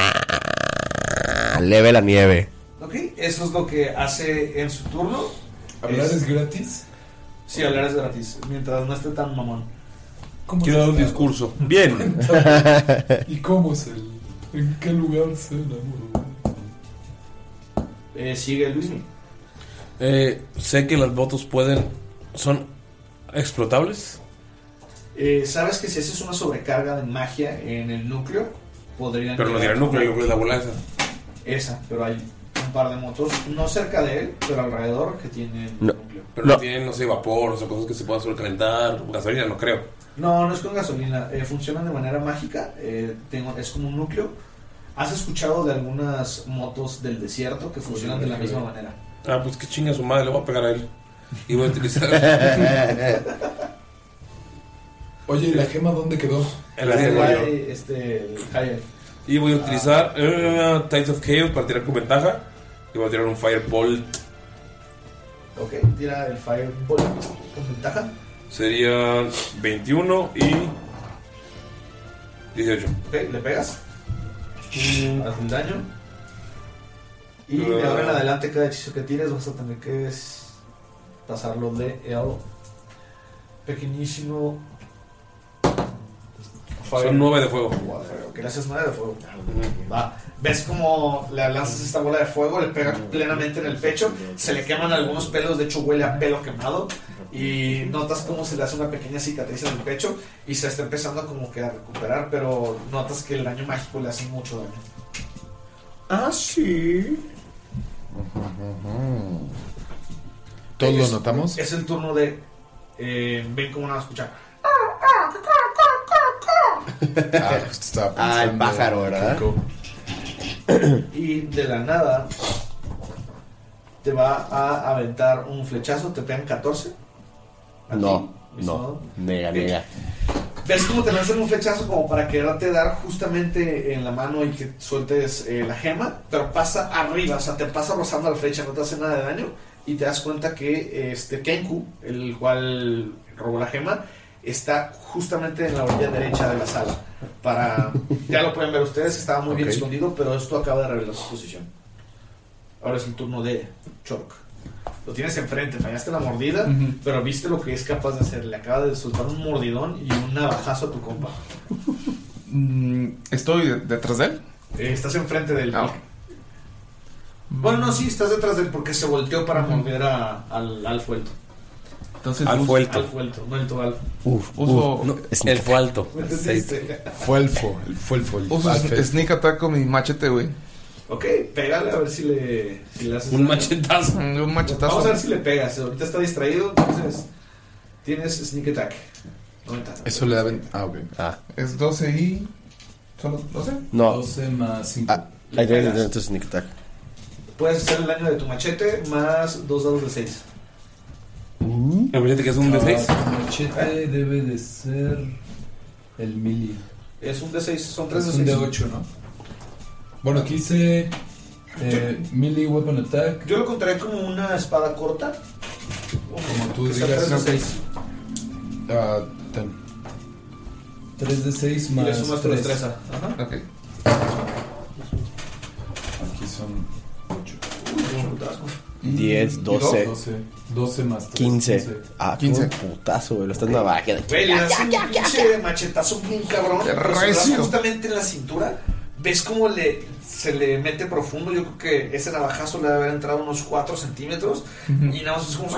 S3: Leve la nieve.
S2: Ok, eso es lo que hace en su turno.
S10: ¿Hablar es gratis?
S2: Sí, hablar es gratis. Mientras no esté tan mamón.
S16: Quiero dar un discurso. Bien.
S10: [LAUGHS]
S16: [LAUGHS]
S10: ¿Y cómo es el? ¿En qué lugar se enamoró?
S2: Eh, sigue Luismi.
S16: Eh, sé que las votos pueden. ¿Son explotables?
S2: Eh, Sabes que si haces una sobrecarga de magia en el núcleo, podrían.
S16: Pero no
S2: llegar-
S16: dirá el núcleo, el núcleo es la bola esa.
S2: Esa, pero hay un par de motos, no cerca de él, pero alrededor que tienen. No,
S16: Pero no. tienen, no sé, vapor, o sea, cosas que se puedan sobrecalentar. Gasolina, no creo.
S2: no, es con gasolina, eh, funcionan de manera mágica, eh, tengo- es como un núcleo. ¿Has escuchado de algunas motos del desierto que funcionan de la misma manera?
S16: Ah, pues qué chinga su madre, le voy a pegar a él. Y voy a utilizar.
S10: Oye, ¿y la gema dónde quedó?
S16: El área del hoyo.
S2: Este, el Hyatt.
S16: Y voy a utilizar eh, Tides of Chaos para tirar con ventaja. Y voy a tirar un Fireball.
S2: Ok, tira el Fireball con ventaja.
S16: Serían 21 y 18.
S2: Ok, le pegas.
S18: Mm,
S2: Haz un daño. Y de ahora en adelante, cada hechizo que tires vas a tener que es- pasarlo de el pequeñísimo
S16: Son nueve de fuego.
S2: Wow, Gracias, nueve de fuego. Va. ¿Ves cómo le lanzas esta bola de fuego? Le pega plenamente en el pecho. Se le queman algunos pelos. De hecho, huele a pelo quemado. Y notas cómo se le hace una pequeña cicatriz en el pecho. Y se está empezando como que a recuperar. Pero notas que el daño mágico le hace mucho daño.
S8: Ah, sí.
S4: ¿Todos lo
S2: Es-
S4: notamos?
S2: Es el turno de. eh, ven cómo nada escuchar.
S4: Ah, justo estaba
S3: Ah, el
S4: pensando,
S3: pájaro, ¿verdad?
S4: Kiko.
S2: Y de la nada te va a aventar un flechazo, te pegan 14.
S3: No, no. Nega, nega.
S2: ¿Ves cómo te lanzan un flechazo como para quererte dar justamente en la mano y que sueltes eh, la gema? Pero pasa arriba, o sea, te pasa rozando la flecha, no te hace nada de daño. Y te das cuenta que este Kenku, el cual robó la gema, está justamente en la orilla derecha de la sala. Para, ya lo pueden ver ustedes, estaba muy bien
S4: Ok.
S2: escondido, pero esto acaba de revelar su posición. Ahora es el turno de Chork. Lo tienes enfrente, fallaste la mordida,
S4: Ujú.
S2: pero viste lo que es capaz de hacer. Le acaba de soltar un mordidón y un navajazo a tu compa.
S5: Mm, ¿Estoy de- detrás de él?
S2: Eh, estás enfrente del.
S5: Ah, ok.
S2: Bueno, no, sí, estás detrás de él porque se volteó para morder a- al, al fuelto.
S5: Entonces,
S16: Al
S2: uso-
S16: fuelto.
S2: Al fuelto, no el toal.
S3: Uf,
S5: Uso-
S16: No, el falto.
S2: ¿Me entendiste?
S4: Fuelfo, el fuelfo. el
S5: Uso
S4: alfe.
S5: sneak attack con mi machete, güey.
S2: Ok, pégale a ver si le, si le haces.
S5: Un
S2: daño.
S5: machetazo. Mm, un machetazo.
S2: Vamos a ver si le pegas. Ahorita está distraído, entonces. Tienes sneak attack. 90.
S4: Eso le da... ven- Ah, ok.
S5: Es 12 y. ¿Solo 12?
S3: No.
S4: 12 más 5.
S3: Ah, ahí tienes que tener tu sneak attack.
S2: Puedes hacer el daño de tu machete más dos dados de 6.
S16: El machete que es un D6.
S2: machete
S10: debe Ah, de ser el mili.
S2: Es un D6, son tres
S10: Es
S2: D6.
S10: un D8, ¿no? Bueno, aquí hice eh, melee weapon attack.
S2: Yo lo contraé como una espada corta. Como
S10: tú digas.
S2: 3 de 6.
S10: Ah, ten. 3 de 6
S2: Y
S10: más.
S2: le sumas tu
S10: tres.
S2: destreza. Ajá.
S4: [LAUGHS]
S5: Ok.
S10: Aquí son 8.
S3: 10, 12,
S10: 12. 12 más 3.
S3: 15. Ah, 15. Putazo, güey. Lo estás navajeando.
S2: Güey, le das un pinche machetazo bien cabrón.
S3: Qué
S2: pero se lo da
S3: recio.
S2: Justamente en la cintura. ¿Ves cómo le, se le mete profundo? Yo creo que ese navajazo le debe haber entrado unos 4 centímetros. Y nada más es como.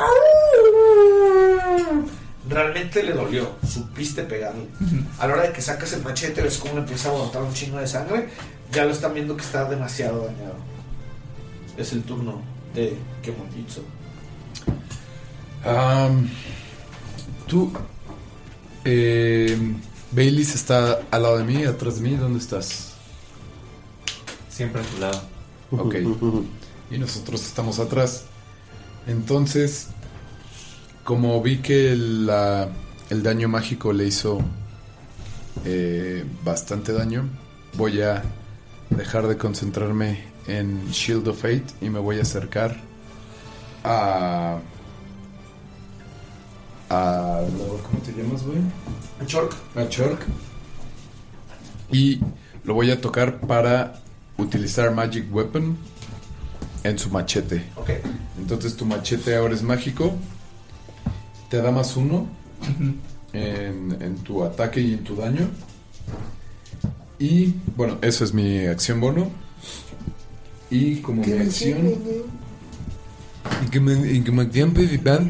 S2: Realmente le dolió. Supiste pegarle. A la hora de que sacas el machete, ves cómo le empieza a botar un chingo de sangre. Ya lo están viendo que está demasiado dañado. Es el turno de Kemojitsu.
S4: Am, tú... Eh, Baileys está al lado de mí, atrás de mí. ¿Dónde estás?
S18: Siempre a tu lado.
S4: Ok. Y nosotros estamos atrás. Entonces, como vi que la- el daño mágico le hizo eh, bastante daño, voy a dejar de concentrarme en Shield of Fate y me voy a acercar a... a ¿Cómo te llamas, güey?
S2: A Chork.
S4: A Chork. Y lo voy a tocar para utilizar Magic Weapon en su machete.
S2: Ok.
S4: Entonces tu machete ahora es mágico. Te da más uno en, en tu ataque y en tu daño. Y bueno, eso es mi acción bono. Y como mi acción... Y que me, y que me acción principal,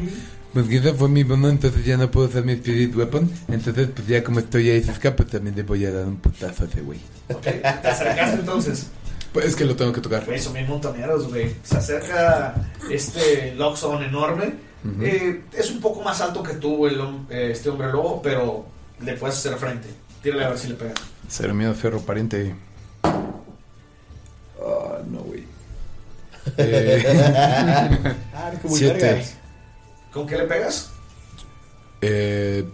S4: pues que esa fue mi bono, entonces ya no puedo usar mi Spirit Weapon. Entonces, pues ya como estoy ahí cerca, pues también le voy a dar un putazo a ese güey.
S2: ¿Te acercaste entonces?
S4: Pues es que lo tengo que tocar.
S2: Güey, son bien montoneros, güey. Se acerca este Loxon enorme.
S4: Ujú.
S2: Eh, es un poco más alto que tú, el, hom- eh, este hombre lobo, pero le puedes hacer frente. Tírale a ver si le pega.
S4: Cero miedo, ferro, pariente. Ah,
S2: [LAUGHS]
S4: no, güey. Eh,
S2: Ah, qué muy
S4: siete.
S2: vergas. ¿Con qué le pegas?
S4: Eh,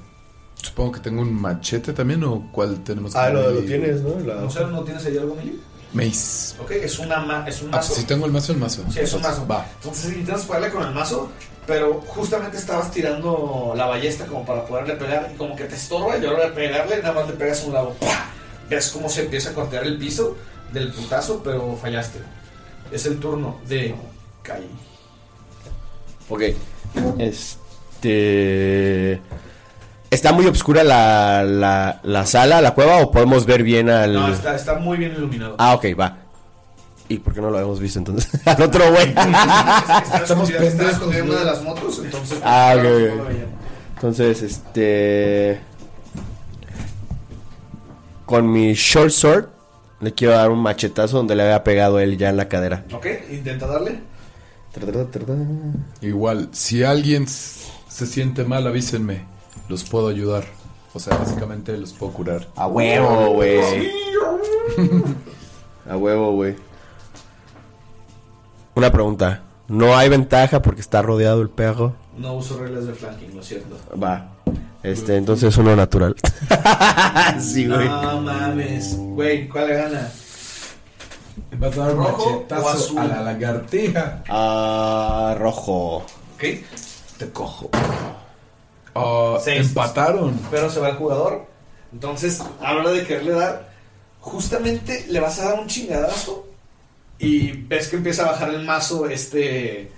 S4: supongo que tengo un machete también, o cuál tenemos
S2: Ah, lo- lo
S3: tienes, ¿no?
S2: No sé, ¿no tienes ahí algo, Mili?
S4: Mace.
S2: Ok, es, una ma- es un
S4: Ah,
S2: mazo.
S4: si tengo el mazo, el mazo.
S2: Sí, es un mazo.
S4: Va.
S2: Entonces intentas pegarle con el mazo, pero justamente estabas tirando la ballesta como para poderle pegar y como que te estorba y ahora de pegarle nada más le pegas a un lado. ¡Pah! Ves cómo se empieza a cortear el piso del putazo, pero fallaste. Es el turno de Kai.
S3: Ok. Este. ¿Está muy oscura la, la, la sala, la cueva, o podemos ver bien al.
S2: No, está, está muy bien iluminado.
S4: [LAUGHS]
S3: Ah, ok, va. ¿Y por qué no lo habíamos visto entonces? [LAUGHS] al otro
S2: [LAUGHS]
S3: güey.
S2: Estamos pendejos. en una de las motos, entonces.
S3: ah, ok,
S2: claro, no
S3: ok.
S2: lo veían.
S3: Entonces, este. Con mi short sword le quiero dar un machetazo donde le había pegado él ya en la cadera.
S2: Ok, intenta darle.
S10: Igual, si alguien s- se siente mal, avísenme. Los puedo ayudar. O sea, básicamente los puedo curar.
S3: A huevo, güey. A huevo, güey. Una pregunta. No hay ventaja porque está rodeado el perro.
S2: No uso reglas de flanking, lo siento.
S3: Va. [LAUGHS] Este, entonces uno natural. sí, güey.
S2: No mames. Güey, ¿cuál gana?
S10: Vas a dar un
S2: ¿Rojo o
S10: machetazo
S2: azul?
S10: a la lagartija.
S3: [LAUGHS] Ah, rojo.
S2: Ok, te cojo.
S10: Ah,
S2: Seis.
S10: empataron.
S2: Pero se va el jugador. Entonces, a la hora de quererle dar, justamente le vas a dar un chingadazo. Y ves que empieza a bajar el mazo este.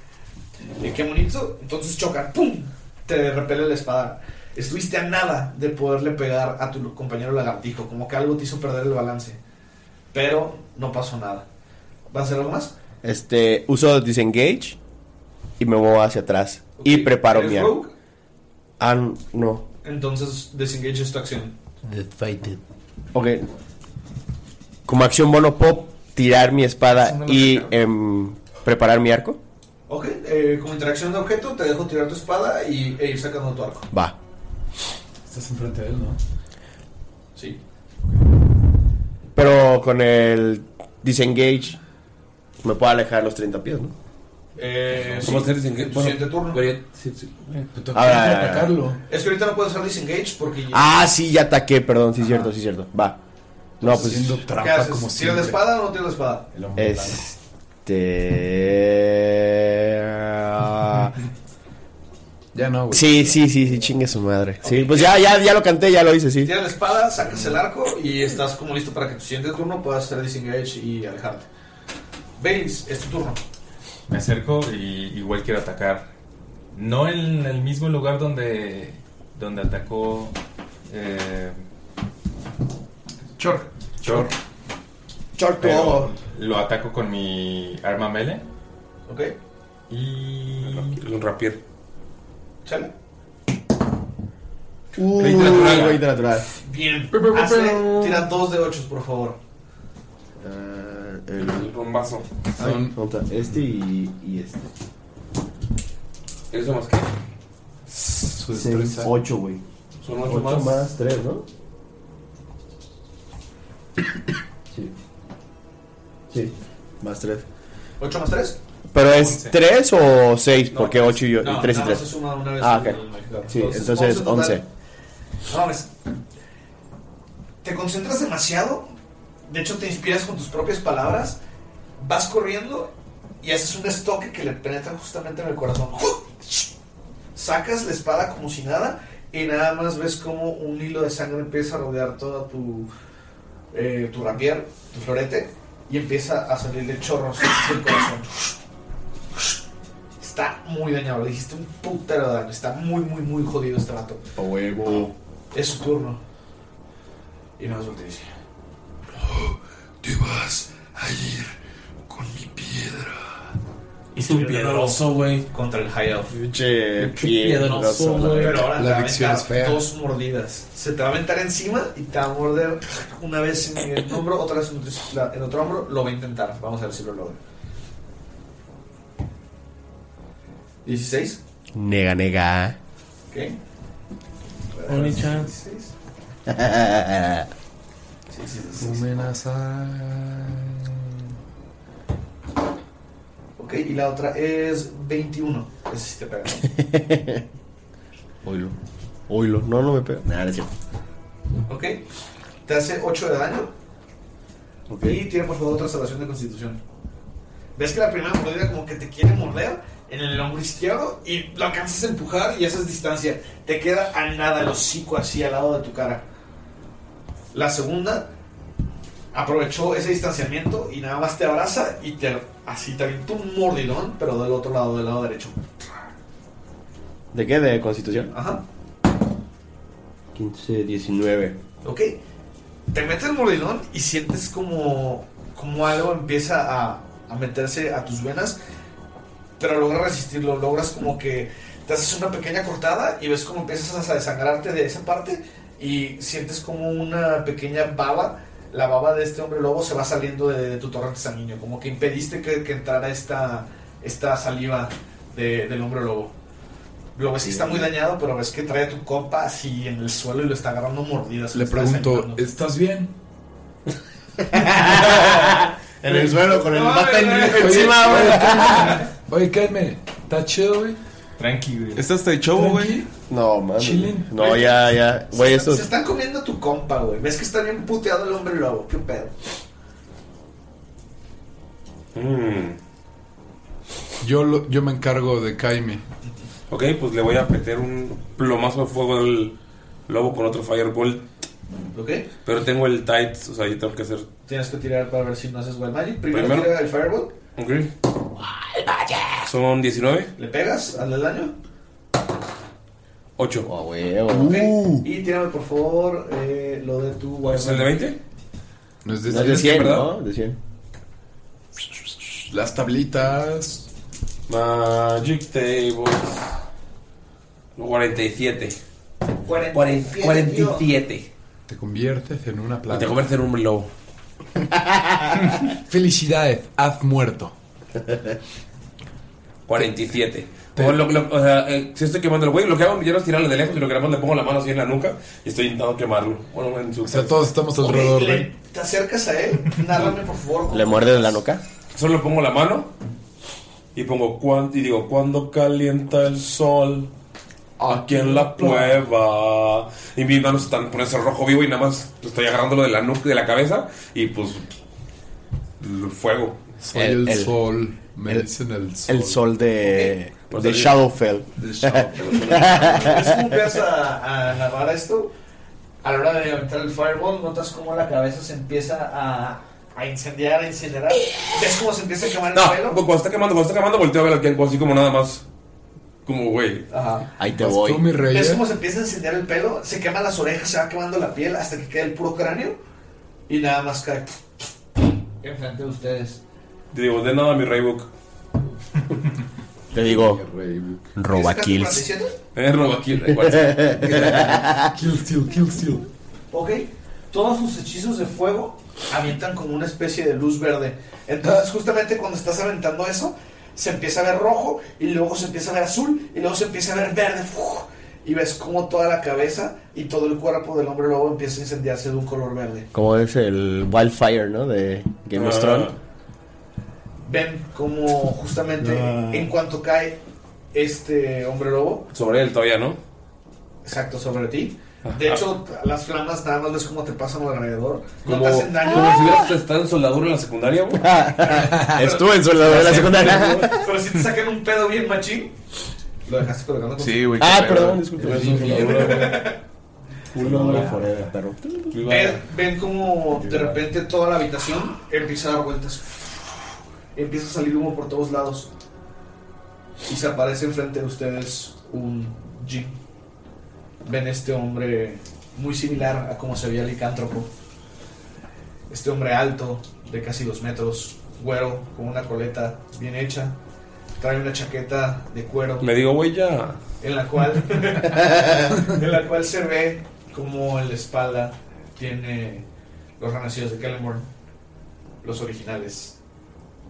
S2: El Kemonitsu. Entonces chocan. ¡Pum! Te repele la espada. Estuviste a nada de poderle pegar a tu compañero lagartijo. Como que algo te hizo perder el balance. Pero no pasó nada. ¿Va a hacer algo más?
S3: Este, uso disengage y me muevo hacia atrás. Y preparo
S2: ¿Eres
S3: mi arma.
S2: rogue?
S3: Ah, n- no.
S2: Entonces, desengage es tu acción.
S3: Ok. Como acción bono puedo tirar mi espada y em, preparar mi arco.
S2: Ok, eh, como interacción de objeto, te dejo tirar tu espada y, e ir sacando tu arco.
S3: Va.
S10: Estás enfrente de él,
S3: [LAUGHS]
S10: ¿no?
S2: Sí.
S3: Pero con el disengage me puedo alejar los 30 pies, ¿no?
S2: Eh,
S16: ¿Cómo
S2: sí.
S16: hacer disengage?
S2: Tu
S16: Bueno,
S2: siguiente turno.
S3: Eh,
S16: Ah,
S3: toca Ahora, ahora, ahora. atacarlo.
S2: Es que ahorita no puedes usar disengage porque ya.
S3: Ah, sí, ya ataqué, perdón, sí es cierto, sí es cierto. Va. No, pues.
S2: ¿Qué haces? ¿Tiras la espada o no tiras la espada?
S3: [LAUGHS] Este.
S10: Ya no,
S2: güey.
S3: Sí, sí, sí, sí, chingue su madre. Sí, pues ya, ya, ya lo canté, ya lo hice, sí.
S2: Tiras la espada, sacas el arco y estás como listo para que tu siguiente turno puedas hacer disengage y alejarte. Baileys, es tu turno.
S18: Me acerco y igual quiero atacar. No en el mismo lugar donde, donde atacó. Eh,
S2: Chor.
S18: Chor.
S3: Chor, tu
S18: Pero
S3: ojo.
S18: Lo ataco con mi arma mele.
S2: Ok.
S18: Y.
S16: Un rapier.
S2: Chale.
S3: Uh,
S18: Veinte natural.
S3: veinte natural.
S2: Bien. Hazle- tira dos de ocho, por favor.
S3: Eh, el
S16: bombazo.
S3: Ay, falta este y, y este.
S16: ¿Eso más qué?
S3: Su destreza. 8, güey.
S16: Son
S3: ocho
S16: ocho más.
S3: más 3, ¿no? Sí. Sí. Más 3.
S2: ¿Ocho más tres?
S3: ¿Pero es 3 o 6? Porque 8 y 3
S2: No,
S3: y 3.
S2: nada más se suma una vez
S3: ah,
S2: en
S3: ok.
S2: el marcador.
S3: Sí,
S2: Entonces,
S3: entonces
S2: once total.
S3: 11.
S2: No mames. Te concentras demasiado. De hecho, te inspiras con tus propias palabras. Vas corriendo y haces un estoque que le penetra justamente en el corazón. Sacas la espada como si nada y nada más ves como un hilo de sangre empieza a rodear toda tu, eh, tu rapier, tu florete y empieza a salirle chorros del corazón. Está muy dañado, le dijiste un putero de daño. Está muy, muy, muy jodido este vato.
S10: A huevo.
S2: Es su turno. Y nada más voltea y dice:
S8: Te vas a ir con mi piedra.
S2: Es un piedroso,
S16: güey.
S2: Contra el high elf.
S3: Pinche
S2: piedroso, güey. Pero ahora te va a
S10: La adicción es
S2: aventar
S10: fea.
S2: dos mordidas. Se te va a aventar encima y te va a morder una vez en el hombro, otra vez en otro, la- en otro hombro. Lo va a intentar. Vamos a ver si lo logra. 16.
S3: Nega, nega.
S2: Ok.
S16: Only
S2: chance. Ok, y la otra es 21. Ese sí te pega.
S3: Oilo. Oilo. No, no me pega. Nada, no es cierto.
S2: Ok. Te hace 8 de daño.
S3: Ok.
S2: Y tiene por favor otra salvación de constitución. Ves que la primera mordida como que te quiere morder en el hombro izquierdo y lo alcanzas a empujar y haces distancia. Te queda a nada el hocico así al lado de tu cara. La segunda aprovechó ese distanciamiento y nada más te abraza y te así te avienta un mordidón, pero del otro lado, del lado derecho.
S3: ¿De qué? ¿De constitución?
S2: Ajá.
S3: 15, 19.
S2: Ok. Te mete el mordidón y sientes como, como algo empieza a, a meterse a tus venas, pero logras resistirlo, logras como que te haces una pequeña cortada y ves como empiezas a desangrarte de esa parte y sientes como una pequeña baba, la baba de este hombre lobo se va saliendo de, de tu torrente sanguíneo, como que impediste que, que entrara esta, esta saliva de- del hombre lobo. Lo ves que está muy dañado, pero ves que trae a tu compa así en el suelo y lo está agarrando a mordidas. lo
S4: Le
S2: está
S4: pregunto,
S2: desangrando.
S4: ¿estás bien?
S2: [LAUGHS] En el suelo, con el
S4: Oye,
S2: bata en-
S4: oye,
S2: encima,
S4: oye,
S2: güey.
S4: Jaime, Oye, Jaime, ¿está chido, güey?
S3: Tranqui, güey.
S5: Este
S4: ¿Estás de chobo,
S3: güey? No, mames.
S4: Chilling.
S3: No, ya, ya. Güey, eso.
S2: Se están comiendo a tu compa, güey. Ves que está bien puteado el hombre lobo. ¿Qué pedo?
S3: Mm.
S4: Yo, lo- yo me encargo de Jaime.
S1: Ok, pues le voy a meter un plomazo de fuego al lobo con otro fireball.
S2: Ok.
S1: Pero tengo el tight, o sea, yo tengo que hacer.
S2: Tienes que tirar para ver si no haces Wild Magic. Primero,
S1: Primero.
S2: tira el Fireball.
S1: Ok. Son 19,
S2: ¿Le pegas? Hazle el daño.
S1: 8.
S2: Ok. Y tírame, por favor, eh, lo de tu Wild
S1: ¿Es el de
S2: Magic.
S1: 20?
S4: No es
S3: No, de 100, ¿no? De 100.
S4: Las tablitas.
S1: Magic Table. 47.
S2: 47.
S1: 47.
S4: Te conviertes en una planta.
S1: Te conviertes en un lobo.
S4: [LAUGHS] Felicidades, has muerto. [LAUGHS]
S1: 47. O, lo- lo- o sea, eh, si estoy quemando el güey, lo que hago yo no es tirarle de lejos y lo que hago es le pongo la mano así en la nuca y estoy intentando quemarlo. Bueno, en su. O sea,
S4: todos estamos
S2: Ok, le- te acercas a él. Nárrame, por favor. con-
S1: muerdes la nuca? Solo pongo la mano y pongo cuan- y digo cuando calienta el sol aquí en la cueva y mis manos están por ese rojo vivo y nada más estoy agarrándolo de la nuca de la cabeza y pues l- fuego.
S4: Soy el, sol. Me dicen el sol.
S3: El sol de.
S4: Por
S3: De
S4: salir.
S3: Shadowfell.
S4: De
S2: ¿Ves Pues, [LAUGHS] cómo empiezas a, a narrar esto? A la hora de aventar el fireball, notas cómo la cabeza se empieza a, a incendiar, a incinerar. ¿Ves cómo se empieza a quemar el
S1: No,
S2: pelo?
S1: cuando está quemando, cuando está quemando volteo a ver al tiempo así como nada más como güey.
S2: Ajá.
S3: Ahí te
S2: voy. ¿Ves cómo se empieza a incendiar el pelo? Se queman las orejas, se va quemando la piel hasta que queda el puro cráneo y nada más cae enfrente de ustedes.
S1: Digo, de nada mi Raybook.
S3: Te digo. Roba
S2: ¿Sacaste
S3: kills.
S2: una decisión?
S1: Eh, roba kills.
S3: [LAUGHS]
S4: Kill steal, kill steal.
S2: Ok, todos sus hechizos de fuego avientan como una especie de luz verde. Entonces, justamente cuando estás aventando eso, se empieza a ver rojo y luego se empieza a ver azul y luego se empieza a ver verde. ¡Fu! Y ves como toda la cabeza y todo el cuerpo del hombre lobo empieza a incendiarse de un color verde.
S3: Como es el Wildfire, ¿no? De Game of
S2: Ah.
S3: Thrones.
S2: Ven como justamente en cuanto cae este hombre lobo,
S1: Sobre él todavía, ¿no?
S2: exacto sobre ti. De hecho, las flamas nada más ves cómo te pasan alrededor. No
S1: Como,
S2: te hacen daño.
S1: como si hubieras estado en soldadura en la secundaria, güey.
S2: Ah.
S3: [LAUGHS] Estuve en soldadura en la secundaria.
S2: Pero si te sacan un pedo bien machín. Lo dejaste colgando con-
S1: Sí, güey,
S3: Ah, perdón, disculpe.
S2: [LAUGHS] Ven, ven como de repente toda la habitación empieza a dar vueltas. Empieza a salir humo por todos lados. Y se aparece enfrente de ustedes un jeep. Ven este hombre muy similar a como se veía el licántropo. Este hombre alto, de casi dos metros, güero, con una coleta bien hecha. Trae una chaqueta de cuero.
S1: Me digo, güey, ya.
S2: en la cual en la cual se ve como en la espalda tiene los renacidos de Kellenborn los originales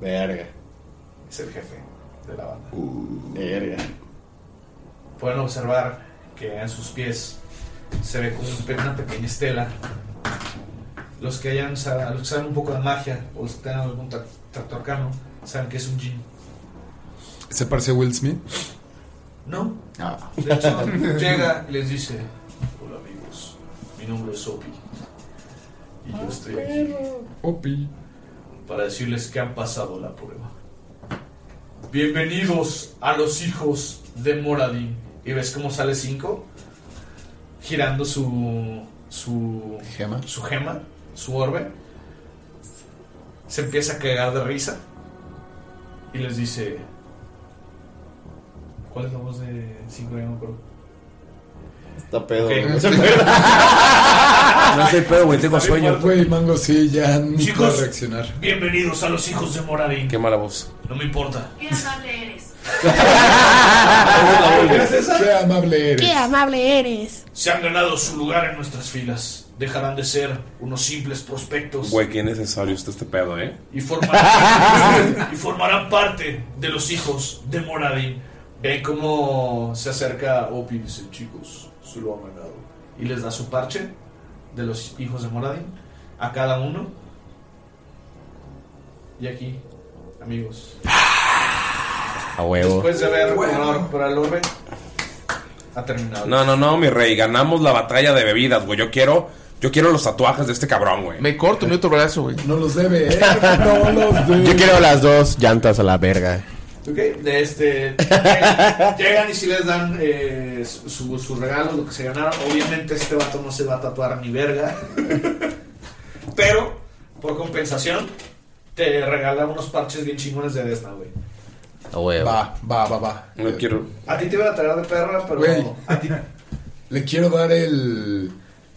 S3: Verga. Uh,
S2: es el jefe de la banda
S3: Verga.
S2: pueden observar que en sus pies se ve como un pe- una pequeña estela los que hayan sa- los que saben un poco de magia o los que tengan algún tra- trato arcano saben que es un jin
S4: ¿Se parece a Will Smith?
S2: No.
S4: Ah.
S2: De hecho, llega y les dice: Hola amigos, mi nombre es Opi. Y yo estoy
S4: Ah,
S2: aquí
S4: Opi.
S2: para decirles que han pasado la prueba. Bienvenidos a los hijos de Moradin. Y ves cómo sale 5 girando su. su.
S4: Gema.
S2: su gema, su orbe. Se empieza a cagar de risa. Y les dice. ¿Cuál es la voz de 5 de
S3: Está pedo.
S26: Ok.
S3: güey.
S26: No se puede.
S3: No soy pedo, güey,
S26: tengo sueño.
S4: Güey, Mango, sí, ya ni
S26: Chicos.
S4: puedo reaccionar.
S2: Bienvenidos a los hijos de Moradin.
S1: Qué mala voz.
S2: No me importa.
S27: Qué amable
S2: [LAUGHS]
S27: eres.
S4: Qué amable
S27: Qué amable eres.
S2: Se han ganado su lugar en nuestras filas. Dejarán de ser unos simples prospectos
S1: Güey, qué necesario está este pedo, eh.
S3: [LAUGHS]
S2: y [LAUGHS] formarán, y formarán parte de los hijos de Moradin. Ven cómo se acerca Opi y dice, chicos, se lo han ganado. Y les da su parche de los hijos de Moradin a cada uno. Y aquí, amigos.
S1: A huevo.
S2: Después de haber honor para el orbe, ha terminado.
S1: No, no, no, mi rey, ganamos la batalla de bebidas, güey. Yo quiero, yo quiero los tatuajes de este cabrón, güey.
S5: Me corto mi otro brazo, güey.
S4: No los debe,
S5: [LAUGHS]
S4: eh. No los debe.
S3: Yo quiero las dos llantas a la verga.
S2: Ok, de este. llegan- Llegan y si les dan eh, su- su- sus regalos, lo que se ganaron. Obviamente, este vato no se va a tatuar ni verga. Pero, por compensación, te regala unos parches bien chingones de Desna, güey.
S4: Va, va, va, va.
S1: No quiero.
S2: A ti te iban a traer de perra, pero.
S4: Güey.
S2: a ti-
S4: Le quiero dar el.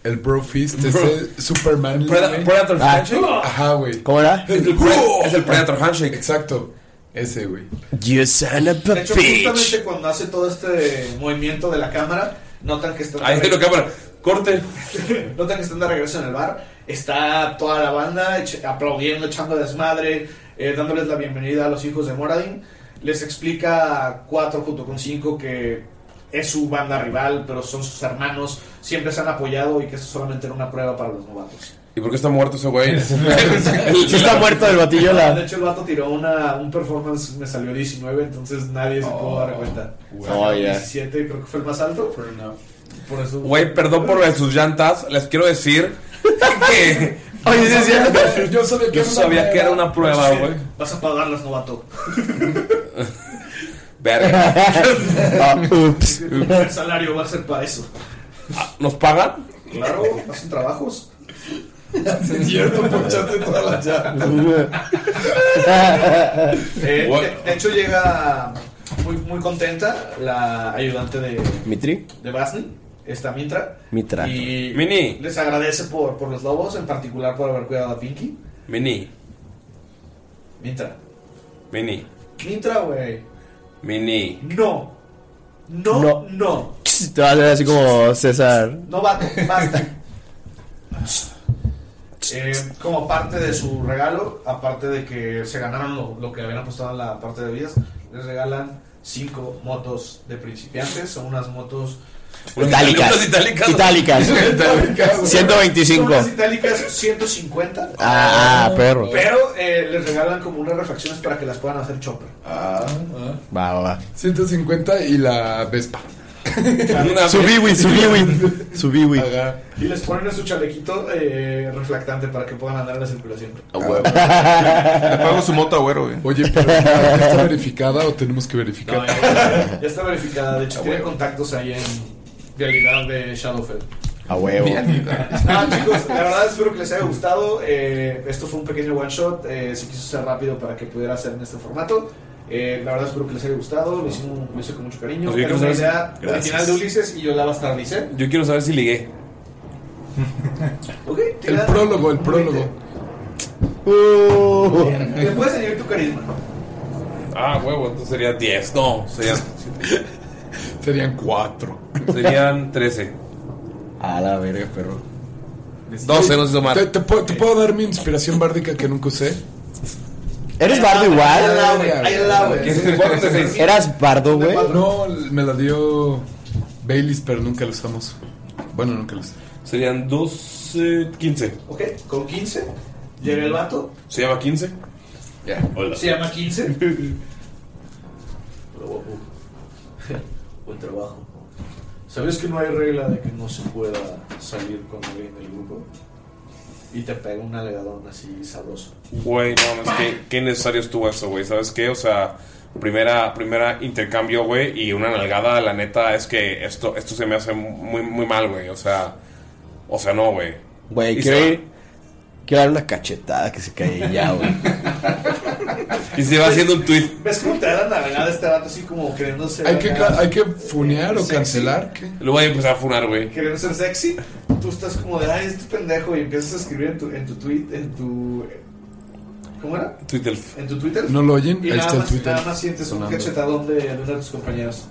S4: El Bro Fist, ese Superman.
S1: Preda-
S4: güey.
S1: Predator
S4: Ah,
S1: Handshake.
S4: Ajá, güey.
S3: ¿Cómo era?
S4: Es el,
S1: Predator Handshake.
S4: Exacto. Ese, güey.
S3: You son of a
S2: De hecho,
S3: bitch.
S2: justamente cuando hace todo este movimiento de la cámara, notan que están.
S1: Ahí está la cámara. Corte.
S2: [LAUGHS] notan que están de regreso en el bar. Está toda la banda eche- aplaudiendo, echando desmadre, eh, dándoles la bienvenida a los hijos de Moradin. Les explica a cuatro junto con cinco que es su banda rival, pero son sus hermanos. Siempre se han apoyado y que esto solamente era una prueba para los novatos.
S1: ¿Y por qué está muerto ese güey?
S3: Pues,
S1: [LAUGHS]
S3: Sí está muerto el batillo, la-
S2: De hecho, el vato tiró una, un performance, me salió 19, entonces nadie se pudo dar cuenta.
S1: güey. Oh, yeah.
S2: 17, creo que fue el más alto. Por eso.
S1: Güey, perdón por lo de sus llantas. Les quiero decir que.
S2: Oye, sí, es cierto.
S4: Yo sabía
S1: Yo sabía que era una prueba,
S2: Sí,
S1: güey.
S2: Vas a pagarlas, novato.
S1: [LAUGHS]
S2: [LAUGHS]
S1: Verga.
S2: Ah,
S3: ups.
S2: El salario va a ser para eso.
S1: Ah, ¿Nos pagan?
S2: Claro, hacen trabajos.
S4: Es cierto, ponchaste todas las
S2: llaves. [LAUGHS] Eh, de, de hecho, llega muy, muy contenta la ayudante de,
S3: Mitri,
S2: de Basni, esta Mitra.
S3: Mitra.
S2: Y
S1: Mini.
S2: les agradece por, por los lobos, en particular por haber cuidado a Pinky.
S1: Mini.
S2: Mitra.
S1: Mini.
S2: Mitra, güey.
S1: Mini.
S2: No. No, no. No,
S3: Te vas a ver así como César.
S2: vato, basta. [LAUGHS] Eh, como parte de su regalo, aparte de que se ganaron lo, lo que habían apostado en la parte de vidas, les regalan cinco motos de principiantes. Son unas motos [LAUGHS]
S3: Itálicas. Itálicas. Itálicas. Itálicas. 125.
S2: Son unas itálicas 150.
S3: Ah, ah, perro.
S2: Pero eh, les regalan como unas refacciones para que las puedan hacer chopper.
S4: Ah, ah.
S3: Va, va, va.
S4: 150 y la Vespa. [LAUGHS]
S3: Subí, güey, subí, güey. Subí, güey.
S2: Y les ponen en su chalequito eh, reflectante para que puedan andar en la circulación.
S5: [LAUGHS] Le pago su moto, güero, güey.
S4: Oye, pero ¿ya ¿está verificada o tenemos que verificar?
S2: Ya está verificada, de hecho, tiene contactos ahí en realidad de Shadowfell.
S3: A huevo.
S2: Nada, chicos, la verdad espero que les haya gustado. Eh, esto fue un pequeño one shot. eh, se quiso hacer rápido para que pudiera hacer en este formato. Eh, la verdad espero que les haya gustado. Lo hicimos, lo hice con mucho cariño.
S1: Nos vimos,
S2: Era una
S1: gracias.
S2: idea
S1: Gracias.
S2: original de Ulises y yo la bastardice.
S1: Yo quiero saber si ligué.
S4: El prólogo, el prólogo.
S3: Oh.
S2: ¿Le puedes añadir tu carisma?
S1: Ah, huevo, entonces serían 10. No, [LAUGHS] serían.
S4: serían 4.
S1: Serían 13.
S3: A la verga, perro.
S1: 12 nos hizo mal.
S4: ¿Te, te puedo, te puedo dar mi inspiración bárdica que nunca usé?
S3: ¿Eres bardo igual? ¿Eras bardo, güey?
S4: No, me la dio Baileys, pero nunca lo usamos. Bueno, nunca lo usé.
S1: Serían 12, 15.
S2: Ok, con 15 llega el vato.
S1: ¿Se llama 15?
S4: Ya.
S1: Hola.
S2: Se llama [LAUGHS] 15. Hola, guapo. uh, Buen trabajo. ¿Sabes uh. que no hay regla de que no se pueda salir con alguien del grupo? Y te pega un alegadón así sabroso.
S1: Güey, no, es que qué necesario estuvo eso, güey. ¿Sabes qué? O sea, primera, primera intercambio, güey, y una nalgada, la neta, es que esto, esto se me hace muy, muy mal, güey. O sea, o sea, no, güey.
S3: Güey,
S1: Y
S3: quiero
S1: se-
S3: ir. Quiero dar una cachetada que se cae ya, güey.
S16: [LAUGHS] Y se va haciendo un tweet.
S2: ¿Ves cómo te da la navegada este vato así como queriéndose.
S4: Hay que, ca- hay que funear o
S2: Sexy.
S4: cancelar. ¿qué?
S16: Lo voy a empezar a funar, güey.
S2: Queriendo ser sexy, tú estás como de, ay, este pendejo, y empiezas a escribir en tu, en tu tweet, en tu. ¿Cómo era?
S16: Twitter.
S2: En tu Twitter.
S4: ¿No lo oyen?
S2: Y
S4: Ahí
S2: nada
S4: está el
S2: más,
S4: Twitter
S2: Nada más sientes
S4: sonando.
S2: un cachetadón de, de uno de tus compañeros.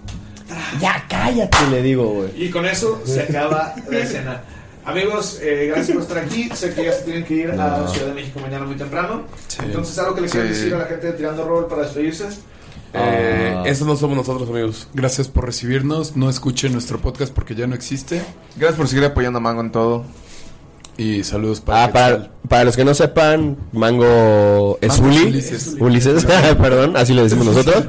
S3: Ya, cállate, le digo, güey.
S2: Y con eso se acaba la escena. Amigos, eh, gracias por estar aquí. Sé que ya se tienen que ir a
S4: No.
S2: Ciudad de México mañana muy temprano.
S4: Sí.
S2: Entonces, algo que le quieran
S4: Sí.
S2: decir a la gente de Tirando Roll para despedirse.
S4: Eh,
S16: esos no somos nosotros, amigos.
S4: Gracias por recibirnos. No escuchen nuestro podcast porque ya no existe.
S5: Gracias por seguir apoyando a Mango en todo.
S4: Y saludos para.
S3: Ah, para, para los que no sepan, Mango es
S4: Mango
S3: Uli.
S4: es
S3: Ulises,
S4: Ulises.
S3: [LAUGHS] perdón, así lo decimos nosotros.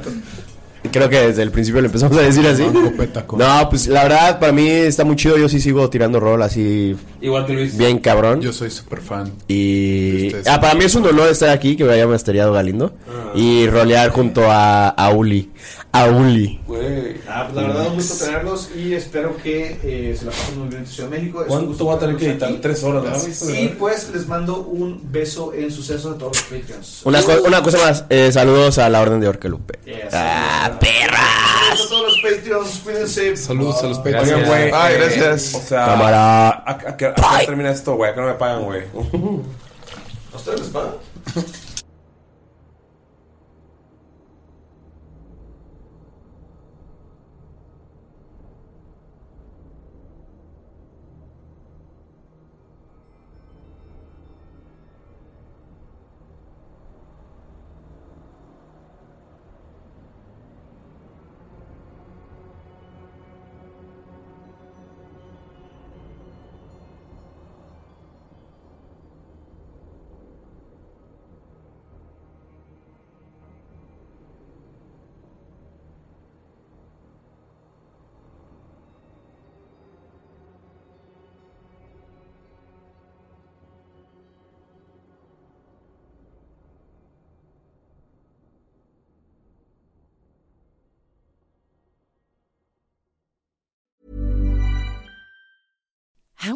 S3: Y Creo que desde el principio lo empezamos a decir así.
S4: Mango Petaco.
S3: No, pues la verdad, para mí está muy chido. Yo sí sigo tirando rol así.
S16: Igual que Luis.
S3: Bien cabrón.
S4: Yo soy súper fan.
S3: Y. Ah, para mí es un honor estar aquí, que me haya mastereado Galindo. Y rolear junto a, a Uli. A Uli.
S2: Ah, pues la verdad, un gusto tenerlos y espero que eh, se la pasen muy bien en Ciudad de México. Es un
S16: ¿Cuánto
S2: gusto
S16: va a tener que
S2: tenerlos
S16: editar? Tres horas,
S2: aquí.
S16: ¿verdad?
S2: Y pues les mando un beso en suceso a todos los Patreons.
S3: Una, co- una cosa más, eh, saludos a la Orden de Orquelupe.
S2: Yes.
S3: Ah, perra.
S2: Saludos a todos los Patreons, cuídense.
S16: Ah,
S4: Saludos a los
S16: Oigan, güey, eh, o sea, ¿A,
S3: Cámara.
S16: a, a qué- a qué hora termina esto, güey? ¿A qué no me pagan, güey?
S2: [LAUGHS] ¿A ustedes les pagan?
S28: How